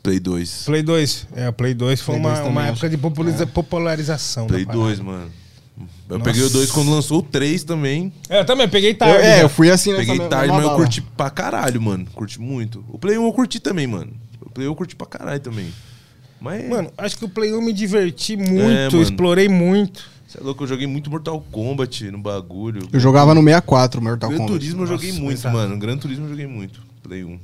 Speaker 3: Play 2.
Speaker 1: Play 2. É, Play 2 foi
Speaker 4: Play
Speaker 1: uma,
Speaker 4: 2 também,
Speaker 1: uma
Speaker 4: acho.
Speaker 1: época de populariza- popularização. né, da
Speaker 3: Play
Speaker 1: parada.
Speaker 3: 2, mano. Eu peguei o 2 quando lançou o 3 também.
Speaker 1: É, eu também peguei
Speaker 4: Eu-
Speaker 1: tarde.
Speaker 4: é,
Speaker 1: já.
Speaker 4: eu fui assim nessa
Speaker 3: Peguei
Speaker 4: mesma-
Speaker 3: tarde,
Speaker 4: mesma
Speaker 3: mas eu
Speaker 4: bala.
Speaker 3: curti pra caralho, mano. Curti muito. O Play 1 eu curti também, mano. O Play 1 eu curti pra caralho também. Mas,
Speaker 1: Mano, acho que o Play 1 me diverti muito,
Speaker 3: É, mano.
Speaker 1: explorei muito.
Speaker 3: você é louco, eu joguei muito Mortal Kombat no bagulho.
Speaker 4: Eu jogava no 64, Mortal
Speaker 3: Gran
Speaker 4: Kombat.
Speaker 3: Turismo eu joguei
Speaker 1: Nossa,
Speaker 3: muito,
Speaker 1: coitado.
Speaker 3: mano. Gran Turismo eu joguei muito. Play 1.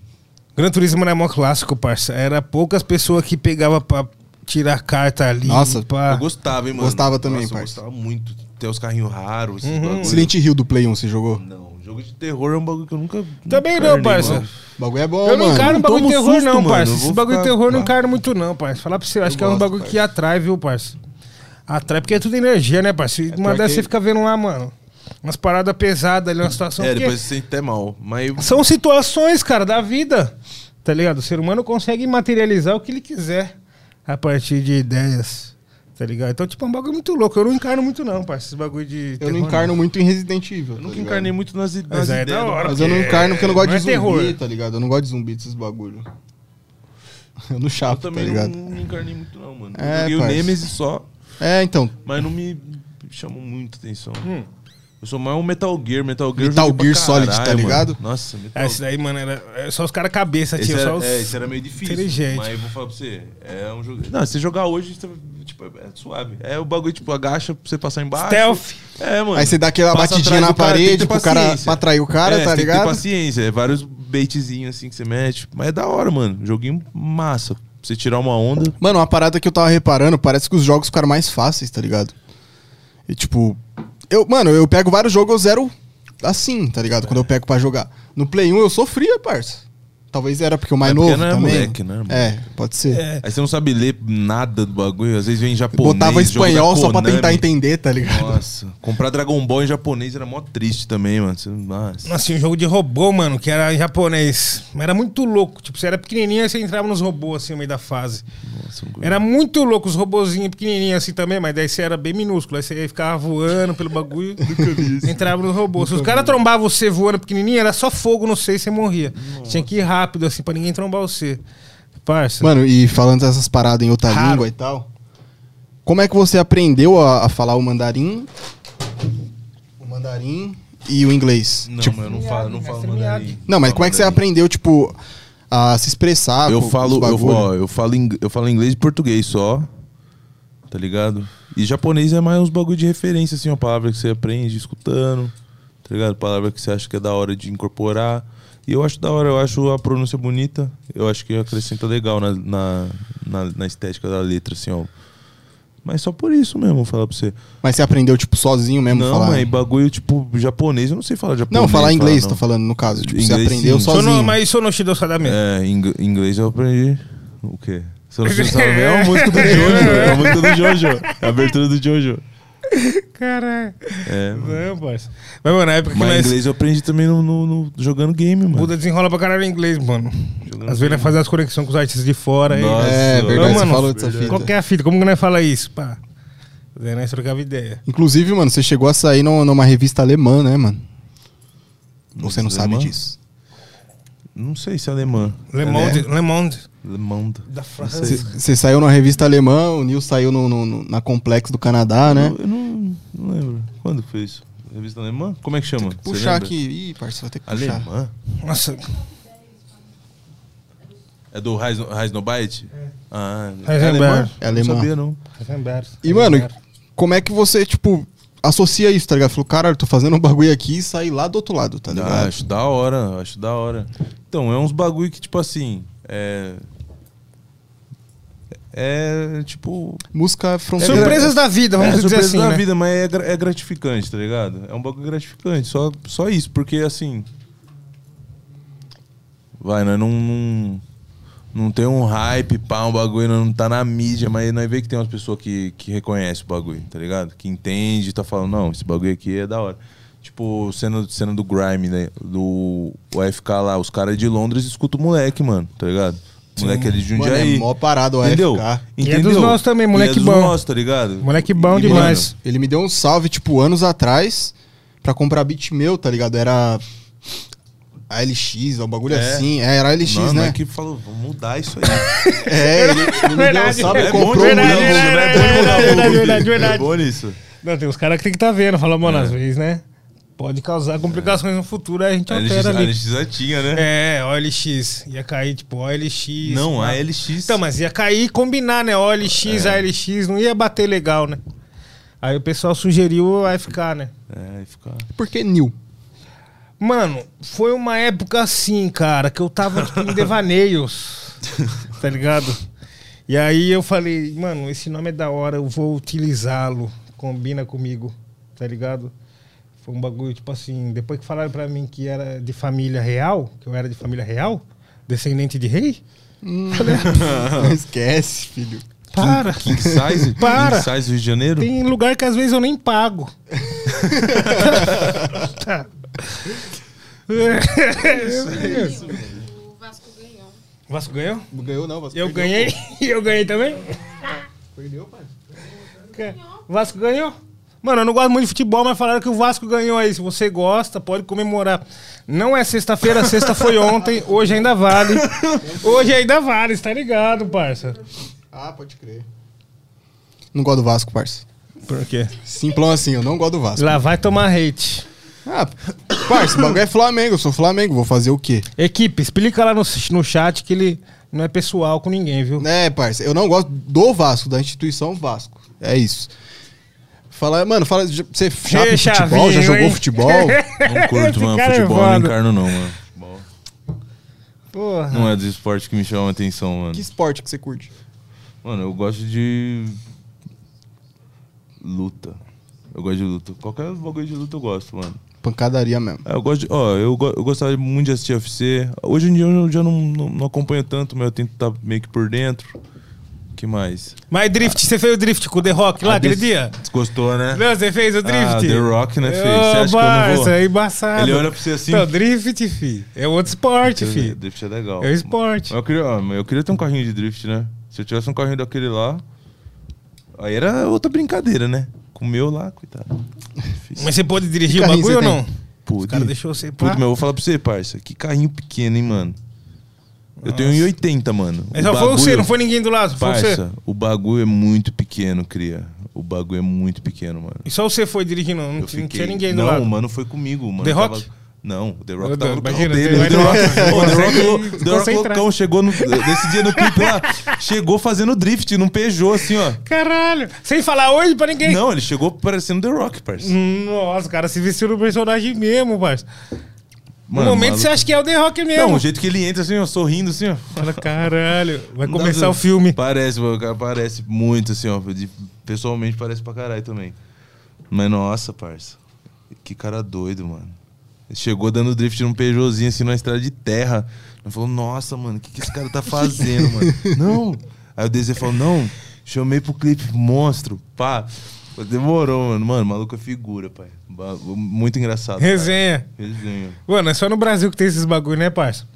Speaker 1: Gran Turismo era mó clássico, parça. Era poucas pessoas que pegavam pra tirar carta ali.
Speaker 4: Nossa,
Speaker 1: pá.
Speaker 3: Eu gostava, hein, mano.
Speaker 4: Ah, Gostava também,
Speaker 3: Nossa, eu
Speaker 4: parça. Uhum.
Speaker 3: gostava muito. Tem os carrinhos raros, esses bagulho.
Speaker 4: Silent Hill do Play 1, você jogou?
Speaker 3: Não, jogo de terror é um bagulho que eu nunca.
Speaker 1: Também
Speaker 3: nunca
Speaker 1: não, parça.
Speaker 3: mano.
Speaker 4: O bagulho é bom,
Speaker 1: Eu não
Speaker 4: mano.
Speaker 1: encaro um
Speaker 3: não
Speaker 1: bagulho de
Speaker 3: tomo
Speaker 1: terror,
Speaker 3: susto,
Speaker 1: não,
Speaker 3: mano.
Speaker 1: parça.
Speaker 3: Eu
Speaker 1: Esse
Speaker 3: vou
Speaker 1: bagulho de
Speaker 3: ficar-
Speaker 1: terror eu não
Speaker 3: Ah.
Speaker 1: encaro muito, não, parça. Falar pra você, eu acho
Speaker 3: Eu
Speaker 1: que é um
Speaker 3: gosto,
Speaker 1: bagulho que atrai, viu, parça? Atrai, porque é tudo energia, né, parça? E uma
Speaker 3: É, pior
Speaker 1: dessas
Speaker 3: que-
Speaker 1: você fica vendo lá, mano. Umas paradas pesadas ali, uma situação.
Speaker 3: É,
Speaker 1: que-
Speaker 3: depois você sente até mal. Mas
Speaker 1: São situações, cara, da vida. Tá ligado? O ser humano consegue materializar o que ele quiser a partir de ideias. Tá ligado? Então, tipo, é um bagulho muito louco. Eu não encarno muito, não, parça. Esse bagulho de.
Speaker 4: Eu
Speaker 1: terror,
Speaker 4: não encarno muito em Resident Evil.
Speaker 3: eu
Speaker 4: tá
Speaker 3: nunca
Speaker 4: ligado?
Speaker 3: encarnei muito nas, nas
Speaker 1: Mas é
Speaker 3: ideias.
Speaker 1: da
Speaker 3: do-
Speaker 1: hora.
Speaker 4: Mas eu não encarno porque eu não gosto
Speaker 1: Não
Speaker 4: de
Speaker 1: é
Speaker 4: zumbi,
Speaker 1: terror.
Speaker 4: tá ligado? Eu não gosto de zumbi desses bagulho. Eu não
Speaker 3: Eu
Speaker 4: chapo, tá
Speaker 3: também
Speaker 4: ligado?
Speaker 3: não, não encarnei muito, não, mano.
Speaker 4: É,
Speaker 3: eu joguei
Speaker 4: parça.
Speaker 3: o Nemesis só,
Speaker 4: É, então.
Speaker 3: mas não me chamou muito atenção.
Speaker 1: Hum.
Speaker 3: Eu sou mais um Metal Gear, Metal Gear. eu
Speaker 4: Metal
Speaker 3: joguei pra
Speaker 4: Gear Solid, tá
Speaker 3: mano.
Speaker 4: ligado?
Speaker 3: Nossa, Metal
Speaker 1: É, esse daí, mano, era é só os caras cabeça,
Speaker 3: Esse
Speaker 1: tio.
Speaker 3: era,
Speaker 1: Só os...
Speaker 3: é, esse era meio difícil.
Speaker 1: inteligente.
Speaker 3: Mas eu vou falar pra você, é um jogo. Não, se você jogar hoje, você, tipo, é suave. É o bagulho, tipo, agacha pra você passar embaixo.
Speaker 1: Stealth.
Speaker 3: É, mano.
Speaker 4: Aí você dá aquela
Speaker 3: Passa
Speaker 4: batidinha
Speaker 3: atrás
Speaker 4: na
Speaker 3: do cara, tem que
Speaker 4: parede
Speaker 3: ter
Speaker 4: pro cara,
Speaker 3: paciência.
Speaker 4: pra atrair o cara,
Speaker 3: É,
Speaker 4: tá
Speaker 3: você Tem que ter
Speaker 4: ligado?
Speaker 3: paciência, é vários baitzinhos assim que você mete. Mas é da hora, mano. Joguinho massa. Pra você tirar uma onda.
Speaker 4: Mano, uma parada que eu tava reparando, parece que os jogos ficaram mais fáceis, tá ligado? E tipo, eu, mano, eu pego vários jogos, eu zero assim, tá ligado?
Speaker 3: É.
Speaker 4: Quando eu pego pra jogar. No Play 1 eu sofria, parça. Talvez era porque o mais
Speaker 3: É porque
Speaker 4: novo
Speaker 3: não é
Speaker 4: também.
Speaker 3: moleque, né, mano?
Speaker 4: É, pode ser.
Speaker 3: Aí você não sabe ler nada do bagulho. Às vezes vem em japonês.
Speaker 4: Botava
Speaker 3: jogo da
Speaker 4: espanhol só pra
Speaker 3: Konami.
Speaker 4: tentar entender, tá ligado?
Speaker 3: Nossa. Comprar Dragon Ball em japonês era mó triste também, mano. Você- Nossa.
Speaker 1: Nossa, tinha um jogo de robô, mano, que era em japonês. Mas Era muito louco. Tipo, você era pequenininho e você entrava nos robôs, assim, no meio da fase.
Speaker 3: Nossa, um-
Speaker 1: Era muito louco, os robôzinhos pequenininhos, assim, também. Mas daí você era bem minúsculo. Aí você ficava voando pelo bagulho. entrava nos robôs. Se os caras trombavam você voando pequenininho, era só fogo no seio e você morria. Tinha que ir rápido, assim, pra ninguém trombar você. Parça.
Speaker 4: Mano, e falando dessas paradas em outra
Speaker 1: Raro.
Speaker 4: língua e tal, como é que você aprendeu a, a falar o mandarim, o mandarim e o inglês?
Speaker 3: Não,
Speaker 4: Tipo,
Speaker 3: mas eu não falo, não falo
Speaker 1: Miyagi.
Speaker 3: mandarim.
Speaker 4: não, mas como é que você aprendeu, tipo, a se expressar?
Speaker 3: Eu
Speaker 4: Ah, com- com os
Speaker 3: falo, eu,
Speaker 4: bagulho?
Speaker 3: ó, eu falo, ing- eu falo inglês e português só. tá ligado? E japonês é mais uns bagulho de referência, assim, uma palavra que você aprende escutando, tá ligado? Palavra que você acha que é da hora de incorporar. E eu acho da hora, eu acho a pronúncia bonita, eu acho que acrescenta legal na, na, na, na estética da letra, assim, ó. Mas só por isso mesmo, vou falar pra você.
Speaker 4: Mas você aprendeu, tipo, sozinho mesmo?
Speaker 3: não,
Speaker 4: falar...
Speaker 3: mas bagulho, tipo, japonês, eu não sei falar japonês.
Speaker 4: Não, falar inglês,
Speaker 3: não.
Speaker 4: tô falando, no caso. Tipo, você
Speaker 3: Inglês,
Speaker 4: aprendeu
Speaker 3: sim.
Speaker 1: Sono-
Speaker 4: sozinho.
Speaker 1: mas Sonoshido Sadame.
Speaker 3: É, ing inglês eu aprendi. O quê? Você não sabe, é a música do Jojo. É a música do Jojo. É a abertura do Jojo.
Speaker 1: Caralho.
Speaker 3: É, mano.
Speaker 1: Não, parça. Mas, mano, na época que
Speaker 3: Mas
Speaker 1: nós.
Speaker 3: inglês eu aprendi também no, no- no- jogando game, mano.
Speaker 1: Buda desenrola pra caralho em inglês, mano. Às vezes nós fazemos as conexões com os artistas de fora. aí-
Speaker 3: Nossa.
Speaker 4: É, verdade,
Speaker 1: Ô,
Speaker 4: você
Speaker 1: mano,
Speaker 4: falou dessa fita.
Speaker 1: Qual que é a fita? Como que nós fala isso? Pá. Daí nós trocava ideia.
Speaker 4: Inclusive, mano, você chegou a sair numa, numa revista alemã, né, mano? Ou você não
Speaker 3: Revista
Speaker 4: sabe
Speaker 3: alemã?
Speaker 4: disso?
Speaker 3: Não sei se é alemã.
Speaker 4: Né?
Speaker 1: Le Monde. Le Monde.
Speaker 3: Le Monde.
Speaker 1: Da França.
Speaker 4: Você- Você saiu numa revista alemã, o Nil saiu no, no- no- na Complexo do Canadá, né?
Speaker 3: Eu, eu não, não lembro. Quando foi isso? Revista alemã? Como é que chama? Você
Speaker 4: Puxar
Speaker 3: lembra?
Speaker 4: aqui. Ih, parça, vai ter que puxar.
Speaker 3: Alemã?
Speaker 1: Nossa.
Speaker 3: É do Reis- Reisnobite? É. Ah,
Speaker 1: Heisenberg.
Speaker 4: É alemã.
Speaker 3: Não sabia, não.
Speaker 1: é
Speaker 4: E,
Speaker 1: Tá
Speaker 4: mano, como é que você, tipo, associa isso, tá ligado? Falou, caralho, tô fazendo um bagulho aqui e saí lá do outro lado, tá
Speaker 3: Ah,
Speaker 4: ligado?
Speaker 3: acho da hora, acho da hora. Então, é uns bagulho que, tipo assim, é. É tipo.
Speaker 4: Música é fronteira.
Speaker 1: Surpresas da vida, vamos
Speaker 3: é
Speaker 1: dizer
Speaker 3: surpresa
Speaker 1: assim.
Speaker 3: da
Speaker 1: né?
Speaker 3: vida, mas é, gra- é gratificante, tá ligado? É um bagulho gratificante, só, só isso, porque assim. Vai, nós não. não... Não tem um hype, pá, um bagulho, nós não tá na mídia, mas nós vê que tem umas pessoas que, que reconhecem o bagulho, tá ligado? Que entende, tá falando, não, esse bagulho aqui é da hora. Tipo, cena, cena do Grime, né? Do UFK lá, os caras de Londres escutam o moleque, mano, tá ligado? O moleque é de
Speaker 4: Mano, é
Speaker 3: Jundiaí.
Speaker 4: mó parada o
Speaker 3: Entendeu?
Speaker 4: AFK.
Speaker 1: E é dos nossos também, moleque
Speaker 3: E é dos
Speaker 1: bom.
Speaker 3: nossos, tá ligado?
Speaker 1: Moleque bom
Speaker 3: E,
Speaker 1: demais.
Speaker 3: mano,
Speaker 4: Ele me deu um salve, tipo, anos atrás, pra comprar beat meu, tá ligado? Era a LX, um bagulho
Speaker 3: É.
Speaker 4: assim. É, era a LX,
Speaker 3: Não,
Speaker 4: né?
Speaker 3: né? que falou, vamos mudar isso aí.
Speaker 4: É, ele, ele me deu um
Speaker 1: Verdade.
Speaker 4: salve,
Speaker 1: É
Speaker 4: comprou um
Speaker 1: verdade,
Speaker 4: Lambo.
Speaker 1: verdade,
Speaker 3: né?
Speaker 1: verdade,
Speaker 3: Bom mudar o
Speaker 1: verdade,
Speaker 3: mundo.
Speaker 1: verdade, verdade.
Speaker 3: É bom isso.
Speaker 1: Não, tem uns caras que tem que estar vendo. Fala, mano,
Speaker 4: É.
Speaker 1: às vezes, né? Pode causar complicações no futuro, aí a gente
Speaker 3: A LX,
Speaker 1: altera
Speaker 3: a
Speaker 1: ali.
Speaker 3: LX já tinha, né?
Speaker 1: É, OLX. Ia cair, tipo, OLX.
Speaker 3: Não, a
Speaker 1: pá.
Speaker 3: LX.
Speaker 1: Então, mas ia cair e combinar, né?
Speaker 4: É.
Speaker 1: OLX, ALX, não ia bater legal, né? Aí o pessoal sugeriu a FK, né?
Speaker 3: É, aí fica.
Speaker 4: Por que New?
Speaker 1: Mano, foi uma época assim, cara, que eu tava tipo, em devaneios, tá ligado? E aí eu falei, mano, esse nome é da hora, eu vou utilizá-lo, combina comigo, tá ligado? Foi um bagulho, tipo assim, depois que falaram pra mim que era de família real, que eu era de família real, descendente de rei,
Speaker 4: Hum. Não esquece, filho.
Speaker 1: para.
Speaker 3: King Size?
Speaker 1: Para.
Speaker 3: King Size Rio de Janeiro?
Speaker 1: Tem lugar que às vezes eu nem pago. tá.
Speaker 2: O Vasco ganhou.
Speaker 1: O Vasco ganhou?
Speaker 4: Não ganhou, não, você
Speaker 1: Eu ganhei. E eu ganhei também?
Speaker 4: Perdeu, pai.
Speaker 1: Que- O Vasco ganhou? Mano, eu não gosto muito de futebol, mas falaram que o Vasco ganhou aí. Se você gosta, pode comemorar. Não é sexta-feira, sexta foi ontem, hoje ainda vale. Hoje ainda vale, você tá ligado, parça?
Speaker 4: Ah, pode crer. Não gosto do Vasco, parça.
Speaker 1: Por quê?
Speaker 4: Simplão assim, eu não gosto do Vasco.
Speaker 1: Lá vai tomar hate.
Speaker 4: Ah, parça, o bagulho é Flamengo, eu sou Flamengo, vou fazer o quê?
Speaker 1: Equipe, explica lá no, no chat que ele não é pessoal com ninguém, viu?
Speaker 4: É, parça, eu não gosto do Vasco, da instituição Vasco. É isso. Fala, mano, fala, já- você chapa em
Speaker 1: Che,
Speaker 4: futebol, já
Speaker 1: Chavinho,
Speaker 4: jogou
Speaker 1: hein?
Speaker 4: futebol?
Speaker 3: Não curto,
Speaker 1: Esse
Speaker 3: mano.
Speaker 1: cara é
Speaker 3: Futebol eu não
Speaker 1: foda.
Speaker 3: encarno, não, mano. Futebol
Speaker 1: Porra.
Speaker 3: Não é dos esportes que me chamam a atenção, mano.
Speaker 4: que esporte que você curte?
Speaker 3: Mano, eu gosto de. Luta. Eu gosto de luta. Qualquer bagulho de luta eu gosto, mano.
Speaker 4: Pancadaria mesmo.
Speaker 3: É, eu gosto de- ó, eu, go- eu gostava muito de assistir UFC. Hoje em dia eu já não, não, não acompanho tanto, mas eu tento estar meio que por dentro. que mais?
Speaker 1: Mas drift, você fez o drift com o The Rock lá
Speaker 3: Ah,
Speaker 1: aquele
Speaker 3: des-
Speaker 1: dia?
Speaker 3: Desgostou, né?
Speaker 1: Não, você fez o drift?
Speaker 3: Ah, The Rock, né,
Speaker 1: Ô,
Speaker 3: filho? Você acha que eu não vou?
Speaker 1: parça, é embaçado.
Speaker 3: Ele olha pra você assim.
Speaker 1: Não, drift, fi. É outro esporte,
Speaker 3: Drift,
Speaker 1: fi.
Speaker 3: drift é legal.
Speaker 1: É um esporte.
Speaker 3: Eu queria, ó, eu queria ter um carrinho de drift, né? Se eu tivesse um carrinho daquele lá. Aí era outra brincadeira, né? Com o meu lá, coitado. Difícil.
Speaker 1: Mas você pode dirigir
Speaker 4: Que
Speaker 1: o
Speaker 4: carrinho
Speaker 1: bagulho ou
Speaker 4: você
Speaker 1: não?
Speaker 4: tem?
Speaker 1: Os
Speaker 3: Pude.
Speaker 1: caras deixou você
Speaker 3: Puta,
Speaker 1: pá.
Speaker 3: mas eu vou falar pra você, parça. Que carrinho pequeno, hein, mano. Eu tenho 1,80, mano.
Speaker 1: Mas
Speaker 3: O
Speaker 1: É só foi você,
Speaker 3: bagulho-
Speaker 1: não foi ninguém do lado. Foi você.
Speaker 3: Parça, o bagulho é muito pequeno, cria. O bagulho é muito pequeno, mano.
Speaker 1: E só você foi dirigindo, não,
Speaker 3: Eu
Speaker 1: tinha- não
Speaker 3: fiquei...
Speaker 1: tinha ninguém do
Speaker 3: não,
Speaker 1: lado.
Speaker 3: o mano foi comigo, mano.
Speaker 1: The
Speaker 3: Eu tava-
Speaker 1: Rock?
Speaker 3: Não, o The Rock
Speaker 1: Meu
Speaker 3: tava
Speaker 1: Deus,
Speaker 3: no carro
Speaker 1: imagina,
Speaker 3: dele.
Speaker 1: The
Speaker 3: O The Rock, Pô, The Rock,
Speaker 1: consegue
Speaker 3: lou- The Rock
Speaker 1: desconcentrar.
Speaker 3: loucão chegou no, nesse dia no clipe lá, chegou fazendo drift num Peugeot, assim, ó.
Speaker 1: Caralho! Sem falar hoje pra ninguém.
Speaker 3: Não, ele chegou parecendo The Rock, parceiro.
Speaker 1: Nossa, o cara se vestiu no personagem mesmo, parça. No
Speaker 3: Mano,
Speaker 1: momento
Speaker 3: maluco.
Speaker 1: você acha que é o The Rock mesmo.
Speaker 3: Não, o jeito que ele entra, assim, ó, sorrindo, assim, ó.
Speaker 1: Fala, caralho, vai
Speaker 3: Não,
Speaker 1: começar
Speaker 3: Zé,
Speaker 1: o É filme.
Speaker 3: Parece, mano, o cara parece muito, assim, ó. de- pessoalmente parece pra caralho também. Mas nossa, parça. Que cara doido, mano. Ele Chegou dando drift num Peugeotzinho assim na estrada de terra. Ele falou, nossa, mano, o que, que esse cara tá fazendo, mano? Não. Aí o DZ falou, não, chamei pro clipe monstro, pá. Demorou, mano. Mano, maluco é figura, pai. Ba- Muito engraçado. cara.
Speaker 1: Resenha.
Speaker 3: Resenha.
Speaker 1: Mano, é só no Brasil que tem esses bagulho, né, parça?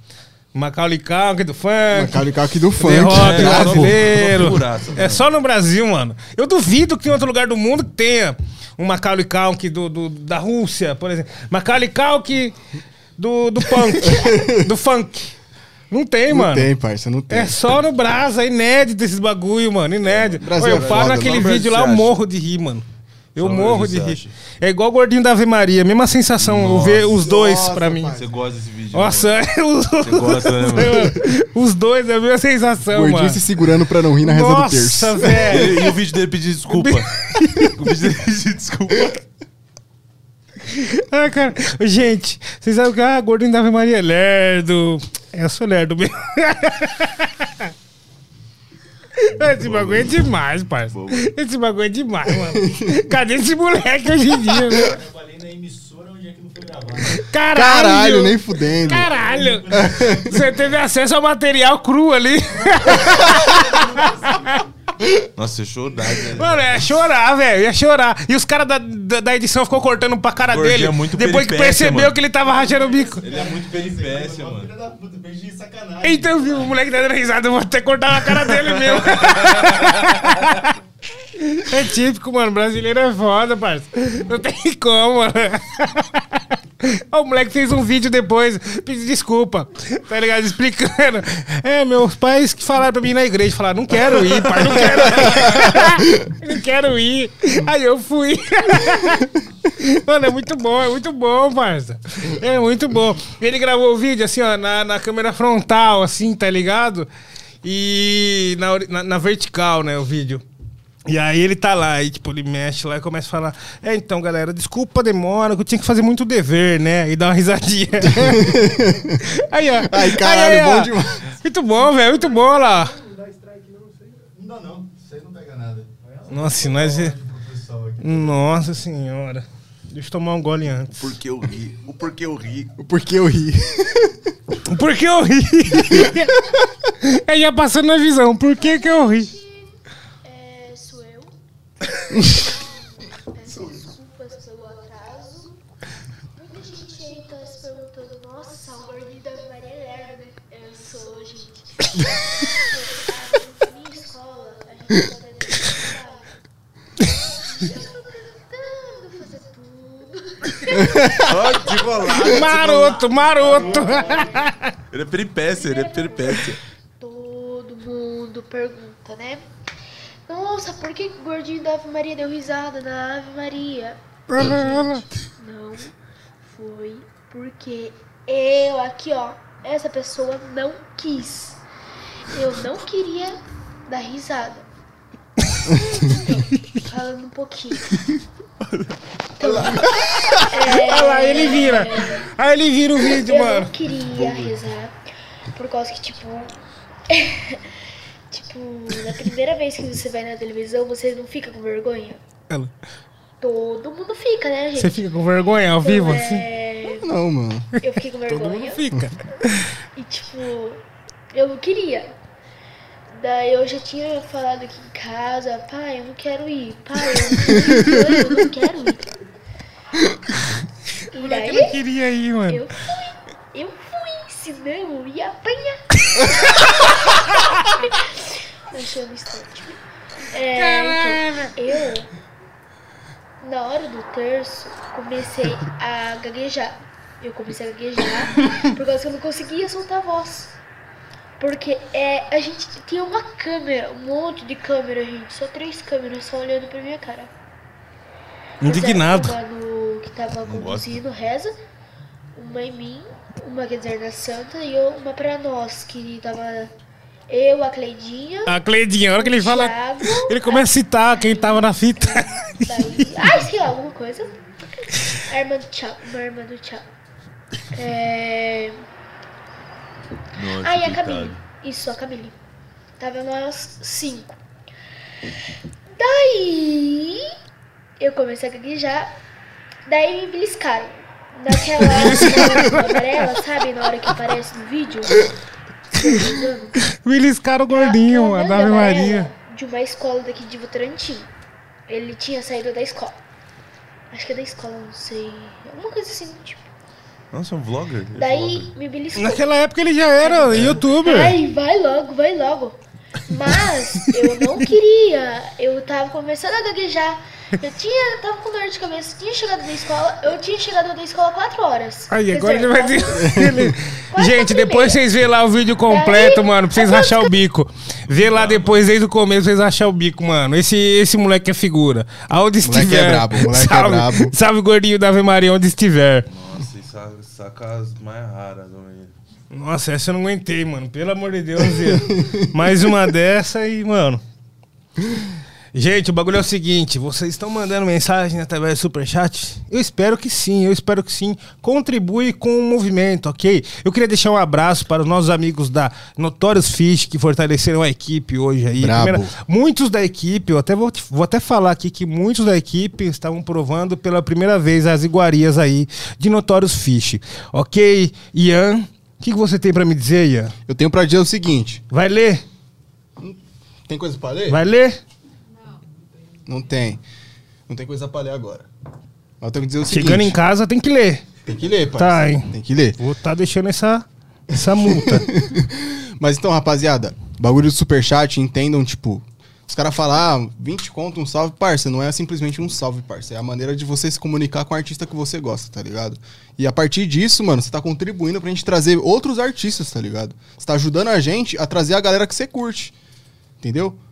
Speaker 1: Macaulay Culkin do funk.
Speaker 4: Macaulay Culkin do funk.
Speaker 1: É.
Speaker 4: Ah,
Speaker 1: Derrota
Speaker 3: é,
Speaker 4: brabo.
Speaker 1: brasileiro.
Speaker 3: só figuraça,
Speaker 1: É
Speaker 3: mano.
Speaker 1: só no Brasil, mano. Eu duvido que em outro lugar do mundo tenha um Macaulay Culkin do, do- da Rússia, por exemplo. Macaulay Culkin do, do punk. do funk. Não tem,
Speaker 4: Não
Speaker 1: mano.
Speaker 4: tem, parça, não tem.
Speaker 1: É só no Brasa, inédito esses bagulho, mano, inédito.
Speaker 4: Brasil
Speaker 1: Olha, eu
Speaker 4: é
Speaker 1: falo
Speaker 4: foda,
Speaker 1: naquele
Speaker 4: mano.
Speaker 1: vídeo lá, eu
Speaker 3: Brasil acha.
Speaker 1: morro de rir, mano. Eu
Speaker 3: Só
Speaker 1: morro de
Speaker 3: Brasil
Speaker 1: rir.
Speaker 3: acha.
Speaker 1: É igual o gordinho da Ave Maria, mesma sensação, eu ver os dois
Speaker 4: Nossa,
Speaker 1: pra mim.
Speaker 4: parça.
Speaker 3: Você gosta desse vídeo? mano?
Speaker 1: Nossa,
Speaker 4: é,
Speaker 1: os,
Speaker 3: Você gosta, né, mano?
Speaker 1: os dois é a mesma sensação,
Speaker 4: Gordinho
Speaker 1: mano.
Speaker 4: se segurando pra não rir na reza do terço.
Speaker 1: Nossa, velho.
Speaker 3: E, e o vídeo dele pedindo desculpa. o vídeo dele pedindo desculpa.
Speaker 1: Ah, cara. Gente, vocês sabem que ah, gordinho da Ave Maria é lerdo. É, eu sou lerdo mesmo. Esse bagulho é demais, parça. Esse bagulho é demais, mano. Cadê esse moleque hoje em dia, meu?
Speaker 5: Eu trabalhei na emissora onde aquilo foi gravado.
Speaker 1: Caralho!
Speaker 4: Caralho, nem fudendo.
Speaker 1: Caralho! Você teve acesso ao material cru ali.
Speaker 3: Nossa, você né? chorar, velho.
Speaker 1: Mano, ia chorar, velho. Ia chorar. E os caras da, da, da edição ficou cortando pra cara
Speaker 3: Gordinho
Speaker 1: dele.
Speaker 3: é muito
Speaker 1: depois que
Speaker 3: peripécia,
Speaker 1: percebeu
Speaker 3: mano.
Speaker 1: que ele tava rachando o bico.
Speaker 3: Ele é muito peripécia, mano.
Speaker 5: Filha da puta, beijo de sacanagem.
Speaker 1: Então, viu, o moleque tá dando risada, eu vou até cortar na cara dele mesmo. É típico, mano. Brasileiro é foda, parça. Não tem como, mano. Ó, O moleque fez um vídeo depois, pedindo desculpa, tá ligado? Explicando. É, meus pais que falaram pra mim ir na igreja, falaram, não quero ir, pai, não quero ir. não quero ir. Aí eu fui. Mano, é muito bom, é muito bom, parça. É muito bom. Ele gravou o vídeo assim, ó, na, na câmera frontal, assim, tá ligado? E na, ori- na, na vertical, né, o vídeo. E aí ele tá lá, e tipo, ele mexe lá e começa a falar: É, então, galera, desculpa a demora, que eu tinha que fazer muito dever, né? E dá uma risadinha. aí, ó.
Speaker 4: Ai, caralho,
Speaker 1: ó.
Speaker 4: bom demais.
Speaker 1: Muito bom, velho, muito bom, olha lá.
Speaker 5: Não dá strike não, você... Não dá não, você não pega nada. Olha lá,
Speaker 1: Nossa, nós.
Speaker 5: o pessoal aqui.
Speaker 1: Nossa senhora. Deixa eu tomar um gole antes.
Speaker 3: Porque eu ri. O porquê eu ri.
Speaker 4: Porque eu ri.
Speaker 1: Por que eu ri? eu ia passando na visão. Por que que eu ri?
Speaker 6: É, sou eu. Peço desculpas pelo atraso. Muita gente aí tá se perguntando, nossa, o gordinho da Maria Lerner. Eu sou, gente. Na minha escola, a gente tá tendo que estudar. Eu tô tentando fazer tudo.
Speaker 3: de rolar.
Speaker 1: Maroto, maroto.
Speaker 3: Ele é peripécia, ele é peripécia.
Speaker 6: Todo mundo pergunta, né? Nossa, por que que o gordinho da Ave Maria deu risada na Ave Maria? Não foi porque eu aqui, ó, essa pessoa não quis. Eu não queria dar risada. Então, Falando um pouquinho. Então,
Speaker 1: Olha lá, ele vira. Aí ele vira o vídeo,
Speaker 6: eu não
Speaker 1: mano.
Speaker 6: queria rezar. Por causa que, tipo. tipo, na primeira vez que você vai na televisão, você não fica com vergonha?
Speaker 1: Ela.
Speaker 6: Todo mundo fica, né, gente?
Speaker 1: Você fica com vergonha ao vivo, assim?
Speaker 6: É,
Speaker 4: Não, mano.
Speaker 6: eu fiquei com
Speaker 1: Todo mundo
Speaker 6: vergonha.
Speaker 1: fica.
Speaker 6: E tipo, eu não queria. Daí eu já tinha falado aqui em casa, pai, eu não quero ir, pai, eu não quero ir, eu não quero ir. E
Speaker 1: Eu não
Speaker 6: daí
Speaker 1: queria ir, mano.
Speaker 6: eu fui, eu fui, senão eu ia apanhar. Achei um instante. É, então, eu, na hora do terço, comecei a gaguejar. Eu comecei a gaguejar por causa que eu não conseguia soltar a voz. Porque é, a gente tinha uma câmera, um monte de câmera, gente. Só três câmeras só olhando pra minha cara.
Speaker 1: Indignado.
Speaker 6: O Zé, o mano que tava
Speaker 3: gosto.
Speaker 6: conduzindo reza. Uma em mim, uma quer dizer na Santa e uma pra nós, que tava eu, a Cleidinha,
Speaker 1: A Cleidinha, a hora que ele
Speaker 6: o
Speaker 1: fala.
Speaker 6: Thiago,
Speaker 1: Ele começa a citar quem tava na fita.
Speaker 6: daí... Ah, sei lá, alguma coisa. A irmã do tchau, uma irmã do tchau. É...
Speaker 3: Nossa,
Speaker 6: Ah, e a
Speaker 3: coitado.
Speaker 6: Camille. Isso, a Camille. Tava nós cinco. Daí eu comecei a gaguejar. Daí me beliscaram. Naquela hora amarela, sabe? Na hora que aparece no vídeo.
Speaker 1: Beliscaram o gordinho,
Speaker 6: Uma
Speaker 1: mano.
Speaker 6: banda
Speaker 1: Ave
Speaker 6: amarela
Speaker 1: Maria.
Speaker 6: De uma escola daqui de Votorantim. Ele tinha saído da escola. Acho que é da escola, não sei. Alguma coisa assim, tipo.
Speaker 3: Nossa, é um vlogger? Ele é
Speaker 6: Daí
Speaker 3: vlogger.
Speaker 6: me beliscou.
Speaker 1: Naquela época ele já era youtuber.
Speaker 6: Ai, vai logo, vai logo. Mas eu não queria. Eu tava começando a gaguejar. Eu tinha, tava com dor de cabeça, tinha chegado da escola, eu tinha chegado da escola 4 horas.
Speaker 1: Aí,
Speaker 6: Quer
Speaker 1: agora ele
Speaker 6: dizer,
Speaker 1: vai.
Speaker 6: é quatro-
Speaker 1: ele-
Speaker 6: é
Speaker 1: Gente, depois vocês vê lá o vídeo completo, mano, pra vocês rachar o bico. Vê lá depois, desde o começo, pra vocês rachar o bico, mano. Esse, esse moleque é figura. Aonde
Speaker 4: Moleque é
Speaker 1: estiver.
Speaker 4: brabo, moleque é
Speaker 1: salve,
Speaker 4: brabo.
Speaker 1: Salve o gordinho da Ave Maria, onde estiver.
Speaker 3: Nossa, e saca, saca as mais raras também.
Speaker 1: Nossa, essa eu não aguentei, mano. Pelo amor de Deus, Zé. Mais uma dessa e, mano. Gente, o bagulho é o seguinte, vocês estão mandando mensagem através do Superchat? Eu espero que sim, eu espero que sim. Contribui com o movimento, ok? Eu queria deixar um abraço para os nossos amigos da Notorious Fish, que fortaleceram a equipe hoje aí.
Speaker 4: Brabo.
Speaker 1: muitos da equipe, eu até vou, te- vou até falar aqui que muitos da equipe estavam provando pela primeira vez as iguarias aí de Notorious Fish, ok? Ian, o que, que você tem para me dizer, Ian?
Speaker 4: Eu tenho pra dizer o seguinte.
Speaker 1: Vai ler?
Speaker 4: Tem coisa pra ler?
Speaker 1: Vai ler?
Speaker 4: Não tem. Não tem coisa pra ler agora. Mas eu tenho que dizer o
Speaker 1: Chegando em
Speaker 4: seguinte.
Speaker 1: casa tem que ler.
Speaker 4: Tem que ler, parceiro.
Speaker 1: Tá, hein?
Speaker 4: Tem que ler.
Speaker 1: Vou estar deixando essa, essa multa.
Speaker 4: Mas então, rapaziada, bagulho do superchat, entendam, tipo, os caras falar ah, 20 conto, um salve, parça. Não é simplesmente um salve, parça. É a maneira de você se comunicar com o artista que você gosta, tá ligado? E a partir disso, mano, você tá contribuindo pra gente trazer outros artistas, tá ligado? Você tá ajudando a gente a trazer a galera que você curte. Entendeu?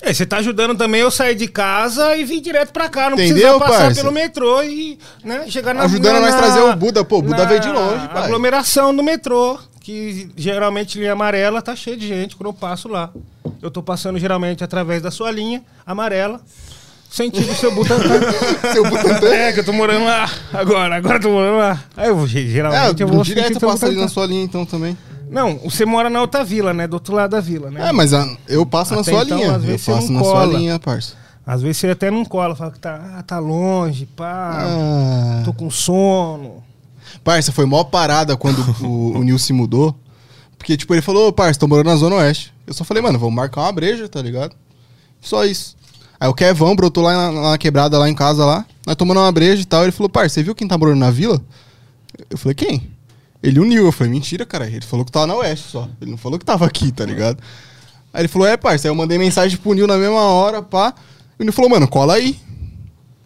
Speaker 1: É, você tá ajudando também eu sair de casa e vir direto pra cá. Não
Speaker 4: Entendeu,
Speaker 1: precisa passar
Speaker 4: parça?
Speaker 1: pelo metrô e né, chegar na
Speaker 4: Ajudando a
Speaker 1: na-
Speaker 4: nós trazer o Buda. Pô, o Buda
Speaker 1: na
Speaker 4: veio de longe, pai.
Speaker 1: aglomeração do metrô, que geralmente linha amarela tá cheia de gente quando eu passo lá. Eu tô passando geralmente através da sua linha amarela. Sentido seu Butantan.
Speaker 4: Seu Buda.
Speaker 1: é, que eu tô morando lá agora, agora eu tô morando lá. Aí eu vou,
Speaker 4: É,
Speaker 1: geralmente eu vou
Speaker 4: direto
Speaker 1: sentir seu
Speaker 4: passa ali
Speaker 1: Butantan.
Speaker 4: na sua linha, então, também.
Speaker 1: Não, você mora na outra vila, né? Do outro lado da vila, né?
Speaker 4: É, mas ah, eu passo na
Speaker 1: Até
Speaker 4: sua
Speaker 1: então,
Speaker 4: linha.
Speaker 1: às
Speaker 4: Eu
Speaker 1: vezes você
Speaker 4: passo
Speaker 1: não
Speaker 4: na sua
Speaker 1: cola.
Speaker 4: linha, parça.
Speaker 1: Às vezes você até não cola, fala que tá, ah, tá longe, pá,
Speaker 4: Ah.
Speaker 1: tô com sono.
Speaker 4: Parça, foi mó parada quando o, o Nil se mudou. Porque, tipo, ele falou, ô, parça, tô morando na Zona Oeste. Eu só falei, mano, vamos marcar uma breja, tá ligado? Só isso. Aí o Kevão brotou lá na, na quebrada, lá em casa, lá. Nós tomando uma breja e tal. Ele falou, parça, você viu quem tá morando na vila? Eu falei, quem? Ele uniu. Eu falei, mentira, cara. Ele falou que tava na Oeste só. Ele não falou que tava aqui, tá ligado? Aí ele falou, é, parça. Aí eu mandei mensagem pro Nil na mesma hora, pá. E o Nil falou, mano, cola aí.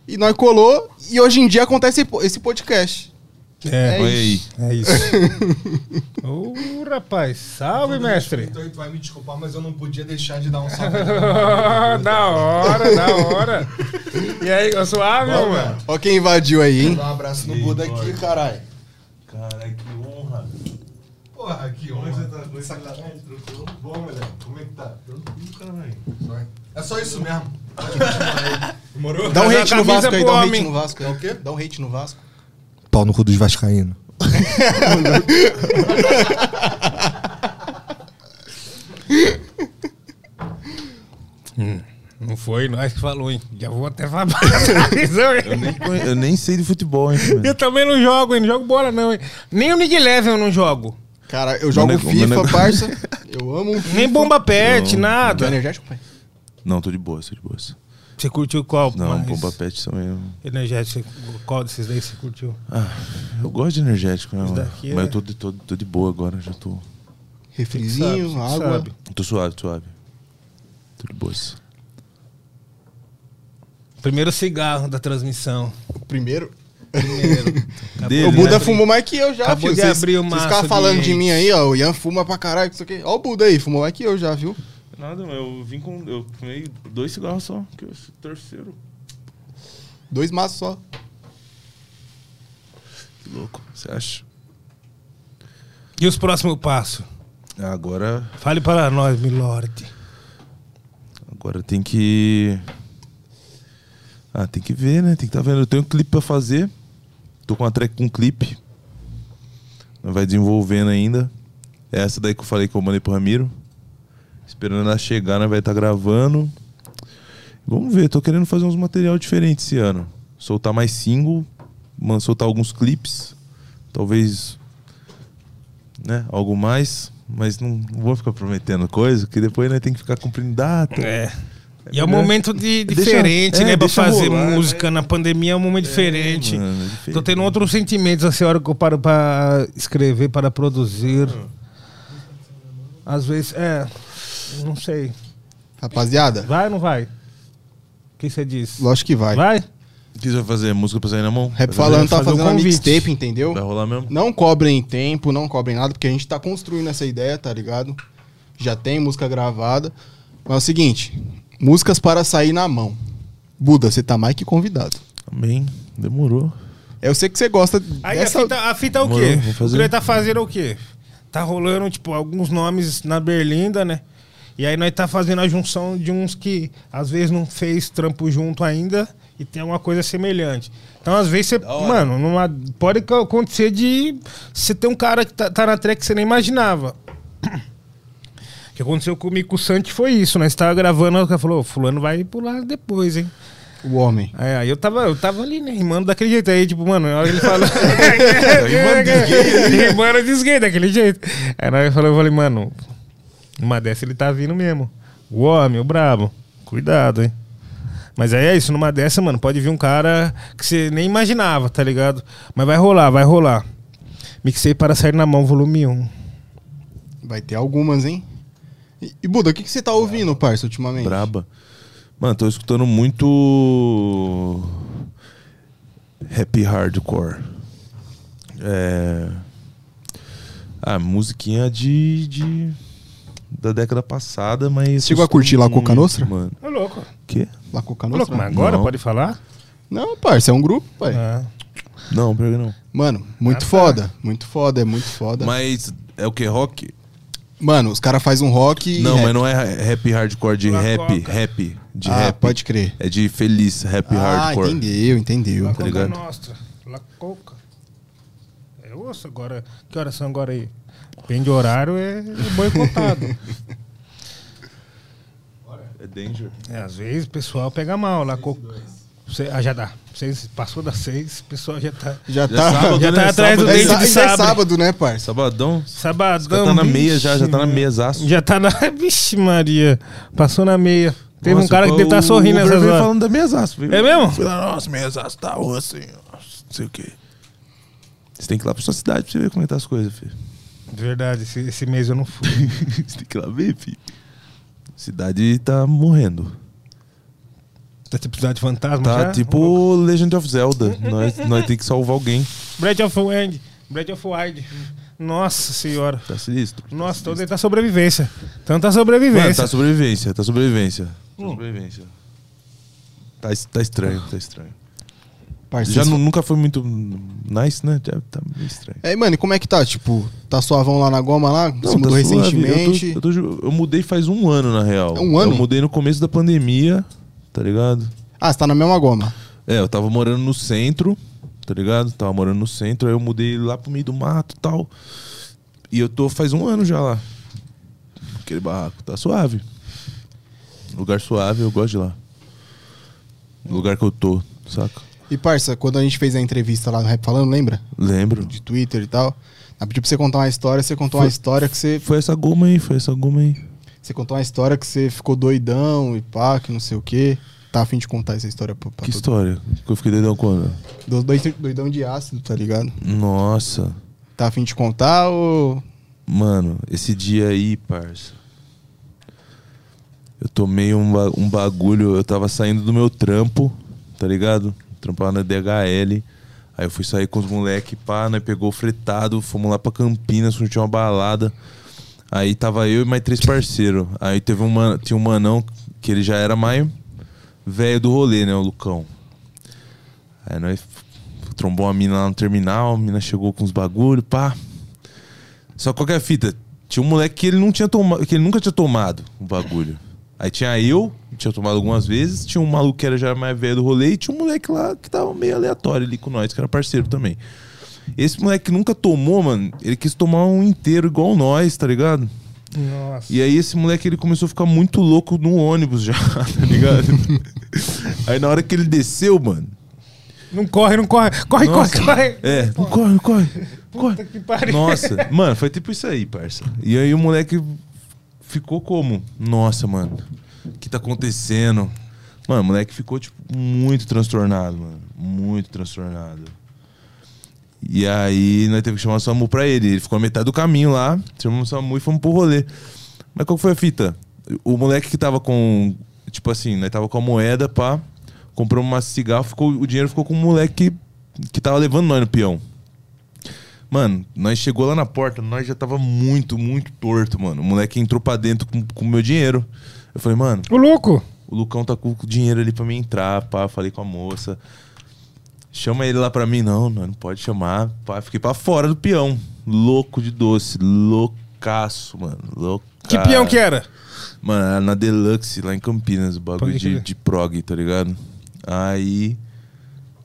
Speaker 4: E nós colou. E hoje em dia acontece esse podcast.
Speaker 1: É,
Speaker 3: Olha aí.
Speaker 1: é isso. Ô, rapaz, salve, mestre.
Speaker 5: Então tu vai me desculpar, mas eu não podia deixar de dar um salve.
Speaker 1: Ah, da hora, da hora. E aí, eu suave,
Speaker 5: Não,
Speaker 1: mano?
Speaker 5: mano.
Speaker 4: Ó quem invadiu aí, hein?
Speaker 5: Dá um abraço no
Speaker 3: Ih,
Speaker 5: Buda
Speaker 3: bora.
Speaker 5: aqui, caralho.
Speaker 3: Cara, que honra.
Speaker 5: Porra, que honra. Tá doido, sacanagem. Tudo bom, galera? Como é que tá? Tranquilo, caralho. Só- É só isso mesmo. Demorou?
Speaker 4: Dá um
Speaker 1: Mas a
Speaker 4: hate no
Speaker 1: camisa
Speaker 4: Vasco aí,
Speaker 1: pro
Speaker 4: dá um hate
Speaker 1: homem.
Speaker 4: no Vasco aí.
Speaker 5: É o quê?
Speaker 4: Dá um hate no Vasco.
Speaker 7: Pau no cu dos vascaínos.
Speaker 1: Não foi nós que falou, hein? Já vou até falar. pra vocês,
Speaker 3: Eu
Speaker 1: hein?
Speaker 3: nem, conhe- eu nem sei de futebol, hein?
Speaker 1: Eu
Speaker 3: velho.
Speaker 1: também não jogo, hein? Não jogo bola, não, hein? Nem o mid level eu não jogo.
Speaker 4: Cara, eu jogo
Speaker 3: Meu nego- meu
Speaker 4: FIFA,
Speaker 3: nego-
Speaker 4: parça. Eu amo um FIFA.
Speaker 1: Nem bomba pet,
Speaker 3: Não,
Speaker 4: Tu é
Speaker 1: nada.
Speaker 4: energético, pai?
Speaker 3: Não, tô de boa, tô de boa.
Speaker 1: Você curtiu qual?
Speaker 3: Não,
Speaker 1: mais?
Speaker 3: bomba pet são eu.
Speaker 1: Energético, qual desses daí você curtiu?
Speaker 3: Eu gosto de energético, né?
Speaker 1: Isso
Speaker 3: mano?
Speaker 1: daqui é-
Speaker 3: Mas eu tô de, tô- tô de boa agora, já tô.
Speaker 4: Refrizinho,
Speaker 1: Sabe,
Speaker 4: água.
Speaker 1: sabe.
Speaker 3: Tô suave, suave. Tô de boa.
Speaker 1: Primeiro cigarro da transmissão.
Speaker 4: O primeiro.
Speaker 1: Primeiro.
Speaker 3: Dele,
Speaker 4: o Buda
Speaker 3: né?
Speaker 4: fumou mais que eu já,
Speaker 1: Acabou
Speaker 4: filho.
Speaker 1: de abrir o maço
Speaker 4: ficavam
Speaker 1: de
Speaker 4: falando de
Speaker 1: hate.
Speaker 4: mim aí, ó. O Ian fuma pra caralho, que isso aqui. Ó o Buda aí, fumou mais que eu já, viu?
Speaker 3: Nada, eu vim com. Eu fumei dois cigarros só, que eu terceiro.
Speaker 4: Dois maços só.
Speaker 3: Que louco, você acha?
Speaker 1: E os próximos passos?
Speaker 3: Agora,
Speaker 1: Fale para nós, Milord.
Speaker 3: agora tem que. Ah, tem que ver, né? Tem que estar vendo. Eu tenho um clipe pra fazer. Tô com uma track com um clipe. Vai desenvolvendo ainda. É essa daí que eu falei que eu mandei pro Ramiro. Esperando ela chegar, né? Vai estar gravando. Vamos ver, tô querendo fazer uns material diferentes esse ano. Soltar mais single, man- soltar alguns clipes. Talvez. Né? Algo mais. Mas não vou ficar prometendo coisa, que depois né, tem que ficar cumprindo data.
Speaker 1: É. E é um
Speaker 3: melhor-
Speaker 1: momento de-
Speaker 3: Deixa-
Speaker 1: diferente,
Speaker 3: é,
Speaker 1: né? Pra
Speaker 3: deixa
Speaker 1: fazer
Speaker 3: rolar,
Speaker 1: música na pandemia é um momento diferente.
Speaker 3: mano, é diferente.
Speaker 1: Tô tendo um- outros sentimentos assim, a hora que eu paro pra escrever, para produzir. Às vezes, é. Não sei.
Speaker 4: Rapaziada,
Speaker 1: Vai ou não vai? O que você diz?
Speaker 4: lógico que vai.
Speaker 1: Vai?
Speaker 3: O que você vai fazer? Música pra sair na mão?
Speaker 4: Rap
Speaker 3: Vai
Speaker 4: falando tá
Speaker 1: fazer um
Speaker 4: fazendo uma
Speaker 1: convite.
Speaker 4: mixtape, entendeu?
Speaker 3: fazer? Vai rolar mesmo?
Speaker 4: Não cobrem tempo, não cobrem nada, porque a gente tá construindo essa ideia, tá ligado? Já tem música gravada. Mas é o seguinte, músicas para sair na mão. Buda, você tá mais que convidado.
Speaker 3: Amém. Demorou.
Speaker 4: Eu sei que você gosta
Speaker 1: Aí
Speaker 4: dessa...
Speaker 1: a, fita, a fita é o
Speaker 3: Demorou,
Speaker 1: quê?
Speaker 3: vou fazer. um-
Speaker 1: O Grey tá fazendo o quê? Tá rolando, tipo, alguns nomes na Berlinda, né? E aí nós tá fazendo a junção de uns que às vezes não fez trampo junto ainda e tem alguma coisa semelhante. Então, às vezes, você. Mano, numa- pode co- acontecer de você ter um cara que tá, tá na track que você nem imaginava. O que aconteceu comigo com o Santi foi isso. Nós tava gravando, o cara falou, "Ô, fulano vai pular depois, hein?
Speaker 4: O homem.
Speaker 1: É, Aí, aí eu tava, eu tava ali, né, rimando daquele jeito. Aí, tipo, mano, na hora que ele falou. rimando de skate daquele jeito. Aí na hora que ele falou, eu falei, mano, uma dessa ele tá vindo mesmo. O homem, o brabo. Cuidado, hein? Mas aí é isso, numa dessa, mano, pode vir um cara que você nem imaginava, tá ligado? Mas vai rolar, vai rolar. Mixei para sair na mão, volume 1.
Speaker 4: Vai ter algumas, hein? E, e Buda, o que, que você tá ouvindo, parça, ultimamente?
Speaker 3: Braba. Mano, tô escutando muito. Happy Hardcore. É. Ah, musiquinha de. de- Da década passada, mas.
Speaker 4: Chegou a curtir La
Speaker 3: lá com
Speaker 4: Coca Nostra?
Speaker 3: Mano.
Speaker 1: Ô, louco.
Speaker 3: Quê?
Speaker 4: Lá com o
Speaker 1: Ô, louco, mas
Speaker 4: Canostra?
Speaker 1: agora
Speaker 3: Não.
Speaker 1: pode falar?
Speaker 4: Não, parça, é um grupo, pai.
Speaker 1: Ah.
Speaker 3: Não, peraí, não.
Speaker 4: Mano,
Speaker 1: tá.
Speaker 4: muito foda. Muito foda, é muito foda.
Speaker 3: Mas é o que? Rock?
Speaker 4: Mano, os caras fazem um rock e
Speaker 3: Não,
Speaker 4: rap.
Speaker 3: mas não é rap hardcore de
Speaker 1: La
Speaker 3: rap,
Speaker 1: Coca.
Speaker 3: rap. De
Speaker 4: ah,
Speaker 3: rap.
Speaker 4: pode crer.
Speaker 3: É de feliz, rap
Speaker 4: Ah,
Speaker 3: hardcore.
Speaker 4: entendeu, entendeu.
Speaker 1: La Coca
Speaker 3: Tá ligado?
Speaker 1: Nostra. La Coca. É osso agora. Que horas são agora aí? Bem de horário é boicotado.
Speaker 3: É danger.
Speaker 1: é, às vezes o pessoal pega mal. La Coca. Cê- ah, já dá. Seis, passou das seis, o pessoal já tá.
Speaker 4: Já
Speaker 3: Já
Speaker 4: tá.
Speaker 3: é sábado,
Speaker 1: Já
Speaker 3: né?
Speaker 1: tá
Speaker 3: É
Speaker 1: atrás do
Speaker 3: sábado.
Speaker 4: É
Speaker 1: dente
Speaker 4: sá-
Speaker 1: de
Speaker 4: já é
Speaker 1: sabre.
Speaker 4: sábado, né, parça?
Speaker 3: Sabadão?
Speaker 1: Sabadão.
Speaker 3: Já tá na
Speaker 1: vixe,
Speaker 3: meia já, já tá na meiazaço.
Speaker 1: Já tá na. Vixe, Maria. Passou na meia. Teve um
Speaker 3: Nossa,
Speaker 1: cara que
Speaker 3: o-
Speaker 1: deve estar tá sorrindo
Speaker 3: o
Speaker 1: nessas
Speaker 3: Uber veio
Speaker 1: horas.
Speaker 3: falando da meiazaço. viu?
Speaker 1: É mesmo?
Speaker 3: Fui lá, nossa, meiazaço tá ó, assim, ó, não sei o quê. Você tem que ir lá pra sua cidade pra você ver como é que tá as coisas, filho.
Speaker 1: Verdade, esse, esse mês eu não fui.
Speaker 3: você tem que ir lá ver, filho. Cidade tá morrendo.
Speaker 1: Tá tipo cidade fantasma
Speaker 3: Tá
Speaker 1: já?
Speaker 3: tipo
Speaker 1: é?
Speaker 3: Legend of Zelda. nós, nós tem que salvar alguém.
Speaker 1: Breath of Wild. Breath of Wild. Nossa senhora.
Speaker 3: Tá sinistro.
Speaker 1: Nossa, todo
Speaker 3: tá sinistro.
Speaker 1: ele tá sobrevivência. Então tá
Speaker 3: Mano,
Speaker 1: sobrevivência. Hum.
Speaker 3: tá sobrevivência, tá sobrevivência. Tá sobrevivência. Tá, es- tá estranho, tá estranho.
Speaker 4: Parça,
Speaker 3: Já
Speaker 4: isso-
Speaker 3: nu- nunca foi muito nice, né? Já tá meio estranho.
Speaker 4: É, mano, e como é que tá? Tipo, tá suavão lá na goma lá? se mudou
Speaker 3: tá suave.
Speaker 4: recentemente?
Speaker 3: Eu, tô- eu tô- eu mudei faz um ano, na real.
Speaker 4: É um ano?
Speaker 3: Eu mudei no começo da pandemia, tá ligado?
Speaker 4: Ah, você tá na mesma goma.
Speaker 3: É, eu tava morando no centro, tá ligado? Tava morando no centro, aí eu mudei lá pro meio do mato e tal. E eu tô faz um ano já lá. Aquele barraco, tá suave. Lugar suave, eu gosto de lá. Lugar que eu tô, saca?
Speaker 4: E, parça, quando a gente fez a entrevista lá no Rap Falando, lembra?
Speaker 3: Lembro.
Speaker 4: De Twitter e tal. Ela pediu pra você contar uma história, você contou uma
Speaker 3: Foi-
Speaker 4: história que você.
Speaker 3: Foi essa goma aí, foi essa goma aí.
Speaker 4: Você contou uma história que você ficou doidão e pá, que não sei o quê. Tá afim de contar essa história pra, pra
Speaker 3: Que
Speaker 4: todo-
Speaker 3: história? Que eu fiquei doidão quando?
Speaker 4: Do- doid- Doidão de ácido, tá ligado?
Speaker 3: Nossa.
Speaker 4: Tá afim de contar ou.
Speaker 3: Mano, esse dia aí, parça. Eu tomei um, ba- um bagulho. Eu tava saindo do meu trampo, tá ligado? Trampava na DHL. Aí eu fui sair com os moleque, pá, né? Pegou o fretado, fomos lá pra Campinas, curtir uma balada. Aí tava eu e mais três parceiros. Aí teve um, man- tinha um manão, que ele já era mais velho do rolê, né? O Lucão. Aí nós f- trombou uma mina lá no terminal, a mina chegou com os bagulho, pá. Só qualquer fita. Tinha um moleque que ele não tinha tomado, que ele nunca tinha tomado o bagulho. Aí tinha eu, que tinha tomado algumas vezes, tinha um maluco que era já mais velho do rolê, e tinha um moleque lá que tava meio aleatório ali com nós, que era parceiro também. Esse moleque que nunca tomou, mano, ele quis tomar um inteiro igual nós, tá ligado?
Speaker 1: Nossa.
Speaker 3: E aí esse moleque ele começou a ficar muito louco no ônibus já, tá ligado? aí na hora que ele desceu, mano.
Speaker 1: Não corre, não corre. Corre,
Speaker 3: nossa,
Speaker 1: corre, corre.
Speaker 3: É, não corre, não corre. corre.
Speaker 1: Puta que pariu.
Speaker 3: Nossa, mano, foi tipo isso aí, parça. E aí o moleque ficou como? Nossa, mano, o que tá acontecendo? Mano, o moleque ficou, tipo, muito transtornado, mano. Muito transtornado. E aí nós teve que chamar o SAMU pra ele. Ele ficou a metade do caminho lá, chamamos o SAMU e fomos pro rolê. Mas qual que foi a fita? O moleque que tava com. Tipo assim, nós tava com a moeda, pá. Comprou uma cigarro, ficou, o dinheiro ficou com o moleque que, que tava levando nós no peão. Mano, nós chegou lá na porta, nós já tava muito, muito torto, mano. O moleque entrou pra dentro com com o meu dinheiro. Eu falei, mano,
Speaker 1: O louco.
Speaker 3: o Lucão tá com o dinheiro ali pra mim entrar, pá. Falei com a moça. Chama ele lá pra mim. Não, não, não pode chamar. Pá, fiquei pra fora do peão. Louco de doce. Loucaço, mano. Loucaço.
Speaker 1: Que peão que era?
Speaker 3: Mano, era na Deluxe, lá em Campinas, o bagulho
Speaker 1: Pode
Speaker 3: de,
Speaker 1: crer.
Speaker 3: de prog, tá ligado? Aí.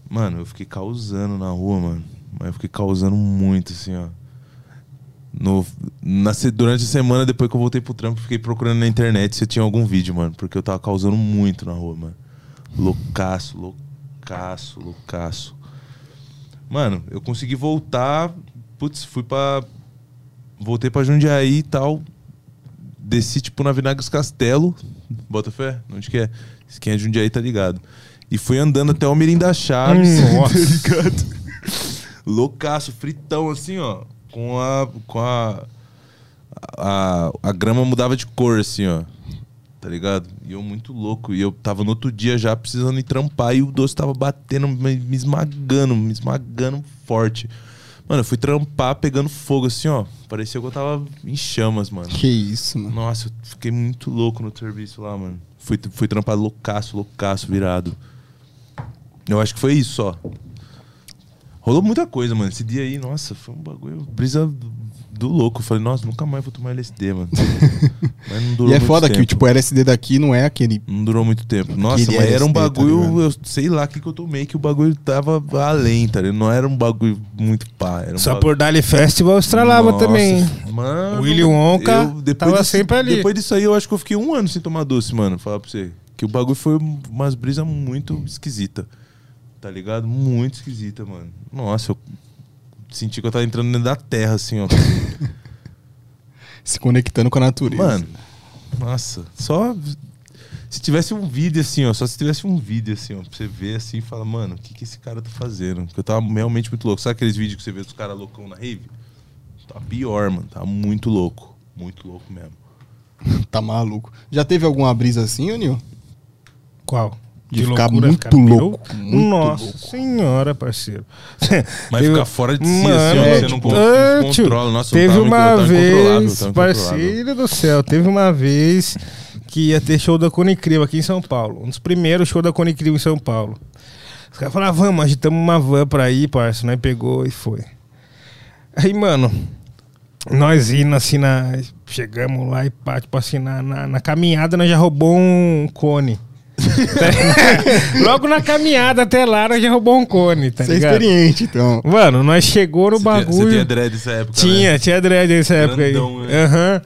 Speaker 3: Mano, eu fiquei causando na rua, mano. Mas eu fiquei causando muito, assim, ó. No, na, se- durante a semana, depois que eu voltei pro trampo, fiquei procurando na internet se tinha algum vídeo, mano. Porque eu tava causando muito na rua, mano. Loucaço, loucaço, loucaço. Mano, eu consegui voltar. Putz, fui pra. Voltei pra Jundiaí e tal. Desci, tipo, na Vinagres Castelo. Botafé? Onde que é? Quem é de Jundiaí tá ligado. E fui andando até o Mirim da Chaves.
Speaker 1: Hum, nossa.
Speaker 3: tá ligado? Loucaço, fritão, assim, ó. Com a. Com a. A, a grama mudava de cor, assim, ó. Tá ligado? E eu muito louco. E eu tava no outro dia já precisando ir trampar. E o doce tava batendo, me, me esmagando, me esmagando forte. Mano, eu fui trampar pegando fogo, assim, ó. Parecia que eu tava em chamas, mano.
Speaker 4: Que isso, mano.
Speaker 3: Nossa, eu fiquei muito louco no serviço lá, mano. Fui, fui trampar loucaço, loucaço, virado. Eu acho que foi isso, ó. Rolou muita coisa, mano. Esse dia aí, nossa, foi um bagulho. Brisa do- do louco. Eu falei, nossa, nunca mais vou tomar LSD, mano. Mas não durou
Speaker 4: E é
Speaker 3: muito
Speaker 4: foda que
Speaker 3: tempo.
Speaker 4: tipo, o LSD daqui não é aquele.
Speaker 3: Não durou muito tempo. Nossa,
Speaker 4: Aquele
Speaker 3: mas era um
Speaker 4: LSD, tá
Speaker 3: bagulho,
Speaker 4: ligado?
Speaker 3: eu sei lá o que, que eu tomei, que o bagulho tava além, tá ligado? Não era um bagulho muito pá. Era um
Speaker 1: Só
Speaker 3: bagulho...
Speaker 1: por Dali Festival estralava
Speaker 3: Nossa,
Speaker 1: também.
Speaker 3: Mano,
Speaker 1: Willy Wonka tava sempre ali.
Speaker 3: Depois disso aí, eu acho que eu fiquei um ano sem tomar doce, mano. Falar pra você. Que o bagulho foi umas brisas muito esquisita. Tá ligado? Muito esquisita, mano. Nossa, eu senti que eu tava entrando dentro da terra, assim, ó.
Speaker 4: Se conectando com a natureza.
Speaker 3: mano, nossa. Só. Se tivesse um vídeo assim, ó. Só se tivesse um vídeo assim, ó. Pra você ver assim e falar, mano, o que, que esse cara tá fazendo? Porque eu tava realmente muito louco. Sabe aqueles vídeos que você vê dos caras loucão na rave? Tá pior, mano. Tá muito louco. Muito louco mesmo.
Speaker 4: Tá maluco. Já teve alguma brisa assim, ô Nil?
Speaker 1: Qual?
Speaker 4: De ficar muito
Speaker 1: pirou?
Speaker 4: louco, muito
Speaker 1: Nossa senhora, parceiro.
Speaker 3: Mas
Speaker 1: Teve-
Speaker 3: ficar fora de si, assim,
Speaker 1: Mano,
Speaker 3: ó,
Speaker 1: é,
Speaker 3: você não,
Speaker 1: tipo,
Speaker 3: con- não
Speaker 1: antes,
Speaker 3: controla. Nossa, eu
Speaker 1: teve
Speaker 3: tava- eu
Speaker 1: uma
Speaker 3: tava incontrolável, eu
Speaker 1: vez,
Speaker 3: tava incontrolável.
Speaker 1: parceiro do céu, teve uma vez que ia ter show da Cone Crew aqui em São Paulo. Um dos primeiros shows da Cone Crew em São Paulo. Os caras falaram, "Ah, vamos, agitamos uma van pra ir, parceiro. Nós pegou e foi. Aí, mano, nós indo assim, na, chegamos lá e pá, tipo assim, na, na, na caminhada nós já roubou um cone. Tá- Logo na caminhada até lá nós já roubou um cone, tá
Speaker 4: Você é
Speaker 1: ligado?
Speaker 4: experiente, então.
Speaker 1: Mano, nós chegou no
Speaker 3: Você tinha-
Speaker 1: bagulho.
Speaker 3: Você tinha dread nessa época,
Speaker 1: Tinha,
Speaker 3: né?
Speaker 1: tinha dread nessa época aí.
Speaker 3: Grandão, né?
Speaker 1: Aham.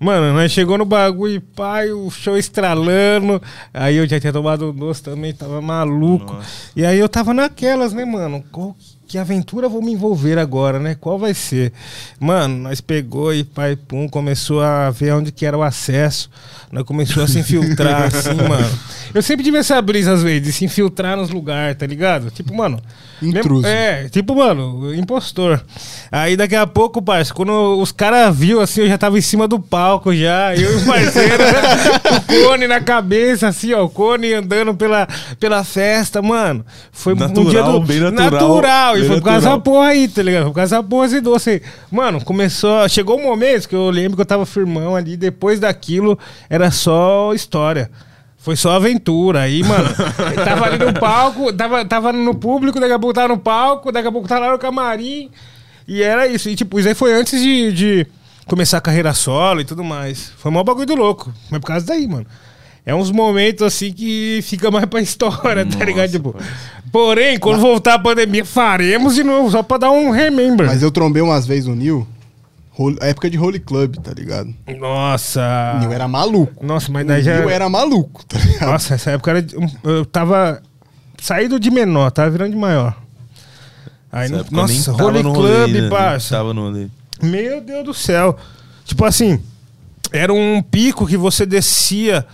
Speaker 1: Mano, nós chegou no bagulho, pai, o show estralando. Aí eu já tinha tomado um doce também, tava maluco. E aí eu tava naquelas, né, mano? Qual que aventura eu vou me envolver agora, né? Qual vai ser? Mano, nós pegou e pai, pum, começou a ver onde que era o acesso. Nós começou a se infiltrar, assim, mano. Eu sempre tive essa brisa, às vezes, de se infiltrar nos lugares, tá ligado? Tipo, mano. mesmo-
Speaker 4: Intruso.
Speaker 1: É, é, tipo, mano, impostor. Aí daqui a pouco, parça, quando os caras viu assim, eu já tava em cima do palco já, eu e o parceiro, né? o cone na cabeça, assim, ó, o cone andando pela, pela festa, mano. Foi um
Speaker 3: Natural,
Speaker 1: dia do...
Speaker 3: bem natural,
Speaker 1: Natural, e
Speaker 3: bem
Speaker 1: foi por causa
Speaker 3: natural.
Speaker 1: da porra aí, tá ligado? Por causa da porra esse doce aí. Mano, começou, chegou um momento que eu lembro que eu tava firmão ali, depois daquilo, era só história. Foi só aventura. Aí, mano, eu tava ali no palco, tava, tava no público, daqui a pouco tava no palco, daqui a pouco tava lá no camarim. E E era isso. E tipo, isso aí foi antes de, de começar a carreira solo e tudo mais. Foi o maior bagulho do louco. Mas por causa daí, mano. É uns momentos assim que fica mais pra história, tá
Speaker 3: Nossa,
Speaker 1: ligado? Tipo,
Speaker 3: parça.
Speaker 1: porém, quando voltar a pandemia, faremos de novo, só pra dar um remember.
Speaker 4: Mas eu trombei umas vezes o Nil, role- época de Holy Club, tá ligado?
Speaker 1: Nossa.
Speaker 4: O Nil era maluco.
Speaker 1: Nossa, Ah. mas
Speaker 4: O
Speaker 1: daí já.
Speaker 4: Nil era maluco, tá ligado?
Speaker 1: Nossa, essa época era de- um- eu tava saído de menor, tava virando de maior. Aí,
Speaker 3: Essa
Speaker 1: não-
Speaker 3: época eu nem
Speaker 1: nossa,
Speaker 3: tava
Speaker 1: Holy
Speaker 3: no rolê ainda,
Speaker 1: Club,
Speaker 3: nem
Speaker 1: parça.
Speaker 3: Tava no rolê.
Speaker 1: Meu Deus do céu. Tipo assim, era um pico que você descia,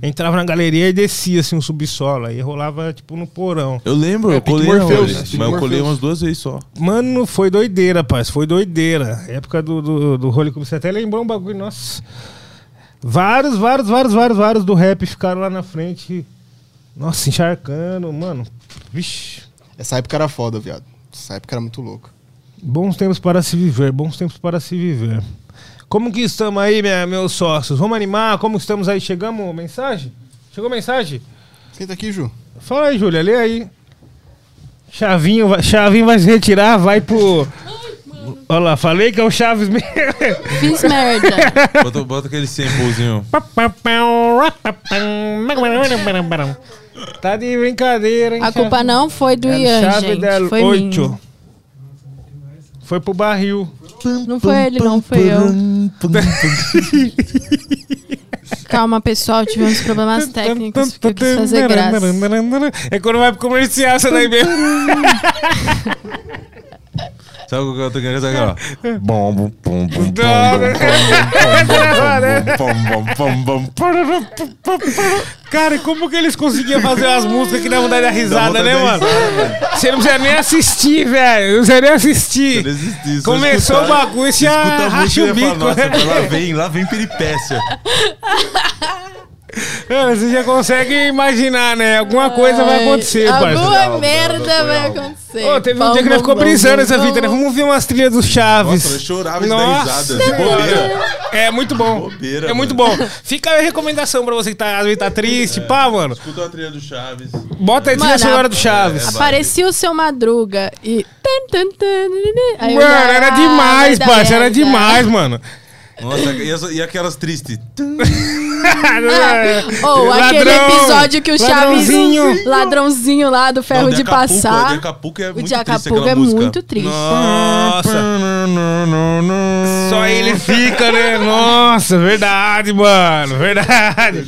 Speaker 1: entrava na galeria e descia assim um subsolo, aí rolava tipo no porão.
Speaker 3: Eu lembro, eu
Speaker 4: Pique
Speaker 3: colei
Speaker 4: Morpheus,
Speaker 3: Morpheus,
Speaker 4: Pique
Speaker 3: mas eu colei
Speaker 4: Morpheus.
Speaker 3: umas duas vezes só.
Speaker 1: Mano, foi doideira, parça, foi doideira. Época do do, do Holy Club, você até lembrou um bagulho, nossa. Vários, vários, vários, vários, vários do rap ficaram lá na frente. Nossa, encharcando, mano. Vixe.
Speaker 4: Essa época era foda, viado. Essa época era muito louca.
Speaker 1: Bons tempos para se viver, bons tempos para se viver. Como que estamos aí, minha- meus sócios? Vamos animar? Como estamos aí? Chegamos? Mensagem? Chegou mensagem?
Speaker 4: Senta aqui, Ju.
Speaker 1: Fala aí, Júlia, lê aí. Chavinho vai, Chavinho vai se retirar, vai pro. Olha lá, falei que é o Chaves mesmo.
Speaker 2: Fiz merda.
Speaker 3: Bota, bota aquele samplezinho.
Speaker 1: Tá de brincadeira, hein?
Speaker 2: A culpa não foi do
Speaker 1: Chaves?
Speaker 2: Ian,
Speaker 1: É Chave
Speaker 2: gente.
Speaker 1: del
Speaker 2: Foi
Speaker 1: oito.
Speaker 2: minha.
Speaker 1: Foi pro barril.
Speaker 2: Não foi ele, não foi eu. Calma, pessoal, tivemos problemas técnicos. Fica aqui fazer graça.
Speaker 1: É quando vai pro comercial, essa daí mesmo.
Speaker 3: Sabe o que eu tô querendo? Sabe aquela? Bom, bom, bom, bom,
Speaker 1: né? é
Speaker 3: bom, bom, bom, bom.
Speaker 1: Cara, e como que eles conseguiam fazer as músicas que dá vontade da risada,
Speaker 3: vontade
Speaker 1: né,
Speaker 3: da
Speaker 1: mano? Você não precisa nem assistir, velho. Não precisa nem assistir.
Speaker 3: Eu desisti, só
Speaker 1: Começou o
Speaker 3: escutar.
Speaker 1: bagulho, você
Speaker 3: Escuta a
Speaker 1: racha o
Speaker 3: música e fala,
Speaker 1: bico. né?"
Speaker 3: Nossa, lá vem, lá vem peripécia.
Speaker 1: Cara, Você já consegue imaginar, né? Alguma coisa vai acontecer,
Speaker 2: Ai,
Speaker 1: parceiro.
Speaker 2: Alguma merda vai acontecer.
Speaker 1: Ô, teve um
Speaker 2: Bom,
Speaker 1: dia que nós
Speaker 2: bom,
Speaker 1: ficou
Speaker 2: bom,
Speaker 1: brisando
Speaker 2: bom,
Speaker 1: essa
Speaker 2: bom.
Speaker 1: fita, né? Vamos ver umas trilhas do Chaves.
Speaker 3: Nossa, eu chorava de dar risada,
Speaker 1: né,
Speaker 3: de bobeira.
Speaker 1: É muito bom.
Speaker 3: Bobeira,
Speaker 1: é muito bom.
Speaker 3: mano. É.
Speaker 1: Fica a recomendação pra você que tá, às vezes tá triste, pá, mano.
Speaker 3: Escuta a trilha do Chaves.
Speaker 1: Bota a trilha
Speaker 2: Mano,
Speaker 1: sonora
Speaker 2: a-
Speaker 1: do Chaves.
Speaker 2: Aparecia o seu Madruga e. né, Aí eu
Speaker 1: Mano,
Speaker 2: já-
Speaker 1: era
Speaker 2: Ah,
Speaker 1: demais,
Speaker 2: vai dar
Speaker 1: parça. Era
Speaker 2: merda.
Speaker 1: demais, mano.
Speaker 3: Nossa, e, as- e aquelas tristes.
Speaker 2: Ou Ah, aquele
Speaker 1: Ladrão,
Speaker 2: episódio que o Chaves.
Speaker 1: ladrãozinho.
Speaker 2: Ladrãozinho lá do ferro
Speaker 3: Não,
Speaker 2: de
Speaker 3: Acapulco, O de
Speaker 2: passar.
Speaker 3: Acapulco
Speaker 2: O
Speaker 3: é muito
Speaker 2: de
Speaker 3: triste
Speaker 2: Acapulco
Speaker 3: aquela
Speaker 2: é
Speaker 3: música.
Speaker 2: muito triste.
Speaker 1: Nossa.
Speaker 3: Nossa.
Speaker 1: Só ele fica, né? Nossa, verdade, mano. Verdade.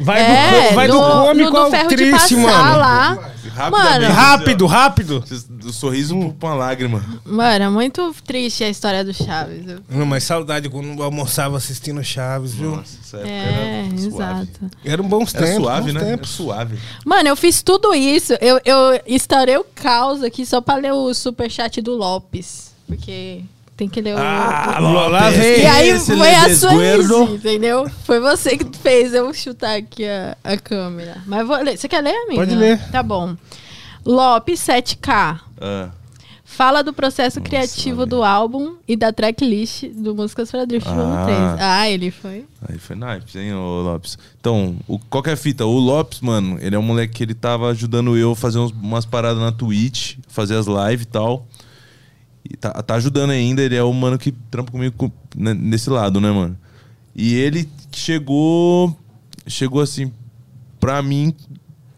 Speaker 1: Vai do,
Speaker 2: É,
Speaker 1: co- vai do
Speaker 2: no-
Speaker 1: cômico
Speaker 2: no do
Speaker 1: ao
Speaker 2: ferro de
Speaker 1: triste,
Speaker 2: passar
Speaker 1: mano.
Speaker 2: lá. né?
Speaker 3: Rapidamente,
Speaker 2: Mano.
Speaker 1: Rápido, rápido.
Speaker 3: assim, ó, Do sorriso pra- pra uma lágrima.
Speaker 2: Mano, é muito triste a história do Chaves. viu?
Speaker 1: Não, mas saudade quando eu almoçava assistindo Chaves, viu?
Speaker 3: Nossa, essa época
Speaker 2: É,
Speaker 3: era suave.
Speaker 2: exato.
Speaker 1: Eram bons
Speaker 3: Era
Speaker 1: tempos.
Speaker 3: suave,
Speaker 1: bons
Speaker 3: né? Era
Speaker 1: tempos.
Speaker 3: suave.
Speaker 2: Mano, eu fiz tudo isso. Eu, eu estourei o caos aqui só pra ler o superchat do Lopes. Porque tem que ler o.
Speaker 1: Ah, lá vem.
Speaker 2: E aí
Speaker 3: Esse
Speaker 2: foi a
Speaker 3: desguerdo.
Speaker 2: sua Izzy, entendeu? Foi você que fez eu chutar aqui a, a câmera. Mas vou ler. Você quer ler, amiga?
Speaker 1: Pode ler.
Speaker 2: Tá bom. Lopes 7K.
Speaker 3: Ah,
Speaker 2: Fala do processo criativo do álbum e da tracklist do Músicas para Drift Volume
Speaker 3: Ah.
Speaker 2: 3. Ah, ele foi.
Speaker 3: aí foi naipes, hein, ô Lopes. Então, o, qual que é a fita? O Lopes, mano, ele é um moleque que ele tava ajudando eu a fazer uns- umas paradas na Twitch, fazer as lives e tal. E tá, tá ajudando ainda, ele é o mano que trampa comigo co- né, nesse lado, né, mano? E ele chegou. Chegou assim, pra mim.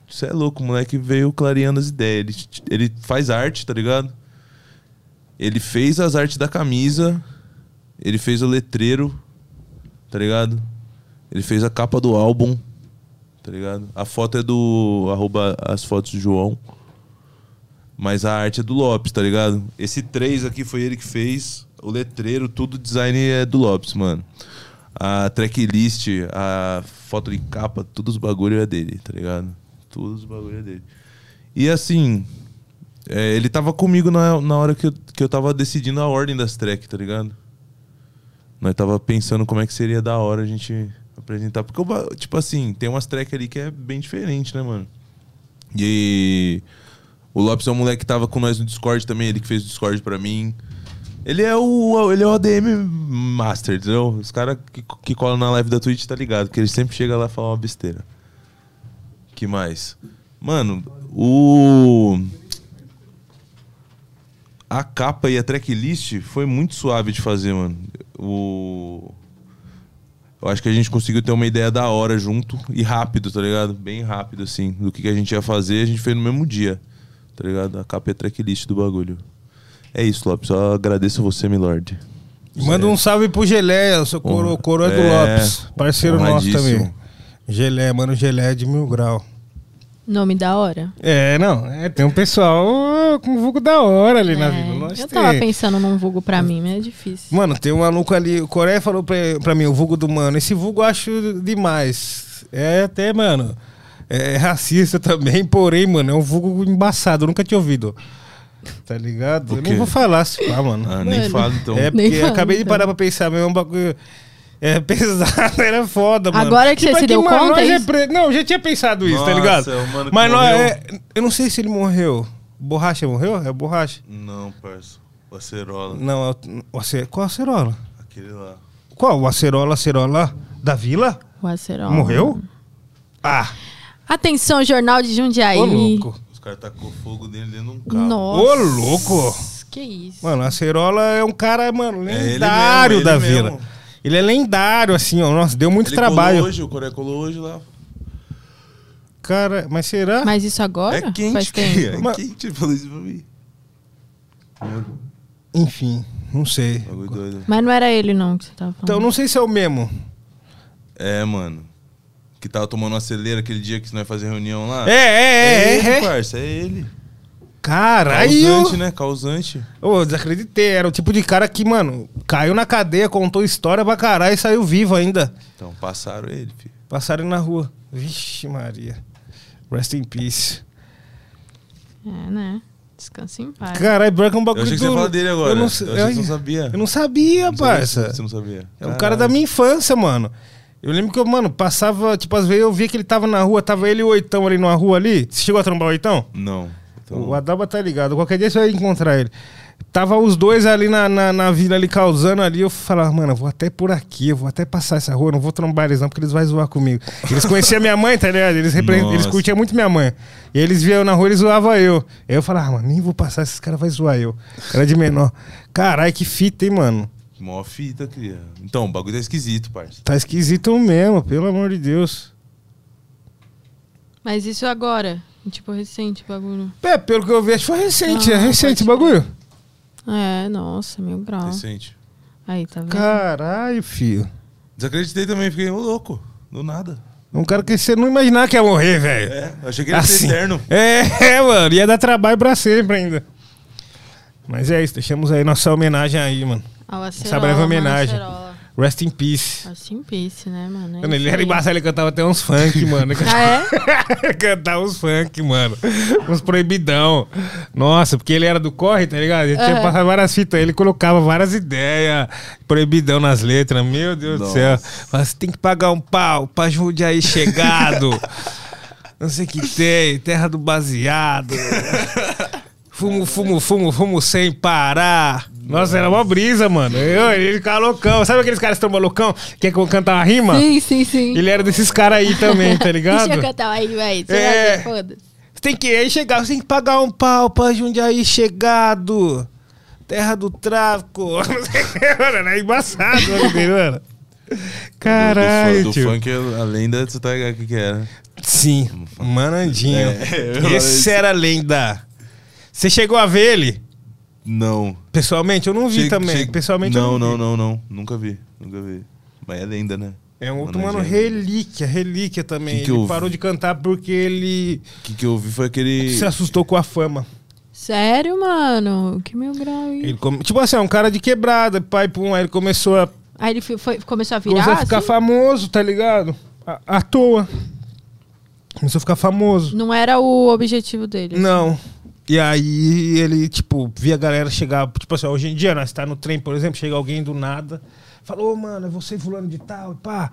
Speaker 3: Você é louco, o moleque veio clareando as ideias. Ele, ele faz arte, tá ligado? Ele fez as artes da camisa. Ele fez o letreiro, tá ligado? Ele fez a capa do álbum, tá ligado? A foto é do. Arroba as fotos do João. Mas a arte é do Lopes, tá ligado? Esse 3 aqui foi ele que fez. O letreiro, tudo o design é do Lopes, mano. A tracklist, a foto de capa, todos os bagulho é dele, tá ligado? Todos os bagulho é dele. E assim, é, ele tava comigo na, na hora que eu, que eu tava decidindo a ordem das tracks, tá ligado? Nós tava pensando como é que seria da hora a gente apresentar. Porque, o ba- tipo assim, tem umas tracks ali que é bem diferente, né, mano? E o Lopes é um moleque que tava com nós no Discord também, ele que fez o Discord pra mim. Ele é o, ele é o ADM Master, entendeu? Os caras que, que colam na live da Twitch tá ligado, que ele sempre chega lá e fala uma besteira. Que mais? Mano, o. A a capa e a tracklist foi muito suave de fazer, mano. O. Eu acho que a gente conseguiu ter uma ideia da hora junto e rápido, tá ligado? Bem rápido, assim, do que, que a gente ia fazer, a gente fez no mesmo dia, tá ligado? A capa e a tracklist do bagulho. É isso, Lopes. Só agradeço você, Milord.
Speaker 1: Manda um salve pro Geleia, o seu coro,
Speaker 3: Honra-
Speaker 1: coroa do
Speaker 3: é,
Speaker 1: Lopes, parceiro nosso
Speaker 3: honradíssimo.
Speaker 1: também. Geleia, mano, Geleia de mil grau.
Speaker 2: Nome da hora.
Speaker 1: É, não, é, tem um pessoal com vulgo da hora ali na
Speaker 2: É,
Speaker 1: vida. nós
Speaker 2: eu tava
Speaker 1: tem.
Speaker 2: pensando num vulgo pra mim, mas é difícil.
Speaker 1: Mano, tem um maluco ali, o Coreia falou pra, pra mim, o vulgo do mano, esse vulgo eu acho demais. É até, mano, é racista também, porém, mano, é um vulgo embaçado, eu nunca tinha ouvido. Tá ligado?
Speaker 3: O
Speaker 1: Eu
Speaker 3: quê?
Speaker 1: não vou falar se pá, mano.
Speaker 3: Ah, nem
Speaker 2: Mano.
Speaker 3: falo, então.
Speaker 1: É,
Speaker 2: Nem
Speaker 1: porque eu
Speaker 2: fala,
Speaker 1: acabei de
Speaker 2: então.
Speaker 1: parar pra pensar, mas é um bagulho. É pesado, era foda, mano.
Speaker 2: Agora que você se deu
Speaker 1: mano,
Speaker 2: conta,
Speaker 1: nós
Speaker 2: é
Speaker 1: é
Speaker 2: isso?
Speaker 1: pre- Não, eu já tinha pensado isso,
Speaker 3: Nossa,
Speaker 1: tá ligado?
Speaker 3: é o mano que
Speaker 1: mas nós
Speaker 3: morreu.
Speaker 1: é. Eu não sei se ele morreu. Borracha morreu? É borracha?
Speaker 3: Não, parça. O acerola,
Speaker 1: Não, é o- o Ace- qual o acerola?
Speaker 3: aquele lá.
Speaker 1: Qual? O acerola, acerola da vila?
Speaker 2: O Acerola.
Speaker 1: Morreu? Ah,
Speaker 2: Atenção, Jornal de Jundiaí.
Speaker 1: ô louco.
Speaker 3: Os caras tacou fogo nele dentro de um carro.
Speaker 2: Nossa.
Speaker 1: Ô, louco.
Speaker 2: Que isso.
Speaker 1: Mano, acerola é um cara, mano,
Speaker 3: ele mesmo,
Speaker 1: lendário
Speaker 3: ele
Speaker 1: da
Speaker 3: mesmo.
Speaker 1: vila. Ele é lendário, assim, ó. Nossa, deu muito
Speaker 3: Ele
Speaker 1: trabalho.
Speaker 3: colou hoje, o Coreia colou hoje lá.
Speaker 1: Cara, mas será?
Speaker 2: Mas isso agora?
Speaker 3: É quente,
Speaker 2: Faz tempo.
Speaker 3: que- é
Speaker 1: Mas-
Speaker 3: quente, falou isso pra mim.
Speaker 1: Enfim, não sei.
Speaker 3: Bagulho doido.
Speaker 2: Mas não era ele, não, que você tava falando.
Speaker 1: Então não sei se é o mesmo.
Speaker 3: É, mano. Que tava tomando uma celeira aquele dia que nós ia fazer reunião lá.
Speaker 1: É, é, é,
Speaker 3: ele,
Speaker 1: é. é.
Speaker 3: parça, é ele. Causante,
Speaker 1: Caralho!
Speaker 3: né? Causante.
Speaker 1: Ô, desacreditei. Era o tipo de cara que, mano, caiu na cadeia, contou história pra caralho e saiu vivo ainda.
Speaker 3: Então passaram ele, filho.
Speaker 1: Passaram na rua. Vixe, Maria. Rest in peace.
Speaker 2: É, né? Descansa em paz.
Speaker 1: Caralho, pior que é um
Speaker 3: Eu
Speaker 1: bagulho
Speaker 3: achei que você ia
Speaker 1: do-
Speaker 3: falar dele agora.
Speaker 1: Eu não, sei-
Speaker 3: achei que você não
Speaker 1: Ai,
Speaker 3: sabia.
Speaker 1: eu não sabia,
Speaker 3: Não sabia,
Speaker 1: parça.
Speaker 3: Você não sabia.
Speaker 1: É um cara da minha infância, mano. Eu lembro que eu, mano, passava, tipo, às vezes eu via que ele tava na rua, tava ele e o Oitão ali numa rua ali. Você chegou a trombar o Oitão?
Speaker 3: Não. Então,
Speaker 1: O Adalba tá ligado. Qualquer dia você vai encontrar ele. Tava os dois ali na, na, na vila ali causando ali. Eu falava, mano, eu vou até por aqui, eu vou até passar essa rua, eu não vou trombar eles não, porque eles vão zoar comigo. Eles conheciam minha mãe, tá ligado? Eles, repre-
Speaker 3: Nossa.
Speaker 1: eles curtiam muito minha mãe. E eles viam eu na rua, eles zoavam eu. Aí eu falava, ah, mano, nem vou passar, esses caras vão zoar eu. Cara de menor. Caralho, que fita, hein, mano.
Speaker 3: Mó fita, cria. Então, o bagulho tá esquisito, parça.
Speaker 1: Tá esquisito mesmo, pelo amor de Deus.
Speaker 2: Mas isso agora? Tipo, recente o bagulho.
Speaker 1: É, pelo que eu vi, acho que foi recente. é
Speaker 2: Ah,
Speaker 1: recente o
Speaker 2: pode crer.
Speaker 1: bagulho.
Speaker 2: É, nossa, mil grau.
Speaker 3: Recente.
Speaker 2: Aí, tá vendo?
Speaker 1: Caralho, filho.
Speaker 3: Desacreditei também, fiquei ô, louco. Do nada.
Speaker 1: Um cara que você não imaginava que ia morrer, velho.
Speaker 3: É, eu achei que ele ia
Speaker 1: Assim.
Speaker 3: ser eterno.
Speaker 1: Ah, É, é, mano. Ia dar trabalho pra sempre ainda. Mas é isso, deixamos aí nossa homenagem aí, mano.
Speaker 2: Ao Ah, Acerola,
Speaker 1: Essa breve
Speaker 2: mano,
Speaker 1: homenagem.
Speaker 2: Acerola.
Speaker 1: Rest in peace.
Speaker 2: Assim, pisse, né, mano? É
Speaker 1: Mano, ele
Speaker 2: isso
Speaker 1: era
Speaker 2: aí.
Speaker 1: embaçado, ele cantava até uns funk, mano. Ele
Speaker 2: Ah, é?
Speaker 1: cantava uns funk, mano. Uns proibidão. Nossa, porque ele era do corre, tá ligado? Ele tinha
Speaker 2: Aham.
Speaker 1: passado várias fitas, ele colocava várias ideias, proibidão nas letras. Meu Deus do céu. Mas tem que pagar um pau pra Jundiaí chegado. Não sei o que tem, terra do baseado. Fumo, fumo, fumo, fumo sem parar. Nossa, era uma brisa, mano. Eu, ele ficava loucão. Sabe aqueles caras que estão loucão? Quer que eu cantar uma rima?
Speaker 2: Sim, sim, sim.
Speaker 1: Ele era desses caras aí também, tá ligado?
Speaker 2: Deixa eu cantar aí, vai. Você
Speaker 1: É.
Speaker 2: vai ver, foda-se.
Speaker 1: Você tem que aí chegar, você tem que pagar um pau pra Jundiaí chegado. Terra do tráfico. Não sei, mano, é embaçado, mano, mano.
Speaker 3: do,
Speaker 1: Caralho,
Speaker 3: do,
Speaker 1: tio.
Speaker 3: funk, a lenda, você tá ligado o que que era?
Speaker 1: Sim, Manandinho.
Speaker 3: É, eu falei
Speaker 1: Esse
Speaker 3: isso.
Speaker 1: era a lenda. Você chegou a ver ele?
Speaker 3: Não.
Speaker 1: Pessoalmente, eu não vi
Speaker 3: Che-
Speaker 1: também.
Speaker 3: che-
Speaker 1: Pessoalmente,
Speaker 3: não,
Speaker 1: eu não,
Speaker 3: não,
Speaker 1: vi.
Speaker 3: não, não. Nunca vi, nunca vi. Mas é lenda, né?
Speaker 1: É um outro
Speaker 3: Mano,
Speaker 1: mano,
Speaker 3: é gênio.
Speaker 1: relíquia, relíquia também.
Speaker 3: Que que
Speaker 1: ele
Speaker 3: eu
Speaker 1: parou
Speaker 3: vi?
Speaker 1: de cantar porque ele
Speaker 3: O que, que eu vi foi aquele.
Speaker 1: se assustou com a fama.
Speaker 2: Sério, mano? Que mil grau aí.
Speaker 1: Ele come- Tipo assim, é um cara de quebrada, pai, pum, aí ele começou a
Speaker 2: Aí ele fi- foi, começou a virar.
Speaker 1: Começou a ficar
Speaker 2: assim?
Speaker 1: famoso, tá ligado? A- À, toa. Começou a ficar famoso.
Speaker 2: Não era o objetivo dele.
Speaker 1: Não. E aí ele, tipo, via a galera chegar. Tipo assim, hoje em dia, nós tá no trem, por exemplo, chega alguém do nada, fala, ô mano, é você fulano de tal, e pá.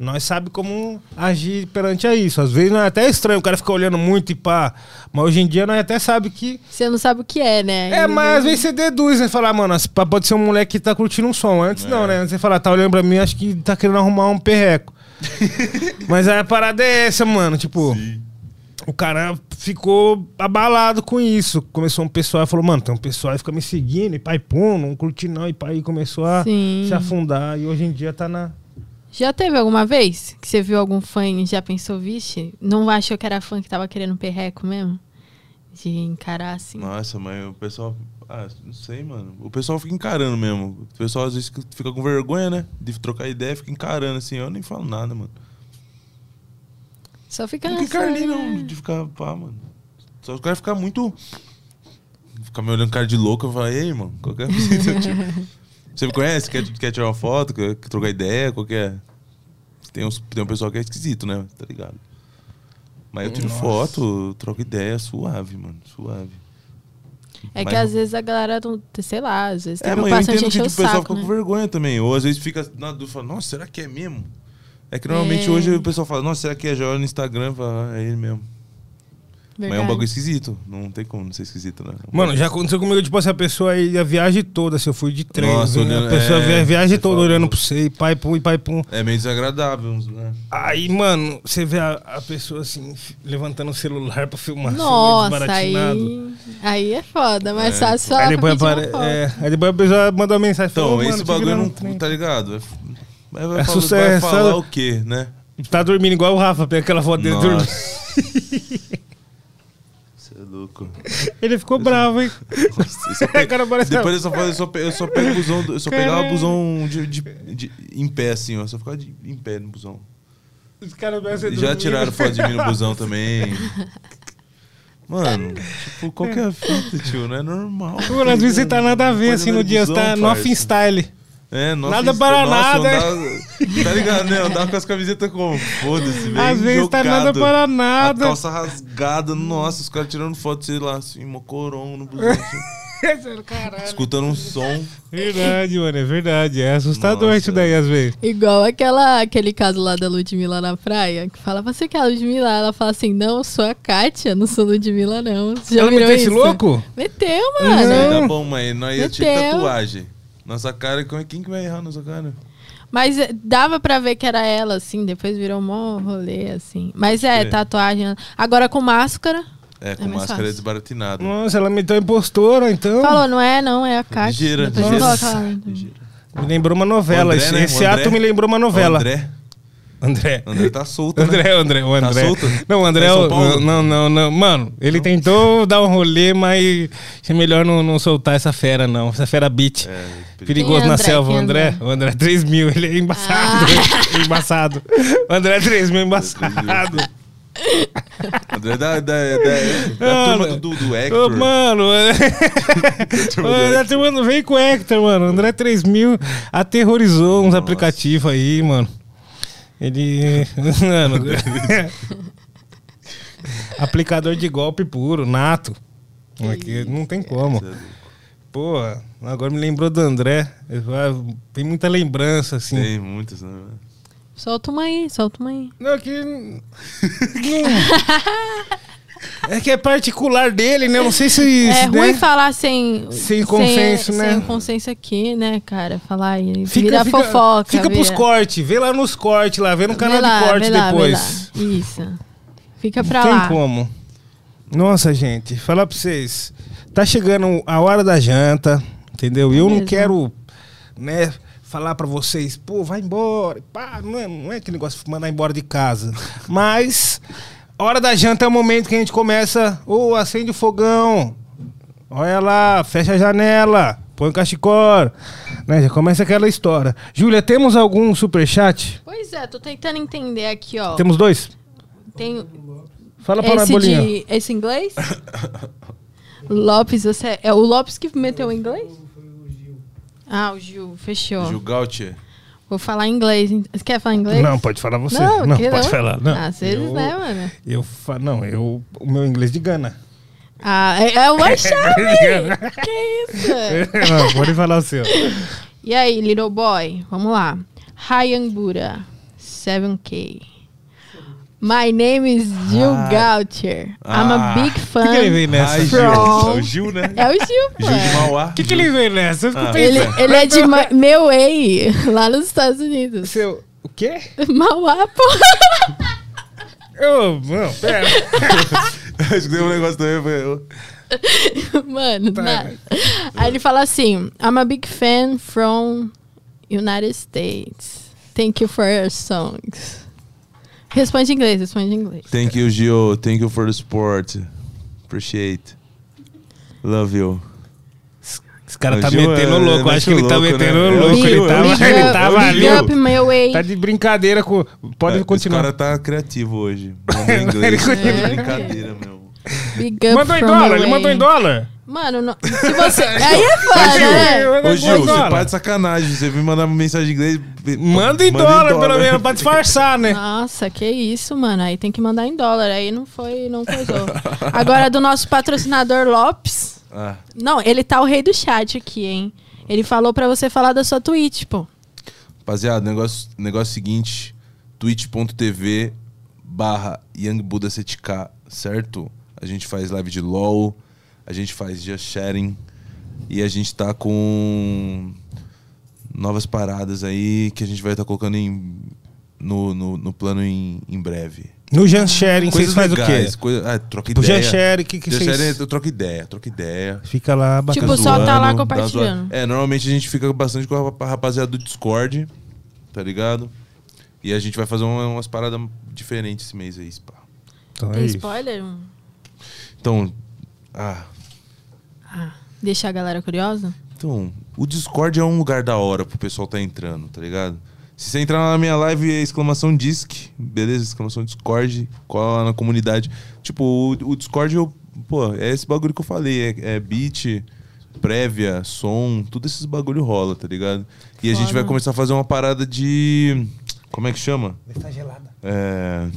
Speaker 1: Nós sabe como agir perante a isso. Às vezes não é até estranho, o cara fica olhando muito e pá. Mas hoje em dia nós até sabe que.
Speaker 2: Você não sabe o que é, né?
Speaker 1: É,
Speaker 2: Ele-
Speaker 1: mas às vezes você deduz, né? Falar, mano, esse pá pode ser um moleque que tá curtindo um som.
Speaker 3: É.
Speaker 1: Antes não, né? Antes você falar, tá olhando pra mim, acho que tá querendo arrumar um perreco. mas aí a parada é essa, mano. Tipo, O cara ficou abalado com isso. Começou um pessoal e falou, mano, tem um pessoal que fica me seguindo, e pai, pum, não curti não, e pai começou a
Speaker 2: Sim.
Speaker 1: se afundar. E hoje em dia tá na.
Speaker 2: Já teve alguma vez que você viu algum fã e já pensou, vixe, não achou que era fã que tava querendo um perreco mesmo? De encarar assim.
Speaker 3: Nossa, mas o pessoal. Ah, não sei, mano. O pessoal fica encarando mesmo. O pessoal às vezes fica com vergonha, né? De trocar ideia, fica encarando assim. Eu nem falo nada, mano.
Speaker 2: Só fica
Speaker 3: Não tem
Speaker 2: nessa,
Speaker 3: carne,
Speaker 2: né?
Speaker 3: não, de ficar pá, mano. Só os caras ficam muito. Ficar me olhando cara de louco, eu falo, ei, mano, qualquer coisa. tipo, você me conhece? Quer, quer tirar uma foto? Quer, quer trocar ideia? Qualquer. Tem, uns, tem um pessoal que é esquisito, né? Tá ligado? Mas eu tiro
Speaker 1: Nossa.
Speaker 3: foto, eu troco ideia, suave, mano, suave.
Speaker 2: É
Speaker 3: Mas
Speaker 2: que
Speaker 3: não-
Speaker 2: às vezes a galera, não- sei lá, às vezes tem
Speaker 3: É, mas eu
Speaker 2: preocupação de
Speaker 3: entendo que
Speaker 2: encher
Speaker 3: tipo,
Speaker 2: o
Speaker 3: o
Speaker 2: saco,
Speaker 3: pessoal fica com
Speaker 2: né?
Speaker 3: vergonha também. Ou às vezes fica na dúvida, fala, nossa, será que é mesmo? É que normalmente
Speaker 2: É.
Speaker 3: hoje o pessoal fala, nossa, será que é? Já olha no Instagram, fala, ah, é ele mesmo. Mas é um
Speaker 2: Verdade.
Speaker 3: bagulho esquisito. Não tem como não ser esquisito, né?
Speaker 1: Mano, já aconteceu comigo, tipo assim, a pessoa ia a viagem toda, se eu fui de trem,
Speaker 3: Nossa,
Speaker 1: né? a
Speaker 3: olhando-
Speaker 1: pessoa
Speaker 3: é,
Speaker 1: via a viagem
Speaker 3: você
Speaker 1: toda
Speaker 3: falou.
Speaker 1: olhando pro você, e pai, pum, e pai, pum.
Speaker 3: É meio desagradável, né?
Speaker 1: Aí, mano, você vê a, a pessoa assim, f- levantando o celular pra filmar assim, meio
Speaker 2: Nossa, aí,
Speaker 1: desbaratinado.
Speaker 2: aí é foda, mas fácil falar
Speaker 1: Aí
Speaker 2: pra
Speaker 1: depois,
Speaker 2: pedir uma
Speaker 1: apare...
Speaker 2: foto.
Speaker 1: é, aí depois a pessoa manda uma mensagem
Speaker 3: Então,
Speaker 1: "Ô, mano,
Speaker 3: esse
Speaker 1: te
Speaker 3: bagulho
Speaker 1: viraram
Speaker 3: não.
Speaker 1: um trem".
Speaker 3: Tá ligado? É, f- mas vai,
Speaker 1: É
Speaker 3: falar,
Speaker 1: sucesso,
Speaker 3: vai falar
Speaker 1: sabe?
Speaker 3: o quê, né?
Speaker 1: Tá dormindo igual o Rafa, pega aquela foto dele dormindo.
Speaker 3: Nossa. Você é louco.
Speaker 1: Ele ficou bravo, hein?
Speaker 3: Nossa, eu só pe-
Speaker 1: O cara parece-
Speaker 3: Depois eu só, falo- eu só, pe- eu só pego o busão. do- Eu só pegava
Speaker 1: Caralho.
Speaker 3: o busão de, de, de- em pé, assim, ó. Só ficava de- em pé no busão.
Speaker 1: Os caras
Speaker 3: E Já tiraram foto de mim no busão também. Mano, tipo, qual que é a fita, tio? Não é normal. né?
Speaker 1: Mano, às vezes você tá nada a ver,
Speaker 3: é
Speaker 1: assim, no dia, você tá no
Speaker 3: finstyle.
Speaker 1: freestyle.
Speaker 3: É, nossa,
Speaker 1: Nada
Speaker 3: isso-
Speaker 1: para
Speaker 3: nossa,
Speaker 1: nada,
Speaker 3: eu andava- tá ligado, né? Eu andava com as camisetas como foda-se, velho.
Speaker 1: Às vezes tá
Speaker 3: jogado.
Speaker 1: nada para
Speaker 3: A
Speaker 1: nada.
Speaker 3: calça rasgada, nossa, os caras tirando foto, sei lá, assim, mocorongo no busão, assim,
Speaker 1: é Caralho.
Speaker 3: escutando um som.
Speaker 1: Verdade, mano, é verdade. É assustador
Speaker 3: Nossa.
Speaker 1: isso daí, às vezes.
Speaker 2: Igual aquela, aquele caso lá da Ludmilla na praia, que fala, você que é a Ludmilla? Ela fala assim, não, eu sou a Kátia, não sou Ludmilla, não. Você já
Speaker 1: Ela
Speaker 2: virou
Speaker 1: meteu esse
Speaker 2: isso?
Speaker 1: louco?
Speaker 2: Meteu, mano.
Speaker 1: Uhum.
Speaker 3: Ainda bom, mas nós ia ter
Speaker 2: É. Meteu.
Speaker 3: tipo tatuagem. Nossa cara, como é- quem que vai errar nossa cara?
Speaker 2: Mas eh, dava pra ver que era ela, assim, depois virou mó rolê, assim. Mas é,
Speaker 3: crer.
Speaker 2: tatuagem. Agora com máscara.
Speaker 3: É, com
Speaker 2: mais
Speaker 3: máscara
Speaker 2: fácil.
Speaker 3: desbaratinada.
Speaker 1: Nossa, ela meteu a impostora, então.
Speaker 2: Falou, não é, não, é a Kátia.
Speaker 3: Ligeira,
Speaker 2: Depois
Speaker 3: ligeira.
Speaker 2: coloca lá.
Speaker 3: Ligeira.
Speaker 1: Me lembrou uma novela.
Speaker 3: André,
Speaker 1: esse
Speaker 3: né?
Speaker 1: esse
Speaker 3: O André.
Speaker 1: ato me lembrou uma novela.
Speaker 3: André.
Speaker 1: André.
Speaker 3: André tá solto, né?
Speaker 1: André, é André, o
Speaker 3: Tá
Speaker 1: André.
Speaker 3: solto?
Speaker 1: Não, o André.
Speaker 3: Tá em São
Speaker 1: o-
Speaker 3: Paulo?
Speaker 1: não, não, não. Mano, ele tentou dar um rolê, mas é melhor não, não soltar essa fera, não. Essa fera beat.
Speaker 3: É,
Speaker 1: Perigoso
Speaker 2: Quem é
Speaker 1: na
Speaker 2: André?
Speaker 1: selva, o
Speaker 2: Quem é
Speaker 1: André.
Speaker 2: André? Ah.
Speaker 1: O André 3 mil, ele é embaçado. é embaçado. O André 3 mil embaçado.
Speaker 3: André é da, da, da, da
Speaker 1: Mano.
Speaker 3: turma do, do, do
Speaker 1: Ô,
Speaker 3: Hector.
Speaker 1: mano, o André tem- mano, veio com o Hector, mano. O André 3000 aterrorizou uns
Speaker 3: Nossa.
Speaker 1: aplicativos aí, mano. Ele. Mano. Aplicador de golpe puro, nato. Aqui não tem como.
Speaker 3: Cê é louco.
Speaker 1: Pô, agora me lembrou do André. Eu falo, Tem muita lembrança, assim.
Speaker 3: Tem muitas, né?
Speaker 2: Solta uma aí, solta uma aí.
Speaker 1: Não, que. não- é que é particular dele, né? Eu Não sei se.
Speaker 2: é
Speaker 1: se, né?
Speaker 2: ruim falar sem...
Speaker 1: Sem consenso, né?
Speaker 2: Sem o consenso aqui, né, cara? Falar aí. vira fofoca.
Speaker 1: Fica pros
Speaker 2: vira-
Speaker 1: cortes, vê lá nos cortes lá, vê no canal
Speaker 2: Vê lá,
Speaker 1: de corte
Speaker 2: vê lá, vê
Speaker 1: depois.
Speaker 2: lá. Isso. Fica
Speaker 1: Não
Speaker 2: pra
Speaker 1: tem
Speaker 2: lá.
Speaker 1: como. Nossa, gente, falar pra vocês. Tá chegando a hora da janta, entendeu? E eu não
Speaker 2: mesmo.
Speaker 1: quero, né, falar pra vocês, pô, vai embora. Pá, não, é, não é aquele negócio de mandar embora de casa. Mas, a hora da janta é o momento que a gente começa, ou acende o fogão, Olha lá, fecha a janela, põe o cachecol. Né, já começa aquela história. Júlia, temos algum superchat?
Speaker 2: Pois é, tô tentando entender aqui, ó.
Speaker 1: Temos dois?
Speaker 2: Tem
Speaker 1: Fala para a
Speaker 2: esse
Speaker 1: bolinha.
Speaker 2: de... Esse inglês? Lopes, você... É o Lopes que meteu o inglês? Ah, o Gil, fechou.
Speaker 3: Gil Gautier.
Speaker 2: Vou falar inglês. hein? Você quer falar inglês?
Speaker 1: Não, pode falar você.
Speaker 2: é Não,
Speaker 1: Não,
Speaker 2: que
Speaker 1: pode
Speaker 2: não?
Speaker 1: falar. Não.
Speaker 2: Às vezes,
Speaker 1: eu,
Speaker 2: né, mano?
Speaker 1: Eu fa... Não, eu... o meu inglês de Gana.
Speaker 2: Ah, é, é uma chave! que isso?
Speaker 1: não, pode falar o seu.
Speaker 2: E aí, little boy? Vamos lá. Ryan Buda, 7K. My name is Jill Gautier. I'm a
Speaker 3: Ah.
Speaker 2: big
Speaker 1: O que, que ele
Speaker 2: fan.
Speaker 1: veio nessa?
Speaker 3: Ai, Gil.
Speaker 2: From-
Speaker 3: É o Gil, né?
Speaker 2: É o Gil, pô.
Speaker 3: Gil de Mauá.
Speaker 1: O que, que ele né? veio nessa? Eu fico
Speaker 3: Ah.
Speaker 2: Ele,
Speaker 1: pensando.
Speaker 2: ele é de Ma- meu way, lá nos Estados Unidos.
Speaker 1: Seu... O quê?
Speaker 2: Mauá, pô.
Speaker 1: Eu, não, pera.
Speaker 3: Eu escutei um negócio também, eu falei, eu-
Speaker 2: Mano,
Speaker 1: Tá,
Speaker 2: nada. Aí ele fala assim: I'm a big fan from United States. Thank you for your songs. Responde em inglês, responde em inglês.
Speaker 3: Thank you, Gio. Thank you for the sport. Appreciate. Love you.
Speaker 1: Esse cara tá
Speaker 3: Hoje eu-
Speaker 1: metendo
Speaker 3: eu
Speaker 1: louco.
Speaker 3: meti
Speaker 1: Acho que ele tá
Speaker 3: é, louco,
Speaker 1: metendo
Speaker 3: né?
Speaker 1: louco.
Speaker 3: Hoje
Speaker 1: Ele
Speaker 3: eu-
Speaker 1: tava,
Speaker 3: hoje
Speaker 1: ele
Speaker 3: eu-
Speaker 1: tava
Speaker 3: hoje
Speaker 1: ali.
Speaker 2: Big up my way.
Speaker 1: Tá de brincadeira com. Pode
Speaker 3: É,
Speaker 1: continuar.
Speaker 3: Esse cara tá criativo hoje. Mandou em inglês.
Speaker 1: Ele
Speaker 3: é
Speaker 2: continua.
Speaker 3: brincadeira, meu.
Speaker 2: Big up
Speaker 1: Mandou em
Speaker 2: from
Speaker 1: dólar,
Speaker 2: my
Speaker 1: ele
Speaker 2: way.
Speaker 1: mandou em dólar.
Speaker 2: Mano, não- se você. Aí é foda, né?
Speaker 1: Mandou
Speaker 3: Ô,
Speaker 1: em
Speaker 3: Gil, você
Speaker 1: dólar.
Speaker 3: para de sacanagem. Você vem mandar uma mensagem em inglês. p-
Speaker 1: Manda em dólar, pelo menos, pra disfarçar, né?
Speaker 2: Nossa, que isso, mano. Aí tem que mandar em dólar. Aí não foi, não coisou. Agora, do nosso patrocinador Lopes.
Speaker 3: Ah,
Speaker 2: Não, ele tá o rei do chat aqui, hein? Ele falou pra você falar da sua Twitch, pô.
Speaker 3: rapaziada, negócio, negócio seguinte: twitch.tv barra YoungBuddha7k, certo? A gente faz live de LOL, a gente faz just sharing e a gente tá com novas paradas aí que a gente vai estar colocando em- no, no, no plano em, em breve.
Speaker 1: No Jan Sharing, vocês
Speaker 3: Coisas
Speaker 1: fazem o quê?
Speaker 3: legais, coisa- ah, troca
Speaker 1: Pro
Speaker 3: ideia. então.
Speaker 1: Jan Sharing, o que, que
Speaker 3: Just sharing,
Speaker 1: vocês.
Speaker 3: eu troco ideia, troca ideia.
Speaker 1: Fica lá
Speaker 2: Tipo,
Speaker 1: bacana.
Speaker 3: Fica
Speaker 2: só tá lá
Speaker 3: zoando, dá
Speaker 2: compartilhando.
Speaker 3: zoa- É, normalmente a gente fica bastante com a rapa- rapaziada do Discord, tá ligado? E a gente vai fazer uma- umas paradas diferentes esse mês aí, pá.
Speaker 1: Então, é
Speaker 2: Tem
Speaker 1: isso.
Speaker 2: spoiler?
Speaker 3: Então, ah,
Speaker 2: Ah, Deixar a galera curiosa?
Speaker 3: então, o Discord é um lugar da hora pro pessoal tá entrando, tá ligado? Se você entrar lá na minha live, é exclamação disc, beleza? Exclamação Discord, cola lá na comunidade. Tipo, o, o Discord, eu, pô, é esse bagulho que eu falei, é, é beat, prévia, som, tudo esses bagulho rola, tá ligado? E a gente
Speaker 2: Foda.
Speaker 3: vai começar a fazer uma parada de. Como é que chama?
Speaker 1: Está gelada.
Speaker 3: É.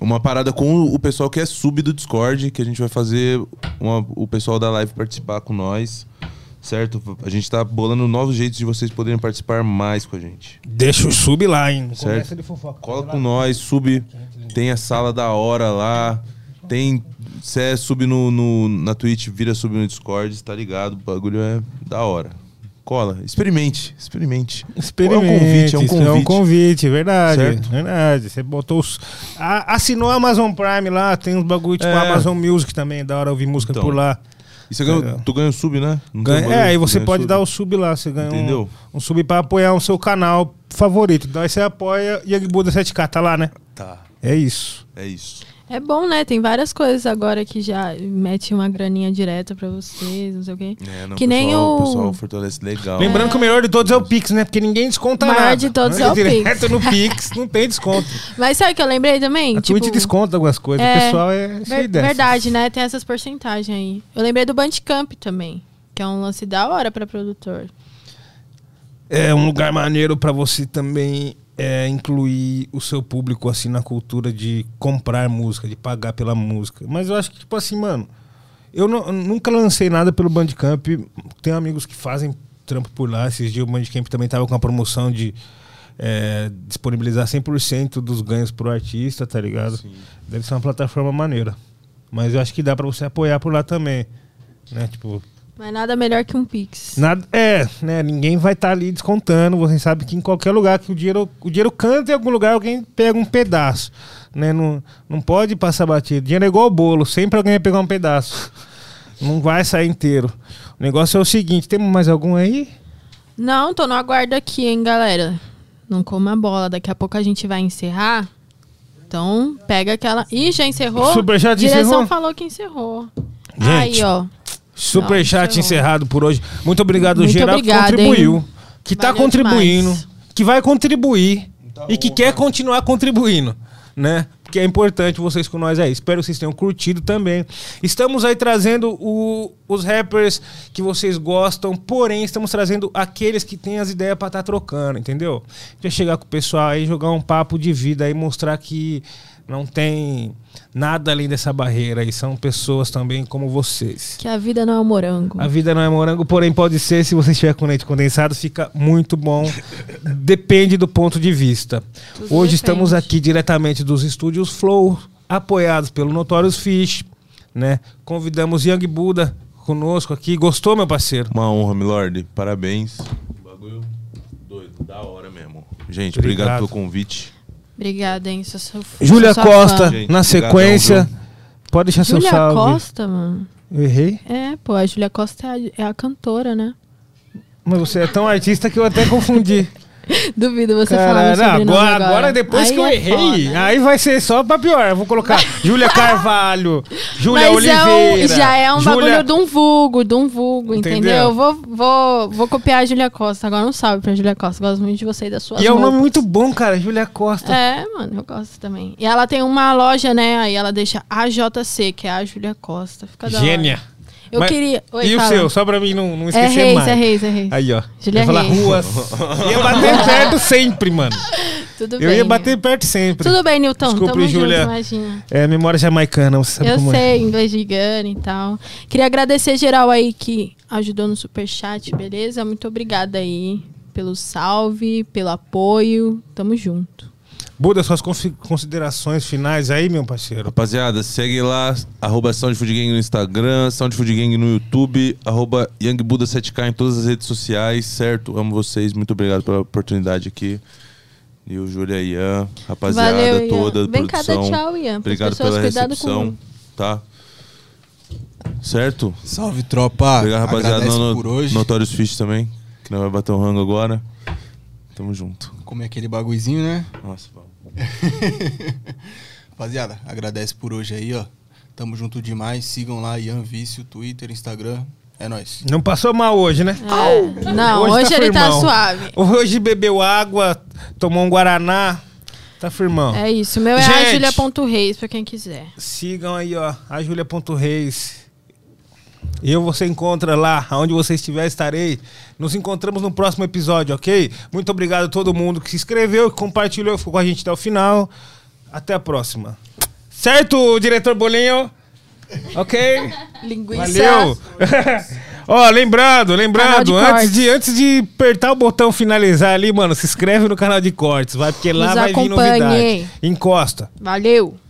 Speaker 3: Uma parada com o pessoal que é sub do Discord, que a gente vai fazer uma- o pessoal da live participar com nós, certo? A gente tá bolando novos jeitos de vocês poderem participar mais com a gente.
Speaker 1: Deixa o sub lá, hein? Não
Speaker 3: Certo.
Speaker 1: Começa de fofoca.
Speaker 3: Cola com nós, sub, tem a sala da hora lá, tem. Se é sub no, no- na Twitch, vira sub no Discord, tá ligado? O bagulho é da hora. Cola, experimente, experimente.
Speaker 1: Experimente,
Speaker 3: É um convite, é um
Speaker 1: isso
Speaker 3: convite.
Speaker 1: convite, é verdade.
Speaker 3: Certo?
Speaker 1: Verdade. Você botou os. a- assinou a Amazon Prime lá, tem uns bagulho tipo
Speaker 3: É.
Speaker 1: a Amazon Music também, da hora ouvir música
Speaker 3: Então,
Speaker 1: por lá.
Speaker 3: E você ganha, tu ganha o sub, né? Não tem
Speaker 1: Ganha-
Speaker 3: bagulho,
Speaker 1: é, e
Speaker 3: tu
Speaker 1: você
Speaker 3: ganha
Speaker 1: pode
Speaker 3: né, sub.
Speaker 1: dar o sub lá, você ganha um-
Speaker 3: Entendeu?
Speaker 1: um, sub pra apoiar o seu canal favorito. Então aí você apoia Young Buda 7K, tá lá, né?
Speaker 3: Tá,
Speaker 1: É isso.
Speaker 3: é isso.
Speaker 2: É bom, né? Tem várias coisas agora que já mete uma graninha direta pra vocês, não sei o quê.
Speaker 3: É, não,
Speaker 2: Que
Speaker 3: o
Speaker 2: nem
Speaker 3: pessoal-
Speaker 2: o-
Speaker 3: pessoal fortalece legal.
Speaker 1: Lembrando que o melhor de todos é o Pix, né? Porque ninguém desconta
Speaker 2: Maior
Speaker 1: nada.
Speaker 2: de todos
Speaker 1: Né?
Speaker 2: é o
Speaker 1: Direto
Speaker 2: Pix.
Speaker 1: no Pix, não tem desconto.
Speaker 2: Mas sabe o que eu lembrei também?
Speaker 1: A Twitch desconta algumas coisas, o
Speaker 2: tipo, é,
Speaker 1: pessoal é
Speaker 2: ver-
Speaker 1: cheio dessas.
Speaker 2: Verdade, né? Tem essas porcentagens aí. Eu lembrei do Bandcamp também, que é um lance da hora pra produtor.
Speaker 1: É um lugar maneiro pra você também é, incluir o seu público assim na cultura de comprar música, de pagar pela música. Mas eu acho que tipo assim, mano, eu nu- nunca lancei nada pelo Bandcamp. Tenho amigos que fazem trampo por lá. Esses dias o Bandcamp também tava com a promoção de é, disponibilizar 100% dos ganhos pro artista, tá ligado? Deve ser uma plataforma maneira. Mas eu acho que dá pra você apoiar por lá também, né? Tipo,
Speaker 2: Mas nada melhor que um Pix.
Speaker 1: Nada, é, né? Ninguém vai estar ali descontando. Vocês sabem que em qualquer lugar que o dinheiro, o dinheiro canta em algum lugar, alguém pega um pedaço. Né? Não, não pode passar batido. Dinheiro é igual bolo, sempre alguém vai pegar um pedaço. Não vai sair inteiro. O negócio é o seguinte: temos mais algum aí?
Speaker 2: Não, tô no aguardo aqui, hein, galera. Não coma a bola, daqui a pouco a gente vai encerrar. Então, pega aquela. Ih, já encerrou?
Speaker 1: Superchat
Speaker 2: Direção
Speaker 1: encerrou?
Speaker 2: falou que encerrou.
Speaker 1: Gente,
Speaker 2: Aí, ó.
Speaker 1: Superchat
Speaker 2: Não, encerrou.
Speaker 1: encerrado por hoje. Muito obrigado,
Speaker 2: Muito
Speaker 1: geral,
Speaker 2: obrigada,
Speaker 1: que contribuiu.
Speaker 2: hein?
Speaker 1: Que tá
Speaker 2: Valeu
Speaker 1: contribuindo.
Speaker 2: demais.
Speaker 1: Que vai contribuir. e que quer continuar contribuindo. Né? Porque é importante vocês com nós aí. Espero que vocês tenham curtido também. Estamos aí trazendo o- os rappers que vocês gostam, porém estamos trazendo aqueles que têm as ideias pra estar trocando, entendeu? Já chegar com o pessoal aí, jogar um papo de vida aí, mostrar que não tem nada além dessa barreira e são pessoas também como vocês.
Speaker 2: Que a vida não é um morango.
Speaker 1: A vida não é morango, porém pode ser se você estiver com leite condensado, fica muito bom. Depende do ponto de vista.
Speaker 2: Tudo
Speaker 1: Hoje
Speaker 2: depende.
Speaker 1: estamos aqui diretamente dos estúdios Flow, apoiados pelo Notorious Fish, né? Convidamos Young Buda conosco aqui. Gostou, meu parceiro?
Speaker 3: Uma honra, milord. Parabéns. Bagulho doido, da hora mesmo. Gente, obrigado,
Speaker 1: Obrigado.
Speaker 3: pelo convite.
Speaker 2: Obrigada, hein? Sou, sou, sou
Speaker 1: Júlia
Speaker 2: sua
Speaker 1: Costa,
Speaker 2: fã.
Speaker 3: Gente,
Speaker 1: na
Speaker 3: obrigadão,
Speaker 1: sequência. Pode deixar seu
Speaker 2: Júlia
Speaker 1: salve.
Speaker 2: Costa, mano.
Speaker 1: Eu errei.
Speaker 2: É, pô, a Júlia Costa é a, é a cantora, né?
Speaker 1: Mas você é tão artista que eu até confundi.
Speaker 2: Duvido você falar
Speaker 1: Caralho,
Speaker 2: meu sobrenome
Speaker 1: agora,
Speaker 2: agora,
Speaker 1: agora, depois
Speaker 2: Aí
Speaker 1: que eu
Speaker 2: é
Speaker 1: errei,
Speaker 2: foda.
Speaker 1: aí vai ser só pra pior. Eu vou colocar Júlia Carvalho, Júlia
Speaker 2: Mas é um-
Speaker 1: Oliveira.
Speaker 2: já é um
Speaker 1: Júlia-
Speaker 2: bagulho de um vulgo, de um vulgo, entendeu?
Speaker 1: Entendeu?
Speaker 2: Eu Vou, vou, vou copiar a Júlia Costa. Agora um salve pra Júlia Costa. Gosto muito de você e das suas
Speaker 1: E é um nome
Speaker 2: roupas.
Speaker 1: muito bom, cara, Júlia Costa.
Speaker 2: É, mano, eu gosto também. E ela tem uma loja, né? Aí ela deixa AJC, que é a Júlia Costa. Fica da hora.
Speaker 1: Gênia.
Speaker 2: Eu
Speaker 1: Mas-
Speaker 2: queria. Oi,
Speaker 1: e
Speaker 2: fala.
Speaker 1: o seu, só pra mim não, não
Speaker 2: É
Speaker 1: esquecer
Speaker 2: Reis,
Speaker 1: mais.
Speaker 2: é Reis, é Reis.
Speaker 1: Aí, ó.
Speaker 2: Júlia
Speaker 1: eu ia falar
Speaker 2: Reis.
Speaker 1: ruas. ia bater perto sempre, mano.
Speaker 2: Tudo
Speaker 1: Eu
Speaker 2: bem. é.
Speaker 1: ia bater perto sempre.
Speaker 2: Tudo bem, Newton.
Speaker 1: Desculpa,
Speaker 2: Tamo
Speaker 1: Júlia.
Speaker 2: junto, imagina.
Speaker 1: É memória jamaicana, você sabe
Speaker 2: Eu
Speaker 1: como é.
Speaker 2: sei, inglês gigante e tal. Queria agradecer geral aí que ajudou no superchat, beleza? Muito obrigada aí pelo salve, pelo apoio. Tamo junto.
Speaker 1: Buda, suas consi- considerações finais aí, meu parceiro.
Speaker 3: Rapaziada, segue lá, arroba Sound Food Gang no Instagram, Sound Food Gang no YouTube, arroba YoungBuda7k em todas as redes sociais, certo? Amo vocês, muito obrigado pela oportunidade aqui. E o Júlia Ian, rapaziada
Speaker 2: Valeu, Ian.
Speaker 3: toda,
Speaker 2: Vem cá, dá
Speaker 3: produção.
Speaker 2: tchau, Ian, pras
Speaker 3: Obrigado
Speaker 2: pessoas,
Speaker 3: pela
Speaker 2: cuidado
Speaker 3: recepção,
Speaker 2: com-
Speaker 3: tá? Certo?
Speaker 7: Salve, tropa.
Speaker 3: Obrigado, rapaziada.
Speaker 7: Ah, Agradece
Speaker 3: No,
Speaker 7: por hoje.
Speaker 3: Notorious Fish também, que não vai bater um rango agora. Tamo junto.
Speaker 4: Comer é aquele bagulhozinho, né?
Speaker 3: Nossa, vamos.
Speaker 4: Rapaziada, agradece por hoje aí, ó. Tamo junto demais. Sigam lá, Ian Vício, Twitter, Instagram. É nóis.
Speaker 1: Não passou mal hoje, né?
Speaker 2: É. Não, hoje,
Speaker 1: tá
Speaker 2: ele tá
Speaker 1: firmão.
Speaker 2: suave.
Speaker 1: Hoje bebeu água, tomou um guaraná. Tá firmão.
Speaker 2: É isso. O meu é
Speaker 1: Gente.
Speaker 2: a Julia.reis, pra quem quiser.
Speaker 1: Sigam aí, ó, a Julia.reis. Eu você encontra lá, aonde você estiver, estarei. Nos encontramos no próximo episódio, ok? Muito obrigado a todo mundo que se inscreveu, que compartilhou, ficou com a gente até o final. Até a próxima. Certo, diretor Bolinho? Ok?
Speaker 2: Linguiça.
Speaker 1: Valeu! Ó, lembrando,
Speaker 2: Canal de
Speaker 1: lembrando,
Speaker 2: cortes.
Speaker 1: antes de, antes de apertar o botão finalizar ali, mano, se inscreve no canal de cortes, vai, porque lá
Speaker 2: Nos
Speaker 1: vai vir
Speaker 2: acompanhe.
Speaker 1: novidade. Encosta.
Speaker 2: Valeu.